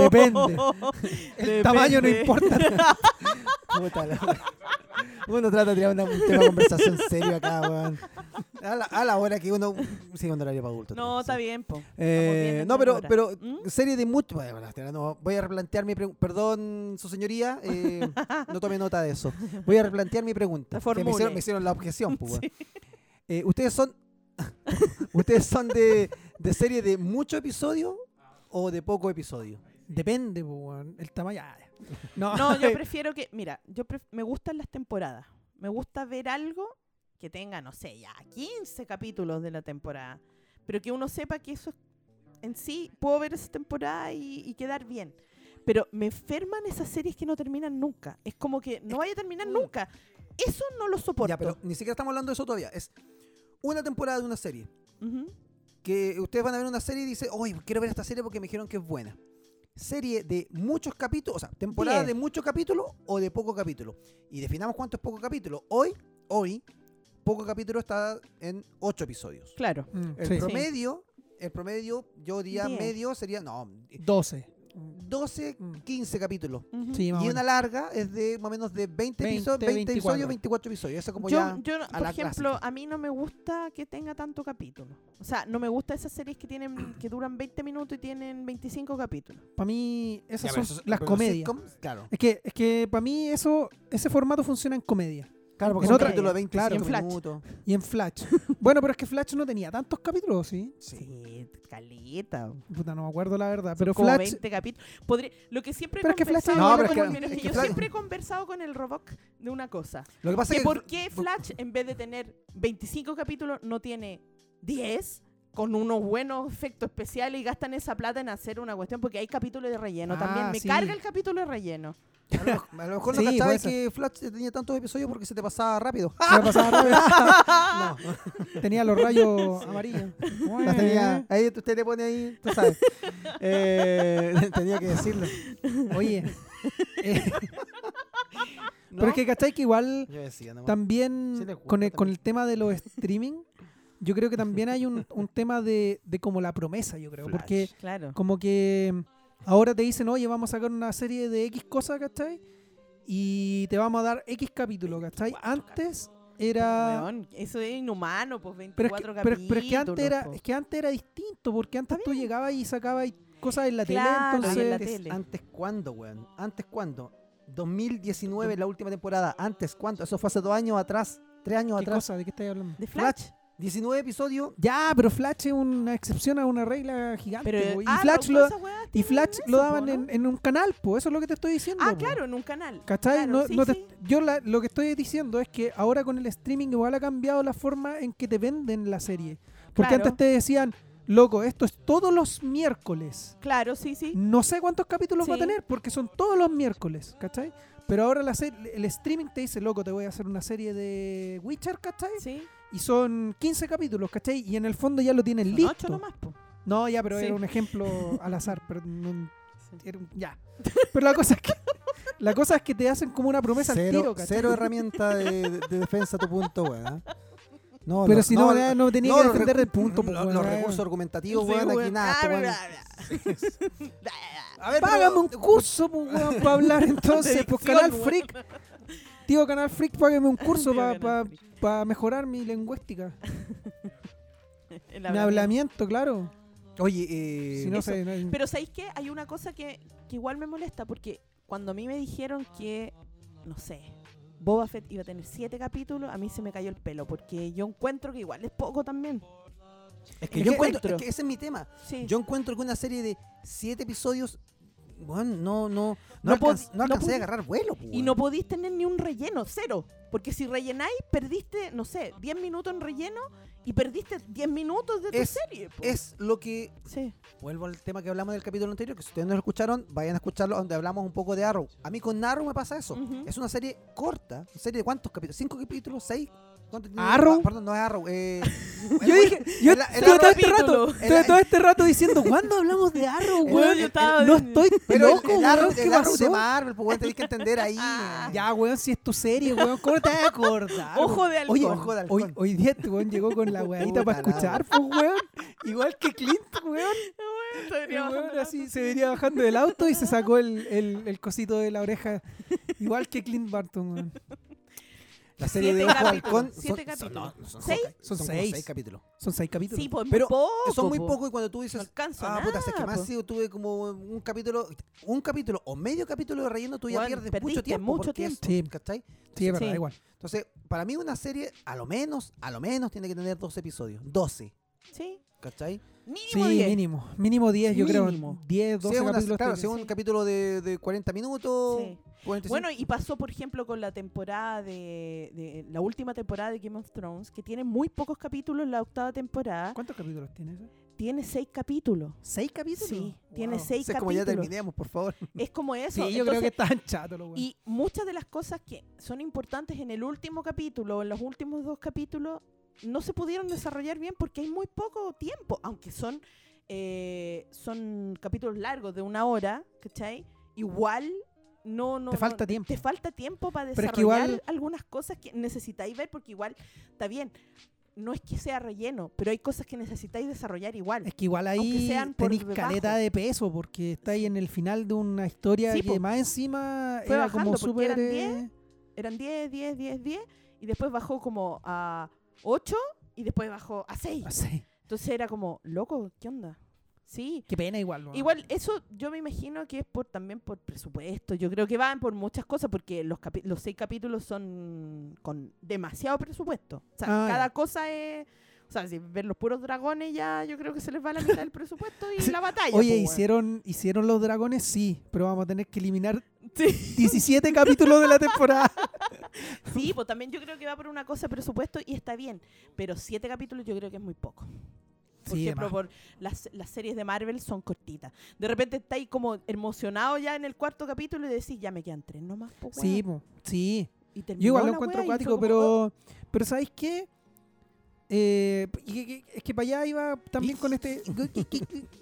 [SPEAKER 2] Depende.
[SPEAKER 3] El tamaño no importa.
[SPEAKER 1] Puta la- Uno trata de tirar una, un tema de conversación serio acá, weón. A la, a la hora que uno. Sí, un horario para adultos.
[SPEAKER 2] No,
[SPEAKER 1] sí.
[SPEAKER 2] está bien, po. Estamos bien
[SPEAKER 1] Eh,
[SPEAKER 2] dentro
[SPEAKER 1] no,
[SPEAKER 2] de la
[SPEAKER 1] pero,
[SPEAKER 2] hora.
[SPEAKER 1] pero
[SPEAKER 2] ¿Mm?
[SPEAKER 1] serie de mucho. bueno, bueno, espera, no, voy a replantear mi pregunta. Perdón, su señoría, eh, no tome nota de eso. Voy a replantear mi pregunta.
[SPEAKER 2] La
[SPEAKER 1] que me, hicieron,
[SPEAKER 2] formule.
[SPEAKER 1] me hicieron la objeción, pues, weón. Eh, Ustedes son. ¿Ustedes son de, de serie de mucho episodio o de poco episodio?
[SPEAKER 3] Depende, pues, weón. El tamaño. ah, ya. No,
[SPEAKER 2] No, yo prefiero que, mira, yo pref- me gustan las temporadas. Me gusta ver algo que tenga, no sé, ya 15 capítulos de la temporada. Pero que uno sepa que eso en sí, puedo ver esa temporada y, y quedar bien. Pero me enferman esas series que no terminan nunca. Es como que no vaya a terminar nunca. Eso no lo soporto.
[SPEAKER 1] Mm. Ya, pero ni siquiera estamos hablando de eso todavía. Es una temporada de una serie.
[SPEAKER 2] Ujú.
[SPEAKER 1] que ustedes van a ver una serie y dicen, hoy quiero ver esta serie porque me dijeron que es buena. Serie de muchos capítulos, o sea, temporada
[SPEAKER 2] Diez.
[SPEAKER 1] de muchos capítulos o de poco capítulo. Y definamos cuánto es poco capítulo. Hoy, hoy, poco capítulo está en ocho episodios.
[SPEAKER 2] Claro.
[SPEAKER 3] Mm,
[SPEAKER 1] El
[SPEAKER 3] sí.
[SPEAKER 1] promedio, el promedio, yo diría
[SPEAKER 2] Diez.
[SPEAKER 1] medio, sería, no,
[SPEAKER 3] 12.
[SPEAKER 1] 12,
[SPEAKER 3] Mm.
[SPEAKER 1] 15 capítulos.
[SPEAKER 2] Ujú.
[SPEAKER 3] Sí, más o
[SPEAKER 1] Y una
[SPEAKER 3] menos.
[SPEAKER 1] larga es de más o menos de 20, episodios,
[SPEAKER 3] 20,
[SPEAKER 1] 20 episodios,
[SPEAKER 3] 24.
[SPEAKER 1] 24 episodios. Eso como
[SPEAKER 2] yo,
[SPEAKER 1] ya...
[SPEAKER 2] yo,
[SPEAKER 1] a
[SPEAKER 2] por
[SPEAKER 1] la
[SPEAKER 2] ejemplo,
[SPEAKER 1] clásica.
[SPEAKER 2] a mí no me gusta que tenga tanto capítulo. O sea, no me gusta esas series que tienen que duran 20 minutos y tienen 25 capítulos.
[SPEAKER 3] Para mí, esas
[SPEAKER 1] Ya,
[SPEAKER 3] son
[SPEAKER 1] pero eso es-
[SPEAKER 3] las
[SPEAKER 1] pero
[SPEAKER 3] comedias.
[SPEAKER 1] sitcoms, claro.
[SPEAKER 3] Es que, es que para mí eso, ese formato funciona en comedia
[SPEAKER 1] Claro, porque
[SPEAKER 3] En
[SPEAKER 1] son
[SPEAKER 3] otra-
[SPEAKER 1] capítulos de 25
[SPEAKER 3] claro.
[SPEAKER 2] En Flash.
[SPEAKER 1] minutos.
[SPEAKER 3] y en Flash. bueno, pero es que Flash no tenía tantos capítulos, ¿sí?
[SPEAKER 2] Sí, caleta.
[SPEAKER 3] Puta, no me acuerdo la verdad. Pero
[SPEAKER 2] como
[SPEAKER 3] Flash,
[SPEAKER 2] 20 capítulos. Podría- lo que siempre he
[SPEAKER 3] Pero es que Flash
[SPEAKER 2] conversado
[SPEAKER 1] tiene- No, pero es
[SPEAKER 2] con
[SPEAKER 1] que-
[SPEAKER 2] los niños,
[SPEAKER 1] es que
[SPEAKER 2] yo
[SPEAKER 1] Flash-
[SPEAKER 2] siempre he conversado con el Roboc de una cosa.
[SPEAKER 1] Lo que pasa
[SPEAKER 2] que
[SPEAKER 1] es que...
[SPEAKER 2] ¿Por qué Flash, en vez de tener 25 capítulos, no tiene 10 con unos buenos efectos especiales y gastan esa plata en hacer una cuestión? Porque hay capítulos de relleno
[SPEAKER 3] Ah,
[SPEAKER 2] también. Me
[SPEAKER 3] sí.
[SPEAKER 2] carga el capítulo de relleno.
[SPEAKER 1] A lo mejor- A lo mejor no
[SPEAKER 3] Sí,
[SPEAKER 1] cachaba
[SPEAKER 3] puede
[SPEAKER 1] que Flash tenía tantos episodios porque se te pasaba rápido.
[SPEAKER 3] se me pasaba rápido.
[SPEAKER 1] No,
[SPEAKER 3] tenía los rayos amarillos.
[SPEAKER 1] las tenía- Ahí usted le pone ahí, tú sabes. Eh, tenía que decirlo.
[SPEAKER 3] Oye. eh,
[SPEAKER 1] ¿no?
[SPEAKER 3] Pero es que, ¿cachai? Que igual
[SPEAKER 1] Yo decía, nomás.
[SPEAKER 3] también,
[SPEAKER 1] Sí les gusta
[SPEAKER 3] con, el, con
[SPEAKER 1] también.
[SPEAKER 3] el tema de los streaming, yo creo que también hay un, un tema de, de como la promesa, yo creo. Porque
[SPEAKER 2] Claro.
[SPEAKER 3] como que ahora te dicen, oye, vamos a sacar una serie de X cosas, ¿cachai? Y te vamos a dar X capítulo, ¿cachai? Antes era...
[SPEAKER 2] Weón, eso es inhumano, pues 24
[SPEAKER 3] Pero es, que, pero-
[SPEAKER 2] capítulos.
[SPEAKER 3] pero es que antes era,
[SPEAKER 2] po.
[SPEAKER 3] es que antes era distinto, porque antes tú llegabas y sacabas cosas en la
[SPEAKER 2] Claro,
[SPEAKER 3] tele,
[SPEAKER 2] y en la
[SPEAKER 3] entonces...
[SPEAKER 1] antes,
[SPEAKER 2] tele.
[SPEAKER 1] ¿Antes cuándo, weón? ¿Antes cuándo? 2019, la última temporada. ¿Antes cuándo? Eso fue hace dos años atrás, tres años
[SPEAKER 3] ¿Qué
[SPEAKER 1] atrás.
[SPEAKER 3] cosa? ¿De qué estás hablando?
[SPEAKER 2] ¿De Flash?
[SPEAKER 1] Flash. 19 episodios.
[SPEAKER 3] Ya, pero Flash es una excepción a una regla gigante.
[SPEAKER 2] Pero,
[SPEAKER 3] po, y,
[SPEAKER 2] ah,
[SPEAKER 3] Flash
[SPEAKER 2] pero
[SPEAKER 3] lo,
[SPEAKER 2] esas weas
[SPEAKER 3] y
[SPEAKER 2] tienen
[SPEAKER 3] Flash
[SPEAKER 2] eso,
[SPEAKER 3] lo
[SPEAKER 2] po,
[SPEAKER 3] daban
[SPEAKER 2] ¿no?
[SPEAKER 3] en, en un canal, pues eso es lo que te estoy diciendo.
[SPEAKER 2] Ah,
[SPEAKER 3] po.
[SPEAKER 2] claro, en un canal.
[SPEAKER 3] ¿Cachai?
[SPEAKER 2] Claro,
[SPEAKER 3] No-
[SPEAKER 2] sí,
[SPEAKER 3] no te-
[SPEAKER 2] sí.
[SPEAKER 3] Yo la- lo que estoy diciendo es que ahora con el streaming igual ha cambiado la forma en que te venden la serie. Porque
[SPEAKER 2] Claro.
[SPEAKER 3] antes te decían, loco, esto es todos los miércoles.
[SPEAKER 2] Claro, sí, sí.
[SPEAKER 3] No sé cuántos capítulos va a
[SPEAKER 2] Sí.
[SPEAKER 3] tener porque son todos los miércoles, ¿cachai? Pero ahora la se- el streaming te dice, loco, te voy a hacer una serie de Witcher, ¿cachai?
[SPEAKER 2] Sí.
[SPEAKER 3] Y son 15 capítulos, ¿cachai? Y en el fondo ya lo tienen
[SPEAKER 2] Son
[SPEAKER 3] listo.
[SPEAKER 2] ocho nomás, po.
[SPEAKER 3] No, ya, pero
[SPEAKER 2] Sí.
[SPEAKER 3] era un ejemplo al azar, pero no-
[SPEAKER 2] Sí.
[SPEAKER 1] Eh,
[SPEAKER 3] era un- ya. Pero la cosa es que la cosa es que te hacen como una promesa al
[SPEAKER 1] Cero,
[SPEAKER 3] tiro, ¿cachai?
[SPEAKER 1] cero herramienta de, de defensa a tu punto, weón. ¿eh? No,
[SPEAKER 3] pero
[SPEAKER 1] lo-
[SPEAKER 3] si no,
[SPEAKER 1] lo-
[SPEAKER 3] no, no tenía
[SPEAKER 1] no,
[SPEAKER 3] que
[SPEAKER 1] los
[SPEAKER 3] defender
[SPEAKER 1] recu-
[SPEAKER 3] el punto, pues, po,
[SPEAKER 1] lo-
[SPEAKER 3] weón.
[SPEAKER 1] los recursos argumentativos,
[SPEAKER 2] Sí,
[SPEAKER 1] pues, weón, ah, aquí
[SPEAKER 2] weón. Ah,
[SPEAKER 1] nada. este weón- A ver,
[SPEAKER 3] Págame
[SPEAKER 1] pero-
[SPEAKER 3] un curso, po, weón, para hablar entonces, pues Canal
[SPEAKER 2] Adicción,
[SPEAKER 3] Freak. Tío Canal Freak, págame un curso
[SPEAKER 2] Tío
[SPEAKER 3] para
[SPEAKER 2] Canal
[SPEAKER 3] mejorar mi lingüística.
[SPEAKER 2] El
[SPEAKER 3] Mi
[SPEAKER 2] hablamiento.
[SPEAKER 3] hablamiento, claro.
[SPEAKER 1] Oye, eh,
[SPEAKER 3] Si no
[SPEAKER 2] Eso.
[SPEAKER 3] se- no hay-
[SPEAKER 2] Pero ¿sabéis qué? Hay una cosa que, que igual me molesta porque cuando a mí me dijeron que, no sé, Boba Fett iba a tener siete capítulos, a mí se me cayó el pelo porque yo encuentro que igual es poco también.
[SPEAKER 1] es que
[SPEAKER 2] es
[SPEAKER 1] yo
[SPEAKER 2] que-
[SPEAKER 1] encuentro, es que ese es mi tema.
[SPEAKER 2] Sí.
[SPEAKER 1] Yo encuentro que una serie de siete episodios, bueno, no, no, no,
[SPEAKER 2] No pod-
[SPEAKER 1] alcanz- no
[SPEAKER 2] no
[SPEAKER 1] alcancé
[SPEAKER 2] pudi-
[SPEAKER 1] a agarrar vuelo, po,
[SPEAKER 2] Y
[SPEAKER 1] weón.
[SPEAKER 2] no podís tener ni un relleno, cero. Porque si rellenáis, perdiste, no sé, 10 minutos en relleno y perdiste 10 minutos de tu
[SPEAKER 1] Es-
[SPEAKER 2] serie. po.
[SPEAKER 1] es lo que
[SPEAKER 2] Sí.
[SPEAKER 1] vuelvo al tema que hablamos del capítulo anterior, que si ustedes no lo escucharon, vayan a escucharlo donde hablamos un poco de Arrow. A mí con Arrow me pasa eso.
[SPEAKER 2] Ujú.
[SPEAKER 1] Es una serie corta, una serie de cuántos capítulos, cinco capítulos, seis. ¿Cuánto tiene?
[SPEAKER 3] ¿Arrow?
[SPEAKER 1] Ah, Perdón, no es Arrow. eh,
[SPEAKER 3] Yo dije, yo
[SPEAKER 1] el- el
[SPEAKER 3] estuve todo
[SPEAKER 1] Arrow-
[SPEAKER 3] este rato,
[SPEAKER 2] capítulo.
[SPEAKER 1] El-
[SPEAKER 3] estuve todo este rato diciendo, ¿cuándo hablamos de Arrow,
[SPEAKER 1] El-
[SPEAKER 3] weón?
[SPEAKER 1] el-
[SPEAKER 3] No estoy
[SPEAKER 1] pero el-
[SPEAKER 3] loco,
[SPEAKER 1] el,
[SPEAKER 3] weón,
[SPEAKER 1] Arrow,
[SPEAKER 3] ¿qué
[SPEAKER 1] el Arrow
[SPEAKER 3] pasó?
[SPEAKER 1] de Marvel, pues bueno, tenés que entender ahí. eh.
[SPEAKER 3] Ya, weón, si es tu serie, weón, ¿cómo te vas a acordar?
[SPEAKER 2] Ojo de halcón.
[SPEAKER 3] Oye,
[SPEAKER 1] Ojo de halcón.
[SPEAKER 3] Hoy, hoy día este weón llegó con la
[SPEAKER 1] Puta
[SPEAKER 3] weadita para
[SPEAKER 1] la
[SPEAKER 3] escuchar, pues, weón. Igual que Clint, weón.
[SPEAKER 2] Se
[SPEAKER 3] El
[SPEAKER 2] venía bajando
[SPEAKER 3] weón
[SPEAKER 2] el
[SPEAKER 3] así
[SPEAKER 2] auto,
[SPEAKER 3] se
[SPEAKER 2] sí.
[SPEAKER 3] venía bajando del auto y se sacó el, el, el cosito de la oreja. Igual que Clint Barton, weón.
[SPEAKER 1] La serie de
[SPEAKER 2] Siete
[SPEAKER 1] Ojo
[SPEAKER 2] capítulos,
[SPEAKER 1] Halcón. son-
[SPEAKER 2] siete
[SPEAKER 1] son-
[SPEAKER 2] capítulos.
[SPEAKER 1] no, son
[SPEAKER 2] ¿Seis?
[SPEAKER 1] como- Son, como
[SPEAKER 3] Seis.
[SPEAKER 1] seis capítulos.
[SPEAKER 3] Son seis capítulos.
[SPEAKER 2] Sí, pues
[SPEAKER 1] Pero
[SPEAKER 2] poco,
[SPEAKER 1] son muy
[SPEAKER 2] po.
[SPEAKER 1] pocos y cuando tú
[SPEAKER 2] No
[SPEAKER 1] dices,
[SPEAKER 2] alcanza
[SPEAKER 1] ah, puta, es que
[SPEAKER 2] nada,
[SPEAKER 1] más
[SPEAKER 2] po.
[SPEAKER 1] si yo tuve como un capítulo, un capítulo o medio capítulo de relleno, tú ya
[SPEAKER 2] Bueno,
[SPEAKER 1] pierdes
[SPEAKER 2] perdiste
[SPEAKER 1] mucho tiempo.
[SPEAKER 2] mucho
[SPEAKER 1] porque es-
[SPEAKER 3] tiempo.
[SPEAKER 1] ¿cachai?
[SPEAKER 3] Sí, es verdad,
[SPEAKER 2] Sí.
[SPEAKER 3] igual.
[SPEAKER 1] Entonces, para mí una serie, a lo menos, a lo menos, tiene que tener 12 episodios. 12,
[SPEAKER 2] Sí.
[SPEAKER 1] ¿cachai?
[SPEAKER 2] Mínimo
[SPEAKER 3] Sí,
[SPEAKER 2] 10.
[SPEAKER 3] mínimo. Mínimo 10, yo creo.
[SPEAKER 2] Mínimo.
[SPEAKER 3] 10,
[SPEAKER 1] Si
[SPEAKER 3] 12
[SPEAKER 1] es una-
[SPEAKER 3] capítulos.
[SPEAKER 1] claro,
[SPEAKER 3] tiene.
[SPEAKER 1] si es un capítulo de, de 40 minutos,
[SPEAKER 2] Sí.
[SPEAKER 1] 45.
[SPEAKER 2] Bueno, y pasó, por ejemplo, con la temporada de, de- La última temporada de Game of Thrones, que tiene muy pocos capítulos, la octava temporada.
[SPEAKER 3] ¿Cuántos capítulos tiene eso?
[SPEAKER 2] Tiene seis capítulos.
[SPEAKER 3] ¿Seis capítulos?
[SPEAKER 2] Sí, tiene
[SPEAKER 3] Wow.
[SPEAKER 2] seis
[SPEAKER 1] Entonces, como ya
[SPEAKER 2] capítulos.
[SPEAKER 1] terminemos, por favor.
[SPEAKER 2] es como eso.
[SPEAKER 3] Sí, yo creo
[SPEAKER 2] Entonces,
[SPEAKER 3] que están chatos los weones.
[SPEAKER 2] Y muchas de las cosas que son importantes en el último capítulo o en los últimos dos capítulos no se pudieron desarrollar bien porque hay muy poco tiempo, aunque son, eh, son capítulos largos de una hora, ¿cachai? Igual no, no...
[SPEAKER 3] Te
[SPEAKER 2] no-
[SPEAKER 3] falta tiempo.
[SPEAKER 2] Te falta tiempo para
[SPEAKER 3] Pero es
[SPEAKER 2] desarrollar
[SPEAKER 3] que igual-
[SPEAKER 2] algunas cosas que necesitáis ver porque igual, está bien, no es que sea relleno, pero hay cosas que necesitáis desarrollar igual.
[SPEAKER 3] Es que igual
[SPEAKER 2] Aunque
[SPEAKER 3] ahí
[SPEAKER 2] sean por
[SPEAKER 3] tenéis
[SPEAKER 2] debajo.
[SPEAKER 3] caleta de peso porque está ahí en el final de una historia
[SPEAKER 2] Sí,
[SPEAKER 3] que
[SPEAKER 2] po.
[SPEAKER 3] más encima
[SPEAKER 2] Fue
[SPEAKER 3] era
[SPEAKER 2] bajando
[SPEAKER 3] como
[SPEAKER 2] porque
[SPEAKER 3] súper...
[SPEAKER 2] eran
[SPEAKER 3] eh,
[SPEAKER 2] 10. eran 10, 10, 10, 10, y después bajó como a 8 y después bajó a 6.
[SPEAKER 3] no sé,
[SPEAKER 2] Entonces era como, loco, ¿qué onda? Sí.
[SPEAKER 3] Qué pena igual. weón.
[SPEAKER 2] Igual eso yo me imagino que es por también por presupuesto. Yo creo que van por muchas cosas porque los, capi- los seis capítulos son con demasiado presupuesto. O sea,
[SPEAKER 3] Ah,
[SPEAKER 2] cada
[SPEAKER 3] ya.
[SPEAKER 2] cosa es... O sea, si ver los puros dragones ya yo creo que se les va la mitad del presupuesto y la batalla.
[SPEAKER 3] Oye,
[SPEAKER 2] po, weón.
[SPEAKER 3] hicieron, hicieron los dragones, sí, pero vamos a tener que eliminar
[SPEAKER 2] Sí.
[SPEAKER 3] 17 capítulos de la temporada.
[SPEAKER 2] Sí, pues también yo creo que va por una cosa de presupuesto y está bien, pero siete capítulos yo creo que es muy poco. Por
[SPEAKER 3] Sí, de
[SPEAKER 2] ejemplo,
[SPEAKER 3] más.
[SPEAKER 2] por las, las series de Marvel son cortitas. De repente estáis como emocionado ya en el cuarto capítulo y decís, ya me quedan tres nomás. po, weón".
[SPEAKER 3] Sí, po, sí.
[SPEAKER 2] Y terminó
[SPEAKER 3] Yo igual lo
[SPEAKER 2] la
[SPEAKER 3] encuentro
[SPEAKER 2] weá y fue
[SPEAKER 3] acuático,
[SPEAKER 2] como, "Oh".
[SPEAKER 3] pero, pero ¿sabéis qué? Eh, y que- que- es que para allá iba también con este.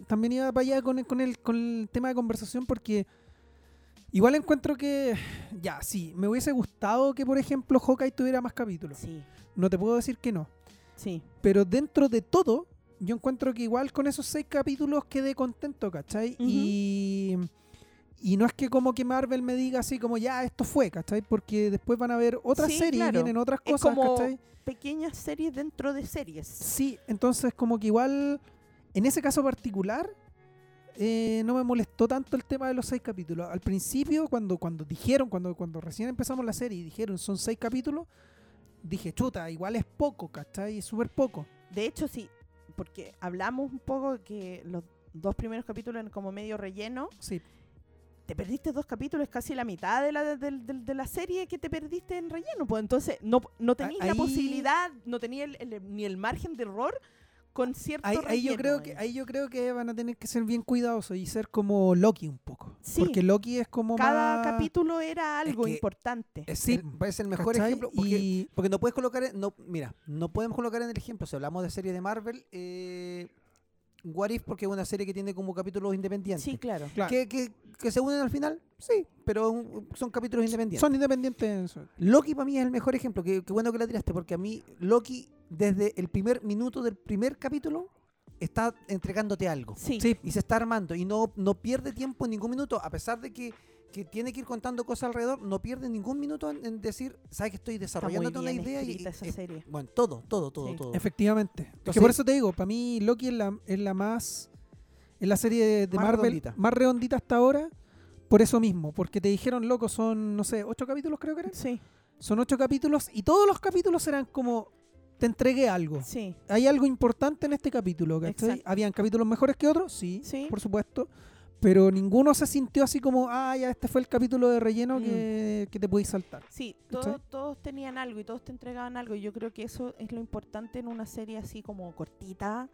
[SPEAKER 3] también iba para allá con el, con, el, con el tema de conversación porque igual encuentro que. Ya, sí, me hubiese gustado que, por ejemplo, Hawkeye tuviera más
[SPEAKER 2] "Oh".
[SPEAKER 3] capítulos.
[SPEAKER 2] Sí,
[SPEAKER 3] No te puedo decir que no.
[SPEAKER 2] sí.
[SPEAKER 3] Pero dentro de todo, yo encuentro que igual con esos seis capítulos quedé contento, ¿cachai?
[SPEAKER 2] Ujú.
[SPEAKER 3] Y. Y no es que como que Marvel me diga así como ya esto fue, ¿cachai? Porque después van a ver otras
[SPEAKER 2] Sí,
[SPEAKER 3] series,
[SPEAKER 2] claro.
[SPEAKER 3] vienen otras
[SPEAKER 2] Es
[SPEAKER 3] cosas,
[SPEAKER 2] como-
[SPEAKER 3] ¿cachai?
[SPEAKER 2] Pequeñas series dentro de series.
[SPEAKER 3] Sí, entonces como que igual en ese caso particular eh, no me molestó tanto el tema de los seis capítulos. Al principio cuando cuando dijeron, cuando cuando recién empezamos la serie y dijeron son seis capítulos, dije chuta, igual es poco, ¿cachai? Es súper poco.
[SPEAKER 2] De hecho, sí, porque hablamos un poco que los dos primeros capítulos eran como medio relleno.
[SPEAKER 3] Sí,
[SPEAKER 2] te perdiste dos capítulos, casi la mitad de la, del- del- de la serie que te perdiste en relleno. Pues entonces no, no tenías la
[SPEAKER 3] ahí-
[SPEAKER 2] posibilidad, no tenías ni el margen de error con cierto
[SPEAKER 3] ahí, ahí
[SPEAKER 2] relleno
[SPEAKER 3] yo
[SPEAKER 2] eh.
[SPEAKER 3] creo que
[SPEAKER 2] ahí.
[SPEAKER 3] ahí yo creo que van a tener que ser bien cuidadosos y ser como Loki un poco,
[SPEAKER 2] Sí.
[SPEAKER 3] porque Loki es como
[SPEAKER 2] cada
[SPEAKER 3] más-
[SPEAKER 2] capítulo era algo
[SPEAKER 1] que-
[SPEAKER 2] importante.
[SPEAKER 1] Es
[SPEAKER 3] Sí,
[SPEAKER 1] el- parece el mejor
[SPEAKER 3] ¿cachai?
[SPEAKER 1] ejemplo. Porque
[SPEAKER 3] y
[SPEAKER 1] Porque no puedes colocar, en- no, mira, no podemos colocar en el ejemplo, si hablamos de series de Marvel, eh, What If, porque es una serie que tiene como capítulos independientes.
[SPEAKER 2] Sí, claro.
[SPEAKER 3] claro,
[SPEAKER 1] que, que, que se unen al final, sí, pero un- son capítulos independientes.
[SPEAKER 3] son independientes.
[SPEAKER 1] Loki para mí es el mejor ejemplo, que, que bueno que la tiraste, porque a mí Loki desde el primer minuto del primer capítulo está entregándote algo
[SPEAKER 2] Sí.
[SPEAKER 3] Sí,
[SPEAKER 1] y se está armando y no, no pierde tiempo en ningún minuto, a pesar de que, que tiene que ir contando cosas alrededor, no pierde ningún minuto en, en decir, sabes que estoy
[SPEAKER 2] Está muy
[SPEAKER 1] desarrollándote una
[SPEAKER 2] bien
[SPEAKER 1] idea y,
[SPEAKER 2] escrita esa
[SPEAKER 1] es-
[SPEAKER 2] serie.
[SPEAKER 1] bueno, todo, todo, todo,
[SPEAKER 2] Sí.
[SPEAKER 1] todo.
[SPEAKER 3] Efectivamente. Es que
[SPEAKER 1] Entonces-
[SPEAKER 3] por eso te digo, para mí Loki es la, es la más. Es la serie de, de
[SPEAKER 1] Más
[SPEAKER 3] Marvel
[SPEAKER 1] redondita.
[SPEAKER 3] más redondita hasta ahora. Por eso mismo, porque te dijeron, loco, son, no sé, ocho capítulos creo que eran.
[SPEAKER 2] Sí,
[SPEAKER 3] Son ocho capítulos y todos los capítulos eran como, te entregué algo.
[SPEAKER 2] sí,
[SPEAKER 3] Hay algo importante en este capítulo, ¿cachai?
[SPEAKER 2] Exacto.
[SPEAKER 3] ¿Habían capítulos mejores que otros? Sí,
[SPEAKER 2] Sí.
[SPEAKER 3] por supuesto. Pero ninguno se sintió así como, ah, ya este fue el capítulo de relleno
[SPEAKER 2] Mm.
[SPEAKER 3] que, que te podéis saltar.
[SPEAKER 2] sí.
[SPEAKER 3] ¿Cachai?
[SPEAKER 2] Todos, todos tenían algo y todos te entregaban algo. Y yo creo que eso es lo importante en una serie así como cortita,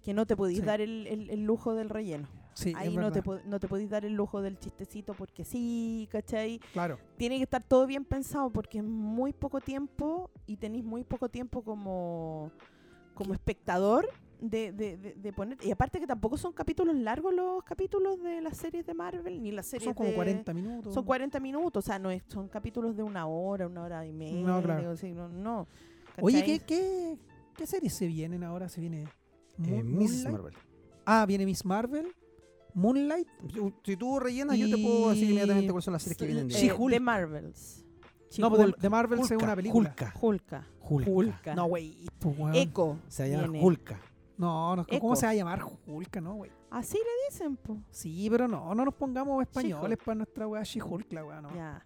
[SPEAKER 2] que no te podís
[SPEAKER 3] Sí.
[SPEAKER 2] dar el- el- el lujo del relleno.
[SPEAKER 3] Sí, es
[SPEAKER 2] Ahí no te,
[SPEAKER 3] verdad.
[SPEAKER 2] po- no te podís dar el lujo del chistecito porque sí, ¿cachai?
[SPEAKER 3] Claro.
[SPEAKER 2] Tiene que estar todo bien pensado porque es muy poco tiempo y tenéis muy poco tiempo como, como espectador de, de, de- de poner... Y aparte que tampoco son capítulos largos los capítulos de las series de Marvel, ni las series
[SPEAKER 3] Son como
[SPEAKER 2] de-
[SPEAKER 3] 40 minutos.
[SPEAKER 2] Son 40 minutos, o sea, no es- son capítulos de una hora, una hora y media.
[SPEAKER 3] No, claro.
[SPEAKER 2] digo, sí, no, no,
[SPEAKER 3] Oye,
[SPEAKER 2] ¿cachai?
[SPEAKER 3] ¿qué, qué, qué series se vienen ahora? Se viene Moon-
[SPEAKER 1] Eh, Miss
[SPEAKER 3] Moonlight.
[SPEAKER 1] Marvel.
[SPEAKER 3] Ah, viene Miss Marvel, Moonlight,
[SPEAKER 1] Si- Si tú rellenas, yo te puedo decir
[SPEAKER 3] Y-
[SPEAKER 1] inmediatamente cuáles son las series que vienen de
[SPEAKER 2] Eh,
[SPEAKER 1] ahí.
[SPEAKER 3] She-Hulk.
[SPEAKER 2] de Marvels. Sí,
[SPEAKER 3] No, pues de,
[SPEAKER 2] Hulk.
[SPEAKER 3] de Marvel es
[SPEAKER 1] Hulka,
[SPEAKER 3] una película.
[SPEAKER 1] Hulka,
[SPEAKER 2] Hulka.
[SPEAKER 1] Hulka.
[SPEAKER 2] Hulka.
[SPEAKER 3] No, güey. pues, weón.
[SPEAKER 2] Eco.
[SPEAKER 1] Se va a llamar
[SPEAKER 2] viene.
[SPEAKER 1] Hulka.
[SPEAKER 3] No, no, ¿cómo
[SPEAKER 2] Eco.
[SPEAKER 3] se va a llamar Hulk, no, güey?
[SPEAKER 2] Así le dicen, po.
[SPEAKER 3] Sí, pero no, no nos pongamos españoles para nuestra weá She-Hulk, la weá, no.
[SPEAKER 2] Ya.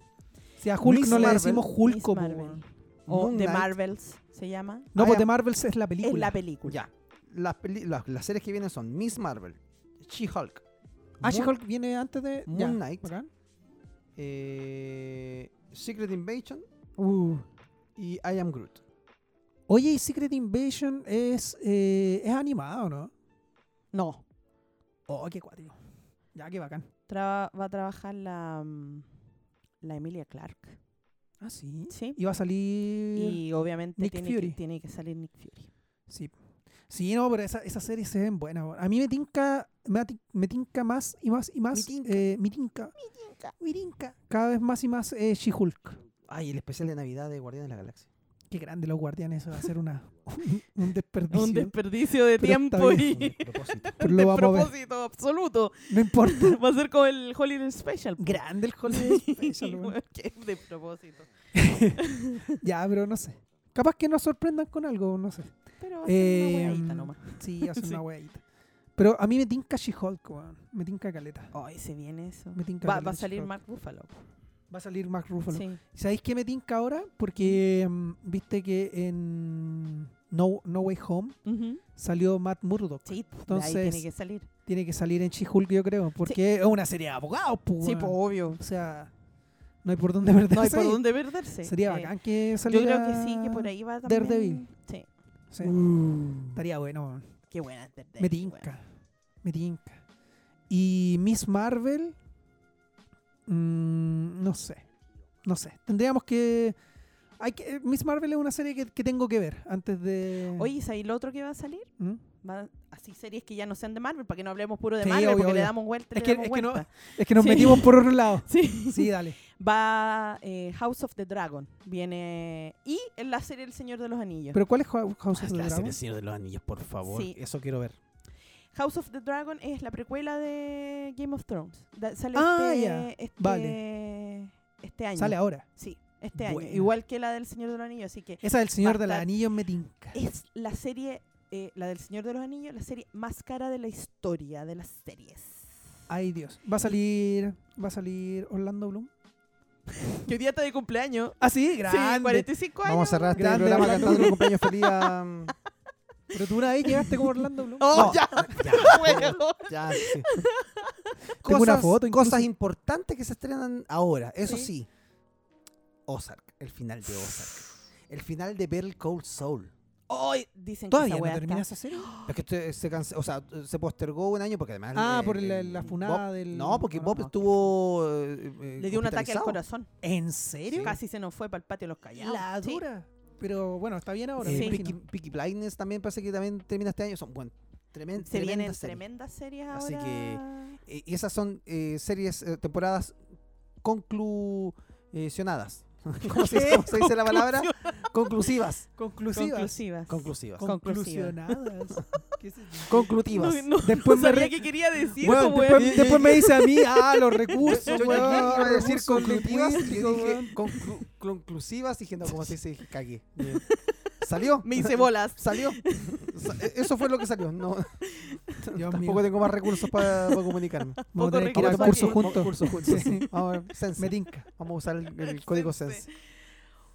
[SPEAKER 3] Si a Hulk
[SPEAKER 1] Miss
[SPEAKER 3] no le
[SPEAKER 1] Marvel.
[SPEAKER 3] decimos
[SPEAKER 2] Miss
[SPEAKER 3] Hulk,
[SPEAKER 2] Marvel.
[SPEAKER 3] weón.
[SPEAKER 2] O
[SPEAKER 1] Moon
[SPEAKER 2] The
[SPEAKER 1] Knight.
[SPEAKER 2] Marvels se llama.
[SPEAKER 3] No,
[SPEAKER 1] Ah,
[SPEAKER 3] pues
[SPEAKER 1] ya.
[SPEAKER 3] de Marvel es la película.
[SPEAKER 2] Es la película.
[SPEAKER 1] Ya. Las, peli- las- las series que vienen son Miss Marvel, She-Hulk,
[SPEAKER 3] Ah,
[SPEAKER 1] Moon-
[SPEAKER 3] She-Hulk viene antes de.
[SPEAKER 1] Moon
[SPEAKER 3] ya,
[SPEAKER 1] Knight.
[SPEAKER 3] bacán.
[SPEAKER 1] eh, Secret Invasion y Uh. I Am Groot.
[SPEAKER 3] Oye, y Secret Invasion es, eh, es animado, ¿no?
[SPEAKER 2] No.
[SPEAKER 3] Oh, qué cuático. Ya, qué bacán.
[SPEAKER 2] Traba- va a trabajar la, mm, la Emilia Clark.
[SPEAKER 3] Ah, sí.
[SPEAKER 2] Sí.
[SPEAKER 3] Y va a salir.
[SPEAKER 2] Y obviamente
[SPEAKER 3] Nick
[SPEAKER 2] tiene
[SPEAKER 3] Fury.
[SPEAKER 2] que, tiene que salir Nick Fury.
[SPEAKER 3] Sí. Sí, no, pero esa- esas series se ven buenas. weón. A mí me tinca, me, ati- me tinca más y más y más.
[SPEAKER 1] tinca.
[SPEAKER 3] eh, me tinca. Me tinca. Cada vez más y más eh, She-Hulk.
[SPEAKER 1] Ay, el especial de Navidad de Guardianes de la Galaxia.
[SPEAKER 3] Qué grande los guardianes. Eso va a ser una, un, un desperdicio.
[SPEAKER 2] Un desperdicio de
[SPEAKER 3] Pero
[SPEAKER 2] tiempo
[SPEAKER 3] está
[SPEAKER 1] Con
[SPEAKER 2] y
[SPEAKER 1] despropósito.
[SPEAKER 3] pero
[SPEAKER 2] un
[SPEAKER 3] lo vamos a ver.
[SPEAKER 2] despropósito absoluto.
[SPEAKER 3] No importa.
[SPEAKER 2] Va a ser como el Holiday Special. po.
[SPEAKER 3] Grande el Holiday Special, weón.
[SPEAKER 2] Bueno, qué despropósito.
[SPEAKER 3] Ya, pero no sé. Capaz que nos sorprendan con algo, no sé.
[SPEAKER 2] Pero va a ser una
[SPEAKER 3] Eh,
[SPEAKER 2] weadita
[SPEAKER 3] mm,
[SPEAKER 2] nomás.
[SPEAKER 3] Sí, hace
[SPEAKER 2] Sí.
[SPEAKER 3] una weadita. Pero a mí me tinca She-Hulk, weón. Me tinca caleta.
[SPEAKER 2] Ay, se viene eso.
[SPEAKER 3] Me tinca
[SPEAKER 2] Va,
[SPEAKER 3] caleta
[SPEAKER 2] va a salir
[SPEAKER 3] She-Hulk.
[SPEAKER 2] Mark Buffalo.
[SPEAKER 3] Va a salir Mark Ruffalo.
[SPEAKER 2] Sí.
[SPEAKER 3] ¿Sabéis qué me tinca ahora? Porque mm, viste que en no, no Way Home
[SPEAKER 2] Ujú.
[SPEAKER 3] salió Matt Murdock.
[SPEAKER 2] Sí, de
[SPEAKER 3] Entonces-
[SPEAKER 2] ahí tiene que salir.
[SPEAKER 3] Tiene que salir en She-Hulk, yo creo. Porque es una serie de abogados, pues.
[SPEAKER 2] Sí, pues obvio.
[SPEAKER 3] O sea, no hay por dónde perderse.
[SPEAKER 2] No hay por
[SPEAKER 3] ahí.
[SPEAKER 2] dónde perderse.
[SPEAKER 3] Sería
[SPEAKER 2] Eh,
[SPEAKER 3] bacán que
[SPEAKER 2] Yo
[SPEAKER 3] saliera.
[SPEAKER 2] creo que sí, que por ahí va también.
[SPEAKER 3] Daredevil.
[SPEAKER 2] Sí.
[SPEAKER 3] Sí. Estaría bueno, weón.
[SPEAKER 2] Qué buena es Daredevil.
[SPEAKER 3] Me
[SPEAKER 2] weón.
[SPEAKER 3] tinca. Me tinca. Y Miss Marvel. mm, no sé. No sé. Tendríamos que. Hay que Miss Marvel es una serie que, que tengo que ver antes de.
[SPEAKER 2] Oye, ¿y sabes lo otro que va a salir?
[SPEAKER 3] ¿Mm?
[SPEAKER 2] Va- así series que ya no sean de Marvel, para que no hablemos puro de
[SPEAKER 3] Sí,
[SPEAKER 2] Marvel,
[SPEAKER 3] obvio,
[SPEAKER 2] porque le
[SPEAKER 3] obvio.
[SPEAKER 2] damos vuelta. y le
[SPEAKER 3] Es que-
[SPEAKER 2] damos
[SPEAKER 3] es que no-
[SPEAKER 2] vuelta.
[SPEAKER 3] Es que nos
[SPEAKER 2] Sí.
[SPEAKER 3] metimos por otro lado.
[SPEAKER 2] Sí.
[SPEAKER 3] Sí, dale.
[SPEAKER 2] Va eh, House of the Dragon, viene. Y en la serie El Señor de los Anillos.
[SPEAKER 3] Pero ¿cuál es Ho- House
[SPEAKER 1] Ah,
[SPEAKER 3] of the
[SPEAKER 1] la serie
[SPEAKER 3] Dragon?
[SPEAKER 1] Señor de los Anillos, por favor.
[SPEAKER 2] Sí.
[SPEAKER 1] Eso quiero ver.
[SPEAKER 2] House of the Dragon es la precuela de Game of Thrones. Da- sale
[SPEAKER 3] Ah,
[SPEAKER 2] este,
[SPEAKER 3] ya.
[SPEAKER 2] este, este año.
[SPEAKER 3] Sale ahora.
[SPEAKER 2] Sí, este año.
[SPEAKER 3] Buena.
[SPEAKER 2] Igual que la del Señor de los Anillos, así que
[SPEAKER 3] Esa del Señor de los
[SPEAKER 2] Bastard.
[SPEAKER 3] Anillos me tinca.
[SPEAKER 2] es la serie, eh, la del Señor de los Anillos, la serie más cara de la historia de las series.
[SPEAKER 3] Ay, Dios. Va a salir. Va a salir Orlando Bloom.
[SPEAKER 2] Que hoy día está de cumpleaños.
[SPEAKER 3] Ah, sí,
[SPEAKER 2] Sí,
[SPEAKER 3] grande.
[SPEAKER 2] 45 años.
[SPEAKER 1] Vamos a cerrar este
[SPEAKER 3] Grande,
[SPEAKER 1] programa
[SPEAKER 3] Orlando.
[SPEAKER 1] cantando un cumpleaños feliz ah, mm, a... No,
[SPEAKER 3] Pero tú una vez llegaste como Orlando Bloom.
[SPEAKER 2] Oh,
[SPEAKER 1] No,
[SPEAKER 2] ya,
[SPEAKER 1] ya,
[SPEAKER 2] juego.
[SPEAKER 1] ya, sí.
[SPEAKER 3] Tengo una
[SPEAKER 1] Cosas-
[SPEAKER 3] foto incluso.
[SPEAKER 1] cosas importantes que se estrenan ahora. Eso
[SPEAKER 2] Sí.
[SPEAKER 1] sí. Ozark. El final de Ozark. El final de Better Cold Soul.
[SPEAKER 2] Hoy dicen
[SPEAKER 3] ¿Todavía
[SPEAKER 2] que esa
[SPEAKER 3] no
[SPEAKER 2] weá
[SPEAKER 3] termina
[SPEAKER 2] está-
[SPEAKER 3] esa serie?
[SPEAKER 1] Es que este- se, canse- o sea, se postergó un año porque además...
[SPEAKER 3] Ah,
[SPEAKER 1] el-
[SPEAKER 3] por
[SPEAKER 1] el-
[SPEAKER 3] la-
[SPEAKER 1] el
[SPEAKER 3] la
[SPEAKER 1] Bob-
[SPEAKER 3] funada del-
[SPEAKER 1] No, porque
[SPEAKER 3] no,
[SPEAKER 1] Bob
[SPEAKER 3] no.
[SPEAKER 1] estuvo... eh, eh,
[SPEAKER 2] Le dio un ataque al
[SPEAKER 1] hospitalizado.
[SPEAKER 2] corazón.
[SPEAKER 3] ¿En serio?
[SPEAKER 2] Casi se nos fue para el patio de los callados.
[SPEAKER 3] La
[SPEAKER 2] Sí.
[SPEAKER 3] dura. Pero bueno, está bien ahora.
[SPEAKER 1] Eh,
[SPEAKER 3] me
[SPEAKER 2] Sí.
[SPEAKER 1] Peaky,
[SPEAKER 3] imagino.
[SPEAKER 1] Peaky Blinders también parece que también termina este año. Son, bueno, tremen-
[SPEAKER 2] Se vienen
[SPEAKER 1] tremendas series.
[SPEAKER 2] tremendas series ahora.
[SPEAKER 1] Así que- Eh, y esas son eh, series, eh, temporadas conclusionadas. ¿Cómo se, cómo se dice la palabra? Conclusivas.
[SPEAKER 3] Conclusivas.
[SPEAKER 2] Conclusivas.
[SPEAKER 1] Conclusivas.
[SPEAKER 2] Con-
[SPEAKER 3] Conclusionadas. ¿Qué es eso?
[SPEAKER 1] Conclutivas.
[SPEAKER 2] No, no,
[SPEAKER 3] Después
[SPEAKER 2] no
[SPEAKER 3] me
[SPEAKER 2] sabía
[SPEAKER 3] re-
[SPEAKER 2] qué quería decir.
[SPEAKER 3] Weón,
[SPEAKER 2] como
[SPEAKER 3] después,
[SPEAKER 2] weón.
[SPEAKER 3] después me dice a mí, ah, los recursos.
[SPEAKER 1] Yo- yo
[SPEAKER 3] weón,
[SPEAKER 1] iba a
[SPEAKER 3] recursos
[SPEAKER 1] decir conclutivas y yo
[SPEAKER 3] lingüísticos,
[SPEAKER 1] dije
[SPEAKER 3] weón.
[SPEAKER 1] conclu- conclusivas y dije, no, ¿cómo se dice? Dije, Cagué. ¿Salió?
[SPEAKER 2] Me hice bolas.
[SPEAKER 1] ¿Salió? Sa- e, Eso fue lo que salió. No,
[SPEAKER 3] Dios
[SPEAKER 1] tampoco
[SPEAKER 3] mío.
[SPEAKER 1] tengo más recursos para, para comunicarme.
[SPEAKER 3] Vamos a tener que ir
[SPEAKER 2] Poco
[SPEAKER 3] al
[SPEAKER 2] recursos
[SPEAKER 3] curso
[SPEAKER 2] aquí.
[SPEAKER 3] juntos.
[SPEAKER 1] Curso juntos, sí.
[SPEAKER 3] Sí. Mm.
[SPEAKER 1] Vamos a ver, Sense.
[SPEAKER 3] Me tinca.
[SPEAKER 1] Vamos a usar el, el código
[SPEAKER 2] Sense.
[SPEAKER 1] Sense.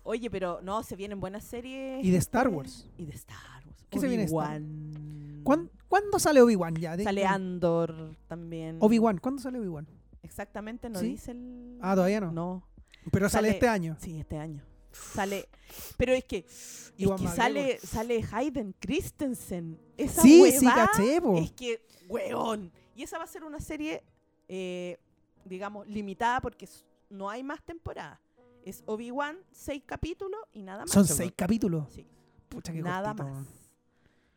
[SPEAKER 2] Oye, pero no, se vienen buenas series.
[SPEAKER 3] Y de Star Wars.
[SPEAKER 2] Y de Star Wars.
[SPEAKER 3] ¿Qué se viene de Star Wars?
[SPEAKER 2] Obi-Wan.
[SPEAKER 3] ¿Cuán- ¿Cuándo sale Obi-Wan ya? De- mm.
[SPEAKER 2] Sale Andor también.
[SPEAKER 3] Obi-Wan, ¿cuándo sale Obi-Wan?
[SPEAKER 2] Exactamente, no
[SPEAKER 3] ¿Sí?
[SPEAKER 2] dice el.
[SPEAKER 3] Ah, todavía no.
[SPEAKER 2] No.
[SPEAKER 3] Pero sale,
[SPEAKER 2] sale-
[SPEAKER 3] este año.
[SPEAKER 2] Sí, este año. Sale. Pero es que, es
[SPEAKER 3] Iwan
[SPEAKER 2] que
[SPEAKER 3] McGregor.
[SPEAKER 2] sale, sale Hayden Christensen. Esa
[SPEAKER 3] Sí, sí,
[SPEAKER 2] huevada
[SPEAKER 3] caché, po.
[SPEAKER 2] Es que, weón. Y esa va a ser una serie, eh, digamos, limitada porque s- no hay más temporada. Es Obi-Wan, seis capítulos y nada más.
[SPEAKER 3] Son seis capítulos.
[SPEAKER 2] Sí,
[SPEAKER 3] Pucha, qué
[SPEAKER 2] nada
[SPEAKER 3] cortito,
[SPEAKER 2] más.
[SPEAKER 3] weón.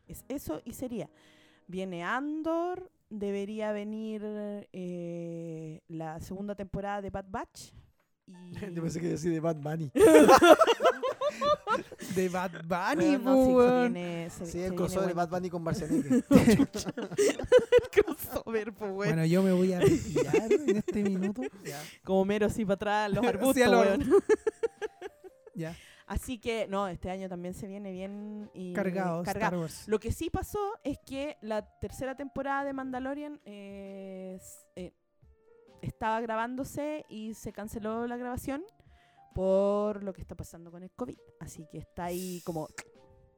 [SPEAKER 2] Es eso y sería. Viene Andor, debería venir eh, la segunda temporada de Bad Batch. Y...
[SPEAKER 1] Yo pensé que decía de Bad Bunny.
[SPEAKER 3] De Bad Bunny,
[SPEAKER 2] Weón, no, sí, se
[SPEAKER 3] weón.
[SPEAKER 2] viene- se-
[SPEAKER 1] Sí,
[SPEAKER 2] se
[SPEAKER 1] el
[SPEAKER 2] viene
[SPEAKER 1] crossover de
[SPEAKER 2] bueno.
[SPEAKER 1] Bad Bunny con Barcelona.
[SPEAKER 2] crossover, pues, güey.
[SPEAKER 3] Bueno, yo me voy a retirar en este minuto.
[SPEAKER 2] Como mero así para atrás, los
[SPEAKER 3] Sí,
[SPEAKER 2] arbustos,
[SPEAKER 3] a los
[SPEAKER 2] weón.
[SPEAKER 3] Ya.
[SPEAKER 2] Así que, no, este año también se viene bien y
[SPEAKER 3] Cargado, Star
[SPEAKER 2] cargado.
[SPEAKER 3] Wars.
[SPEAKER 2] Lo que sí pasó es que la tercera temporada de Mandalorian eh, s- eh, estaba grabándose y se canceló la grabación por lo que está pasando con el COVID. Así que está ahí como,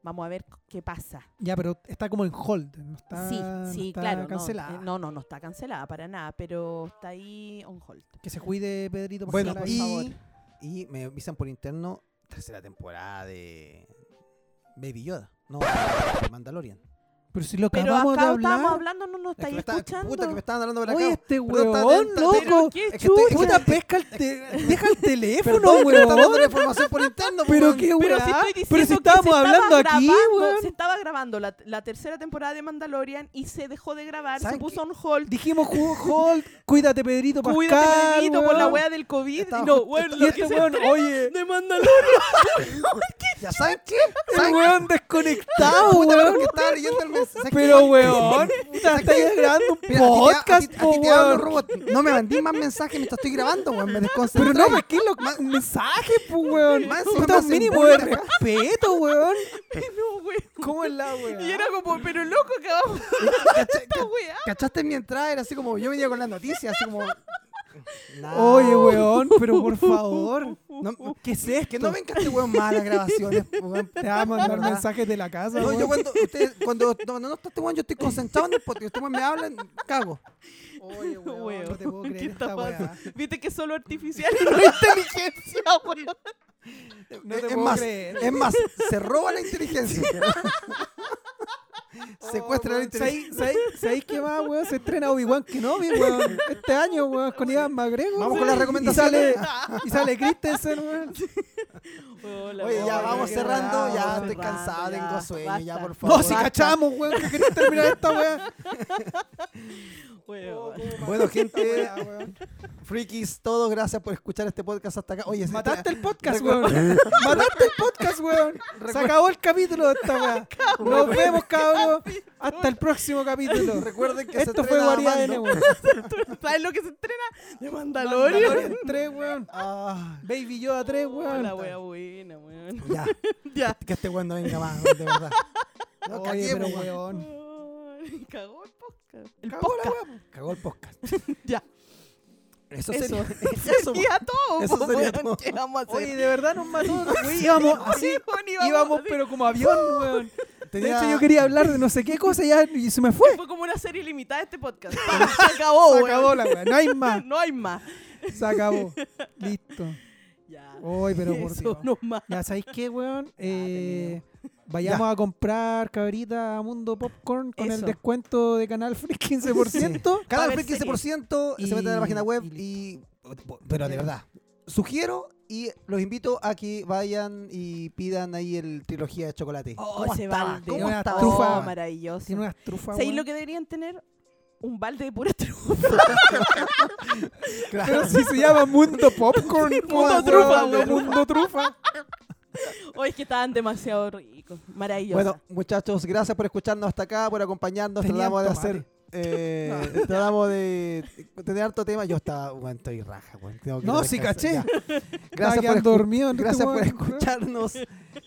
[SPEAKER 2] vamos a ver qué pasa.
[SPEAKER 3] Ya, pero está como en hold. No está,
[SPEAKER 2] sí,
[SPEAKER 3] no
[SPEAKER 2] sí,
[SPEAKER 3] está
[SPEAKER 2] claro. no,
[SPEAKER 3] Cancelada.
[SPEAKER 2] eh, No, no, no, está cancelada para nada, pero está ahí on hold.
[SPEAKER 3] Que se cuide Pedrito. por
[SPEAKER 1] Bueno,
[SPEAKER 3] favor,
[SPEAKER 2] por
[SPEAKER 3] ahí.
[SPEAKER 2] favor.
[SPEAKER 1] y, y me avisan por interno, tercera temporada de Baby Yoda. No, de Mandalorian.
[SPEAKER 3] Pero si lo
[SPEAKER 2] Pero
[SPEAKER 3] acabamos de
[SPEAKER 2] acá
[SPEAKER 3] hablar.
[SPEAKER 2] estábamos hablando, no nos
[SPEAKER 1] Es que
[SPEAKER 2] estáis
[SPEAKER 1] me estaban-
[SPEAKER 2] escuchando.
[SPEAKER 1] Puta, que me estaban hablando para acá.
[SPEAKER 3] Oye, este
[SPEAKER 1] Pero está
[SPEAKER 3] weón,
[SPEAKER 1] atenta,
[SPEAKER 3] loco. este,
[SPEAKER 2] Pero qué
[SPEAKER 1] Es que estoy-
[SPEAKER 2] chucha.
[SPEAKER 3] Puta, pesca el te- deja el teléfono,
[SPEAKER 1] Perdón, que me están dando
[SPEAKER 3] weón.
[SPEAKER 1] la información por interno.
[SPEAKER 3] Pero
[SPEAKER 1] weón.
[SPEAKER 3] qué
[SPEAKER 2] Pero
[SPEAKER 3] weón.
[SPEAKER 2] si estoy diciendo
[SPEAKER 3] Pero si
[SPEAKER 2] que
[SPEAKER 3] estábamos
[SPEAKER 2] se
[SPEAKER 3] hablando
[SPEAKER 2] estaba
[SPEAKER 3] aquí,
[SPEAKER 2] grabando-
[SPEAKER 3] weón.
[SPEAKER 2] Se estaba grabando la, la tercera temporada de Mandalorian y se dejó de grabar, se
[SPEAKER 1] ¿Saben
[SPEAKER 2] puso on hold.
[SPEAKER 3] Dijimos, ju- hold, cuídate Pedrito Pascal,
[SPEAKER 2] Cuídate, Benito, por la
[SPEAKER 3] weón.
[SPEAKER 2] wea del COVID.
[SPEAKER 1] Estaba
[SPEAKER 2] y no,
[SPEAKER 1] justo-
[SPEAKER 2] bueno,
[SPEAKER 3] Y
[SPEAKER 2] lo
[SPEAKER 3] este
[SPEAKER 2] que se
[SPEAKER 3] weón,
[SPEAKER 2] estrenó
[SPEAKER 3] oye,
[SPEAKER 2] de Mandalorian.
[SPEAKER 1] ¿Ya saben qué?
[SPEAKER 3] el
[SPEAKER 1] ¿Saben qué?
[SPEAKER 3] weón desconectado,
[SPEAKER 1] Puta,
[SPEAKER 3] weón.
[SPEAKER 1] pero que estaba leyendo el mensaje.
[SPEAKER 3] Pero
[SPEAKER 1] ¿Sabes qué?
[SPEAKER 3] weón, puta, estáis grabando un
[SPEAKER 1] Mira, a ti te-
[SPEAKER 3] podcast,
[SPEAKER 1] a ti, a ti
[SPEAKER 3] po,
[SPEAKER 1] te hablo,
[SPEAKER 3] weón.
[SPEAKER 1] robot. No me mandé más mensajes mientras estoy grabando, weón. Me desconcentré.
[SPEAKER 3] Pero no, pero ¿qué es lo más mensaje, po, weón?
[SPEAKER 1] Más encima
[SPEAKER 3] Puta,
[SPEAKER 1] me
[SPEAKER 3] un
[SPEAKER 1] hacen
[SPEAKER 3] mínimo de
[SPEAKER 1] bullying
[SPEAKER 3] respeto, weón.
[SPEAKER 2] No, weón.
[SPEAKER 3] ¿Cómo es la weón?
[SPEAKER 2] Y era como, pero loco, acabamos
[SPEAKER 1] ¿Cachai-
[SPEAKER 2] esta weá.
[SPEAKER 1] ¿Cachaste mi entrada? Era así como, yo venía con las noticias, así como... Nah.
[SPEAKER 3] Oye, weón, pero por favor.
[SPEAKER 1] No, no,
[SPEAKER 3] ¿Qué es esto?
[SPEAKER 1] que no venga este weón malas grabaciones, weón.
[SPEAKER 3] Te va a mandar
[SPEAKER 1] ¿Verdad?
[SPEAKER 3] mensajes de la casa,
[SPEAKER 1] No,
[SPEAKER 3] weón.
[SPEAKER 1] yo cuando, ustedes, cuando no, no, no está este weón, yo estoy concentrado en el podcast. Ustedes me hablan, cago.
[SPEAKER 3] Oye,
[SPEAKER 2] Weón,
[SPEAKER 3] no te puedo
[SPEAKER 2] ¿qué
[SPEAKER 3] creer
[SPEAKER 2] está
[SPEAKER 3] esta weá.
[SPEAKER 2] pasando? Viste que es solo artificial y no inteligencia, weón.
[SPEAKER 3] No te
[SPEAKER 1] es
[SPEAKER 3] puedo
[SPEAKER 1] más,
[SPEAKER 3] creer.
[SPEAKER 1] es más, se roba la inteligencia. Secuestra
[SPEAKER 3] Oh,
[SPEAKER 1] la inteligencia.
[SPEAKER 3] ¿Sabéis- sabéis- ¿Sabéis qué más, weón? Se estrena Obi-Wan Kenobi, weón. Este año, weón, con Iván Magrego.
[SPEAKER 1] Vamos con las
[SPEAKER 3] Y
[SPEAKER 1] recomendaciones.
[SPEAKER 3] sale, y sale Christensen, weón.
[SPEAKER 2] Hola,
[SPEAKER 1] Oye, ya
[SPEAKER 2] hola,
[SPEAKER 1] vamos
[SPEAKER 2] qué
[SPEAKER 1] cerrando,
[SPEAKER 2] raro,
[SPEAKER 1] ya
[SPEAKER 2] vamos
[SPEAKER 1] estoy
[SPEAKER 2] cerrando,
[SPEAKER 1] cansado,
[SPEAKER 2] ya,
[SPEAKER 1] tengo sueño, ya,
[SPEAKER 2] basta.
[SPEAKER 1] por favor.
[SPEAKER 3] No, si cachamos, weón, que queréis terminar esta weá.
[SPEAKER 2] Weón.
[SPEAKER 1] Bueno, gente,
[SPEAKER 3] Esta weá, weón.
[SPEAKER 1] freakies, todo, gracias por escuchar este podcast hasta acá. Oye, se-
[SPEAKER 3] Mataste el podcast, weón. Mataste el podcast, weón. Se acabó el capítulo de esta weá. Nos vemos, cabrón. Hasta el próximo capítulo.
[SPEAKER 1] recuerden que se
[SPEAKER 3] Esto fue
[SPEAKER 1] estrena
[SPEAKER 3] Guarida
[SPEAKER 1] Amando.
[SPEAKER 3] N, weón.
[SPEAKER 2] ¿Sabes lo que se estrena? De Mandalorian.
[SPEAKER 3] 3, weón.
[SPEAKER 1] Ah,
[SPEAKER 3] Baby Yoda 3, weón.
[SPEAKER 2] La wea buena, weón.
[SPEAKER 1] ya,
[SPEAKER 2] Ya.
[SPEAKER 1] que este weón no venga más, de verdad. No,
[SPEAKER 3] Oye, pero
[SPEAKER 1] caguemos, weón.
[SPEAKER 3] weón.
[SPEAKER 2] Ay, Cagó el podcast. El
[SPEAKER 1] Cagó la
[SPEAKER 2] podcast.
[SPEAKER 1] Cagó el podcast.
[SPEAKER 2] Ya.
[SPEAKER 1] Eso
[SPEAKER 2] Eso.
[SPEAKER 1] sería,
[SPEAKER 2] Eso
[SPEAKER 1] eso,
[SPEAKER 2] sería todo.
[SPEAKER 1] Eso
[SPEAKER 2] po,
[SPEAKER 1] sería
[SPEAKER 2] weón.
[SPEAKER 1] todo.
[SPEAKER 2] ¿Qué vamos a hacer?
[SPEAKER 3] Oye, de verdad nos mató. güey. Íbamos así.
[SPEAKER 2] Sí, weón,
[SPEAKER 3] Íbamos,
[SPEAKER 2] así.
[SPEAKER 3] pero como avión, weón. De
[SPEAKER 1] tenía-
[SPEAKER 3] hecho, yo quería hablar de no sé qué cosa ya, y se me fue.
[SPEAKER 2] Fue como una serie limitada este podcast. Pa, Se acabó, Oh,
[SPEAKER 3] Se
[SPEAKER 2] weón.
[SPEAKER 3] acabó la weá. No hay más.
[SPEAKER 2] No hay más.
[SPEAKER 3] Se acabó. Listo.
[SPEAKER 2] Ya.
[SPEAKER 3] Ay, pero por
[SPEAKER 2] Eso,
[SPEAKER 3] Dios.
[SPEAKER 2] no más.
[SPEAKER 3] Ya, ¿sabéis qué, weón? Eh,
[SPEAKER 2] tenemos.
[SPEAKER 3] vayamos a comprar cabrita a Mundo Popcorn con el
[SPEAKER 2] Eso.
[SPEAKER 3] descuento de Canal Free 15%.
[SPEAKER 2] Va a
[SPEAKER 1] Cada
[SPEAKER 2] haber
[SPEAKER 1] free
[SPEAKER 2] series.
[SPEAKER 1] 15%
[SPEAKER 3] Y-
[SPEAKER 1] se mete a la página web
[SPEAKER 3] y
[SPEAKER 1] y, Oh, Pero de verdad, sugiero y los invito a que vayan y pidan ahí el trilogía de chocolate.
[SPEAKER 2] Oh,
[SPEAKER 1] ¿Cómo
[SPEAKER 2] ese
[SPEAKER 1] estaba?
[SPEAKER 2] balde.
[SPEAKER 1] ¿Cómo
[SPEAKER 3] Una
[SPEAKER 1] estaba?
[SPEAKER 3] trufa.
[SPEAKER 2] Oh, maravilloso.
[SPEAKER 3] Tiene unas trufas,
[SPEAKER 2] ¿Sabéis
[SPEAKER 3] weón.
[SPEAKER 2] lo que deberían tener? Un balde de pura trufa.
[SPEAKER 1] Claro.
[SPEAKER 3] Pero si se llama Mundo Popcorn. ¿cómo, weón?
[SPEAKER 2] trufa, weón.
[SPEAKER 3] Mundo Trufa.
[SPEAKER 2] Hoy es que estaban demasiado ricos. Maravilloso.
[SPEAKER 1] Bueno, muchachos, gracias por escucharnos hasta acá, por acompañarnos. Este
[SPEAKER 3] Tenían
[SPEAKER 1] tratamos de
[SPEAKER 3] tomate.
[SPEAKER 1] hacer. eh, tratamos de tener harto tema. Yo estaba, bueno, estoy raja, bueno, tengo que
[SPEAKER 3] No, sí
[SPEAKER 1] descansar,
[SPEAKER 3] caché.
[SPEAKER 1] ya.
[SPEAKER 3] Gracias
[SPEAKER 1] Gracias por, escu-
[SPEAKER 3] dormido. Enrique,
[SPEAKER 1] gracias por
[SPEAKER 3] weón.
[SPEAKER 1] escucharnos.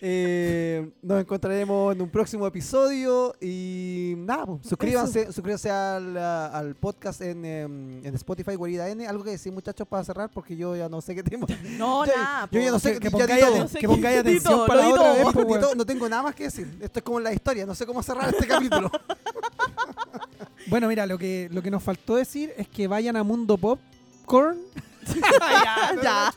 [SPEAKER 1] Eh, nos encontraremos en un próximo episodio. Y nada, pues, suscríbanse, suscríbanse al, ah, al podcast en, em, en Spotify, Guarida N. Algo que decir, muchachos, para cerrar, porque yo ya no sé qué tema.
[SPEAKER 2] no,
[SPEAKER 1] yo-
[SPEAKER 2] nada.
[SPEAKER 1] yo
[SPEAKER 2] po.
[SPEAKER 1] ya no sé
[SPEAKER 3] Que-
[SPEAKER 1] qué
[SPEAKER 3] que
[SPEAKER 1] ya di
[SPEAKER 3] pongáis
[SPEAKER 1] todo.
[SPEAKER 3] aten-
[SPEAKER 2] No sé
[SPEAKER 3] que
[SPEAKER 2] qué-
[SPEAKER 3] pongáis
[SPEAKER 2] di
[SPEAKER 3] atención
[SPEAKER 2] todo, lo
[SPEAKER 3] para la
[SPEAKER 2] di
[SPEAKER 3] otra
[SPEAKER 2] todo.
[SPEAKER 3] vez,
[SPEAKER 1] Di-
[SPEAKER 3] po,
[SPEAKER 1] di
[SPEAKER 3] weón.
[SPEAKER 1] todo. no tengo nada más que decir. Esto es como en la historia. No sé cómo cerrar este capítulo.
[SPEAKER 3] Bueno, mira, lo que, lo que nos faltó decir es que vayan a Mundo Popcorn.
[SPEAKER 2] ya, ya.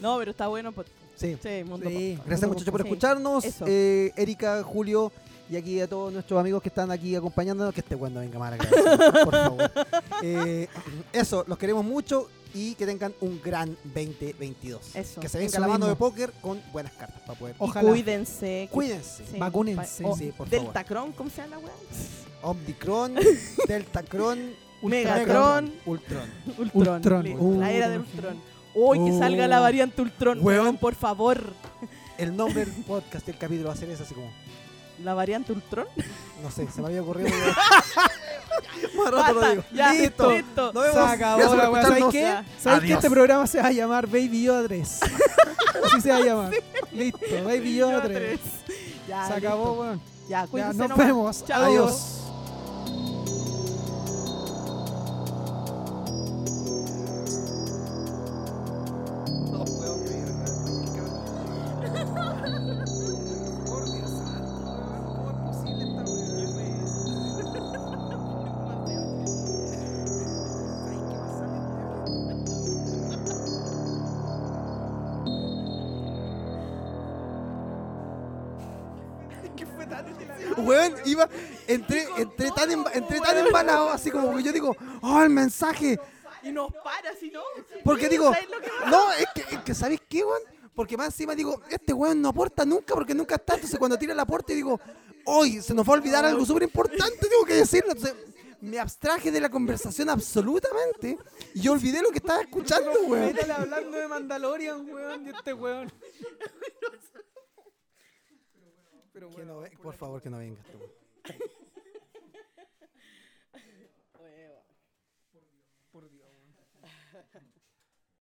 [SPEAKER 2] No, pero está bueno. pues,
[SPEAKER 1] Sí.
[SPEAKER 2] Sí, mundo
[SPEAKER 3] Sí.
[SPEAKER 2] pop.
[SPEAKER 1] Gracias muchachos por
[SPEAKER 2] Sí.
[SPEAKER 1] escucharnos.
[SPEAKER 2] Eso.
[SPEAKER 1] Eh, Erika, Julio y aquí a todos nuestros amigos que están aquí acompañándonos. Que este cuando venga más a la grabación, por favor. Eh, eso, los queremos mucho y que tengan un gran 2022.
[SPEAKER 2] Eso.
[SPEAKER 1] Que se venga
[SPEAKER 3] Eso
[SPEAKER 1] la mano de
[SPEAKER 3] mismo.
[SPEAKER 1] póker con buenas cartas para poder.
[SPEAKER 2] Y
[SPEAKER 3] Ojalá.
[SPEAKER 2] Cuídense. que-
[SPEAKER 1] Cuídense.
[SPEAKER 2] sí,
[SPEAKER 3] Vacúnense.
[SPEAKER 2] pa- o
[SPEAKER 1] Sí, por favor.
[SPEAKER 2] Deltacron, ¿cómo se llama la weá?
[SPEAKER 1] Omicron, Deltacron,
[SPEAKER 2] Megacron.
[SPEAKER 1] Ultron.
[SPEAKER 2] Ultron.
[SPEAKER 3] Ultron.
[SPEAKER 2] listo,
[SPEAKER 3] Uh,
[SPEAKER 2] la era de
[SPEAKER 3] no.
[SPEAKER 2] Ultron. Uy, que
[SPEAKER 1] Uh.
[SPEAKER 2] salga la variante Ultron.
[SPEAKER 1] Weón.
[SPEAKER 2] Weón, por favor.
[SPEAKER 1] El nombre del podcast del capítulo va a ser ese así como.
[SPEAKER 2] La variante Ultron.
[SPEAKER 1] No sé, se me había ocurrido. más rato lo
[SPEAKER 2] Basta,
[SPEAKER 1] digo.
[SPEAKER 2] ya,
[SPEAKER 1] Listo.
[SPEAKER 2] listo.
[SPEAKER 1] Nos vemos.
[SPEAKER 3] Se acabó
[SPEAKER 1] Gracias por
[SPEAKER 3] la weá. ¿Sabes
[SPEAKER 1] escucharnos.
[SPEAKER 3] qué?
[SPEAKER 2] Ya.
[SPEAKER 3] ¿Sabes qué?
[SPEAKER 1] Adiós.
[SPEAKER 3] Este programa se va a llamar Baby Yoda 3. Así se va a llamar. Listo, Baby Yoda 3.
[SPEAKER 2] Ya,
[SPEAKER 3] Se acabó,
[SPEAKER 2] listo.
[SPEAKER 3] weón.
[SPEAKER 2] Ya,
[SPEAKER 3] Ya,
[SPEAKER 2] cuídense
[SPEAKER 3] nos
[SPEAKER 2] nomás.
[SPEAKER 3] vemos.
[SPEAKER 2] Chao.
[SPEAKER 3] Adiós.
[SPEAKER 1] No puedo creer, weón. Por Dios santo, weón. ¿Cómo es posible esta weá? Weón, iba, entré, entré tan, em- emba- entré tan embalado, así como que yo digo, oh, el mensaje.
[SPEAKER 2] Y nos para, si no.
[SPEAKER 1] Porque digo,
[SPEAKER 2] ¿Sabes lo que pasa?
[SPEAKER 1] no, es que, es que ¿sabes qué, weón? Porque más encima digo, este weón no aporta nunca porque nunca está. Entonces cuando tira el aporte digo, hoy se nos va a olvidar algo súper importante, tengo que decirlo. Entonces me abstraje de la conversación absolutamente y olvidé lo que estaba escuchando, weón.
[SPEAKER 3] Métale hablando de Mandalorian, weón, y este weón.
[SPEAKER 1] Que no ve- por favor, que no venga este weón.
[SPEAKER 3] Por Dios, weón.